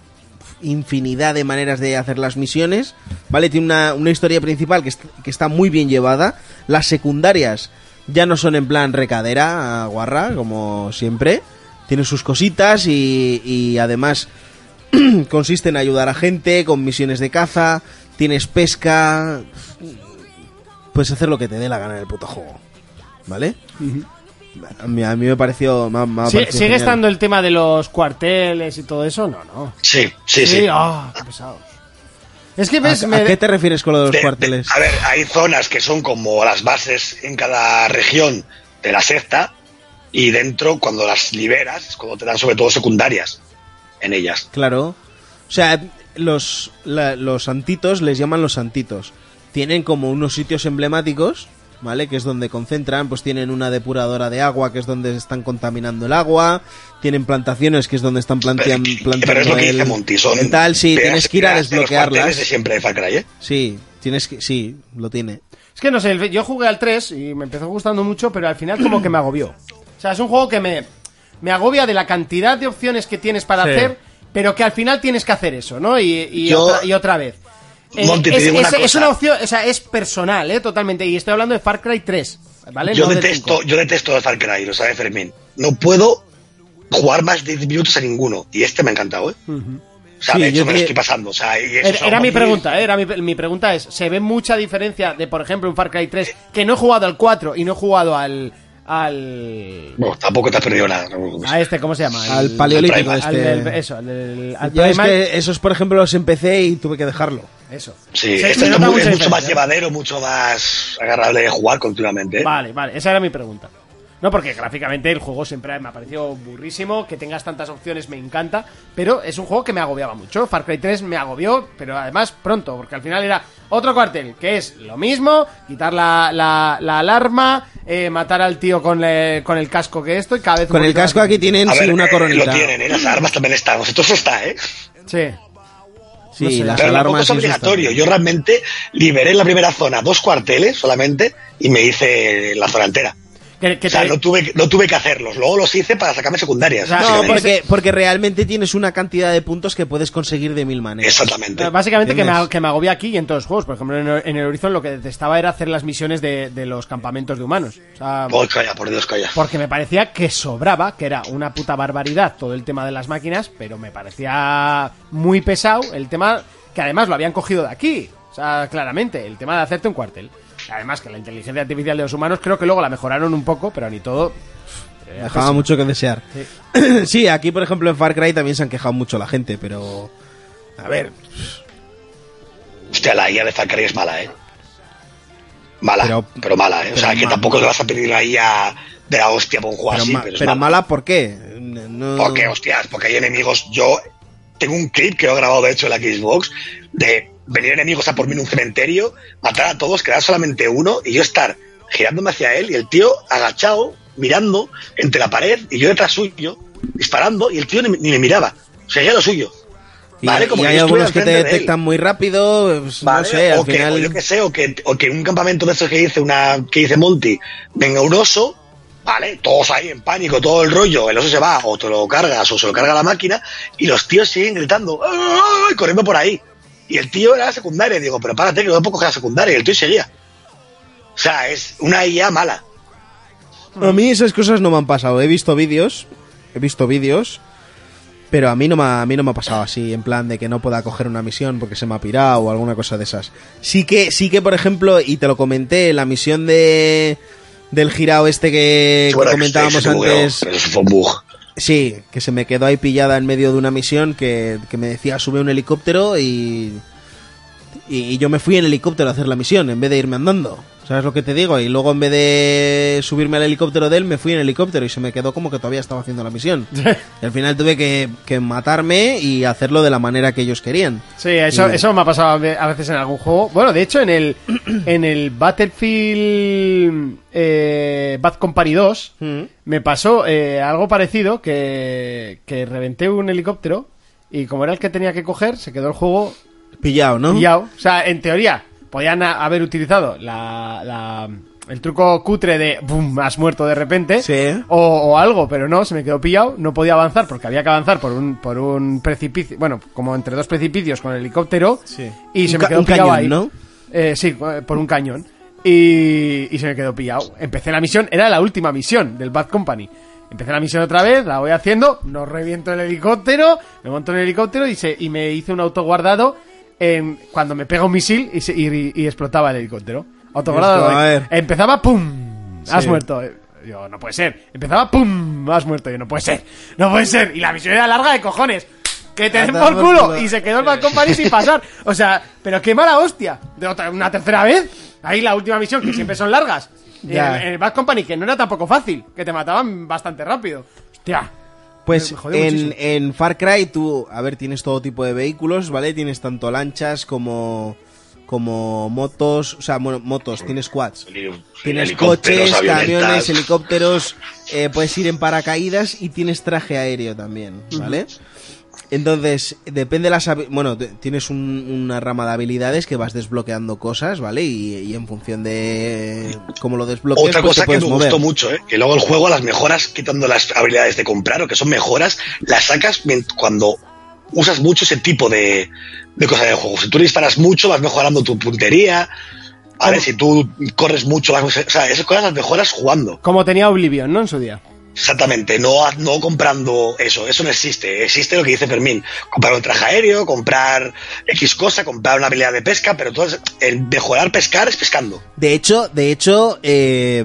S3: infinidad de maneras de hacer las misiones, ¿vale? Tiene una, una historia principal que, est- que está muy bien llevada. Las secundarias ya no son en plan recadera, guarra, como siempre. Tiene sus cositas y, y además consiste en ayudar a gente con misiones de caza, tienes pesca, puedes hacer lo que te dé la gana en el puto juego, ¿vale? A mí, a mí me pareció. me ha- me ha
S2: Sí,
S3: parecido
S2: ¿Sigue
S3: genial.
S2: estando el tema de los cuarteles y todo eso? No, no.
S5: Sí, sí, sí.
S2: ah, qué pesados. Es que ves,
S3: ¿A,
S2: me-
S3: a qué te refieres con lo de los
S5: De- de-
S3: cuarteles?
S5: a ver, hay zonas que son como las bases en cada región de la secta y dentro cuando las liberas es cuando te dan sobre todo secundarias en ellas.
S3: Claro. O sea, los, la- los santitos les llaman los santitos. Tienen como unos sitios emblemáticos, ¿vale? Que es donde concentran, pues tienen una depuradora de agua, que es donde están contaminando el agua, tienen plantaciones, que es donde están plantean- plantando
S5: Eh, Pero es lo que
S3: el-
S5: dice Montison.
S3: el tal, sí, tienes que ir a
S5: De
S3: desbloquearlas.
S5: siempre de Far Cry, ¿eh?
S3: Sí, tienes que, sí, lo tiene.
S2: es que no sé, el- yo jugué al 3 y me empezó gustando mucho, pero al final como que me agobió. O sea, es un juego que me, me agobia de la cantidad de opciones que tienes para
S4: Sí.
S2: hacer, pero que al final tienes que hacer eso, ¿no? Y, y
S5: Yo-
S2: otra, y otra vez. Eh,
S5: Monty, te
S2: es,
S5: digo
S2: es-
S5: una cosa.
S2: es una opción, o sea, es personal, ¿eh? Totalmente. Y estoy hablando de Far Cry 3, ¿vale?
S5: Yo
S2: No del
S5: detesto,
S2: 5.
S5: yo detesto el Far Cry, lo sabe Fermín. No puedo jugar más de 10 minutos a ninguno. Y este me ha encantado, ¿eh? O sea,
S3: Sí,
S5: de hecho,
S3: yo
S5: me lo
S3: te-
S5: estoy pasando. O sea, y eso
S2: Era,
S5: es algo
S2: era mi
S5: muy-
S2: pregunta, ¿eh? era mi, mi pregunta es, ¿se ve mucha diferencia de, por ejemplo, un Far Cry 3 que no he jugado al 4 y no he jugado al... al...
S5: Bueno, tampoco te has perdido nada. no,
S2: a este, ¿cómo se llama?
S3: Al
S2: El-
S3: paleolítico
S5: al-
S2: al
S3: este.
S2: del- eso, al del- al
S3: Ya es
S2: Primal,
S3: que esos, por ejemplo, los empecé y tuve que dejarlo.
S2: Eso.
S5: Sí,
S2: Se-
S5: este
S2: se
S5: es,
S2: nota
S5: mu-
S2: mucha
S5: es mucho más
S2: diferencia.
S5: llevadero, mucho más agarrable de jugar continuamente. ¿eh?
S2: Vale, vale, esa era mi pregunta. No, porque gráficamente el juego siempre me ha parecido burrísimo, que tengas tantas opciones me encanta, pero es un juego que me agobiaba mucho. Far Cry 3 me agobió, pero además pronto, porque al final era otro cuartel, que es lo mismo, quitar la, la- la alarma, eh, matar al tío con, le- con el casco que esto y cada vez... un
S3: Con el
S2: poquito más
S3: casco aquí tienen
S5: A
S3: sí,
S5: ver,
S3: una
S5: eh,
S3: coronita.
S5: Lo tienen, ¿eh? las armas también están. O sea, todo eso está, ¿eh?
S2: Sí.
S3: Sí,
S2: No sé,
S3: las
S5: Pero tampoco
S3: alarmas
S5: es
S3: y eso está.
S5: obligatorio. Yo realmente liberé en la primera zona dos cuarteles solamente y me hice la zona entera.
S2: Que- que
S5: O sea,
S2: te-
S5: no tuve, no tuve que hacerlos. Luego los hice para sacarme secundarias.
S2: No, pues
S3: No,
S5: básicamente.
S3: porque, porque realmente tienes una cantidad de puntos que puedes conseguir de mil maneras.
S5: Exactamente.
S2: Eh, Básicamente que me,
S3: ¿Entiendes?
S2: que me agobia aquí y en todos los juegos. Por ejemplo, en, en el Horizon lo que detestaba era hacer las misiones de, de los campamentos de humanos. O sea,
S5: Por calla, por Dios, calla.
S2: porque me parecía que sobraba, que era una puta barbaridad todo el tema de las máquinas, pero me parecía muy pesado el tema que además lo habían cogido de aquí. O sea, claramente, el tema de hacerte un cuartel. Además que la inteligencia artificial de los humanos creo que luego la mejoraron un poco, pero ni todo.
S3: Dejaba mucho que desear. Sí. aquí por ejemplo en Far Cry también se han quejado mucho la gente, pero... A ver,
S5: Hostia, la IA de Far Cry es mala, ¿eh? Mala, pero,
S3: Pero-
S5: mala, ¿eh? O sea,
S3: pero
S5: que
S3: ma-
S5: tampoco le vas a pedir la IA de la hostia por un juego
S3: pero,
S5: así,
S3: ma-
S5: pero es
S3: pero
S5: mala.
S3: mala, ¿por qué? No-
S5: Porque, hostias, porque hay enemigos. Yo tengo un clip que lo he grabado, de hecho, en la Xbox, de venir enemigos a por mí en un cementerio, matar a todos, quedar solamente uno, y yo estar girándome hacia él, y el tío agachado, mirando entre la pared, y yo detrás suyo, disparando, y el tío ni, ni me miraba. Seguía lo suyo.
S3: y,
S5: ¿Vale? Como
S3: y
S5: que
S3: hay
S5: yo
S3: algunos que
S5: estuviera
S3: te
S5: enfrente de él.
S3: detectan muy rápido, pues, no
S5: ¿vale?
S3: sé, al
S5: o, que, o yo
S3: final...
S5: que sé, o que, o que un campamento de esos que dice una que dice Monty, venga un oso, ¿vale? Todos ahí en pánico, todo el rollo, el oso se va, o te lo cargas, o se lo carga la máquina, y los tíos siguen gritando, ¡ay! corriendo por ahí. Y el tío era secundaria, y digo, pero párate, que no puedo coger la secundaria, y el tío seguía. O sea, es una IA mala.
S3: A mí esas cosas no me han pasado. He visto vídeos, he visto vídeos, pero a mí no me ha, a mí no me ha pasado así, en plan de que no pueda coger una misión porque se me ha pirado o alguna cosa de esas. Sí que, sí que, por ejemplo, y te lo comenté, la misión de del girao este que, que
S5: Bueno, que
S3: comentábamos
S5: estoy- estoy
S3: antes,
S5: bugueo, pero eso fue un bug.
S3: sí, que se me quedó ahí pillada en medio de una misión que, que me decía sube un helicóptero y, y y yo me fui en helicóptero a hacer la misión en vez de irme andando. ¿Sabes lo que te digo? Y luego en vez de subirme al helicóptero de él, me fui en helicóptero y se me quedó como que todavía estaba haciendo la misión. y al final tuve que, que matarme y hacerlo de la manera que ellos querían.
S2: Sí, eso,
S3: Y-
S2: eso me ha pasado a ve- a veces en algún juego. Bueno, de hecho, en el, en el Battlefield eh, Bad Company 2 me pasó eh, algo parecido que, que reventé un helicóptero y como era el que tenía que coger, se quedó el juego
S3: Pillado, ¿no?
S2: pillado. O sea, en teoría, podían a- haber utilizado la, la- el truco cutre de boom, has muerto de repente.
S3: Sí.
S2: O, o algo, pero no, se me quedó pillado. No podía avanzar porque había que avanzar por un, por un precipicio. Bueno, como entre dos precipicios con el helicóptero.
S3: Sí.
S2: Y se
S3: Un
S2: me
S3: ca-
S2: quedó
S3: un
S2: pillado
S3: cañón,
S2: ahí.
S3: ¿no?
S2: Eh, sí, eh, por un cañón. Y, y se me quedó pillado. Empecé la misión, era la última misión del Bad Company. Empecé la misión otra vez, la voy haciendo, no reviento el helicóptero, me monto en el helicóptero y, se, y me hice un autoguardado en, cuando me pega un misil y, se- y- y explotaba el helicóptero. Autoguardado.
S3: Esto, a ver.
S2: Empezaba, ¡pum! Has muerto. Eh, Yo, no puede ser. Empezaba, ¡pum! Has muerto. Yo, no puede ser. No puede ser. Y la misión era larga de cojones. Que te den
S3: Anda,
S2: por
S3: por
S2: culo.
S3: culo.
S2: Y se quedó el balcón París sin pasar. O sea, pero qué mala hostia. De otra- una tercera vez. Ahí la última misión, que siempre son largas. Y
S3: Ya.
S2: El, el Bad Company, que no era tampoco fácil. Que te mataban bastante rápido. Hostia.
S3: Pues
S2: Me jodió
S3: en,
S2: muchísimo.
S3: en Far Cry tú, a ver, tienes todo tipo de vehículos, ¿vale? Tienes tanto lanchas como como motos, o sea, bueno, motos, tienes quads. Tienes coches, camiones, helicópteros, eh, puedes ir en paracaídas y tienes traje aéreo también, ¿vale? Entonces, depende de las... habi- Bueno, te- tienes un- una rama de habilidades que vas desbloqueando cosas, ¿vale? Y, y en función de cómo lo desbloquees,
S5: Otra
S3: pues
S5: cosa
S3: te
S5: que
S3: puedes
S5: me
S3: mover.
S5: gustó mucho, ¿eh? que luego el juego, las mejoras, quitando las habilidades de comprar o que son mejoras, las sacas mien- cuando usas mucho ese tipo de, de cosas del juego. Si tú disparas mucho, vas mejorando tu puntería. ¿vale? Si tú corres mucho, vas, o sea, esas cosas las mejoras jugando.
S2: Como tenía Oblivion, ¿no? En su día.
S5: Exactamente, no, ha- no comprando eso, eso no existe. Existe lo que dice Fermín, comprar un traje aéreo, comprar X cosa, comprar una habilidad de pesca, pero todo es- el mejorar pescar es pescando.
S3: De hecho, de hecho, eh,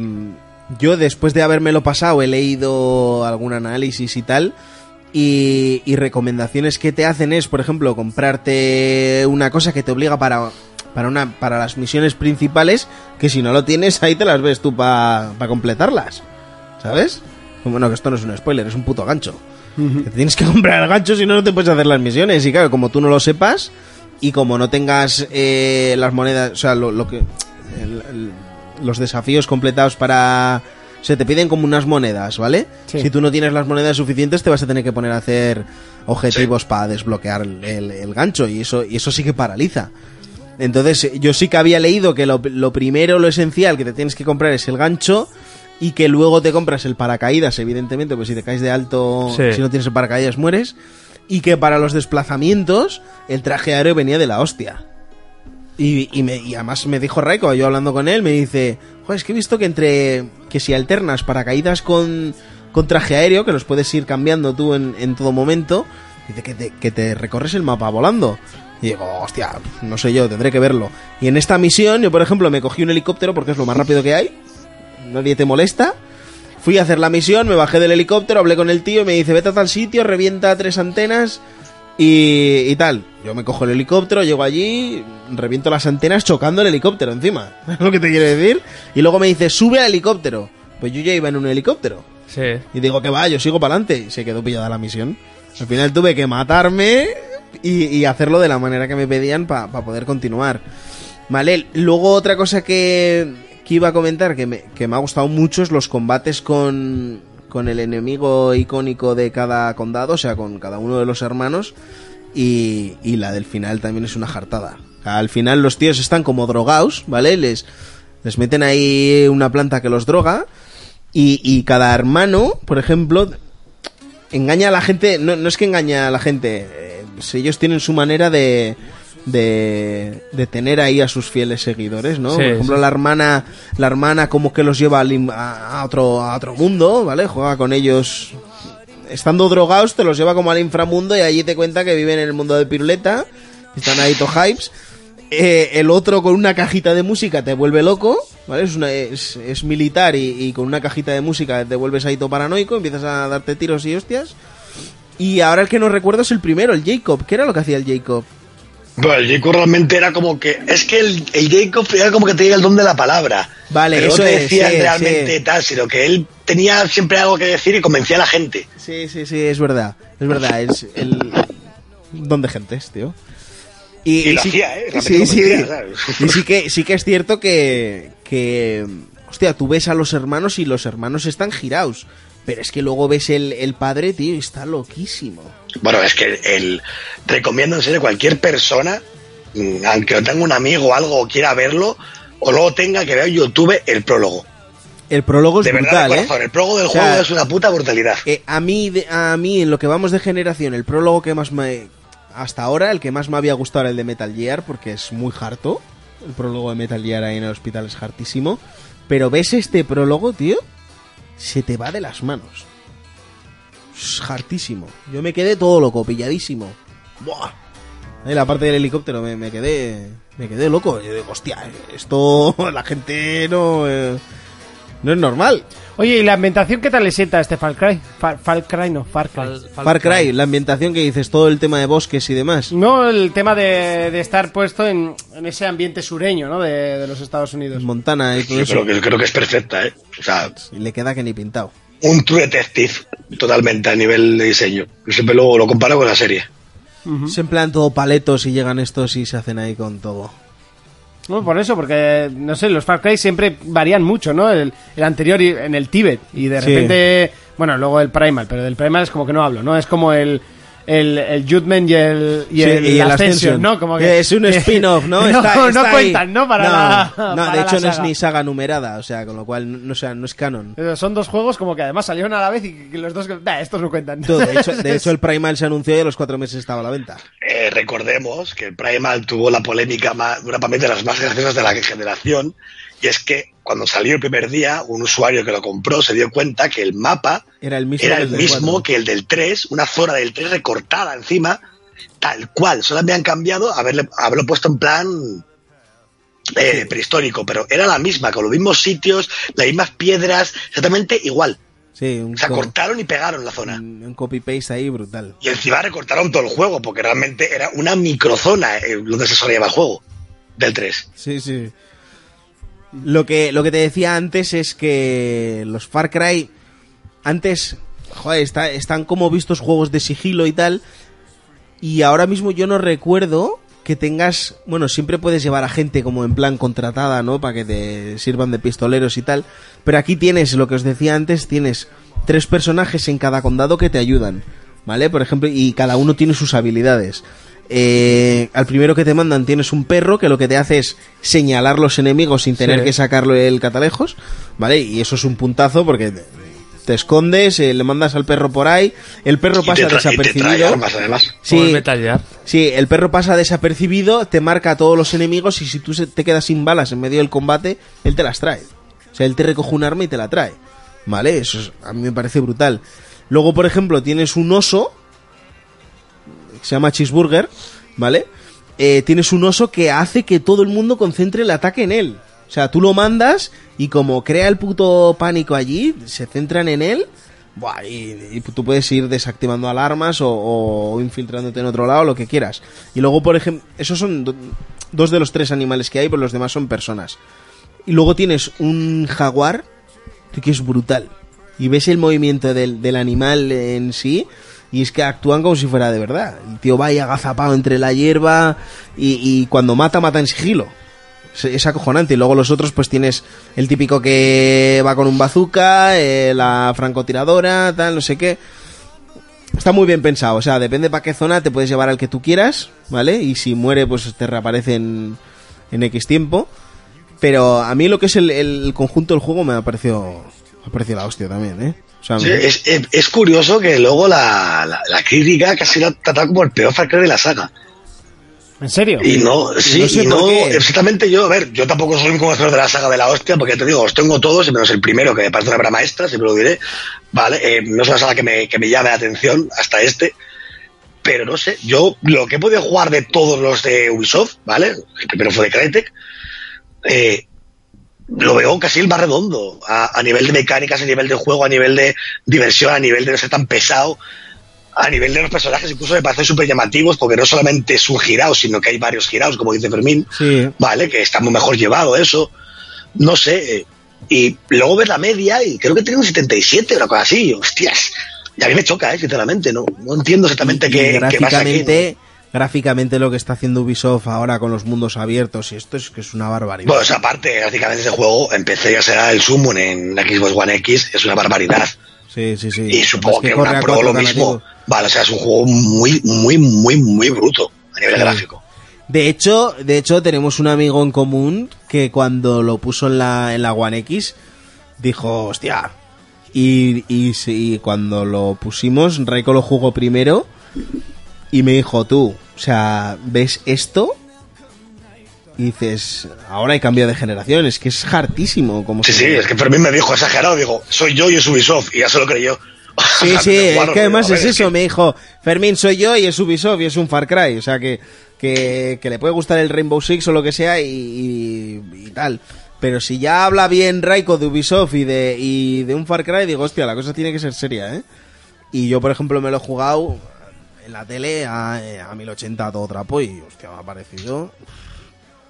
S3: yo después de habérmelo pasado he leído algún análisis y tal. Y, y recomendaciones que te hacen es, por ejemplo, comprarte una cosa que te obliga para, para, una, para las misiones principales, que si no lo tienes, ahí te las ves tú para completarlas. ¿Sabes? Bueno, que esto no es un spoiler, es un puto gancho. Que te tienes que comprar el gancho, si no, no te puedes hacer las misiones. Y claro, como tú no lo sepas, y como no tengas eh, las monedas, o sea, lo, lo que. el- el- los desafíos completados para. Se te piden como unas monedas, ¿vale?
S2: Sí.
S3: Si tú no tienes las monedas suficientes, te vas a tener que poner a hacer objetivos para desbloquear el, el- el gancho. Y eso, y eso sí que paraliza. Entonces, eh, yo sí que había leído que lo, lo primero, lo esencial que te tienes que comprar es el gancho y que luego te compras el paracaídas, evidentemente, pues si te caes de alto,
S4: Sí.
S3: si no tienes el paracaídas mueres. Y que para los desplazamientos, el traje aéreo venía de la hostia. Y, y me- y además me dijo Raiko, yo hablando con él, me dice, joder, es que he visto que entre que si alternas paracaídas con, con traje aéreo, que los puedes ir cambiando tú en, en todo momento, dice que te, que te recorres el mapa volando. Y digo, hostia, no sé yo, tendré que verlo. Y en esta misión, yo por ejemplo me cogí un helicóptero porque es lo más rápido que hay, nadie te molesta. Fui a hacer la misión, me bajé del helicóptero, hablé con el tío y me dice, vete a tal sitio, revienta tres antenas y, y tal. Yo me cojo el helicóptero, llego allí, reviento las antenas chocando el helicóptero encima. ¿Sabes lo que te quiero decir? Y luego me dice, sube al helicóptero. Pues yo ya iba en un helicóptero.
S4: Sí.
S3: Y digo que va, yo sigo para adelante. Y se quedó pillada la misión. Al final tuve que matarme y, y hacerlo de la manera que me pedían para poder continuar. Vale, luego otra cosa que, que iba a comentar que me, que me ha gustado mucho es los combates con, con el enemigo icónico de cada condado, o sea, con cada uno de los hermanos. Y, y la del final también es una jartada. Al final los tíos están como drogados, ¿vale? Les, les meten ahí una planta que los droga. Y, y cada hermano, por ejemplo, engaña a la gente. No, no es que engaña a la gente. eh, pues ellos tienen su manera de, de, de tener ahí a sus fieles seguidores, ¿no?
S4: Sí,
S3: por ejemplo,
S4: sí.
S3: la hermana, la hermana como que los lleva al im- a, a otro, a otro mundo, ¿vale? Juega con ellos estando drogados, te los lleva como al inframundo y allí te cuenta que viven en el mundo de piruleta. Están ahí to hypes. Eh, el otro con una cajita de música te vuelve loco, ¿vale? Es, una- es, es militar y, y con una cajita de música te vuelves ahí todo paranoico, empiezas a darte tiros y hostias. Y ahora el que no recuerdo es el primero, el Jacob. ¿Qué era lo que hacía el Jacob?
S5: Bueno, el Jacob realmente era como que. Es que el, el Jacob era como que tenía el don de la palabra.
S3: Vale,
S5: pero
S3: eso
S5: no te
S3: es,
S5: decían
S3: sí,
S5: realmente
S3: sí.
S5: tal, sino que él tenía siempre algo que decir y convencía a la gente.
S3: Sí, sí, sí, es verdad. Es verdad, es el don de gentes, tío.
S5: Y lo
S3: sí-
S5: hacía, ¿eh? Realmente
S3: Sí, sí.
S5: convencía, ¿sabes?
S3: Y sí que, sí que es cierto que, que. Hostia, tú ves a los hermanos y los hermanos están girados. Pero es que luego ves el, el padre, tío, y está loquísimo.
S5: Bueno, es que el recomiendo en serio cualquier persona, mm, aunque no tenga un amigo o algo o quiera verlo, o luego tenga que ver en YouTube el prólogo.
S3: El prólogo es
S5: de verdad,
S3: brutal,
S5: de
S3: ¿eh?
S5: corazón, el prólogo del
S3: O sea,
S5: juego es una puta brutalidad.
S3: Eh, a mí, de- a mí, en lo que vamos de generación, el prólogo que más me. Hasta ahora, el que más me había gustado era el de Metal Gear, porque es muy harto. El prólogo de Metal Gear ahí en el hospital es hartísimo. Pero ves este prólogo, tío, se te va de las manos. Es hartísimo. Yo me quedé todo loco, pilladísimo. Buah. Ahí la parte del helicóptero me, me quedé. Me quedé loco. Yo digo, hostia, esto. La gente no. eh, No es normal.
S2: Oye, ¿y la ambientación qué tal le sienta a este Far Cry? Far, Far Cry no, Far Cry.
S4: Fal- fal-
S3: Far Cry, la ambientación que dices, todo el tema de bosques y demás.
S2: No el tema de, de estar puesto en, en ese ambiente sureño, ¿no? De, de los Estados Unidos.
S3: Montana y todo
S5: Yo
S3: eso.
S5: creo, que, yo creo que es perfecta, ¿eh? O sea,
S3: Y le queda que ni pintado.
S5: un true detective totalmente a nivel de diseño. Yo siempre lo, lo comparo con la serie.
S3: Es en plan todo paletos y llegan estos y se hacen ahí con todo.
S2: No, por eso, porque, no sé, los Far Cry siempre varían mucho, ¿no? El, el anterior y- en el Tíbet y de
S3: Sí.
S2: repente, bueno, luego el Primal, pero del Primal es como que no hablo, ¿no? Es como el... El, el Judgment y el, y
S3: Sí,
S2: el, Ascension, ¿no? Como que,
S3: Eh, es un spin-off, ¿no?
S2: no,
S3: Está-
S2: no
S3: está ahí.
S2: cuentan, ¿no? Para
S3: no,
S2: la-
S3: no,
S2: para
S3: de
S2: la
S3: hecho no es
S2: saga.
S3: ni saga numerada, o sea, con lo cual no, o sea, no es canon.
S2: Pero Son dos juegos como que además salieron a la vez y que los dos... Nah, estos no cuentan.
S3: Todo, de, hecho, de hecho, el Primal se anunció y a los cuatro meses estaba a la venta.
S5: Eh, recordemos que el Primal tuvo la polémica más, una de las más graciosas de la generación, y es que cuando salió el primer día, un usuario que lo compró se dio cuenta que el mapa
S3: Era el mismo
S5: era
S3: que
S5: el
S3: el del
S5: mismo
S3: cuatro.
S5: que el del 3, una zona del 3 recortada encima, tal cual. Solo me han cambiado haberle, haberlo puesto en plan eh, prehistórico, pero era la misma, con los mismos sitios, las mismas piedras, exactamente igual.
S3: Sí, un,
S5: Se
S3: co-
S5: acortaron y pegaron la zona.
S3: un- un copy-paste ahí brutal.
S5: Y encima recortaron todo el juego, porque realmente era una microzona eh, donde se solía el juego del 3.
S3: Sí, sí.
S2: Mm.
S3: Lo que, lo que te decía antes es que los Far Cry antes, joder, está- están como vistos juegos de sigilo y tal. Y ahora mismo yo no recuerdo que tengas, bueno, siempre puedes llevar a gente como en plan contratada, ¿no? Para que te sirvan de pistoleros y tal. Pero aquí tienes, lo que os decía antes, tienes tres personajes en cada condado que te ayudan, ¿vale? Por ejemplo, y cada uno tiene sus habilidades. Eh, al primero que te mandan tienes un perro que lo que te hace es señalar los enemigos sin tener
S4: Sí.
S3: que sacarle el catalejos, ¿vale? Y eso es un puntazo porque te, te escondes, eh, le mandas al perro por ahí, el perro
S5: Y te
S3: pasa
S5: tra- y te trae
S3: desapercibido.
S5: armas además.
S4: Como el Metal Gear.
S3: Sí, el perro pasa desapercibido, te marca a todos los enemigos y si tú se- te quedas sin balas en medio del combate, él te las trae. O sea, él te recoge un arma y te la trae. ¿Vale? Eso es- a mí me parece brutal. Luego, por ejemplo, tienes un oso que se llama Cheeseburger, ¿vale? Eh, tienes un oso que hace que todo el mundo concentre el ataque en él. O sea, tú lo mandas y como crea el puto pánico allí, se centran en él. buah, y, y tú puedes ir desactivando alarmas o, o infiltrándote en otro lado, lo que quieras. Y luego, por ejemplo, esos son do- dos de los tres animales que hay, pero los demás son personas. Y luego tienes un jaguar que es brutal. Y ves el movimiento del, del animal en sí. Y es que actúan como si fuera de verdad. El tío va ahí agazapado entre la hierba. Y, y cuando mata, mata en sigilo. Es, es acojonante. Y luego los otros, pues tienes el típico que va con un bazooka. eh, la francotiradora, tal, no sé qué. Está muy bien pensado. O sea, depende para qué zona te puedes llevar al que tú quieras. ¿Vale? Y si muere, pues te reaparece en, en X tiempo. Pero a mí lo que es el, el conjunto del juego me ha parecido, me ha parecido la hostia también, ¿eh? O sea,
S5: Sí,
S3: me-
S5: es, es- es curioso que luego la, la, la crítica casi lo ha tratado como el peor Far Cry de la saga.
S2: ¿En serio?
S5: Y no, sí,
S3: no sé
S5: y no-
S3: por qué.
S5: exactamente yo, a ver, yo tampoco soy un conocedor de la saga de la hostia, porque ya te digo, os tengo todos, menos el primero, que me parece una obra maestra, siempre lo diré, ¿vale? Eh, no es una saga que me, que me llame la atención hasta este, pero no sé, yo lo que he podido jugar de todos los de Ubisoft, ¿vale? El primero fue de Crytek, eh, lo veo casi el más redondo, a, a nivel de mecánicas, a nivel de juego, a nivel de diversión, a nivel de no ser tan pesado, a nivel de los personajes, incluso me parecen súper llamativos, porque no solamente es un girao, sino que hay varios giraos, como dice Fermín,
S3: Sí.
S5: ¿vale? Que está muy mejor llevado eso, no sé. eh, Y luego ves la media y creo que tiene un 77 o una cosa así, y, hostias. Y a mí me choca, eh, sinceramente, no, no entiendo exactamente
S3: y
S5: qué, qué pasa aquí.
S3: gráficamente, gráficamente lo que está haciendo Ubisoft ahora con los mundos abiertos y esto es que es una barbaridad.
S5: Bueno, esa parte, gráficamente, ese juego empecé ya será el Summon en la Xbox One X, es una barbaridad.
S3: sí, sí, sí.
S5: Y supongo
S3: Además
S5: que,
S3: corre
S5: una
S3: a
S5: Pro lo
S3: 4K
S5: mismo.
S3: nativo.
S5: Vale, o sea, es un juego muy, muy, muy, muy bruto a nivel
S3: Sí.
S5: gráfico.
S3: De hecho, de hecho tenemos un amigo en común que cuando lo puso en la, en la One X dijo, hostia. Y, y, sí, y cuando lo pusimos, Raiko lo jugó primero y me dijo, tú, o sea, ¿ves esto? Y dices, ahora hay cambio de generación, es que es hartísimo. Como
S5: Sí,
S3: se
S5: sí,
S3: ve.
S5: es que Fermín me dijo exagerado, digo, soy yo y es Ubisoft, y ya se lo creyó.
S3: Sí, sí, es
S5: Bueno,
S3: que además
S5: a ver,
S3: es eso,
S5: que-
S3: me dijo, Fermín soy yo y es Ubisoft y es un Far Cry, o sea que, que, que le puede gustar el Rainbow Six o lo que sea y, y- y tal. Pero si ya habla bien Raiko de Ubisoft y de, y de un Far Cry, digo, hostia, la cosa tiene que ser seria, ¿eh? Y yo, por ejemplo, me lo he jugado en la tele a, eh, a 1080 a todo trapo y, hostia, me ha parecido...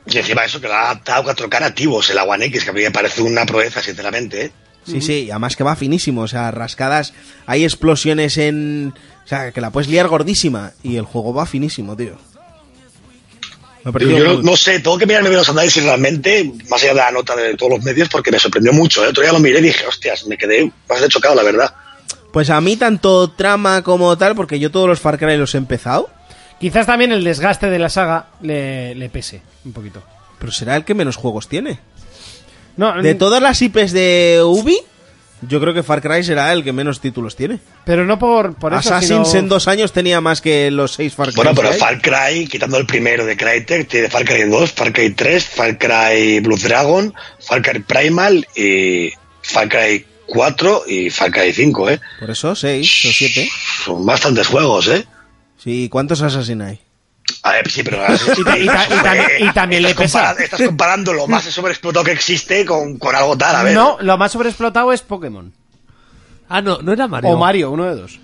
S5: Y encima eso que lo ha adaptado 4K nativos, el One X, que a mí me parece una proeza, sinceramente. ¿eh?
S3: Sí, sí, y además que va finísimo, o sea, rascadas, hay explosiones en... O sea, que la puedes liar gordísima y el juego va finísimo, tío. Me ha
S5: Yo,
S3: parecido
S5: no-
S3: muy-
S5: no sé, tengo que mirarme bien los análisis realmente, más allá de la nota de todos los medios, porque me sorprendió mucho. El otro día lo miré y dije, hostias, me quedé más de chocado, la verdad.
S3: Pues a mí tanto trama como tal, porque yo todos los Far Cry los he empezado,
S2: Quizás también el desgaste de la saga le, le pese un poquito.
S3: pero será el que menos juegos tiene.
S2: No,
S3: De todas las IPs de Ubi, yo creo que Far Cry será el que menos títulos tiene.
S2: Pero no por, por eso.
S3: Assassin's
S2: sino-
S3: en dos años tenía más que los seis
S2: Pues
S3: Far Cry.
S5: Bueno, pero
S3: que hay.
S5: Far Cry, quitando el primero de Crytek, tiene Far Cry 2, Far Cry 3, Far Cry Blue Dragon, Far Cry Primal y Far Cry 4 y Far Cry 5, ¿eh?
S3: Por eso, seis o siete.
S5: Son bastantes juegos, ¿eh?
S3: Sí, ¿cuántos Assassin hay?
S5: A ver, sí, pero... Y,
S2: ta- y tam- y también le pesa.
S5: Estás comparando lo más sobreexplotado que existe con, con algo tal, a ver.
S2: No, lo más sobreexplotado es Pokémon.
S4: Ah, no, no era Mario.
S2: O Mario, uno de dos.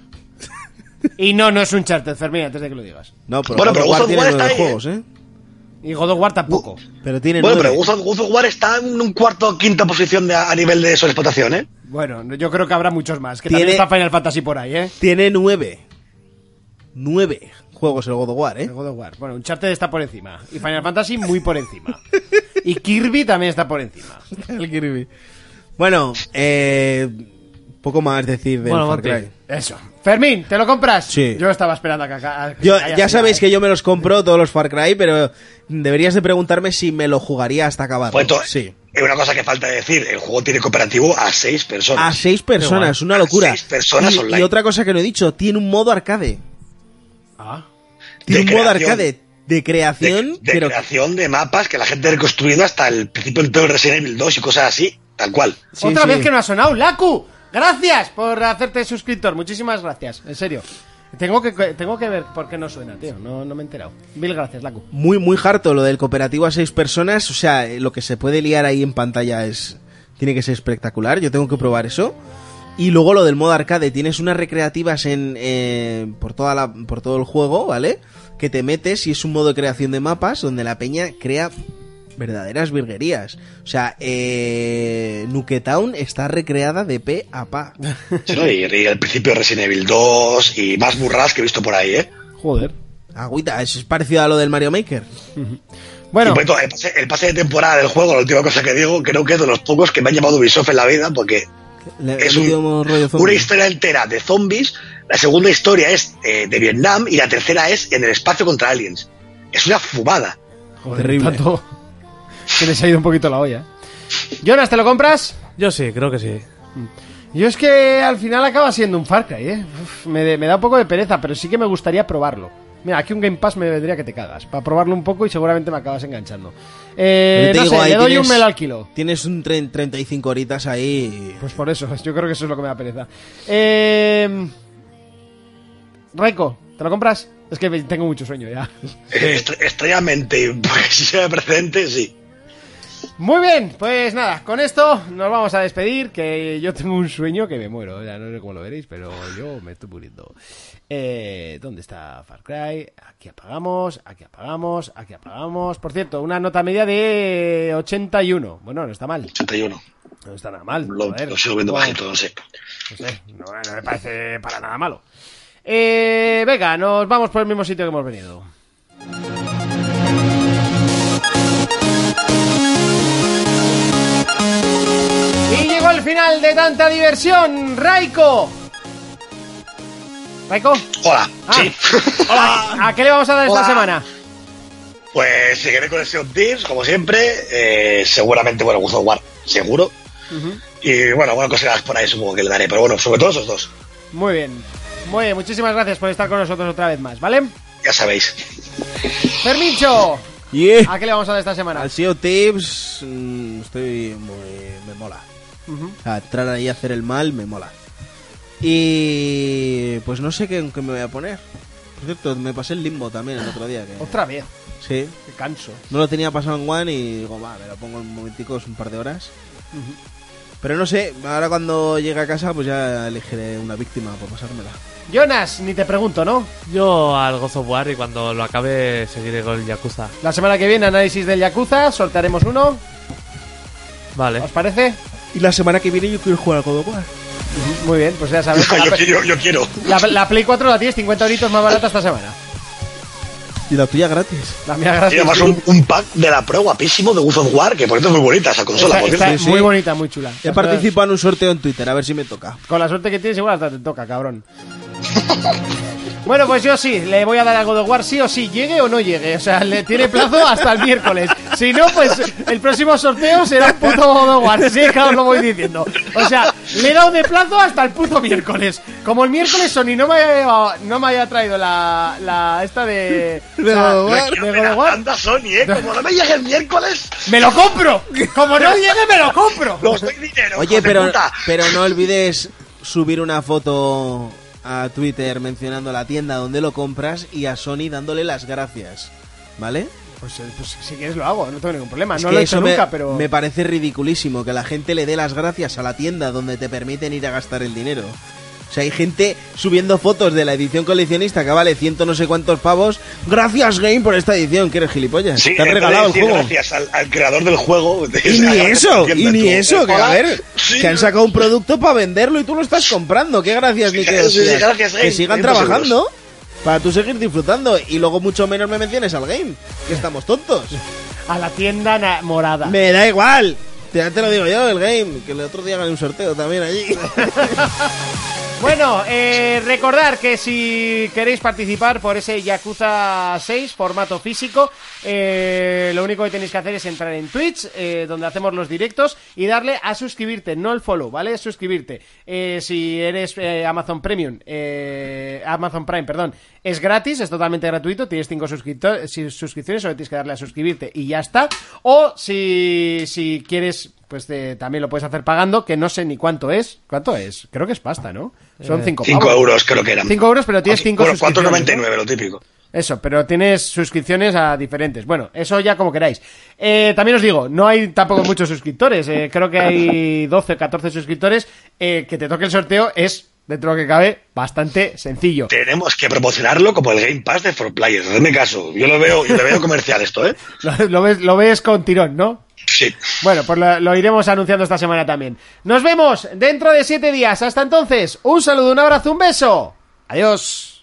S2: y no, no es un charter, Fermín, antes de que lo digas.
S3: No, pero,
S5: Bueno,
S3: God
S5: pero
S3: of War
S5: God of
S3: tiene
S5: War
S3: nueve
S5: está ahí,
S3: juegos, ¿eh?
S2: Y God of War tampoco.
S3: Pero tiene
S5: Bueno,
S3: nueve.
S5: pero God of- God of War está en un cuarto o quinta posición de- a nivel de sobreexplotación, ¿eh?
S2: Bueno, yo creo que habrá muchos más. Que
S3: Tiene-
S2: también está Final Fantasy por ahí, ¿eh?
S3: Tiene nueve. Nueve juegos el God of War, ¿eh?
S2: El God of War. Bueno, Uncharted está por encima. Y Final Fantasy muy por encima. Y Kirby también está por encima.
S3: El Kirby. Bueno, eh, poco más decir de
S4: Bueno,
S3: Far Cry.
S4: Monty.
S2: Eso. Fermín, ¿te lo compras?
S3: Sí.
S2: Yo estaba esperando a que acá- a que
S3: Yo,
S2: haya
S3: ya
S2: sido,
S3: sabéis
S2: ¿eh?
S3: que yo me los compro todos los Far Cry, pero deberías de preguntarme si me lo jugaría hasta acabar.
S5: Pues to-
S3: Ah, sí.
S5: Es una cosa que falta decir, el juego tiene cooperativo a seis
S3: A
S5: personas.
S3: seis personas, una locura.
S5: seis personas
S3: y,
S5: online.
S3: y otra cosa que no he dicho, tiene un modo arcade.
S2: Ah.
S3: Tiene un
S5: De
S3: modo
S5: creación.
S3: arcade de
S5: de,
S3: creación,
S5: de
S3: pero
S5: creación de mapas que la gente ha reconstruido hasta el principio del todo Resident Evil 2 y cosas así, tal cual.
S3: Sí,
S2: Otra
S3: sí.
S2: vez que no ha sonado, Laku. Gracias por hacerte suscriptor. Muchísimas gracias, en serio. Tengo que, tengo que ver por qué no suena, tío. No, no me he enterado. Mil gracias, Laku.
S3: muy, muy harto lo del cooperativo a seis personas. O sea, eh, lo que se puede liar ahí en pantalla es. Tiene que ser espectacular. Yo tengo que probar eso. Y luego lo del modo arcade. Tienes unas recreativas en. eh, por, toda la, por todo el juego, ¿vale? Que te metes y es un modo de creación de mapas donde la peña crea verdaderas virguerías. O sea, eh, Nuketown está recreada de pe a pa.
S5: Sí, ¿no? y, y el principio de Resident Evil 2 y más burradas que he visto por ahí, ¿eh?
S2: Joder.
S3: Agüita, eso es parecido a lo del Mario Maker.
S5: Y,
S2: Bueno,
S5: por cierto, pues, el, pase, el pase de temporada del juego, la última cosa que digo, creo que es de los pocos que me han llamado Ubisoft en la vida porque
S3: Le-
S5: es
S3: le
S5: un-
S3: metido modo rollo zombie.
S5: una historia entera de zombies, la segunda historia es eh, de Vietnam y la tercera es en el espacio contra aliens. Es una fumada.
S2: joder,
S3: terrible.
S2: tanto- Se les ha ido un poquito la olla. Jonas, ¿te lo compras?
S4: Yo sí, creo que sí.
S2: Yo es que al final acaba siendo un Far Cry, ¿eh? Uf, me, de- me da un poco de pereza, pero sí que me gustaría probarlo. Mira, aquí un Game Pass me vendría que te cagas. Para probarlo un poco y seguramente me acabas enganchando. Eh,
S3: Yo te
S2: no
S3: digo,
S2: sé,
S3: ahí
S2: le doy
S3: tienes-
S2: un melo al kilo.
S3: Tienes un tre- 35 horitas ahí.
S2: Pues por eso, yo creo que eso es lo que me da pereza. Eh... Raiko, ¿te lo compras? Es que tengo mucho sueño ya.
S5: Est- Estrellamente, y, Eh, pues, si se me precedente, sí.
S2: Muy bien, pues nada, con esto nos vamos a despedir, que yo tengo un sueño que me muero, ya no sé cómo lo veréis, pero yo me estoy muriendo. Eh, ¿Dónde está Far Cry? Aquí apagamos, aquí apagamos, aquí apagamos. Por cierto, una nota media de 81. Bueno, no está mal,
S5: 81.
S2: no está nada mal.
S5: Lo,
S2: joder.
S5: lo sigo viendo
S2: Bueno,
S5: bajito, no sé.
S2: No sé, no, no me parece para nada malo. Eh, venga, nos vamos por el mismo sitio que hemos venido. Y llegó el final de tanta diversión, Raiko. Raiko,
S5: Hola,
S2: Ah.
S5: sí.
S2: ¿a qué le vamos a dar esta
S5: Hola.
S2: semana?
S5: pues seguiré con el Sea of Thieves, como siempre. eh, seguramente, bueno, God of War, seguro. Y bueno, alguna cosa más por ahí supongo que le daré. Pero bueno, sobre todo esos dos,
S2: Muy bien. Muy bien, muchísimas gracias por estar con nosotros otra vez más, ¿vale?
S5: ya sabéis.
S2: Fermincho,
S3: Yeah.
S2: ¿a qué le vamos a dar esta semana?
S3: Al Ah, SEO Tips mm, estoy muy, me mola. O sea, entrar ahí a hacer el mal me mola. Y pues no sé qué, qué me voy a poner. Por cierto, me pasé el limbo también el otro día. que-
S2: Otra vez.
S3: Sí.
S2: Qué canso.
S3: No lo tenía pasado en One y digo, va, me lo pongo en momenticos, un par de horas. Pero no sé, ahora cuando llegue a casa, pues ya elegiré una víctima por pasármela.
S2: Jonas, ni te pregunto, ¿no?
S4: Yo al God of War y cuando lo acabe seguiré con el Yakuza.
S2: La semana que viene análisis del Yakuza, soltaremos uno.
S5: ¿Eh?
S4: Vale.
S2: ¿Os parece?
S3: Y la semana que viene yo quiero jugar al God of War.
S2: Muy bien, pues ya sabes.
S5: yo, quiero, yo quiero.
S2: La, la Play 4 la tienes 50 euritos más barata esta semana.
S3: Y la tuya gratis.
S2: La mía
S5: Y
S2: gracias.
S5: además un, un pack de la Pro guapísimo de God of War, que por esto es muy bonita esa consola.
S2: Está-
S5: por
S2: está
S5: cierto.
S3: sí.
S2: muy bonita, muy chula.
S3: He participado en un sorteo en Twitter, a ver si me toca.
S2: Con la suerte que tienes, igual hasta te toca, cabrón. Bueno, pues yo sí, le voy a dar algo de War sí o sí, llegue o no llegue. O sea, le tiene plazo hasta el miércoles. Si no, pues el próximo sorteo será un puto God of War. Sí, claro, os lo voy diciendo. O sea, le he dado de plazo hasta el puto miércoles. Como el miércoles Sony no me haya, llevado- no me haya traído la, la esta de...
S3: De
S2: la-
S3: God of War.
S2: de God of
S5: Mira,
S2: War,
S5: Anda Sony, ¿eh? Como no me llegue el miércoles,
S2: ¡Me lo compro! Como no llegue, me lo compro.
S5: los doy dinero.
S3: Oye,
S5: hijos de
S3: pero,
S5: puta.
S3: pero no olvides subir una foto a Twitter mencionando la tienda donde lo compras y a Sony dándole las gracias. ¿Vale?
S2: Pues, eh, pues si quieres lo hago, no tengo ningún problema.
S3: Es
S2: no
S3: que
S2: lo he hecho
S3: eso me-
S2: nunca, pero...
S3: me parece ridiculísimo que la gente le dé las gracias a la tienda donde te permiten ir a gastar el dinero. O sea, hay gente subiendo fotos de la edición coleccionista que vale ciento no sé cuántos pavos. Gracias, Game, por esta edición. Que eres gilipollas.
S5: Sí,
S3: te han
S5: en vez de
S3: regalado el
S5: decir
S3: juego.
S5: Gracias al, al creador del juego.
S3: Y ni eso, y ni eso, que a
S5: Hola.
S3: ver,
S5: Sí.
S3: que han sacado un producto para venderlo y tú lo estás comprando. Qué gracias,
S5: Sí,
S3: ni que
S5: sí, sí,
S3: hostias.
S5: gracias, eh,
S3: Que
S5: Game.
S3: sigan
S5: 500
S3: trabajando para tú seguir disfrutando y luego mucho menos me menciones al game, que estamos tontos.
S2: A la tienda na- morada.
S3: Me da igual. Te- Ya te lo digo yo, el game, que el otro día gané un sorteo también allí.
S2: Bueno, eh, recordar que si queréis participar por ese Yakuza 6 formato físico, eh, lo único que tenéis que hacer es entrar en Twitch, eh, donde hacemos los directos, y darle a suscribirte, no el follow, ¿vale? Suscribirte. Eh, si eres eh, Amazon Premium, eh, Amazon Prime, perdón, es gratis, es totalmente gratuito, tienes 5 suscripciones, solo tienes que darle a suscribirte y ya está. O si, si quieres pues eh, también lo puedes hacer pagando, que no sé ni cuánto es. ¿Cuánto es? Creo que es pasta, ¿no? Son 5
S5: 5 euros creo que eran. Ah,
S2: 5 euros, pero tienes 5
S5: Bueno,
S2: suscripciones.
S5: 4,99
S2: ¿no?
S5: lo típico.
S2: Eso, pero tienes suscripciones a diferentes. Bueno, eso ya como queráis. Eh, también os digo, no hay tampoco muchos suscriptores. eh, creo que hay 12, 14 suscriptores. eh, que te toque el sorteo es, dentro de lo que cabe, bastante sencillo.
S5: Tenemos que promocionarlo como el Game Pass de For Players. Hazme caso. Yo lo veo, yo le veo comercial esto, ¿eh?
S2: Lo- lo ves- lo ves con tirón, ¿no?
S5: Sí.
S2: Bueno, pues lo, lo iremos anunciando esta semana también. Nos vemos dentro de siete días. Hasta entonces, un saludo, un abrazo, un beso. Adiós.